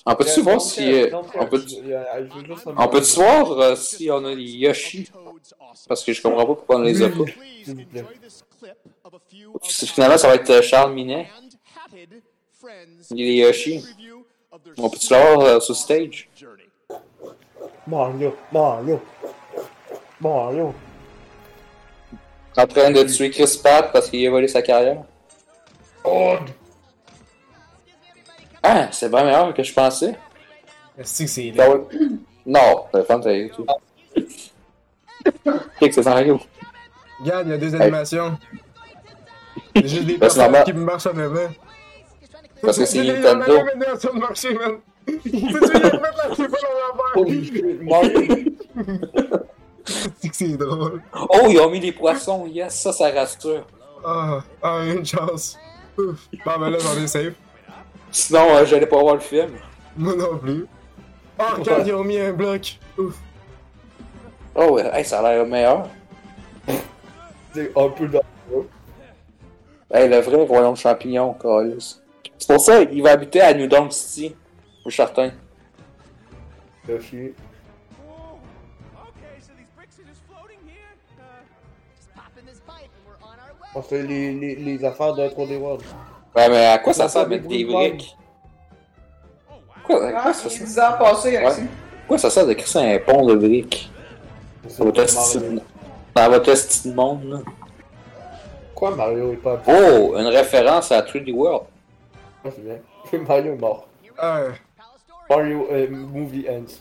S3: On peut-tu
S4: Yeah,
S3: voir
S4: don't
S3: si...
S4: care,
S3: euh,
S4: don't care.
S3: On peut-tu...
S4: Yeah, I- je- juste un
S3: On
S4: moment.
S3: peut-tu voir euh, si on a les Yoshi? Parce que je comprends pas pourquoi on les a pas. Finalement, ça va être euh, Charles Minet. Les Yoshi. On peut-tu l'avoir euh, sur stage?
S4: Mario, Mario. Mario.
S3: En train de tuer Chris Pratt parce qu'il a volé sa carrière.
S4: Oh,
S3: Ah, c'est bien meilleur que je pensais.
S1: Est-ce que c'est
S3: Ah ouais. Non, le fan, t'as eu tout. Kick, c'est sans rien.
S1: Regarde, il y a des animations. Il y a juste des
S3: Ben, c'est
S1: personnes
S3: normal.
S1: qui me marchent en avant.
S3: Parce que c'est
S1: J'ai des
S3: Nintendo.
S1: dernières animations de marcher, man. Tu sais, tu viens de mettre la cible en avant. (laughs) C'est que c'est drôle.
S3: Oh, ils ont mis des poissons, yes, ça, ça rassure.
S1: Ah, ah, une chance. Ouf. Bon, ben là, j'en ai safe.
S3: Sinon, euh, j'allais pas voir le film.
S1: Moi non plus. Oh, regarde, ils ont mis un bloc. Ouf.
S3: Oh, ouais, hey, ça a l'air meilleur.
S4: C'est un peu dangereux.
S3: Hey, le vrai royaume champignon, Carlos. C'est pour ça qu'il va habiter à New Donk City. Je suis certain.
S4: T'as chier. On fait les, les, les affaires de 3D World.
S3: Ouais, mais à quoi ça sert de mettre des briques? Quoi, à quoi
S5: Ah,
S3: ça sert?
S5: c'est 10 ans passés, Alexis.
S3: Ouais. Pourquoi ça sert de crisser un pont de briques? Dans votre esti de- dans votre esti de monde, là.
S4: Pourquoi Mario est pas habillé?
S3: Oh, une référence à 3D World.
S4: Ah, c'est bien. (laughs) Mario est mort.
S1: Ah,
S4: Mario euh, Movie Ends.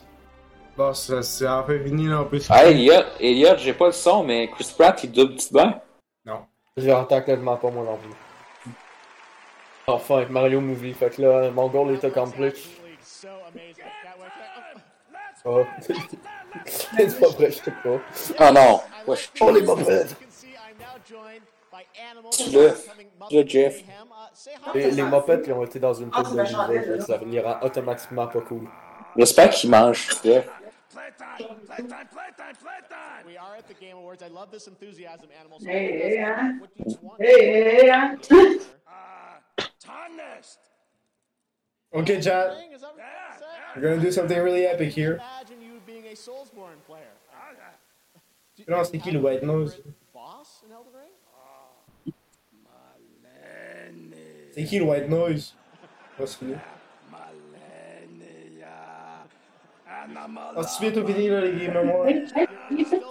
S1: bon, ça- c'est enfin fini, là, en plus.
S3: Ah, Elliot, Elliot, j'ai pas le son, mais Chris Pratt, il double petit bain.
S1: Non.
S4: Je l'entends clairement pas moi non plus. Enfin, avec Mario Movie, fait que là, mon goal est accompli.
S5: (laughs)
S4: Oh. C'est pas vrai, je sais pas.
S3: Ah non. Wesh.
S4: On est pas prêts.
S3: Le, le Jeff.
S13: Uh,
S4: Les, les mopettes qui ont été dans une
S5: Ah,
S4: coupe
S5: c'est
S4: de
S5: la
S4: musée,
S5: chandelle, là. Ah,
S4: ça les rend automatiquement pas cool.
S3: J'espère qu'il mange. Jeff.
S5: Hey, hey, hein? Hey, hey, hey, hein?
S1: Ok, chat. We're gonna do something really epic here. Non, c'est qui le White Nose? C'est qui le White Noise? Pas celui-là. Ah, tu viens tout fini là,
S4: (laughs)
S1: les mémoires?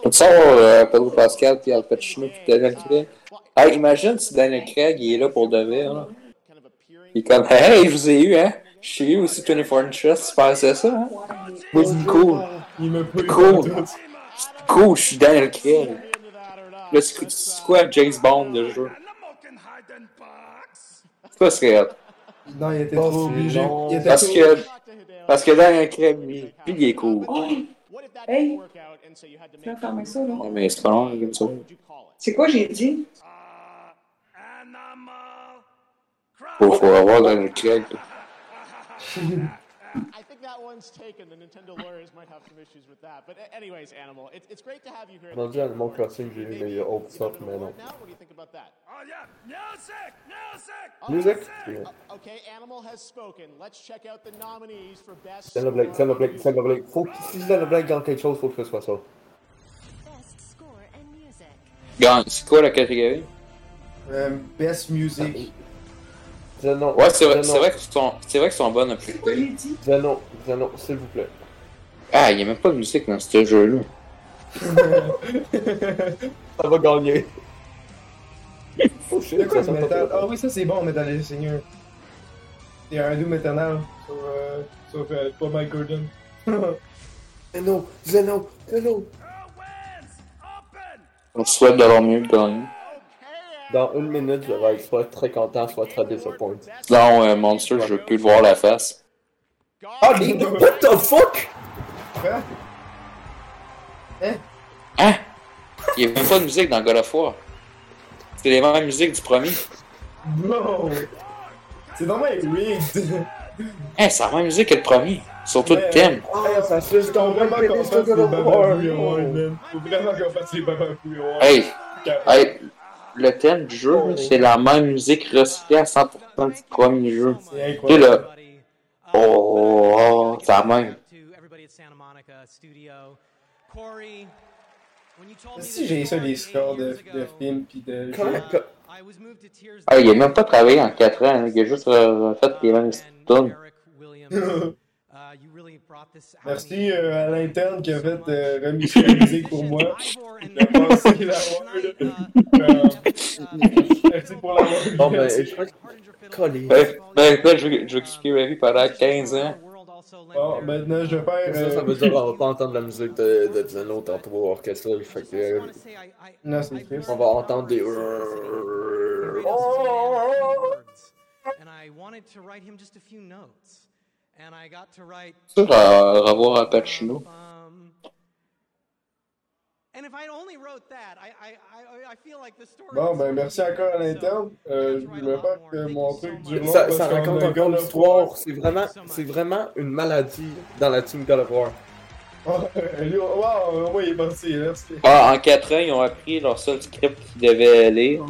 S3: Faut savoir, euh, Pedro Pascal, puis Al Pacino, puis Daniel Craig. Hey, imagine si Daniel Craig il est là pour de vrai, là. Il est comme, hey, je vous ai eu, hein. Je suis eu aussi 24 inches, tu pensais ça, hein? Moi, c'est cool.
S1: Il me
S3: C'est cool. C'est cool, je suis Daniel Craig. Là, c'est c'est quoi James Bond, le jeu? C'est quoi ce rêve?
S1: Non, il était
S4: Oh,
S1: trop obligé. Il était
S3: Parce
S1: trop-
S3: que, parce que Daniel Craig, lui, lui, il est cool.
S27: Hey! Tu vas fermer ça, là?
S3: Ouais, mais c'est pas long, comme ça.
S27: C'est quoi j'ai dit?
S3: Faut, faut avoir Daniel Craig.
S13: I think that one's taken. The Nintendo lawyers might have some issues with that. But a- anyways, Animal, it's, it's great to have you here.
S4: Mon dieu, Animal Crossing, j'ai lu les old stuff, mais non. Music? Yeah.
S13: Okay, Animal has spoken. Let's check out the nominees for Best
S4: Send le blague, send le blague, send le blague. Faut que si je donne le blague dans quelque chose, faut que ce soit ça.
S3: Gagne, c'est quoi la catégorie?
S1: Euh, best (laughs)
S4: Ah
S1: music.
S4: Xenon.
S3: Ouais, c'est vrai, c'est vrai qu'ils sont, c'est vrai qu'ils sont bonnes à plus.
S4: Xenon, Xenon, s'il vous plaît.
S3: Ah, il n'y a même pas de musique dans ce jeu-là.
S4: Ça va
S5: (laughs)
S4: gagner. Oh
S1: C'est
S4: shit,
S1: quoi
S4: ça
S1: du
S4: sent
S1: métal?
S4: pas
S1: Ah oui, ça c'est bon, Metal Gear Seigneur. Il y a un doux métal sur, euh, sur euh, pas Mike Gordon. (laughs)
S4: Xenon, Xenon, Xenon.
S3: On te souhaite d'avoir mieux que gagner.
S4: Dans une minute, je vais être soit très content, soit très disappointé.
S3: Non, euh, Monster, je veux plus te voir la face.
S4: Ah, les... What the fuck?
S1: Hein? Hein?
S3: Hein? Il n'y a même pas de musique dans God of War. C'est les mêmes musiques du premier.
S1: Bro! C'est vraiment rigged!
S3: Hein, c'est la même musique que le premier. Surtout le thème.
S4: Ah, ça se fait
S1: Faut vraiment qu'on fasse les bababouilles, man. Faut vraiment qu'on fasse les bababouilles, ouais.
S3: Hey! Hey! Le thème du jeu, là, c'est la même musique recyclée à 100% du premier jeu.
S1: C'est
S3: Tu sais,
S1: incroyable.
S3: là. Oh, oh, c'est la même.
S1: Si j'ai ça, les scores de, de films pis de jeux.
S3: Ah, il a même pas travaillé en 4 ans, hein. il a juste euh, fait les mêmes tunes.
S13: uh,
S1: Merci euh, à l'interne qui a fait euh, remixer la musique pour moi. (laughs) J'ai pensé la
S4: (laughs)
S1: Euh, Merci pour la
S4: Non, Oh, mais ben, je pense que... Collé.
S3: Hey, ben, là, je vais je vais expliquer ma vie pendant 15 ans.
S1: Bon, maintenant je vais faire.
S4: Ça, ça
S1: euh,
S4: veut dire qu'on va pas entendre la musique de, de Xeno tantôt à orchestral, fait que... euh,
S1: Non, c'est triste.
S4: On va entendre des...
S3: Ça, à revoir à
S16: um,
S3: Pacino.
S1: Bon, ben merci encore à l'interne. Euh, je voulais pas que mon truc dure long
S4: Ça,
S1: parce
S4: ça
S1: qu'on
S4: raconte
S1: a
S4: encore
S1: God of
S4: l'histoire. C'est vraiment, c'est vraiment une maladie dans la team God of War.
S1: (laughs) War. Ah, lui, wow, au moins, il est parti. Merci.
S3: Ah, en 4 ans, ils ont appris leur seul script qu'ils devaient lire.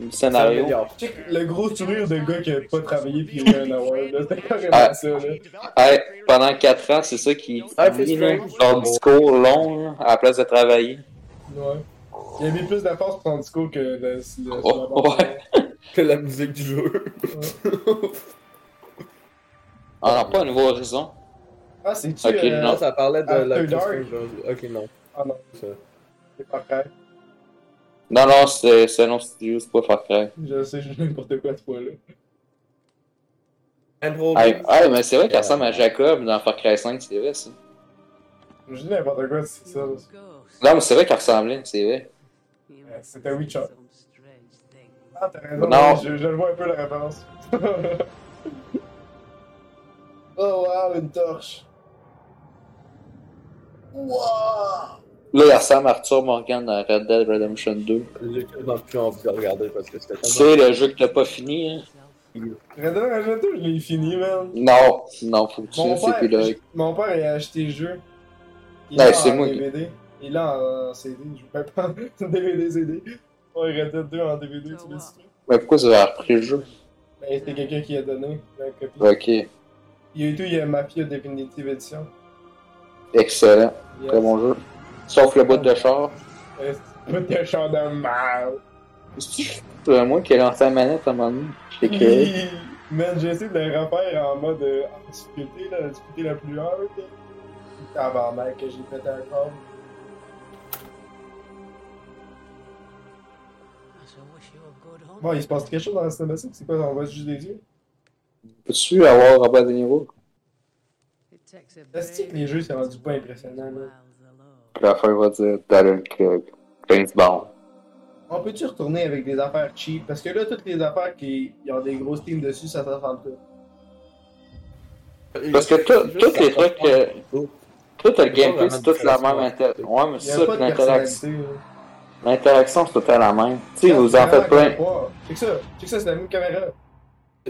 S3: Le scénario.
S1: Check le gros sourire de gars qui a pas travaillé pis il a eu un award. là. C'était carrément
S3: Ah.
S1: ça. Là.
S3: Hey, pendant 4 ans, c'est ça qu'ils
S1: Ah,
S3: ont mis,
S1: c'est
S3: là,
S1: vrai.
S3: leur discours long, là, à la place de travailler.
S1: Ouais. Il a mis plus d'efforts sur son discours que de, de-
S3: Oh,
S1: sur la bande.
S3: ouais.
S4: Que la musique du jeu. (laughs)
S3: Ah non, pas un nouveau horizon.
S1: Ah, c'est-tu.
S3: Ok,
S1: euh,
S3: non.
S4: Ça parlait de la
S1: After
S4: question.
S1: Dark.
S4: Ok, non.
S1: Ah non,
S4: Ça.
S1: c'est pas vrai.
S3: Non, non, c'est c'est un autre studio, c'est pas Far Cry.
S1: Je sais, je n'importe quoi à ce point-là.
S3: Hey, hey, mais c'est vrai qu'elle ressemble à Jacob dans Far Cry 5, c'est vrai ça.
S1: Je dis n'importe quoi, c'est ça.
S3: Non, mais c'est vrai qu'elle ressemblait, c'est vrai.
S1: Euh, C'était Witcher. Ah, t'as raison,
S3: Non.
S1: oui, Je, je le vois un peu la réponse. (laughs) oh wow, une torche. Wow!
S3: Là, elle ressemble à Arthur Morgan dans Red Dead Redemption 2.
S4: J'ai tellement plus envie de regarder parce que c'était
S1: Ah,
S3: Tu sais, le jeu que t'as pas fini, hein?
S1: Red Dead Redemption 2, je l'ai fini, man.
S3: Non, non, faut que tu
S1: Mon
S3: fasses
S1: père,
S3: Mm, c'est là.
S1: j- mon père il a acheté le jeu. Il
S3: Ouais,
S1: l'a
S3: Ben, c'est
S1: en
S3: moi qui-
S1: DVD. Il l'a en CD. Je vais pas (laughs) en DVD, CD. Ouais, Red Dead 2 en
S8: Ah,
S1: DVD, tu l'as dit.
S3: Mais pourquoi ça a repris le jeu?
S1: Ben, c'était quelqu'un qui a donné la copie.
S3: Ok,
S1: Il y a eu tout, il y a Mafia Definitive Edition.
S3: excellent.
S1: Yes.
S3: Très bon jeu. Sauf le bout de char.
S1: Euh, C'est un chant de mal.
S3: C'est euh, moi qui ai lancé la manette à un moment donné. J'ai
S1: Mm-hmm.
S3: créé.
S1: Man, j'ai essayé de le refaire en mode euh, en difficulté, là, la difficulté la plus hard. Tabarnak, que j'ai pété un corps. Bon, il se passe quelque chose dans la cinématique, c'est quoi, on va juste des yeux?
S3: Peux-tu avoir Robert De Niro?
S1: Est-ce que les jeux, c'est rendu pas impressionnant, là?
S3: La fin va dire Darren Craig, James Bond.
S1: On peut-tu retourner avec des affaires cheap? Parce que là, toutes les affaires qui ils ont des grosses teams dessus, ça s'en sort pas.
S3: Parce que tout- tous les trucs, euh, tout le gameplay, c'est toute la même interaction. Ouais, mais
S1: Il
S3: c'est
S1: y a
S3: ça
S1: pas
S3: que
S1: de
S3: l'interaction.
S1: personnalité, là.
S3: L'interaction, c'est tout à la même. Tu sais, vous en faites plein.
S1: Wow. Check ça, check ça, c'est la même caméra.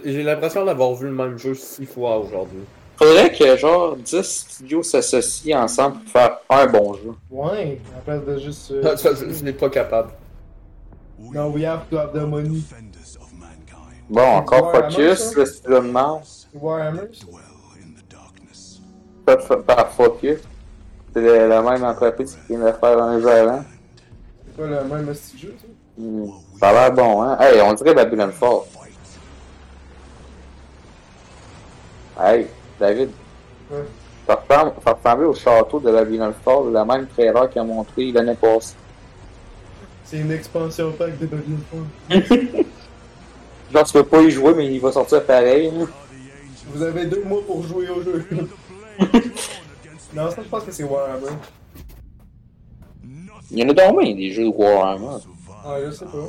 S4: J'ai l'impression d'avoir vu le même jeu six fois aujourd'hui.
S3: Faudrait que genre 10 studios s'associent ensemble pour faire un bon jeu.
S1: Ouais, à la place de juste. euh,
S4: Non, ça, je je n'ai pas capable.
S1: Non, we have to have the money.
S3: Bon, encore
S1: Warhammer,
S3: Focus,
S1: ça?
S3: le studio de merde.
S1: Warhammer?
S3: Fait fa- par Focus. C'est le- la même entreprise qui vient de faire un jeu avant.
S1: C'est pas le même style jeu, ça?
S3: hein. Hmm, Ça a l'air bon, hein? Hey, on dirait Babylon 4. Hey, David.
S1: Ouais.
S3: Ça ressemble, ça ressemblait au château de Babylon 4, le même trailer qu'il a montré l'année passée.
S1: C'est une expansion pack de Babylon 4.
S3: Genre, tu peux pas y jouer, mais il va sortir pareil. hein.
S1: Vous avez deux mois pour jouer au jeu. (laughs) non, ça, je pense que c'est Warhammer.
S3: Il y en a dans moins des jeux de Warhammer.
S1: Ah, je sais pas.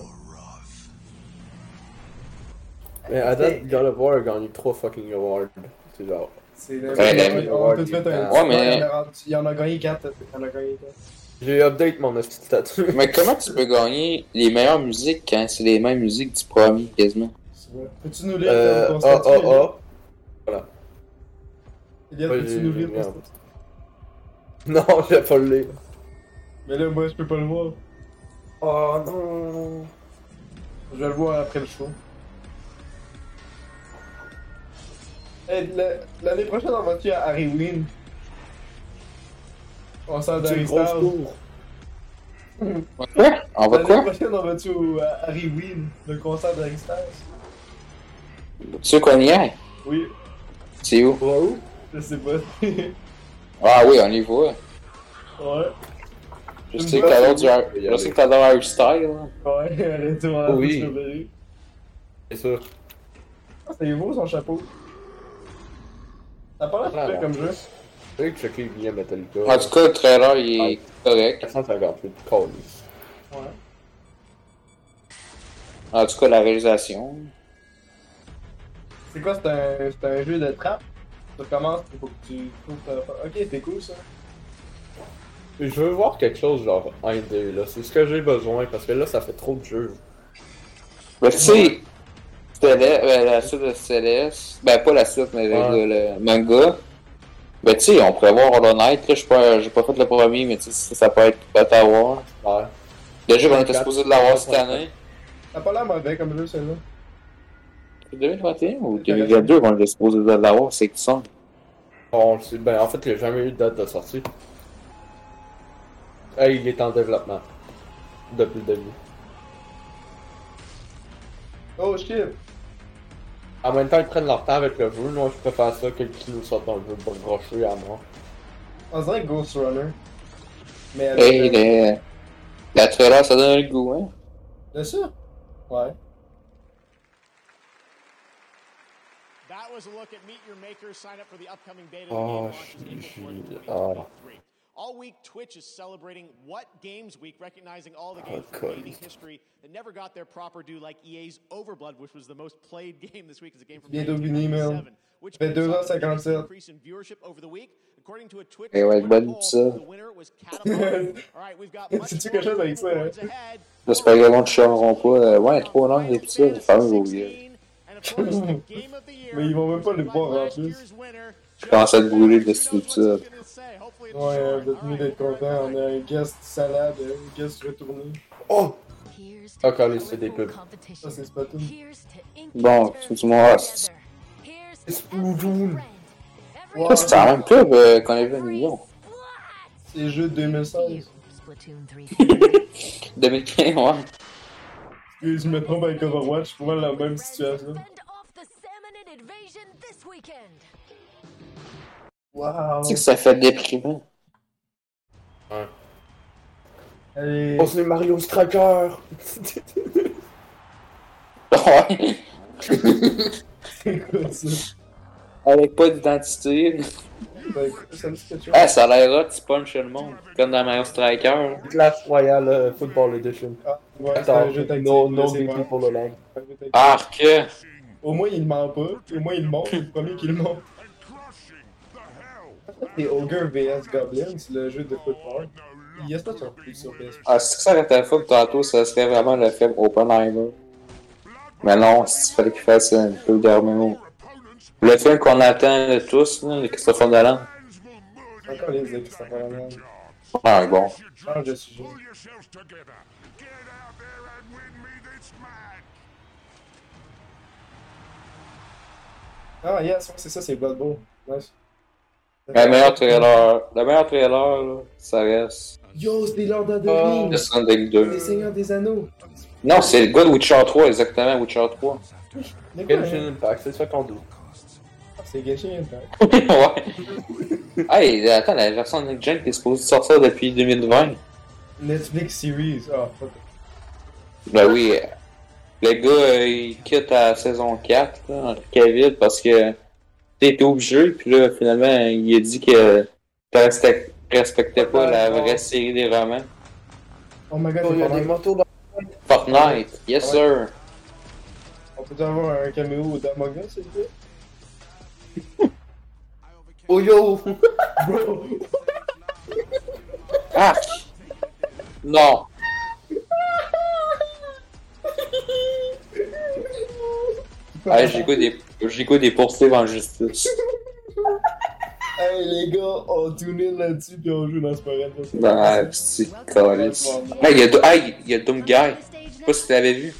S4: Mais à date, God of War a gagné 3 fucking awards. C'est genre.
S1: C'est le.
S4: Ouais,
S1: Ouais,
S4: mais-
S1: on a tout fait un.
S4: Ouais, mais-
S1: Il y en a rendu- Il y en a gagné 4. Il y en a gagné 4.
S4: J'ai update mon petit statut.
S3: Mais comment tu peux gagner les meilleures musiques quand c'est les mêmes musiques du premier, quasiment?
S1: Peux-tu
S4: (laughs)
S1: nous lire
S4: Euh.
S1: ton
S4: Oh,
S1: statut?
S4: oh,
S1: Elliot?
S4: oh. Voilà. (laughs)
S1: Elliot,
S4: Ouais,
S1: peux-tu
S4: j'ai-
S1: nous lire ton
S4: merde.
S1: statut?
S4: Non, j'ai pas le lire.
S1: Mais là, moi, je peux pas le voir.
S4: Oh non.
S1: Je vais le voir après le show. Hey, le- L'année prochaine, on va-tu à Harry Wynn? On s'en
S4: C'est
S1: Harry
S4: une grosse
S1: Styles.
S4: tour.
S3: Quoi? On va
S1: L'année
S3: quoi?
S1: prochaine, on va-tu au- à Harry Wynn, le concert d'Harry Styles?
S3: Tu sais qu'on y est?
S1: Oui,
S3: C'est où?
S1: je sais pas. (laughs) ouais.
S3: Ah oui, on y va.
S1: Ouais,
S3: Je
S1: Une
S3: sais que
S1: fois,
S3: t'adores
S1: c'est
S3: du
S1: où?
S3: Har- je sais que t'adores Harry Styles. hein.
S1: (laughs) arrêtez, on a
S4: Oui.
S1: Strawberry.
S4: C'est sûr.
S1: Ah, C'est beau son chapeau. Ça parle à
S4: Voilà.
S1: comme jeu.
S4: C'est vrai que checker les billets Metallica.
S3: En tout cas, le trailer, il est correct.
S4: 458 colis.
S1: Ouais.
S3: En tout cas, la réalisation.
S1: C'est quoi, c'est un, c'est un jeu de trappe? Tu commences, il faut que tu trouves ta... Ok, c'est cool ça.
S4: Je veux voir quelque chose genre 1D là, c'est ce que j'ai besoin parce que là ça fait trop de jeux.
S3: Ben, tu sais, Céleste- ben, la suite de Céleste, ben pas la suite, mais
S4: Ouais.
S3: le, le manga, ben tu sais, on pourrait voir Hollow Knight, là, je suis pas- j'ai pas fait le premier, mais tu sais, ça peut être bête à voir.
S4: Ouais.
S3: Déjà qu'on était supposé de l'avoir cette année,
S1: Ça a pas l'air mauvais comme jeu, celui-là.
S3: c'est 2021 ou 2022 qu'on était supposé de l'avoir, c'est qui ça?
S4: Bon, c'est- ben en fait il n'y a jamais eu de date de sortie. Hey, il est en développement. Depuis le début.
S1: Oh shit!
S4: En même temps ils prennent leur temps avec le jeu, moi je préfère ça que qu'ils nous sortent un jeu pour brocher à mort.
S1: On dirait Ghost Runner. Mais avec.
S3: Hey,
S1: le-
S3: le- euh, la trailer, ça donne le goût, hein?
S1: Bien sûr! Ouais.
S13: That was a look at Meet Your Maker. Sign up for the upcoming beta. The game
S4: Oh,
S13: launches
S4: je
S13: April
S4: suis.
S13: 4th, 2023.
S4: Ah.
S13: All week, Twitch is celebrating What Games Week, recognizing all the
S4: Oh,
S13: games from
S4: God.
S13: gaming history that never got their proper due, like EA's Overblood, which was the most played (laughs) game this week. It's a game from
S1: Viens de Vinny,
S13: 1997,
S1: man.
S13: which
S1: Ça fait
S13: saw the
S1: 2h57.
S13: biggest increase in viewership over the week, according to a Twitch.
S3: Et ouais,
S13: Twitter
S3: bonne
S13: poll.
S3: pizza.
S13: The winner was Catapult. all right, we've got much
S1: C'est-tu
S13: more
S1: quelque chose avec ça, hein?
S13: awards ahead.
S3: J'espère que les gens ne chialeront pas. Euh, Ouais, trois heures d'épisode, c'est quand même au
S1: (laughs) Mais ils vont même pas le voir en plus.
S3: Je commence à te brûler de ce épisode.
S1: Ouais, euh, vous êtes mieux d'être content, on a un guest salade, un guest retourné.
S4: Oh! Ok, allez, c'est des pubs.
S1: Ça, c'est Splatoon.
S3: Bon, faut que tu m'en restes.
S4: Splatoon!
S1: Wow.
S3: Ça, C'est quand même pub euh, qu'on a vu un million.
S1: C'est le jeu de 2016.
S28: Splatoon
S8: (laughs)
S28: 3.
S3: 2015, ouais.
S1: Excuse, je me trompe avec Overwatch, pour moi, la même situation. Wow!
S3: Tu sais que ça fait déprimant. (laughs)
S1: Allez. (laughs)
S4: Oh, c'est Mario Striker!
S3: Ouais.
S1: C'est quoi ça?
S3: Avec pas d'identité.
S1: Ben, ça me dit quelque chose.
S3: Ah, ça a l'air hot, tu punches le monde. Comme dans Mario Striker.
S4: (laughs) Clash Royale euh, Football Edition.
S1: Ah, Ouais, c'est
S4: Attends,
S1: un jeu tactique,
S4: no, no
S1: laissez
S4: VP
S1: faire.
S4: pour le lag.
S3: Arc!
S1: Au moins, il ment pas. Au moins, il monte. C'est le premier qui le monte. C'est Ogre vs Goblin, c'est le jeu de football. Il y a pas de surprise sur PS.
S3: Ah, si ça arrêtait pas, tantôt, ça serait vraiment le film Oppenheimer. Mais non, il fallait qu'il fasse un peu d'armement. Le film qu'on attend de tous, là, de Christopher Nolan.
S1: Encore les épisodes, ça va vraiment.
S3: Ah, bon.
S1: Change de sujet. Ah, yes, ouais, c'est ça, c'est Blood Bowl. Nice.
S3: Le meilleur trailer, le meilleur trailer, là, ça reste.
S1: Yo, c'est Lord of the
S4: Oh,
S3: The
S1: Rings!
S3: Stranding 2.
S1: Les Seigneurs des Anneaux!
S3: Non, c'est le gars de Witcher 3, exactement, Witcher 3.
S1: Mais quoi,
S4: Genshin
S1: hein?
S4: Impact, c'est ça qu'on doute.
S1: C'est Genshin hein. Impact.
S3: (laughs) ouais. Hey, attends, la version Nick Jam qui est supposée sortir depuis 2020.
S1: Netflix series. Ah, fuck.
S3: Ben oui. euh, Le gars, euh, il quitte à la saison 4, là, en Covid, parce que t'étais obligé, puis là, finalement, il a dit que tu respectais, pas la vraie série des romans.
S1: Oh my god,
S4: Oh, il y
S1: c'est
S4: a
S1: pas
S4: des
S1: mal.
S4: manteaux dans
S3: Fortnite, yes sir.
S1: On peut avoir un caméo d'Among Us, s'il vous
S4: (laughs)
S1: plaît?
S4: Oh yo!
S1: Bro!
S3: Ah! Non! Ah, j'ai goût des, j'ai goût des poursuites en justice.
S1: Hey les gars, on tune in là-dessus pis on joue dans ce programme.
S4: Bah,
S1: (laughs)
S3: Ah, petit calice. Hey, il y a, Do- hey, il y a Doom Guy. Je sais pas si tu l'avais vu.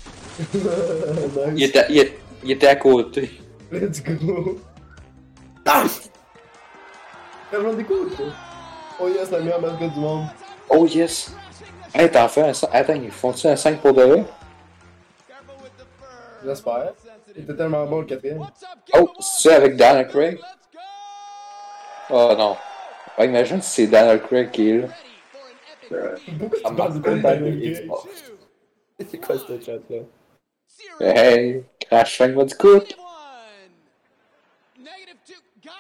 S3: Il était, il, est- il était à côté.
S1: Let's go! Ah! J'en découvre! toi. Oh yes, la meilleure mascotte du monde!
S3: Oh yes! Hey, t'en fais un 5. Attends, ils font-tu un 5 pour de vrai?
S1: J'espère. Il était tellement bon le quatrième.
S3: Oh, c'est avec Daniel Craig? Oh non. Ah, imagine si c'est Daniel Craig qui est là.
S4: Pourquoi
S3: tu parles de Daniel Craig?
S4: (laughs) C'est quoi cette chat là?
S3: Hey, Crash 5 va du coup.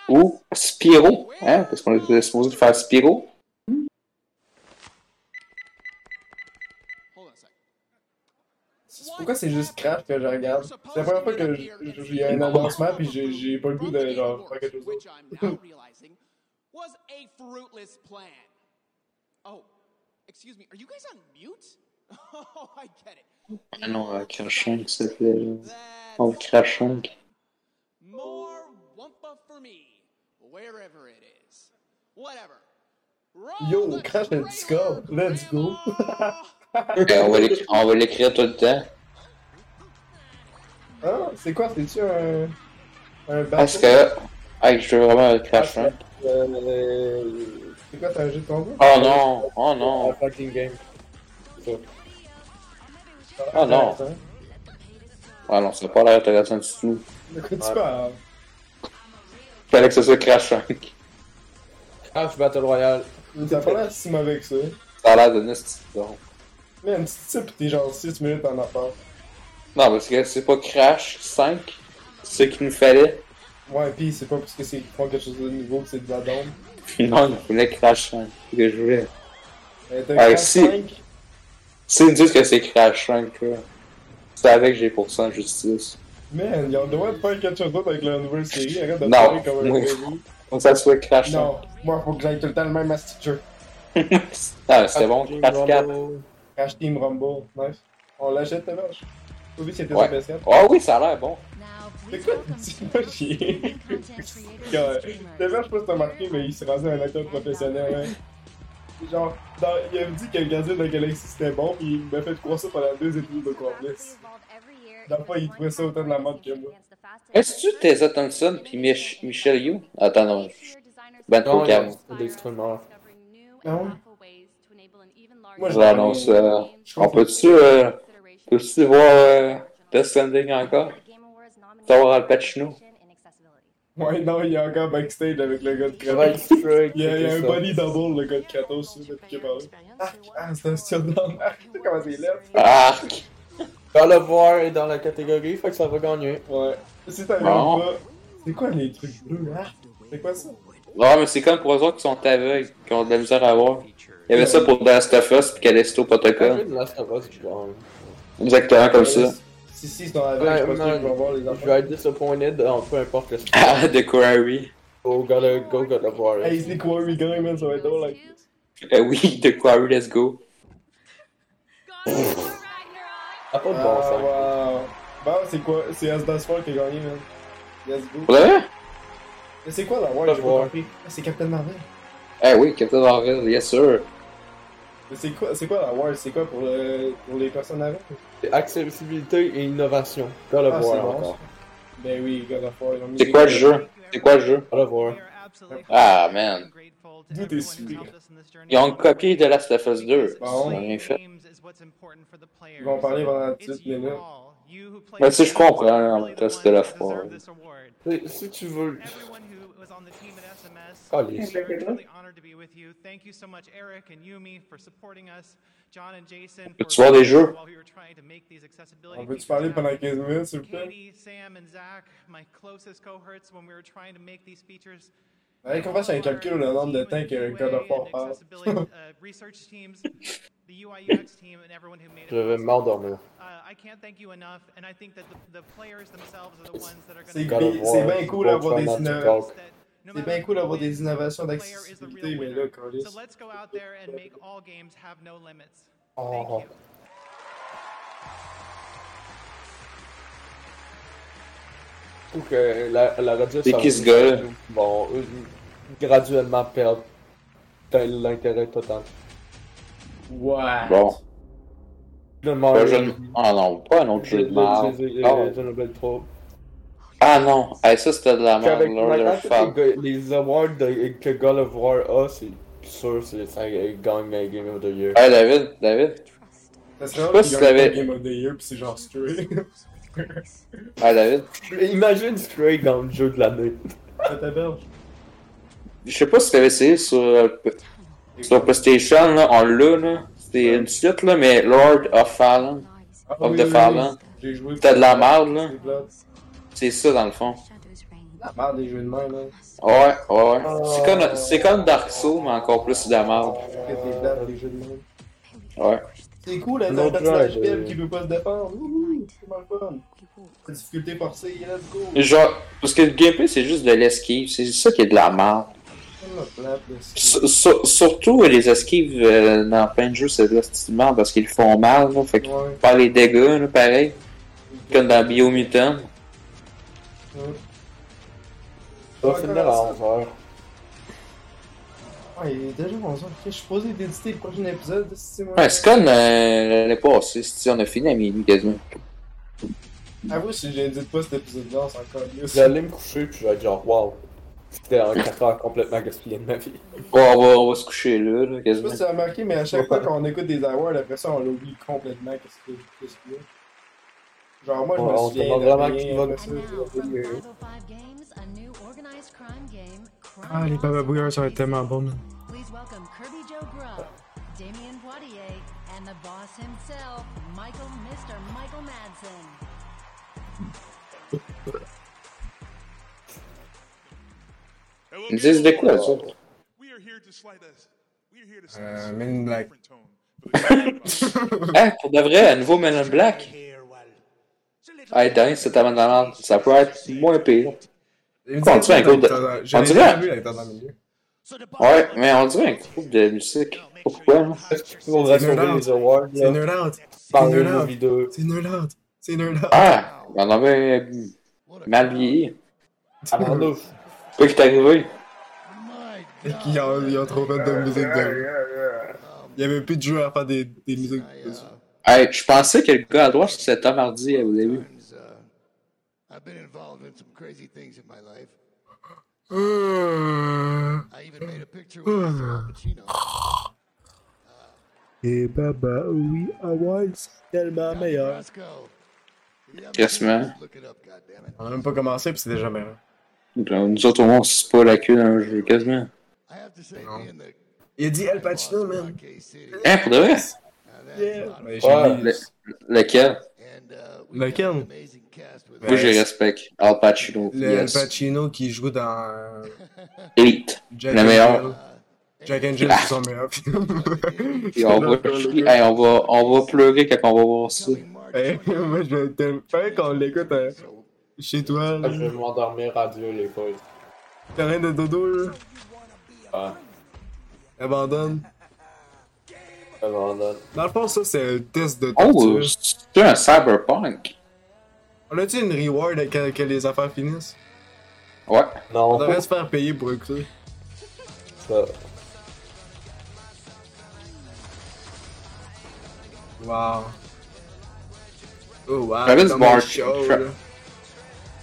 S3: Ou Spiro, hein, parce qu'on était supposé de faire Spiro.
S1: Pourquoi c'est juste Crash que je regarde? C'est la première fois que j- j- j'ai un avancement pis j'ai- j'ai pas le goût de genre faire quelque chose (laughs) d'autre.
S22: was a fruitless plan. Oh, excuse me, are you guys on mute? (laughs) Oh, I get it.
S3: Ah non, euh, Crash 5, s'il te plaît. là. Oh, Crash 5.
S22: More Wumpa for me, wherever it is. Whatever.
S1: Yo, Crash le Discord! Let's go! (laughs)
S3: Euh, on va l'éc- on va l'écrire tout le temps.
S1: Ah, c'est quoi? C'est-tu un. Un bateau?
S3: Parce que. Hey, je veux vraiment un Crash 5.
S4: Euh...
S1: C'est quoi, t'as un jeu de combat?
S3: Oh non, oh non,
S4: Un fucking game.
S3: oh non. Ah non, ça n'a pas l'air intéressant du tout.
S1: De quoi tu parles?
S3: Fallait que ce soit Crash 5.
S4: Crash Battle Royale.
S1: T'as pas l'air si mauvais que ça.
S3: Ça a l'air de nasty bon.
S1: Man, tu sais pis t'es genre 6 minutes en affaire.
S3: Non, parce que c'est pas Crash 5, c'est ce qu'il nous fallait.
S1: Ouais, pis c'est pas parce que c'est qu'ils font quelque chose de nouveau que c'est de la dôme.
S3: (laughs) Non, il voulait Crash 5, c'est ce que je voulais.
S1: Euh, t'as
S3: Ouais,
S1: Crash
S3: Ah, si.
S1: 5?
S3: S'ils me disent que c'est Crash 5, là, c'est avec que j'ai pour ça en justice.
S1: Man, ils ont le droit de faire quelque chose d'autre avec leur nouvelle série. Arrête de
S3: Non.
S1: parler comme
S3: (laughs)
S1: un
S3: Oui.
S1: bébé.
S3: Faut que ça soit Crash 5.
S1: Non, moi faut que j'aille tout le temps le même asti de jeu.
S3: (laughs) Ah, c'était bon, Crash 4.
S1: Crash Team Rumble, nice. On l'achète ta vache. T'as vu c'était
S3: Ouais.
S1: sur PS4?
S3: Ah oui, ça a l'air bon.
S1: C'est quoi? C'est pas chier. (laughs) T'as vu, euh, je sais pas si t'as marqué, mais il s'est rendu un acteur professionnel. hein. Genre, dans- il a dit que le gardien de la galaxie c'était bon, pis il m'a fait croire ça pendant deux épisodes de complexe. Dans le fond, il trouvait ça autant de la mode que moi.
S3: Est-ce que tu Tessa Thompson puis Mich- Michel You? Attends, non. je- Ben trop
S4: Non, il y a
S3: calme.
S4: des streamers.
S1: Ah Moi,
S3: Je l'annonce. euh, on peut-tu euh, peux-tu voir euh, Death Stranding encore? Savoir Al Pacino?
S1: Ouais, non, il est encore backstage avec le gars de
S4: Ouais,
S1: Kratos.
S4: c'est vrai,
S1: Il y a, il y a un
S4: c'est ça.
S1: body double, le gars de Kratos, là, depuis qu'il est parlé. Ah, ah, c'est un surnom. Ah, tu sais comment c'est là?
S3: Arc!
S4: God of War est dans la catégorie, fait que ça va gagner.
S1: Ouais. Si t'avais
S3: Bon.
S1: pas. C'est quoi les trucs bleus, là C'est quoi ça
S3: Non, Ah, mais c'est comme pour eux autres qui sont aveugles, qui ont de la misère à voir. Il y avait ça pour The Last of Us pis Callisto Protocol.
S4: The Last of Us qui gagne.
S3: Exactement comme ça.
S1: Si, si, c'est dans la veille, je pense que je vais voir les
S4: Je vais être disappointed en peu importe le sport.
S3: Ah, The Quarry.
S4: Go, gotta, go, gotta voir.
S1: Hey, c'est quoi, we gagne, man, ça va être drôle. hein. Like...
S3: Euh, oui, The Quarry, let's go.
S4: Ah, pas de bon sens.
S1: wow. Bah, c'est quoi C'est Asdas War qui a gagné, man. Let's go.
S3: Pour de vrai?
S1: Mais c'est quoi la War
S4: Pas
S1: J'ai pas
S4: War.
S1: compris. Ah, C'est Captain Marvel.
S3: Eh oui, Captain Marvel, yes sir.
S1: Mais c'est quoi, c'est quoi la War C'est quoi pour, le, pour les personnes aveugles
S4: C'est accessibilité et innovation. God of
S1: Ah, c'est
S4: War
S1: bon,
S4: encore.
S1: Ben oui, God of War. ils ont mis
S3: C'est
S1: des-
S3: quoi le jeu? C'est quoi le jeu?
S4: God of War.
S3: Ah, man.
S1: D'où t'es suivi
S3: Ils ont copié The Last of Us 2.
S13: Ah
S3: Ils ont rien fait.
S1: Ils vont parler pendant 18 minutes.
S3: Mais si je comprends, hein, en même temps, c'était la foi.
S4: Si- Si tu veux.
S28: Oh,
S4: les-
S3: Peux-tu voir des jeux?
S1: On peut-tu parler pendant 15 minutes, s'il vous plaît Faudrait qu'on fasse un calcul le nombre de temps que God of War parle.
S13: uh,
S4: Je vais m'endormir.
S1: C'est
S4: God of
S1: bi-
S4: War,
S1: c'est bien cool
S4: Voltron
S1: d'avoir des
S4: Magic
S1: innovations.
S4: Talk.
S1: C'est bien cool d'avoir des innovations d'accessibilité, mais là, Carlis.
S4: Oh. Ou que la, la radio
S3: C'est
S4: s'en-
S3: qui ce gars-là?
S4: Bon, euh, graduellement perdre t'as l'intérêt total.
S1: Ouais.
S3: Bon.
S4: Le
S3: Pas un jeu de... Ah non, pas un autre jeu de merde.
S4: euh,
S3: Ah. Ah non, Eh, ça c'était de la merde,
S4: Avec
S3: Lord
S4: maintenant
S3: of
S4: tous
S3: Fab.
S4: les, go- les awards de- que God of War a, c'est sûr c'est ça il gagne la Game of the Year.
S3: Hey Eh, David, David.
S1: Ça
S3: Je sais
S1: serait
S3: pas
S1: pas
S3: si
S1: si
S3: tu l'avais-
S1: Game of the Year, pis c'est genre straight.
S4: (laughs)
S3: Hey Eh, David.
S4: Imagine Stray dans le jeu de l'année.
S3: Je sais pas si t'avais essayé sur, euh, p- sur PlayStation, là, on l'a là. C'était une suite là, mais Lord of Fallen.
S1: Ah,
S3: Of
S1: oui,
S3: the
S1: oui,
S3: Fallen.
S1: oui. J'ai joué.
S3: hein. T'as de la merde là.
S1: C'est plate.
S3: C'est ça dans le fond.
S1: La merde des jeux de main, là.
S3: Ouais, ouais, ouais. C'est comme, c'est comme Dark Souls, mais encore plus de la merde.
S1: Que c'est plate, les jeux de main.
S3: Ouais.
S1: C'est cool, hein,
S3: Un
S1: t'as un
S3: autre
S1: personnage
S3: jeu,
S1: faible
S3: euh,
S1: qui veut pas se défendre. Wouhou, c'est vraiment le fun. La difficulté forcée, let's go.
S3: Genre, parce que le gameplay c'est juste de l'esquive, c'est ça qui est de la merde.
S1: Tellement plate, là.
S3: Sur- sur- surtout euh, les esquives euh, dans plein de jeux, c'est de la petite merde parce qu'ils le font mal, là, fait qu'ils
S1: Ouais.
S3: font les dégâts, là, pareil. Comme dans Biomutant.
S1: Ouais.
S4: Ça va finir à 11h.
S1: Ouais, il est déjà 11 heures. Je suis supposé d'éditer le prochain épisode. C'est moi.
S3: Ouais, c'est comme euh, l'année passée, si on a fini à minuit quasiment.
S1: Avoue, si j'édite pas cet épisode-là, on s'en calisse.
S4: J'allais me coucher puis je vais être genre wow. C'était en 4 heures complètement gaspillé de ma vie.
S3: Ouais, on va, on va se coucher là, là,
S1: Je sais pas si
S3: quasiment.
S1: tu as remarqué, mais à chaque fois qu'on écoute des awards, après ça, on l'oublie complètement qu'est-ce que qu'est-ce qu'il y a. Genre, moi, je
S4: Ouais,
S1: me
S4: on se
S1: souviens
S4: demande
S1: de
S4: vraiment
S1: rien,
S4: qui va
S1: après
S4: gagner.
S1: ça.
S7: Ah, les bababouilleurs, ça va être tellement bon, man.
S29: Please welcome Kirby Joe Grubb, Damien Poitier, and the boss himself, Michael Mr. Michael Madsen.
S3: Ils me disent de quoi, ça?
S1: Euh, Men in (laughs) Black.
S3: Hein, pour de vrai, un nouveau Men in Black? Hey, dingue, c'est tellement de la merde. Ça peut être moins pire. Quoi, on dirait un groupe de... On dirait... Ouais, mais on dirait un groupe de musique. Pourquoi, hein? là?
S4: On va sauver les awards.
S1: C'est nulante.
S4: Par
S1: C'est
S4: les
S1: nulante.
S4: movies de-
S1: C'est nulante. C'est nulante.
S3: Ah! On avait mal vieilli.
S4: Amanda.
S3: Quoi qui t'est arrivé?
S1: Et qu'ils ont, ils ont trop fait de musique de. Il y avait plus de jeux à faire des, des musiques dessus.
S3: Hey, je pensais que le gars à droite, c'était Tom Hardy au début.
S30: uh, I've been involved in some crazy things in my life.
S1: Euh.
S30: I even made a picture with Al Pacino.
S7: Et Baba Oui Awards, tellement meilleur.
S3: Quasiment.
S1: On a même pas commencé, puis c'est déjà meilleur.
S3: Nous autres, au moins, on se pas la queue dans le jeu, quasiment.
S1: Il a dit El Pacino, man.
S3: Hein, pour de vrai?
S1: Yeah.
S3: Le- Lequel?
S30: And uh,
S1: Lequel?
S3: Moi, je respecte Al Pacino.
S1: Le
S3: yes.
S1: Pacino qui joue dans.
S3: Elite.
S1: Jack
S3: le
S1: and
S3: meilleur.
S1: Jill. Jack and Jill, c'est son meilleur film. (laughs)
S3: Puis on, va, hey, on, va, on va pleurer quand on va voir ça.
S1: Hey, moi, je vais te faire qu'on l'écoute hein, chez toi. là.
S4: Ah,
S3: Ah,
S4: Je vais m'endormir à Dieu, les boys.
S1: T'as rien de dodo, là.
S4: Ah,
S1: Abandonne.
S4: abandonne.
S1: Dans le fond, ça, c'est un test de
S3: Oh,
S1: torture.
S3: c'est un cyberpunk.
S1: On a-tu une reward quand que les affaires finissent?
S3: Ouais.
S1: On
S4: Non,
S1: devrait se faire payer pour écouter.
S4: ça.
S1: Wow. Oh, wow.
S3: Travis
S1: comment
S3: Barker.
S1: chaud,
S3: Tra-
S1: là.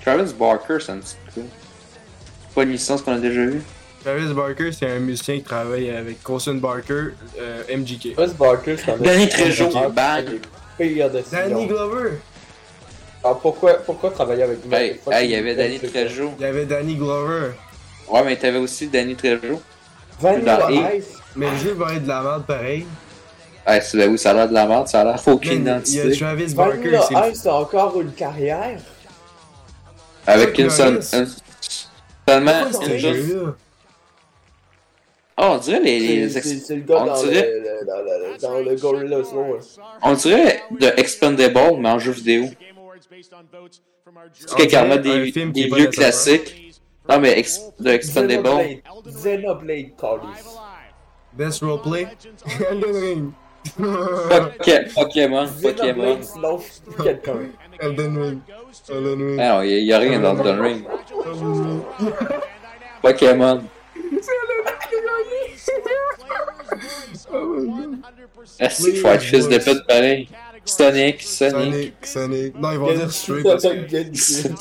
S3: Travis Barker, c'est un petit peu. C'est pas une licence qu'on a déjà vue.
S1: Travis Barker, c'est un musicien qui travaille avec Colson Barker, euh, MGK.
S4: Chris Barker, c'est un
S3: Danny Trejo, bang.
S4: pire décision.
S1: Danny Glover!
S4: Alors pourquoi, pourquoi travailler avec lui?
S3: Ben, Hey, hey, il y avait Danny Trejo.
S1: Il y avait Danny Glover.
S3: Ouais, mais t'avais aussi Danny Trejo. Dans
S4: Vanilla
S3: Heat.
S4: Ice.
S1: Mais le jeu va être de la merde pareil.
S3: Hey, c'est ben oui, ça a l'air de la merde, ça a l'air aucune
S1: Man, Il y a
S3: identité.
S1: Travis Barker, c'est
S4: Vanilla Ice a encore une carrière?
S3: Avec une
S1: Chuck
S3: seule.
S1: Norris.
S3: une- Seulement
S1: Pourquoi
S3: une
S1: ils ont
S3: juste.
S1: eu, là?
S3: Ah, on dirait les. les
S4: C'est-
S3: ex-
S4: C'est c'est le gars
S3: on
S4: dans le,
S3: dirait-
S4: le- dans le, dans le hein. Gorilla Snow.
S3: On dirait de Expendable, mais en jeu vidéo. C'est qu'il y en a des,
S1: Ah, film qui
S3: des
S1: est pas
S3: vieux
S1: nécessaire.
S3: classiques. Non, mais ex, de Expendable.
S4: Xenoblade Callis.
S1: Best roleplay. (laughs) Elden Ring.
S3: Poké- Pokémon, Pokémon.
S4: Xenoblade sinon je tue quelqu'un.
S1: Elden Ring. Elden Ring.
S3: Ah non, il n'y a, rien dans Elden Ring.
S1: Elden Ring. (laughs)
S3: Pokémon. Est-ce qu'il faut être fils de pute pareil? Sonic, Sonic,
S1: Sonic, Sonic. Non, ils vont dire straight parce que.
S4: Genshin.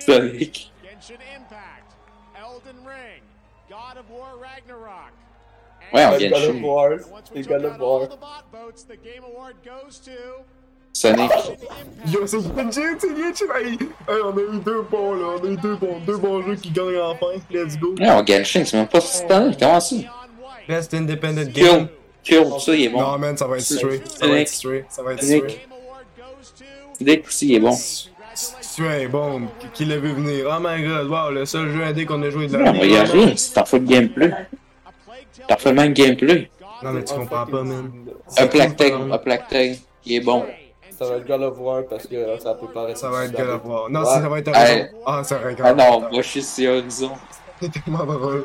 S3: Sonic.
S13: Impact, Elden Ring, God of War Ragnarok.
S3: Ouais, on
S4: C'est
S3: vient
S4: God
S3: de
S4: of
S3: chier.
S4: War. C'est God of War.
S3: Sonic.
S1: Yo, c'est Genshin, c'est Genshin. Hey, hey, on a eu deux bons là, on a eu deux bons, deux bons jeux qui gagnent enfin. Let's go.
S3: Non, Genshin, c'est même pas Sonic, comment ça?
S1: Best independent game.
S3: Kill, kill, ça, il est
S1: Non,
S3: bon.
S1: man, ça va être straight. Ça va
S3: Sonic.
S1: être straight. Ça va être
S3: Sonic.
S1: straight.
S3: Dick aussi, il est bon.
S1: Straight, bon, qui- qui l'a vu venir. Oh my god, wow, le seul jeu indé qu'on a joué de la
S3: Non, mais il n'y a rien, c'est t'en fous de gameplay. T'en fais même gameplay.
S1: Non, mais tu comprends pas, man.
S3: Un Plague Tale, un Plague Tale, il est bon.
S4: Ça va être God of War parce que euh, ça peut paraître.
S1: Ça va être God of War. Non,
S4: Ouais.
S1: ça ça va être
S3: Hey.
S1: Horizon. Ah, ça va être
S3: Ah
S1: God of
S3: non,
S1: War.
S3: moi je suis sur Horizon.
S1: C'est tellement drôle.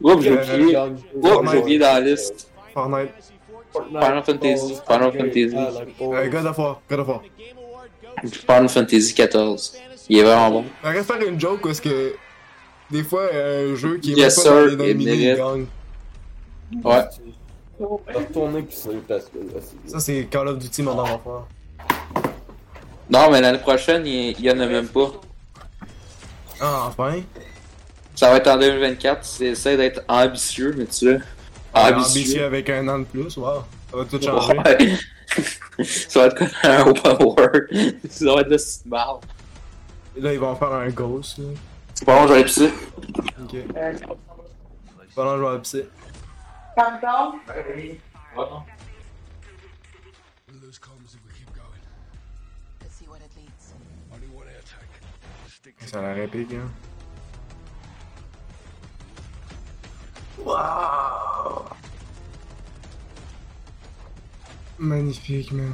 S3: Oups, j'ai
S1: Euh,
S3: oublié. Oups, j'ai oublié dans la liste.
S1: Fortnite.
S3: Final
S4: Oh,
S3: Fantasy, Final Fantasy.
S4: Ah,
S1: Euh, God of War, God of War.
S3: Final Fantasy XIV. Il est vraiment bon.
S1: On va Euh, faire une joke parce que des fois, euh, un jeu qui est
S3: Yes,
S1: même pas dans
S3: sir,
S1: les
S3: il
S1: nominés, il
S3: mérite.
S1: gagne.
S3: Ouais.
S4: Retourner pisser parce que là, c'est.
S1: Ça, c'est Call of Duty, mon enfant.
S3: Non, mais l'année prochaine, il il y en a même pas.
S1: Ah, enfin.
S3: Ça va être en 2024. C'est- Essaie d'être ambitieux, mais tu sais. Ah,
S1: Ambitieux
S3: Ambitieux.
S1: avec un an de plus, wow. Ça va tout changer.
S3: Ouais. (laughs) ça va être comme un open world. ça va être de cette merde.
S1: Et Là, ils vont faire un ghost. Là.
S3: Bon, j'allais pisser.
S1: Ok. Pendant je vais pisser.
S27: Pardon?
S9: We'll lose comms if we keep going.
S29: Let's see what it leads.
S9: Only one air tank. Stick
S1: Ça a l'air épique, hein. Wow! Magnifique, man.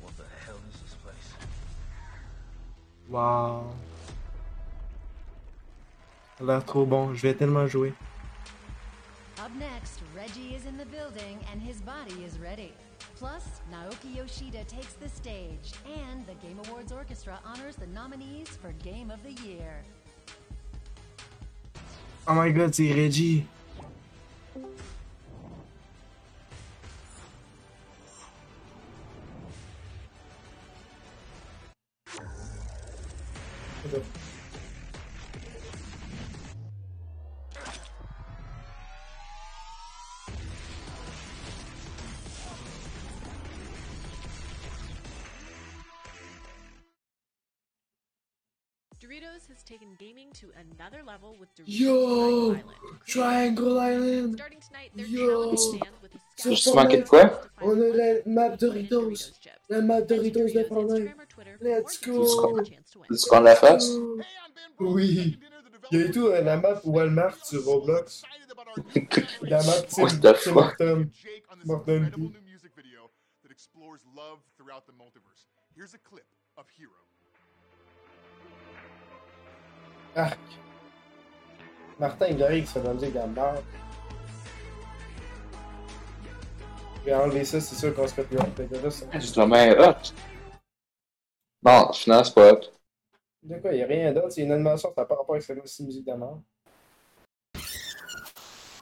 S9: What the hell is this place?
S1: Wow. Ça a l'air trop bon, je vais tellement jouer.
S29: Up next, Reggie is in the building and his body is ready. Plus, Naoki Yoshida takes the stage, and the Game Awards Orchestra honors the nominees for Game of the Year.
S1: Oh my god, c'est Reggie!
S28: Doritos has taken gaming to another level with Doritos
S1: Yo!
S28: Triangle Island.
S1: Triangle Island!
S28: Starting tonight, their
S1: Yo!
S28: challenge stands with a
S3: J'ai juste manqué de quoi?
S21: On a la map Doritos. La map Doritos de problème. Let's go.
S3: Veux-tu qu'on la fasse?
S1: Oui. Il y a eu tout euh, la map Walmart sur Roblox. la map
S3: What the fuck?
S1: Mortem. Mortem.
S9: Here's a clip of Hero.
S1: Arc. Martin Garrix fait de la musique dans le bar. Je vais enlever ça, c'est sûr qu'on se fait plus haut.
S3: C'est vraiment hot. Non, finalement, c'est pas hot.
S1: De quoi, y'a rien d'autre, c'est une animation, ça n'a pas rapport avec celle-là aussi, musique de mort.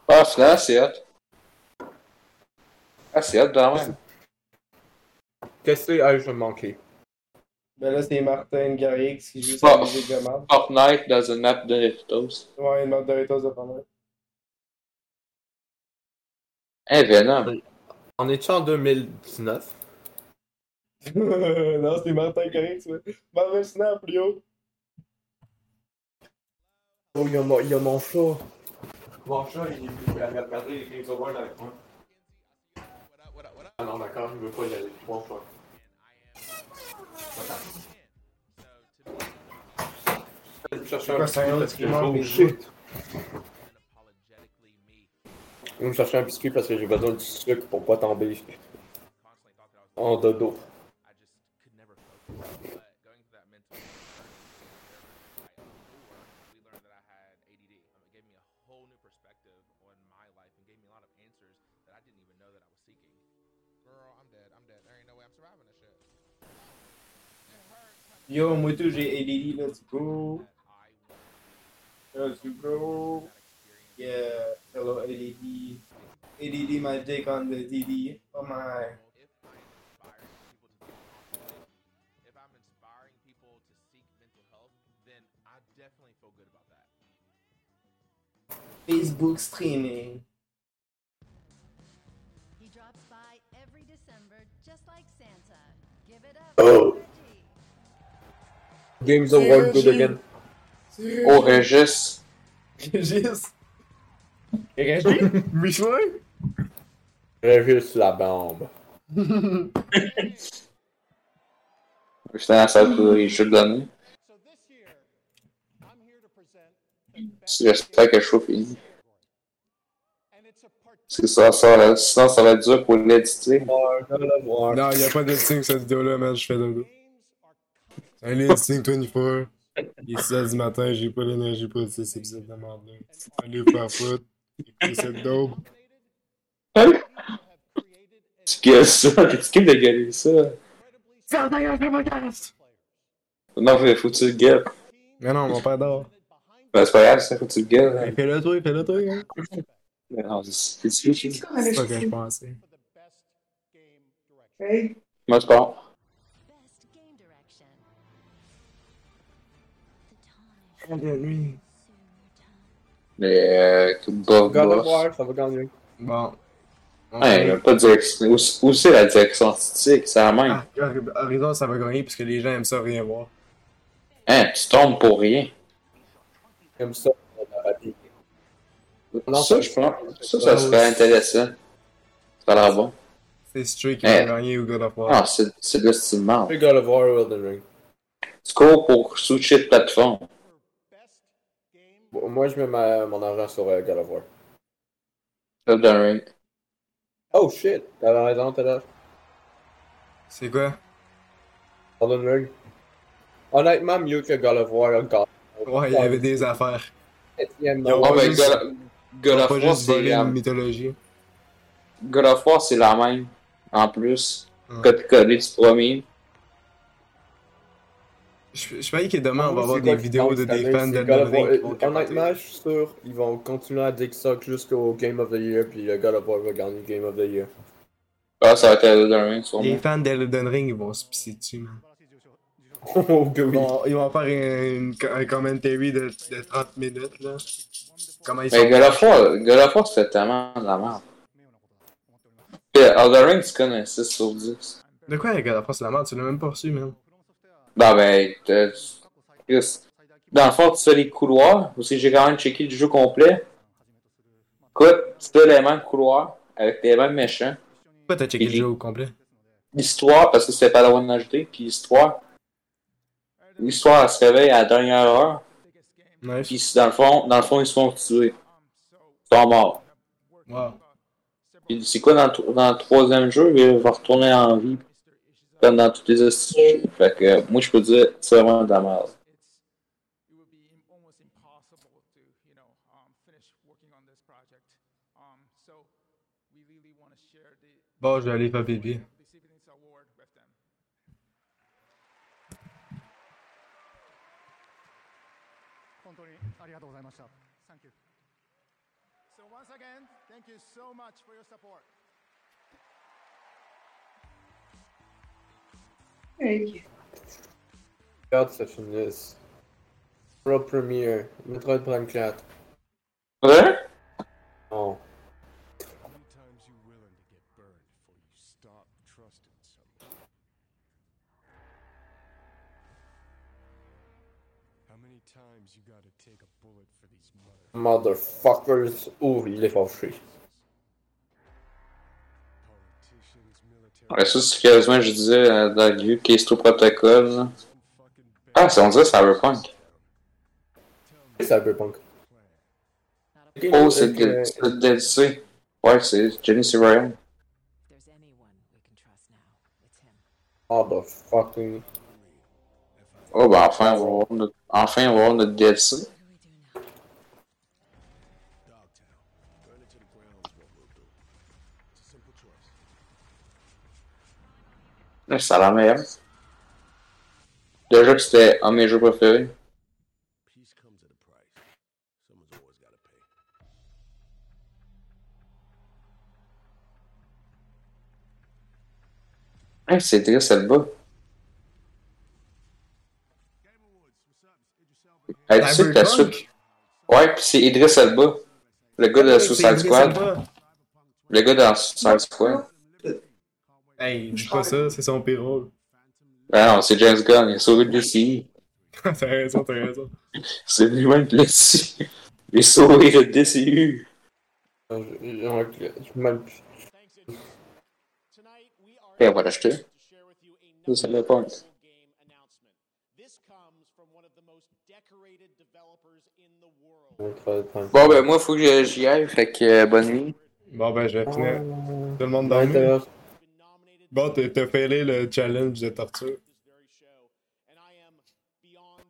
S3: Ah, finalement, c'est hot. Ah, c'est hot, quand même.
S4: Tester, ah, je vais me manquer.
S1: Ben là, c'est Martin Garrix qui joue
S3: Ah.
S1: sa musique de mort.
S3: Fortnite dans une map de Doritos.
S1: Ouais, une map Doritos de pendant.
S3: Eh, Venom.
S4: On est-tu en 2019?
S1: (laughs) non, c'est Martin Garrix, ouais. Marvel Snap, yo.
S4: Oh, il y a mon, il y a mon chat. Mon chat, il est à regarder les Games of World avec moi. Ah non, d'accord, il veut pas y aller. Bon choix. Je cherche
S1: Pourquoi
S4: un
S1: ça rentre
S4: biscuit
S1: dans
S4: parce que
S1: mes
S4: j'ai- shit. Je vais me chercher un biscuit parce que j'ai besoin du sucre pour pas tomber en dodo.
S1: Yo, moi tout, j'ai ADD, let's go. Let's go. Yeah, hello ADD. ADD, my dick on the DD. Oh my. Facebook streaming. (laughs)
S29: He drops by every December, just like Santa. Give it up. Oh.
S4: Games of World Good Again.
S3: Oh, Régis.
S1: Régis. Régis? Richelieu?
S4: Régis la bombe.
S3: J'étais dans la salle pour les jeux de l'année. Si j'espère que je trouve fini. Parce que ça, ça, sinon, ça va être dur pour l'éditer.
S1: Non, y'a pas de distinct cette vidéo-là, man, je fais dodo. Un listing 24. Il est 16 du matin, j'ai pas l'énergie pour écouter cet épisode de merde-là. Allez vous faire foutre. Écoutez cette dope.
S3: Tu gueules ça, (laughs) tu qui de gueuler ça? Non, faut, faut que tu le gueules.
S1: Mais non, mon père dort.
S3: Ben, c'est pas grave, ça, faut que tu le gueules. hein.
S1: Fais-le toi, fais-le toi, hein.
S3: Mais Non, c'est c'est- c'est- c'est-
S1: C'est pas que je pensais.
S27: Hey.
S3: Moi, je pars. Mais, euh, que bof,
S4: God of
S3: bof.
S4: War, ça va gagner.
S1: Bon.
S3: Hey, Hein, y a pas de direction. Où, où c'est la direction artistique? C'est la même.
S1: Ah, Horizon, ça va gagner parce que les gens aiment ça rien voir.
S3: Hein, tu tombes pour rien.
S4: Comme ça, on a raté.
S3: Non, ça, je pense. Ça, ça serait intéressant. Ça a l'air bon.
S1: C'est Stray qui
S3: Hey.
S1: va gagner ou God of War.
S3: Ah, c'est c'est de l'estime mort.
S4: C'est God of War Elden Ring.
S3: Tu cours pour switcher de plateforme.
S4: Bon, moi, je mets ma- mon argent sur euh, God of War.
S3: Elden Ring.
S4: Oh shit, t'avais raison, t'as l'air.
S1: C'est quoi?
S4: Elden Ring. Honnêtement, mieux que God of War, God.
S1: Ouais, il y avait des affaires.
S4: Septième,
S1: Ils ont
S4: non.
S1: pas
S3: Ah, ben,
S1: juste-
S3: God-
S1: ils
S3: God
S1: ont
S3: of
S1: pas
S3: War,
S1: juste volé
S3: c'est
S1: une
S3: la-
S1: mythologie.
S3: God of War, c'est la même. En plus.
S1: Ah.
S3: Copie-coller du premier.
S1: Je je parie que demain, on va avoir
S4: C'est
S1: des
S4: quoi qui
S1: vidéos
S4: manque
S1: de
S4: cette
S1: des
S4: année,
S1: fans
S4: c'est
S1: de
S4: God of War.
S1: Ring.
S4: Euh, Honnêtement, je suis sûr, ils vont continuer à dire ça jusqu'au Game of the Year, puis le God of War va gagner le Game of the Year.
S3: Ah, ça va être Elden Ring,
S1: Les
S3: sûrement.
S1: fans d'Elden Ring, ils vont se pisser dessus, man.
S4: (laughs) Oh, que
S1: Ils
S4: oui.
S1: vont, ils vont faire une- un commentary de, de 30 minutes, là. Comment ils sont.
S3: Mais God of War, God of War, c'était tellement de la merde. Puis, Elden Ring, tu connais 6 sur 10.
S1: De quoi, God of War, c'est la merde, tu l'as même pas reçu, man.
S3: Non, ben, t'as- Chris, dans le fond, tu fais les couloirs. Parce que j'ai quand même checké le jeu complet. Écoute, tu fais les mêmes couloirs avec les mêmes méchants.
S1: Pourquoi t'as checké le jeu au complet?
S3: L'histoire, parce que c'était pas la bonne ajouter, puis l'histoire. L'histoire, elle se réveille à la dernière heure. Puis dans le fond, dans le fond, ils se font tuer. Ils sont morts.
S1: Wow.
S3: Puis c'est quoi dans le, tro- dans le troisième jeu, il va retourner en vie. Comme dans tous les autres jeux. Fait que euh, moi je peux dire c'est vraiment de la merde.
S16: um,
S1: Bon, je vais aller faire bébé.
S9: Thank you. So once again, thank you so much for your support.
S5: Hey.
S4: Regarde cette film-là. c'est- World Premiere, Metroid Prime 4.
S3: Ouais?
S4: Non.
S9: How many times you gotta take a bullet for these mother?
S4: Motherfuckers. Ouh, il est fâché.
S3: Ouais, ça c'est quasiment je disais euh, dans le lieu Keystone Protocol. là. Ah, c'est on dirait Cyberpunk.
S4: Cyberpunk.
S3: Oh, c'est le c'est le DLC. Ouais, c'est Jenny Ryan.
S4: Ah, bah, Motherfucking.
S3: Oh, bah enfin, on va avoir notre, enfin, on va avoir notre DLC.
S9: Burn it to the ground is what we'll do. It's a simple choice.
S3: Ouais, Ça a l'air meilleur. Déjà que c'était un de mes jeux préférés. Hey, Eh, c'est triste, là-bas. Hey, Eh, tu sais que la
S1: Cyberpunk?
S3: suite. Ouais, pis c'est Idris Elba. Le gars de
S1: Ouais, c'est
S3: Suicide
S1: Idris
S3: Squad.
S1: Elba.
S3: Le gars dans Suicide Squad.
S1: Hey, dis pas ça, c'est son pire rôle.
S3: Ah non, c'est James Gunn, il a sauvé le DCI.
S1: (laughs) t'as raison, t'as raison.
S3: C'est lui-même qui l'a dit. Il a sauvé le DCU.
S4: Ah, Je mal.
S3: Et on va l'acheter. Ça, ça l'a pas.
S4: euh,
S3: Bon, ben moi, faut que j'y aille, fait que euh, bonne nuit.
S1: Bon, ben, je
S4: Ah.
S1: vais finir.
S4: Tout
S1: le monde dormir. Bon, t'as t'as failé le challenge de torture.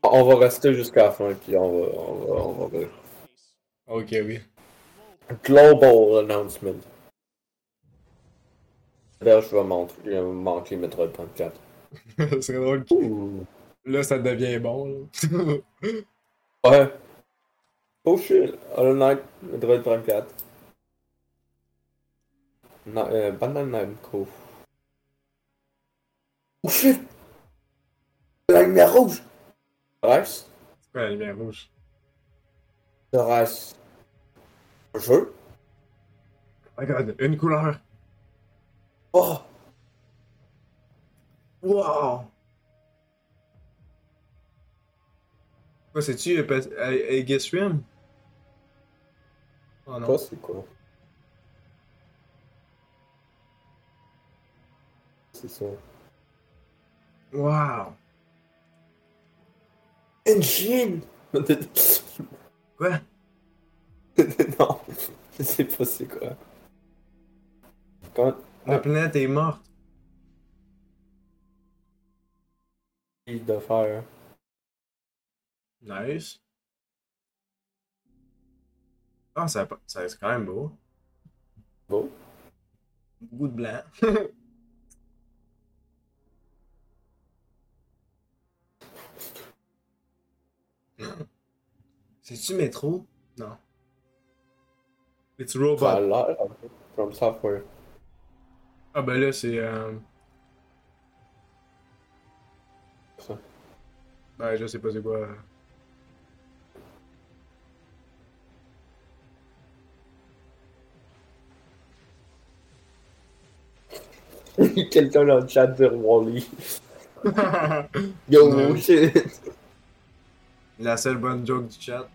S4: On va rester jusqu'à la fin, puis on va. On va, on va...
S1: Ok, oui. (laughs)
S4: Global announcement. Là, je vais manquer, je vais manquer Metroid Prime 4.
S1: c'est drôle. Là, ça devient bon. là. (laughs)
S4: Ouais. Oh shit, Hollow Knight, Metroid Prime 4. Na, euh, Bandai Namco. Oh shit! La lumière rouge! Reste?
S1: C'est quoi la lumière rouge?
S4: Reste. Un jeu?
S1: Regarde, une couleur.
S4: Oh!
S1: Wow! Quoi, c'est-tu euh, pas- euh, euh, Guess Rim? Oh non.
S4: Quoi, c'est quoi? C'est ça.
S1: Wow!
S4: Engine! (laughs)
S1: Quoi?
S4: non, je sais pas c'est quoi. Quand...
S21: Ah.
S1: La planète est morte.
S4: Il doit faire.
S1: Nice. Ah, ça, ça c'est quand même beau.
S4: Beau?
S1: Beaucoup de blanc. (laughs) C'est-tu métro? Non. It's robot.
S4: Ça a l'air, en fait, From Software.
S1: Ah ben là, c'est... euh,
S4: Ça.
S1: Ben, je sais pas c'est quoi.
S4: (laughs)
S1: (laughs)
S4: Quelqu'un dans le chat de Wally. Yo, oh,
S1: Non.
S4: shit!
S1: La seule bonne joke du chat.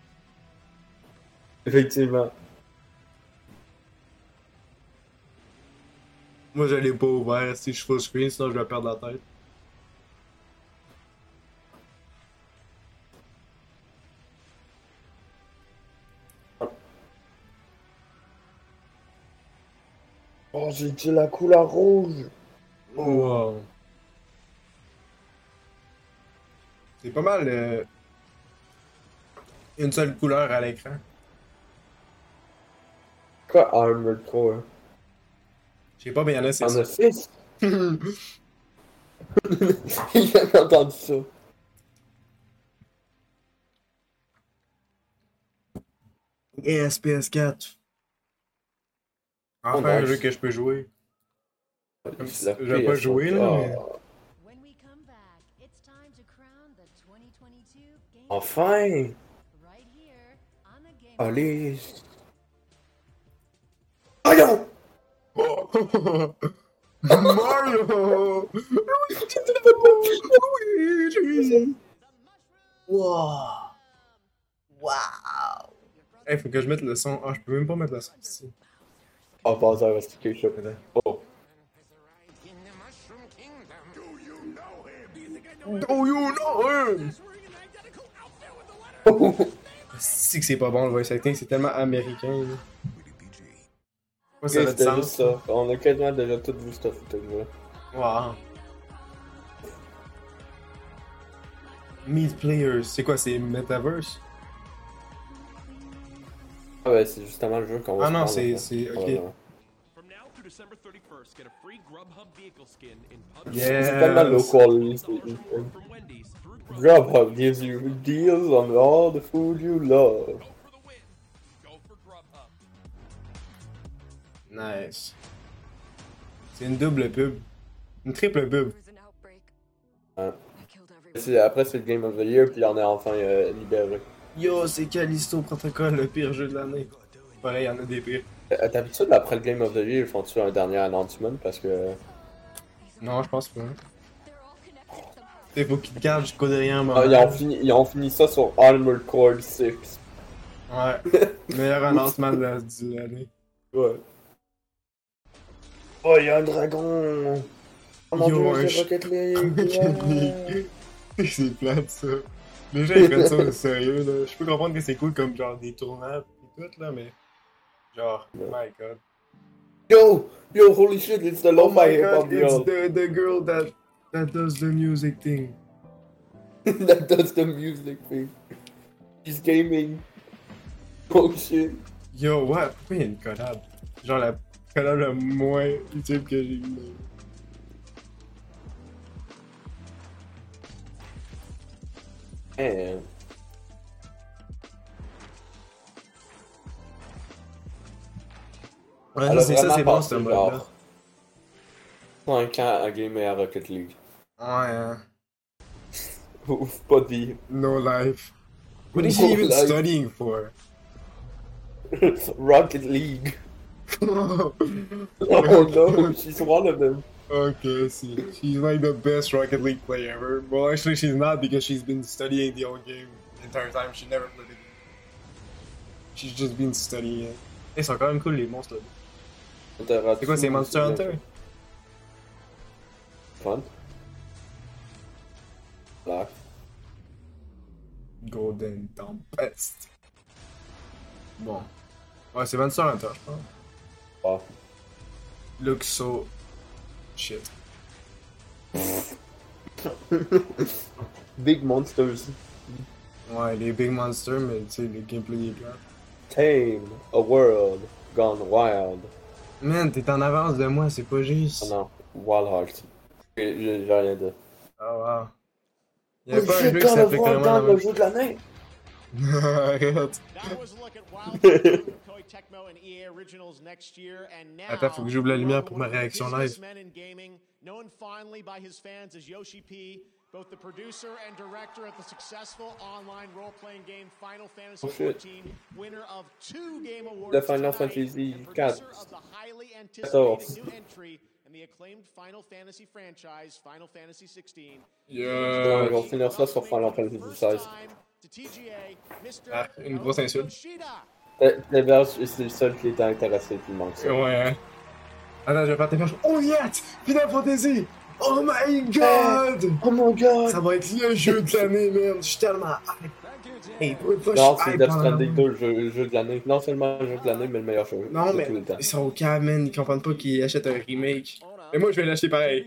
S4: Effectivement.
S1: Moi, je l'ai pas ouvert. Si je suis full screen, sinon je vais perdre la tête.
S21: Oh, j'ai dit la couleur rouge.
S1: Oh, wow. C'est pas mal. euh, Une seule couleur à l'écran.
S4: Quoi, hein? Armored Core?
S1: Je sais pas, mais il y en a, c'est
S4: T'en
S1: ça.
S4: as
S21: (laughs)
S4: 6? (laughs) Il a entendu ça.
S1: Et SPS4. Enfin,
S7: Oh,
S1: un
S7: nice.
S1: jeu que je peux jouer. Comme si
S7: La
S1: je vais pas
S7: PS4.
S1: jouer, là. mais-
S4: Enfin! Uh, Allez! Allons!
S1: (laughs) Mario! Luigi! Wow!
S21: Wow.
S1: Hey, faut que je mette le son. Ah, je peux même pas mettre le son ici.
S4: Oh, Bowser va se quelque chose maintenant. Oh!
S1: Do Oh, you know him? (laughs) Si que c'est pas bon le voice acting, c'est tellement américain. là. Moi, ça
S4: Ok,
S1: fait du
S4: c'était
S1: sens.
S4: juste ça. On a quasiment déjà tout vu cette photo-là.
S1: Wow. Meet Players, c'est quoi, c'est Metaverse?
S4: Ah, ben c'est justement le jeu qu'on va
S1: Ah
S4: se
S1: non,
S4: prendre,
S1: c'est-
S4: là.
S1: c'est- ok.
S4: Ouais, ouais.
S1: Yeah.
S4: C'est tellement local. Grubhub gives you deals on all the food you love.
S1: Nice. C'est une double pub. Une triple pub.
S4: Ouais. C'est- Après, c'est le Game of the Year, puis il en est enfin euh, libéré.
S1: Yo, c'est Callisto Protocol, le pire jeu de l'année. Pareil, y'en a des pires.
S4: Euh, D'habitude, après le Game of the Year, ils font-tu un dernier announcement parce que.
S1: Non, je pense pas. T'sais, faut qu'il te garde jusqu'au dernier moment.
S4: Ah, ils, ont fini, ils ont fini ça sur Armored Core 6. (laughs)
S1: Ouais. Meilleur annoncement de la- de l'année.
S4: Ouais.
S21: Oh, y'a un dragon. Oh mon
S1: Yo,
S21: dieu,
S1: un
S21: c'est
S1: ch-
S21: Rocket
S1: (laughs)
S21: League.
S1: League. (laughs) C'est plate ça. Les gens ils prennent ça au sérieux là. Je peux comprendre que c'est cool comme genre des tournages et tout là, mais genre, my god.
S4: Yo! Yo, holy shit, it's the low my
S1: my
S4: hip hop
S1: god, it's
S4: girl.
S1: the, the girl that, that does the music thing.
S4: (laughs) that does the music thing. She's gaming. Oh shit.
S1: Yo, what? Pourquoi il y a une collab? Genre la collab la moins utile que j'ai vue.
S4: Man.
S1: Ouais,
S4: Elle a
S1: ça, Ah, c'est ça,
S4: vraiment
S1: c'est bon
S4: passé,
S1: ce mode-là.
S4: genre, 5 ans à gamer à Rocket League. (laughs)
S1: Ouais. hein.
S4: Ouf, pas dit. (laughs)
S1: No life. What is
S4: No
S1: he even
S4: life.
S1: studying
S4: (laughs)
S1: for?
S4: Rocket League. (laughs) Oh,
S1: oh
S4: no, she's one of them.
S1: Okay, I see. She's like the best Rocket League player ever. Well, actually, she's not because she's been studying the whole game the entire time. She never played it. She's just been studying it. Ils sont quand même cool les monstres. là. C'est quoi, c'est Monster Hunter?
S4: Fun. Là.
S1: Golden Tempest. Bon. Ouais, c'est Monster Hunter, je pense.
S4: Ah.
S1: Looks so. Shit.
S4: Big Monsters.
S1: Ouais, les Big Monsters, mais tu sais, le gameplay est plat.
S4: Tame a world gone wild.
S1: Man, t'es en avance de moi, c'est pas juste.
S4: Ah non, Wild Heart. J'ai j'ai rien dit.
S1: Ah wow. Il
S21: Oh
S1: pas un
S21: shit,
S1: jeu
S21: God
S1: qui
S21: of
S1: s'appelait
S21: War,
S1: vraiment
S21: dans
S1: la
S21: le
S1: même
S21: jeu de l'année.
S1: (laughs) Arrête.
S4: (laughs)
S13: E
S1: Attends, faut que j'ouvre la lumière pour ma réaction live.
S13: businessmen in gaming, known fondly by his fans as Yoshi P, both the producer and director of the successful online role-playing game Final Fantasy
S4: Oh, shit.
S13: XIV, winner of two Game Awards
S4: The Final
S13: tonight,
S4: Fantasy
S13: and
S4: IV.
S13: producer of the highly
S4: Quatorze.
S13: anticipated new entry in the acclaimed Final Fantasy franchise, Final Fantasy XVI.
S4: Yeah. Ils vont finir ça sur Final Fantasy XVI.
S1: Ah, une grosse insulte.
S4: Le- Le verge, c'est le seul qui était intéressé qui manque ça.
S1: Ouais. hein. Attends, je vais faire tes perches. Oh yeah! Final Fantasy! Oh my god!
S31: Oh mon god!
S1: Ça va être le jeu de l'année, man! Je suis tellement hype! Hey, pour une fois, je suis
S4: Non, c'est
S1: hype,
S4: Death
S1: hein.
S4: Stranding 2, le jeu, le jeu de l'année. Non seulement le jeu de l'année, mais le meilleur jeu
S1: Non,
S4: de
S1: mais
S4: tout le temps.
S1: ils sont au calme, man. Ils comprennent pas qu'ils achètent un remake. Mais moi, je vais l'acheter (laughs) pareil.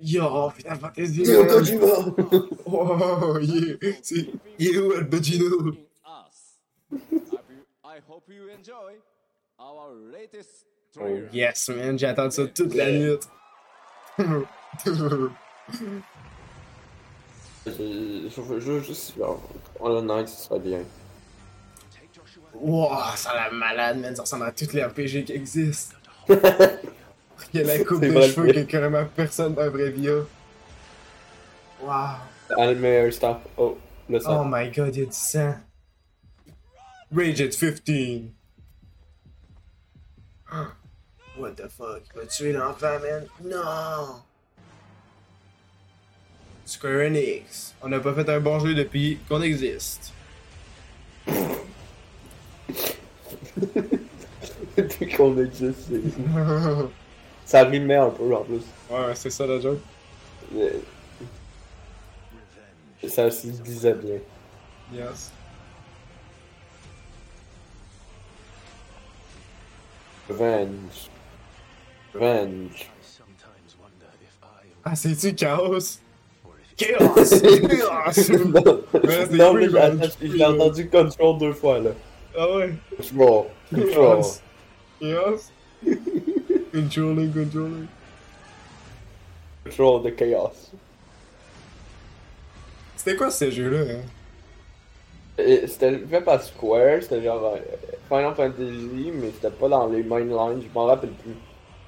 S1: Yo, Final Fantasy!
S31: Yo,
S1: man.
S31: Kojima.
S1: Oh, yeah! C'est... Il est où, Al Pacino? Oh yes, man, j'ai attendu ça toute la nuit.
S4: (laughs) Je, je veux je veux juste. genre, On a night, ce serait bien.
S1: (laughs) wow, ça a l'air malade, man, ça ressemble à toutes les RPG qui existent.
S4: (laughs)
S1: Il y a la coupe
S4: C'est
S1: de
S4: vrai.
S1: cheveux que carrément personne n'a vrai via. Wow.
S4: Ah, le meilleur stop. Oh, le
S1: Oh
S4: stop.
S1: my god, il y a du sang. Rage at 15. (gasps) What the fuck? Il va tuer l'enfant, man? Non! Square Enix. On n'a pas fait un bon jeu depuis qu'on existe.
S4: (laughs)
S1: (laughs)
S4: Depuis qu'on existe, c'est- ça rimait un peu en plus.
S1: Ouais, c'est ça la joke.
S4: Euh, Ça se disait bien.
S1: Yes.
S4: Revenge. Revenge.
S1: Ah, c'est-tu Chaos?
S4: (laughs)
S1: Chaos! Chaos! Mais c'est
S4: non,
S1: plus,
S4: mais
S1: genre,
S4: attends,
S1: plus,
S4: j'ai
S1: là.
S4: entendu Control deux fois là.
S1: Ah ouais?
S4: Control. Control.
S1: Chaos! Chaos! Controlling, controlling.
S4: Control de chaos.
S1: C'était quoi ce jeu-là? hein?
S4: Et C'était fait par Square, c'était genre euh, Final Fantasy, mais c'était pas dans les mainlines, je m'en rappelle plus.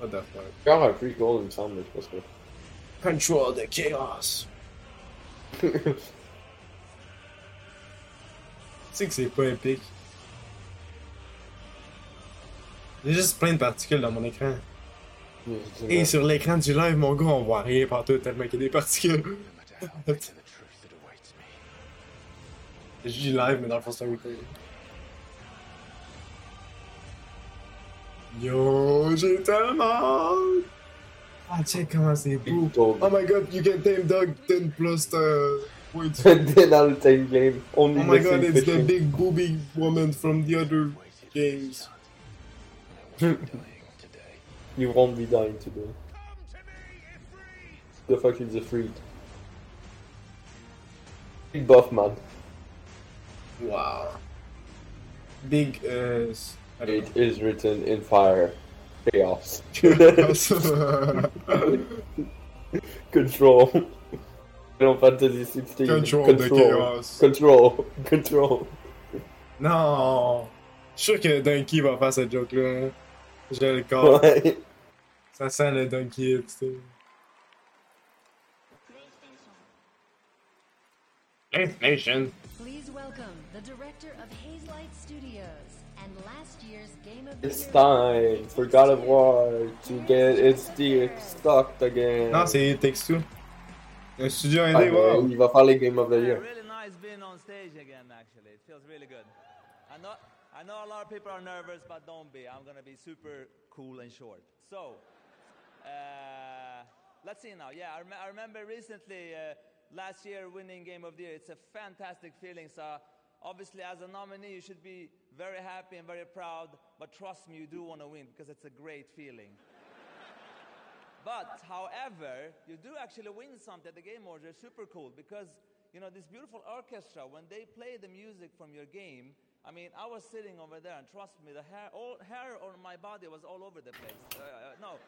S1: What the fuck?
S4: Encore un prequel, il me semble, je pense que.
S1: Control the chaos. tu
S4: (laughs)
S1: sais que c'est pas épique. J'ai juste plein de particules dans mon écran. Et sur l'écran du live, mon gars, on voit rien partout tellement qu'il y a des particules. (laughs) J'ai dit live, mais dans le fond, c'est un replay. Yo, j'ai tellement hâte. Ah, check comment c'est beau. Oh my god, you can tame dog 10 plus the points.
S4: (laughs) C'était dans le same game. On
S1: Oh my god, it's the big booby woman from the other games.
S4: You won't be dying today. The fuck is a freak? Big buff man.
S1: Wow. Big euh. s- I
S4: It is written in fire. Chaos.
S1: don't know.
S4: (laughs)
S1: (laughs)
S4: Control. Final Fantasy 16.
S1: Control the chaos.
S4: Control. Control.
S1: non! Je suis sûr que Donkey va faire cette joke-là. hein. J'ai le corps.
S4: Ouais.
S1: Ça sent le Donkey hipster. PlayStation.
S8: Please welcome the director of Hazelight Studios and last year's Game of the
S4: It's
S8: Year
S4: time for God of War to get its dick sucked again.
S1: Non, c'est It Takes Two. Un studio
S4: Ah,
S1: indé,
S4: mais
S1: wow.
S4: Il va faire les Game of the Year.
S16: Really nice being on stage again, actually. It feels really good. I know, I know a lot of people are nervous, but don't be. I'm going to be super cool and short. So, uh, let's see now. Yeah, I, rem- I remember recently uh, last year winning Game of the Year. It's a fantastic feeling. So, obviously, as a nominee, you should be very happy and very proud. But trust me, you do want to win because it's a great feeling. But, however, you do actually win something at the Game Awards. They're super cool because, you know, this beautiful orchestra, when they play the music from your game, I mean, I was sitting over there, and trust me, the hair, all, hair on my body was all over the place. Uh, uh, no,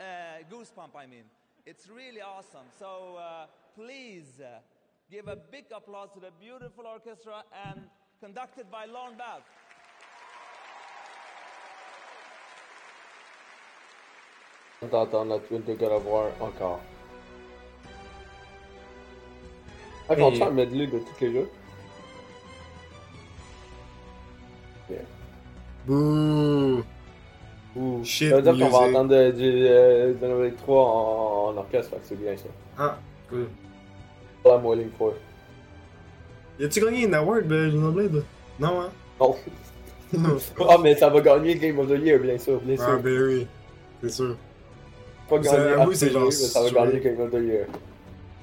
S16: uh, goosebump, I mean. It's really awesome. So, uh, please uh, give a big applause to the beautiful orchestra and conducted by Lon Bell.
S4: On va entendre la twin de God of War encore. Ah,
S1: Et-
S4: qu'on fait un medley de tous les jeux. Yeah.
S1: Bouh. Shit,
S4: Ça veut dire qu'on va
S1: music.
S4: entendre de- du euh, Xenoblade 3 en, en orchestre, fait que c'est bien ça.
S1: Ah, cool.
S4: What I'm waiting for.
S1: Y a-tu gagné une award, euh, Xenoblade? Non, hein? (laughs)
S4: Non. Ah, mais ça va gagner Game of the Year, bien sûr, bien sûr.
S1: Ah, ben oui. C'est sûr.
S4: Pas
S1: Ça,
S4: gagner
S1: oui, c'est
S4: Game of
S1: genre
S4: the Year, mais ça va
S1: situé.
S4: gagner Game of the Year.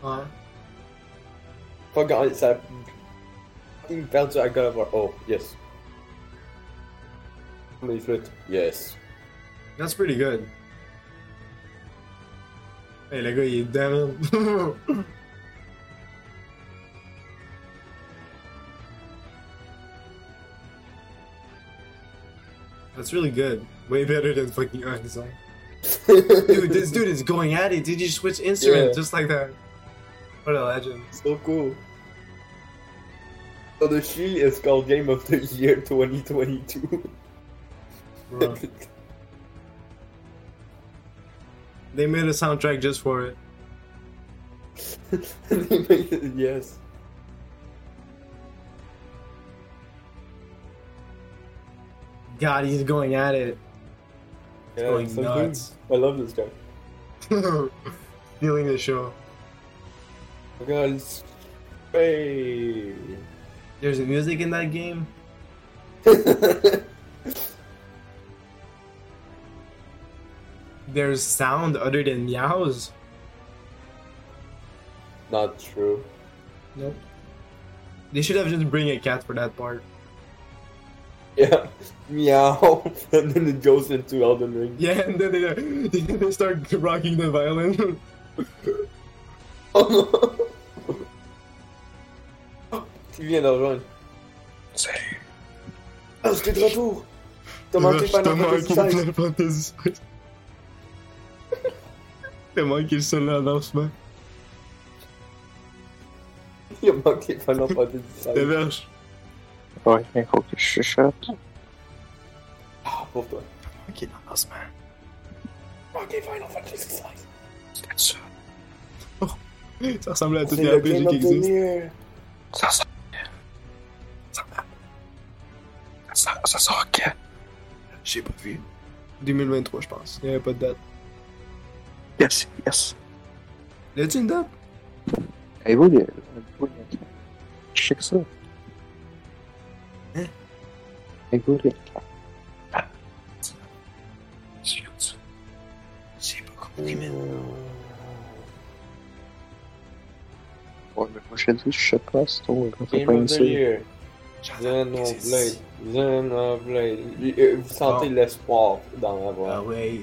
S1: Ouais.
S4: Pas gagner, ça... Il perdu à God of War. Oh, yes. Mais flûtes. Yes.
S1: That's pretty good. Hey, le gars, il est down. (laughs) That's really good. Way better than fucking Arkansas. dude, this dude is going at it. Did you switch instrument
S4: Yeah.
S1: just like that? What a legend.
S4: (laughs) So cool. So the she is called Game of the Year (laughs) 2022.
S1: Bro. they made a soundtrack just for it.
S4: yes.
S1: God, he's going at it. (laughs)
S4: Yeah,
S1: going
S4: so
S1: nuts.
S4: good. I love this guy.
S1: Feeling the show.
S4: Look at his Hey.
S1: There's music in that game. There's sound other than meows.
S4: (laughs) Not true.
S1: Nope. They should have just bring a cat for that part. (laughs)
S4: Yeah. (laughs) Meow. (laughs) and then it goes into Elden Ring. (laughs)
S1: Yeah, and then they, (laughs) they start rocking the violin.
S4: Tu viens de rejoindre.
S1: Salut.
S4: Ah, j'étais de retour. T'as
S1: (laughs)
S4: manqué Final Fantasy XVI.
S1: Fantasy XVI. (laughs) T'as manqué le seul annoncement.
S4: (laughs) Il a manqué
S1: (laughs)
S4: Final Fantasy XVI.
S1: Héberge.
S3: Ouais, il faut que je chuchote.
S4: Ah, pour toi.
S1: Manqué l'annoncement.
S4: Manqué Final Fantasy XVI.
S3: C'était ça.
S1: Oh, Ça ressemble à toutes
S4: C'est
S1: les
S4: le
S1: RPG
S4: Game
S1: qui
S4: of the
S1: existent.
S4: Year.
S3: Ça sort. Ça sort. Ça, ça sort quand?
S1: J'ai pas vu. 2023, je pense. Il n'y avait pas de date.
S3: Yes, yes.
S1: Y a-t-il une date?
S3: Et vous, les. vous, les- Je sais que ça.
S1: Hein?
S3: Et vous, les.
S1: J'ai pas compris, man.
S3: Ouais, mais moi, je dis, je sais pas, c'est ton. C'est
S4: Game
S3: pas une
S4: of the
S3: série.
S4: Year. Xenoblade. Xenoblade. Euh, Vous sentez l'espoir dans la voix.
S1: Ah ouais.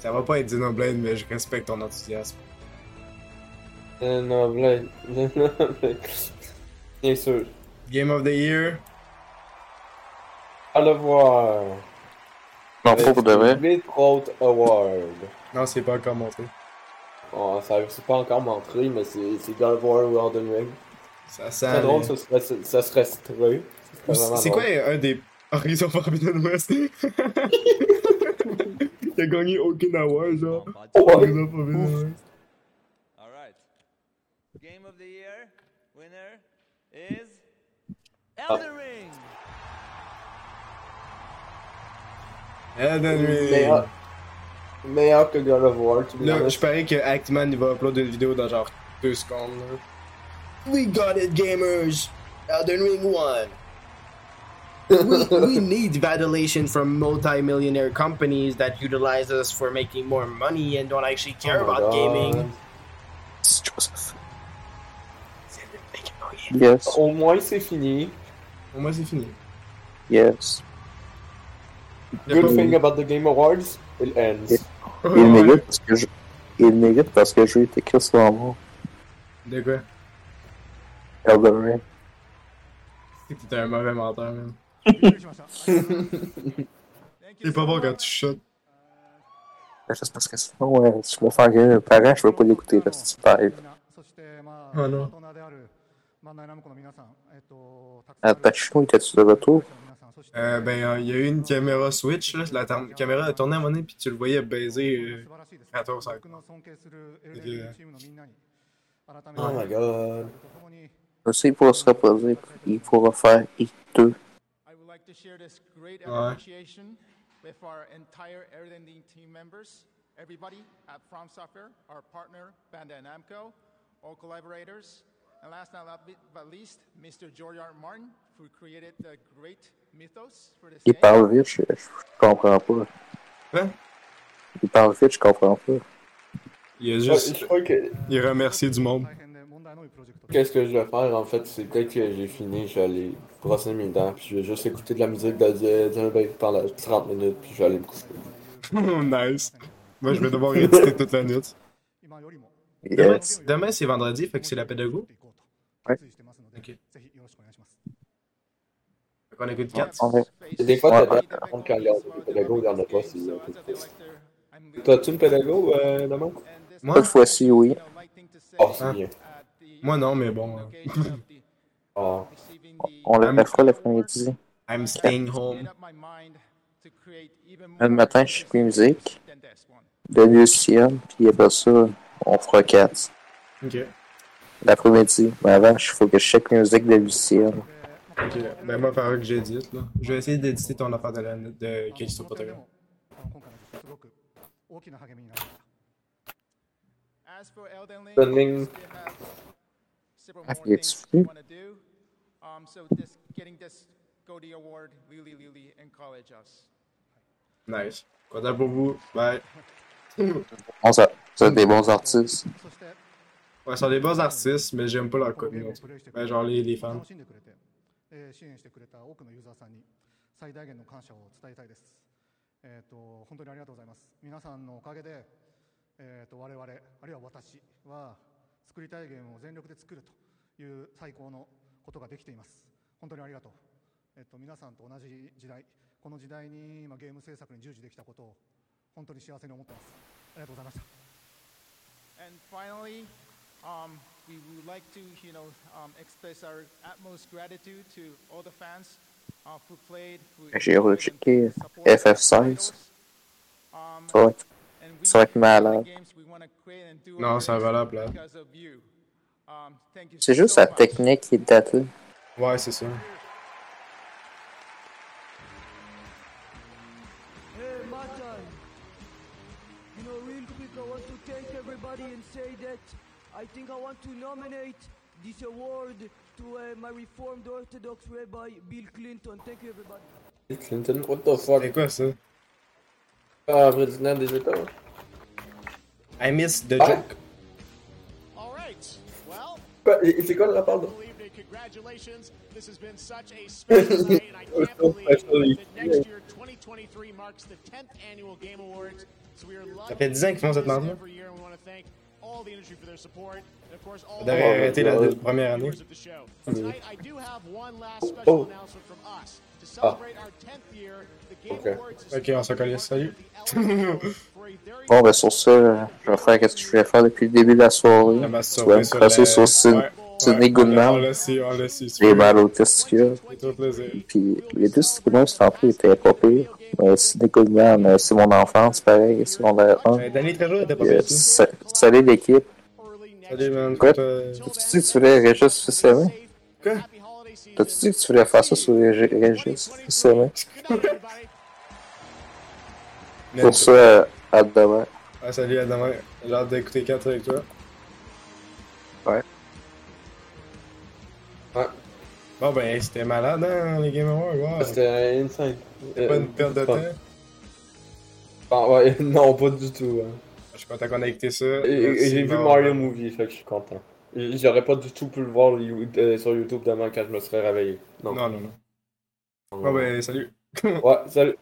S1: Ça va pas être Xenoblade, mais je respecte ton enthousiasme.
S4: Xenoblade. Xenoblade. (laughs) Bien sûr.
S1: Game of the Year.
S4: À le voir. euh,
S3: Non, pas pour de vrai.
S4: Bit Road Award.
S1: Non, c'est pas encore monté.
S4: Oh, ça c'est pas encore montré, mais c'est c'est God of War ou Elden Ring.
S1: Ça
S4: C'est
S1: sent.
S4: drôle,
S1: les-
S4: ça serait, ça serait streux.
S1: Ou C'est c'est quoi un des Horizon Forbidden West (laughs) Il a gagné aucune award, genre.
S4: Oh,
S1: Horizon Forbidden West.
S8: All right. Game of the year winner is Elden Ring.
S1: Elden Ring.
S4: Meilleur, meilleur que God of War, tu me
S1: Là,
S4: demandes.
S1: je parie que Actman il va upload une vidéo dans genre 2 secondes. là. We got it, gamers! Elden Ring won! we,
S4: (laughs)
S1: we need validation from multi-millionaire companies that utilize us for making more money and don't actually care
S4: Oh my
S1: about
S4: God.
S1: gaming.
S3: Yes,
S4: Au moins, c'est fini.
S1: Pour moi, c'est fini.
S3: yes.
S4: Good thing about the Game Awards, it ends.
S1: Ah,
S3: Il mérite parce que je. Il mérite parce que j'ai été Chris mort.
S1: De quoi?
S3: Elden Ring.
S1: C'est que t'es un mauvais menteur, man. T'es pas bon quand tu shoots.
S3: Ben, Juste parce que sinon, euh, si je me fais engueuler mes parents, je peux pas l'écouter, là, si tu live.
S1: Oh non.
S3: Euh, Pacino, était-tu de retour?
S1: Euh, ben, euh, il y a eu une caméra switch, là. La tam- caméra a tourné à un moment donné, puis tu le voyais baiser euh, 14 heures. Fait que, euh,
S4: Oh my god.
S3: Je sais qu'il pourra se reposer, puis il pourra faire X2.
S22: I would like to share this great
S3: Ouais.
S22: appreciation with our entire Elden Ring team members, everybody at From Software, our partner Bandai Namco, all collaborators,
S9: And last but not be- but least, Mr. George R. R. Martin, who created the great mythos for this
S3: Il
S9: game.
S3: parle vite, je, je comprends pas.
S1: Hein?
S3: Il parle vite, je comprends pas.
S1: Il a juste.
S4: Euh, je crois que-
S1: Il a remercié du monde. (laughs)
S4: Qu'est-ce que je vais faire en fait? C'est peut-être que j'ai fini, je vais aller brosser mes dents, puis je vais juste écouter de la musique de de- d'un bain pendant 30 minutes, puis je vais aller me coucher.
S1: nice. Moi, je vais devoir éditer toute la nuit.
S3: euh,
S32: Demain, c'est- demain, c'est vendredi, fait que c'est la pédago.
S3: Ouais.
S32: Ok. Fait qu'on écoute 4.
S4: Des fois, t'as pas par contre, quand il y a des pédagogues, il n'y en a pas, c'est un peu triste. T'as-tu une pédago, euh, Damon?
S32: Moi,
S3: Cette fois-ci, oui.
S1: Ah.
S4: Oh, c'est bien.
S1: Moi, non, mais bon.
S32: euh,
S1: hein.
S4: Oh.
S3: On le refera l'après-midi.
S32: I'm staying home.
S3: Le matin, je suis musique. De Lucien, puis après ça, on fera 4.
S1: Ok.
S3: L'après-midi. Mais avant, il faut que je check musique de Lucien.
S1: Ok. Ben, moi, il faudra que j'édite, là. Je vais essayer d'éditer ton affaire de, la... de Callisto Protocol.
S9: As for Elden Ring,
S1: Elden Ring.
S9: we still have several
S3: Ah,
S9: more
S3: il est dessus.
S9: things we want to do. Um, so this, getting this Goldie Award really, really encourage us.
S1: Nice. Content pour vous. Bye.
S3: On ça, ça
S1: Mm.
S3: des bons artistes.
S1: Ouais, ils sont des bons artistes, mais j'aime pas leur contenu. en tout cas. Ben, genre les, les fans.
S33: んでくれて、えー支援してくれた多くのユーザーさんに最大限の感謝を伝えたいです。えっ、と本当にありがとうございます。皆さんのおかげで、えっ、と我々あるいは私は作りたいゲームを全力で作るという最高のことができています。本当にありがとう。えっ、と皆さんと同じ時代、この時代に今ゲーム制作に従事できたことを本当に幸せに思ってます。ありがとうございました。
S9: And finally, um, we would like to, you know, um, express our utmost gratitude to all the fans uh, who played, who
S3: J'ai rechecké FF16. Ça va être, ça va être malade.
S1: Non, ça va la place.
S13: Um,
S3: C'est juste la technique qui est datée.
S1: Ouais, c'est ça.
S16: Hey, Matan. You know, real quick, I want to thank everybody and say that I think I want to nominate this award to uh, my Reformed Orthodox Rabbi Bill Clinton. Thank you, everybody.
S4: Clinton, what the fuck?
S1: C'est quoi ça?
S4: Ah, président des Ah, États.
S1: I miss the
S4: joke.
S13: All right. Well,
S4: Quoi? Et- et C'est quoi le rapport de-
S13: good evening. Congratulations. This has been such a special night, and I can't believe that next year, 2023, marks the 10th annual Game Awards. So we are lucky
S1: Ça fait 10 ans qu'ils font cette merde-là.
S13: every year, and we want to thank all the industry for their support, and of course,
S1: On
S13: all
S1: devrait
S13: the
S1: arrêter la de- première année.
S13: viewers of the show. Tonight, I do have one last special
S1: Oh.
S13: announcement from us to
S1: Ah.
S13: celebrate our 10th year. The Game
S1: Ok.
S13: Awards is
S1: Ok, on se connaît. Salut.
S3: Bon, ben sur ça, euh, je vais faire ce que je voulais faire depuis le début de la soirée.
S1: La masse
S3: Je vais me
S1: sur
S3: crosser
S1: la-
S3: sur Sid-
S1: Ouais,
S3: Sidney
S1: On
S3: Goodman,
S1: l'a su, on l'a su.
S3: les balles aux testicules.
S1: C'est un plaisir.
S3: Puis les deux streamers, c'est en plus, étaient pas pires. Mais Sidney Goodman, euh, c'est mon enfance, pareil, secondaire 1.
S1: Euh, Danny Trejo était pas
S3: Puis, euh,
S1: pire.
S3: sa- Salut l'équipe.
S1: Salut, man.
S3: Quoi?
S1: Euh,
S3: T'as-tu dit que tu voulais Régis
S1: é, né?
S3: Fils-Aimé?
S1: Quoi?
S3: T'as-tu dit que tu voulais faire ça sur Rég- Régis
S1: é,
S3: hein?
S1: né?
S3: Fils-Aimé? Pour ça, euh, à demain.
S1: Ah, salut, à demain. J'ai hâte d'écouter 4 avec toi.
S3: Ouais.
S1: Ouais. Bon, ben, c'était malade, hein, les Game Awards. wow.
S4: C'était insane.
S1: C'était pas une perte de
S4: fun.
S1: temps.
S4: Ah, ouais, (laughs) non, pas du tout. hein.
S1: Je suis content qu'on ait écouté ça.
S4: Et- et
S1: Merci,
S4: J'ai vu
S1: Laure.
S4: Mario Movie, fait que je suis content. J- J'aurais pas du tout pu le voir you- euh, sur YouTube demain quand je me serais réveillé. Non,
S1: non, non. Bon, ben, salut.
S4: ouais, salut.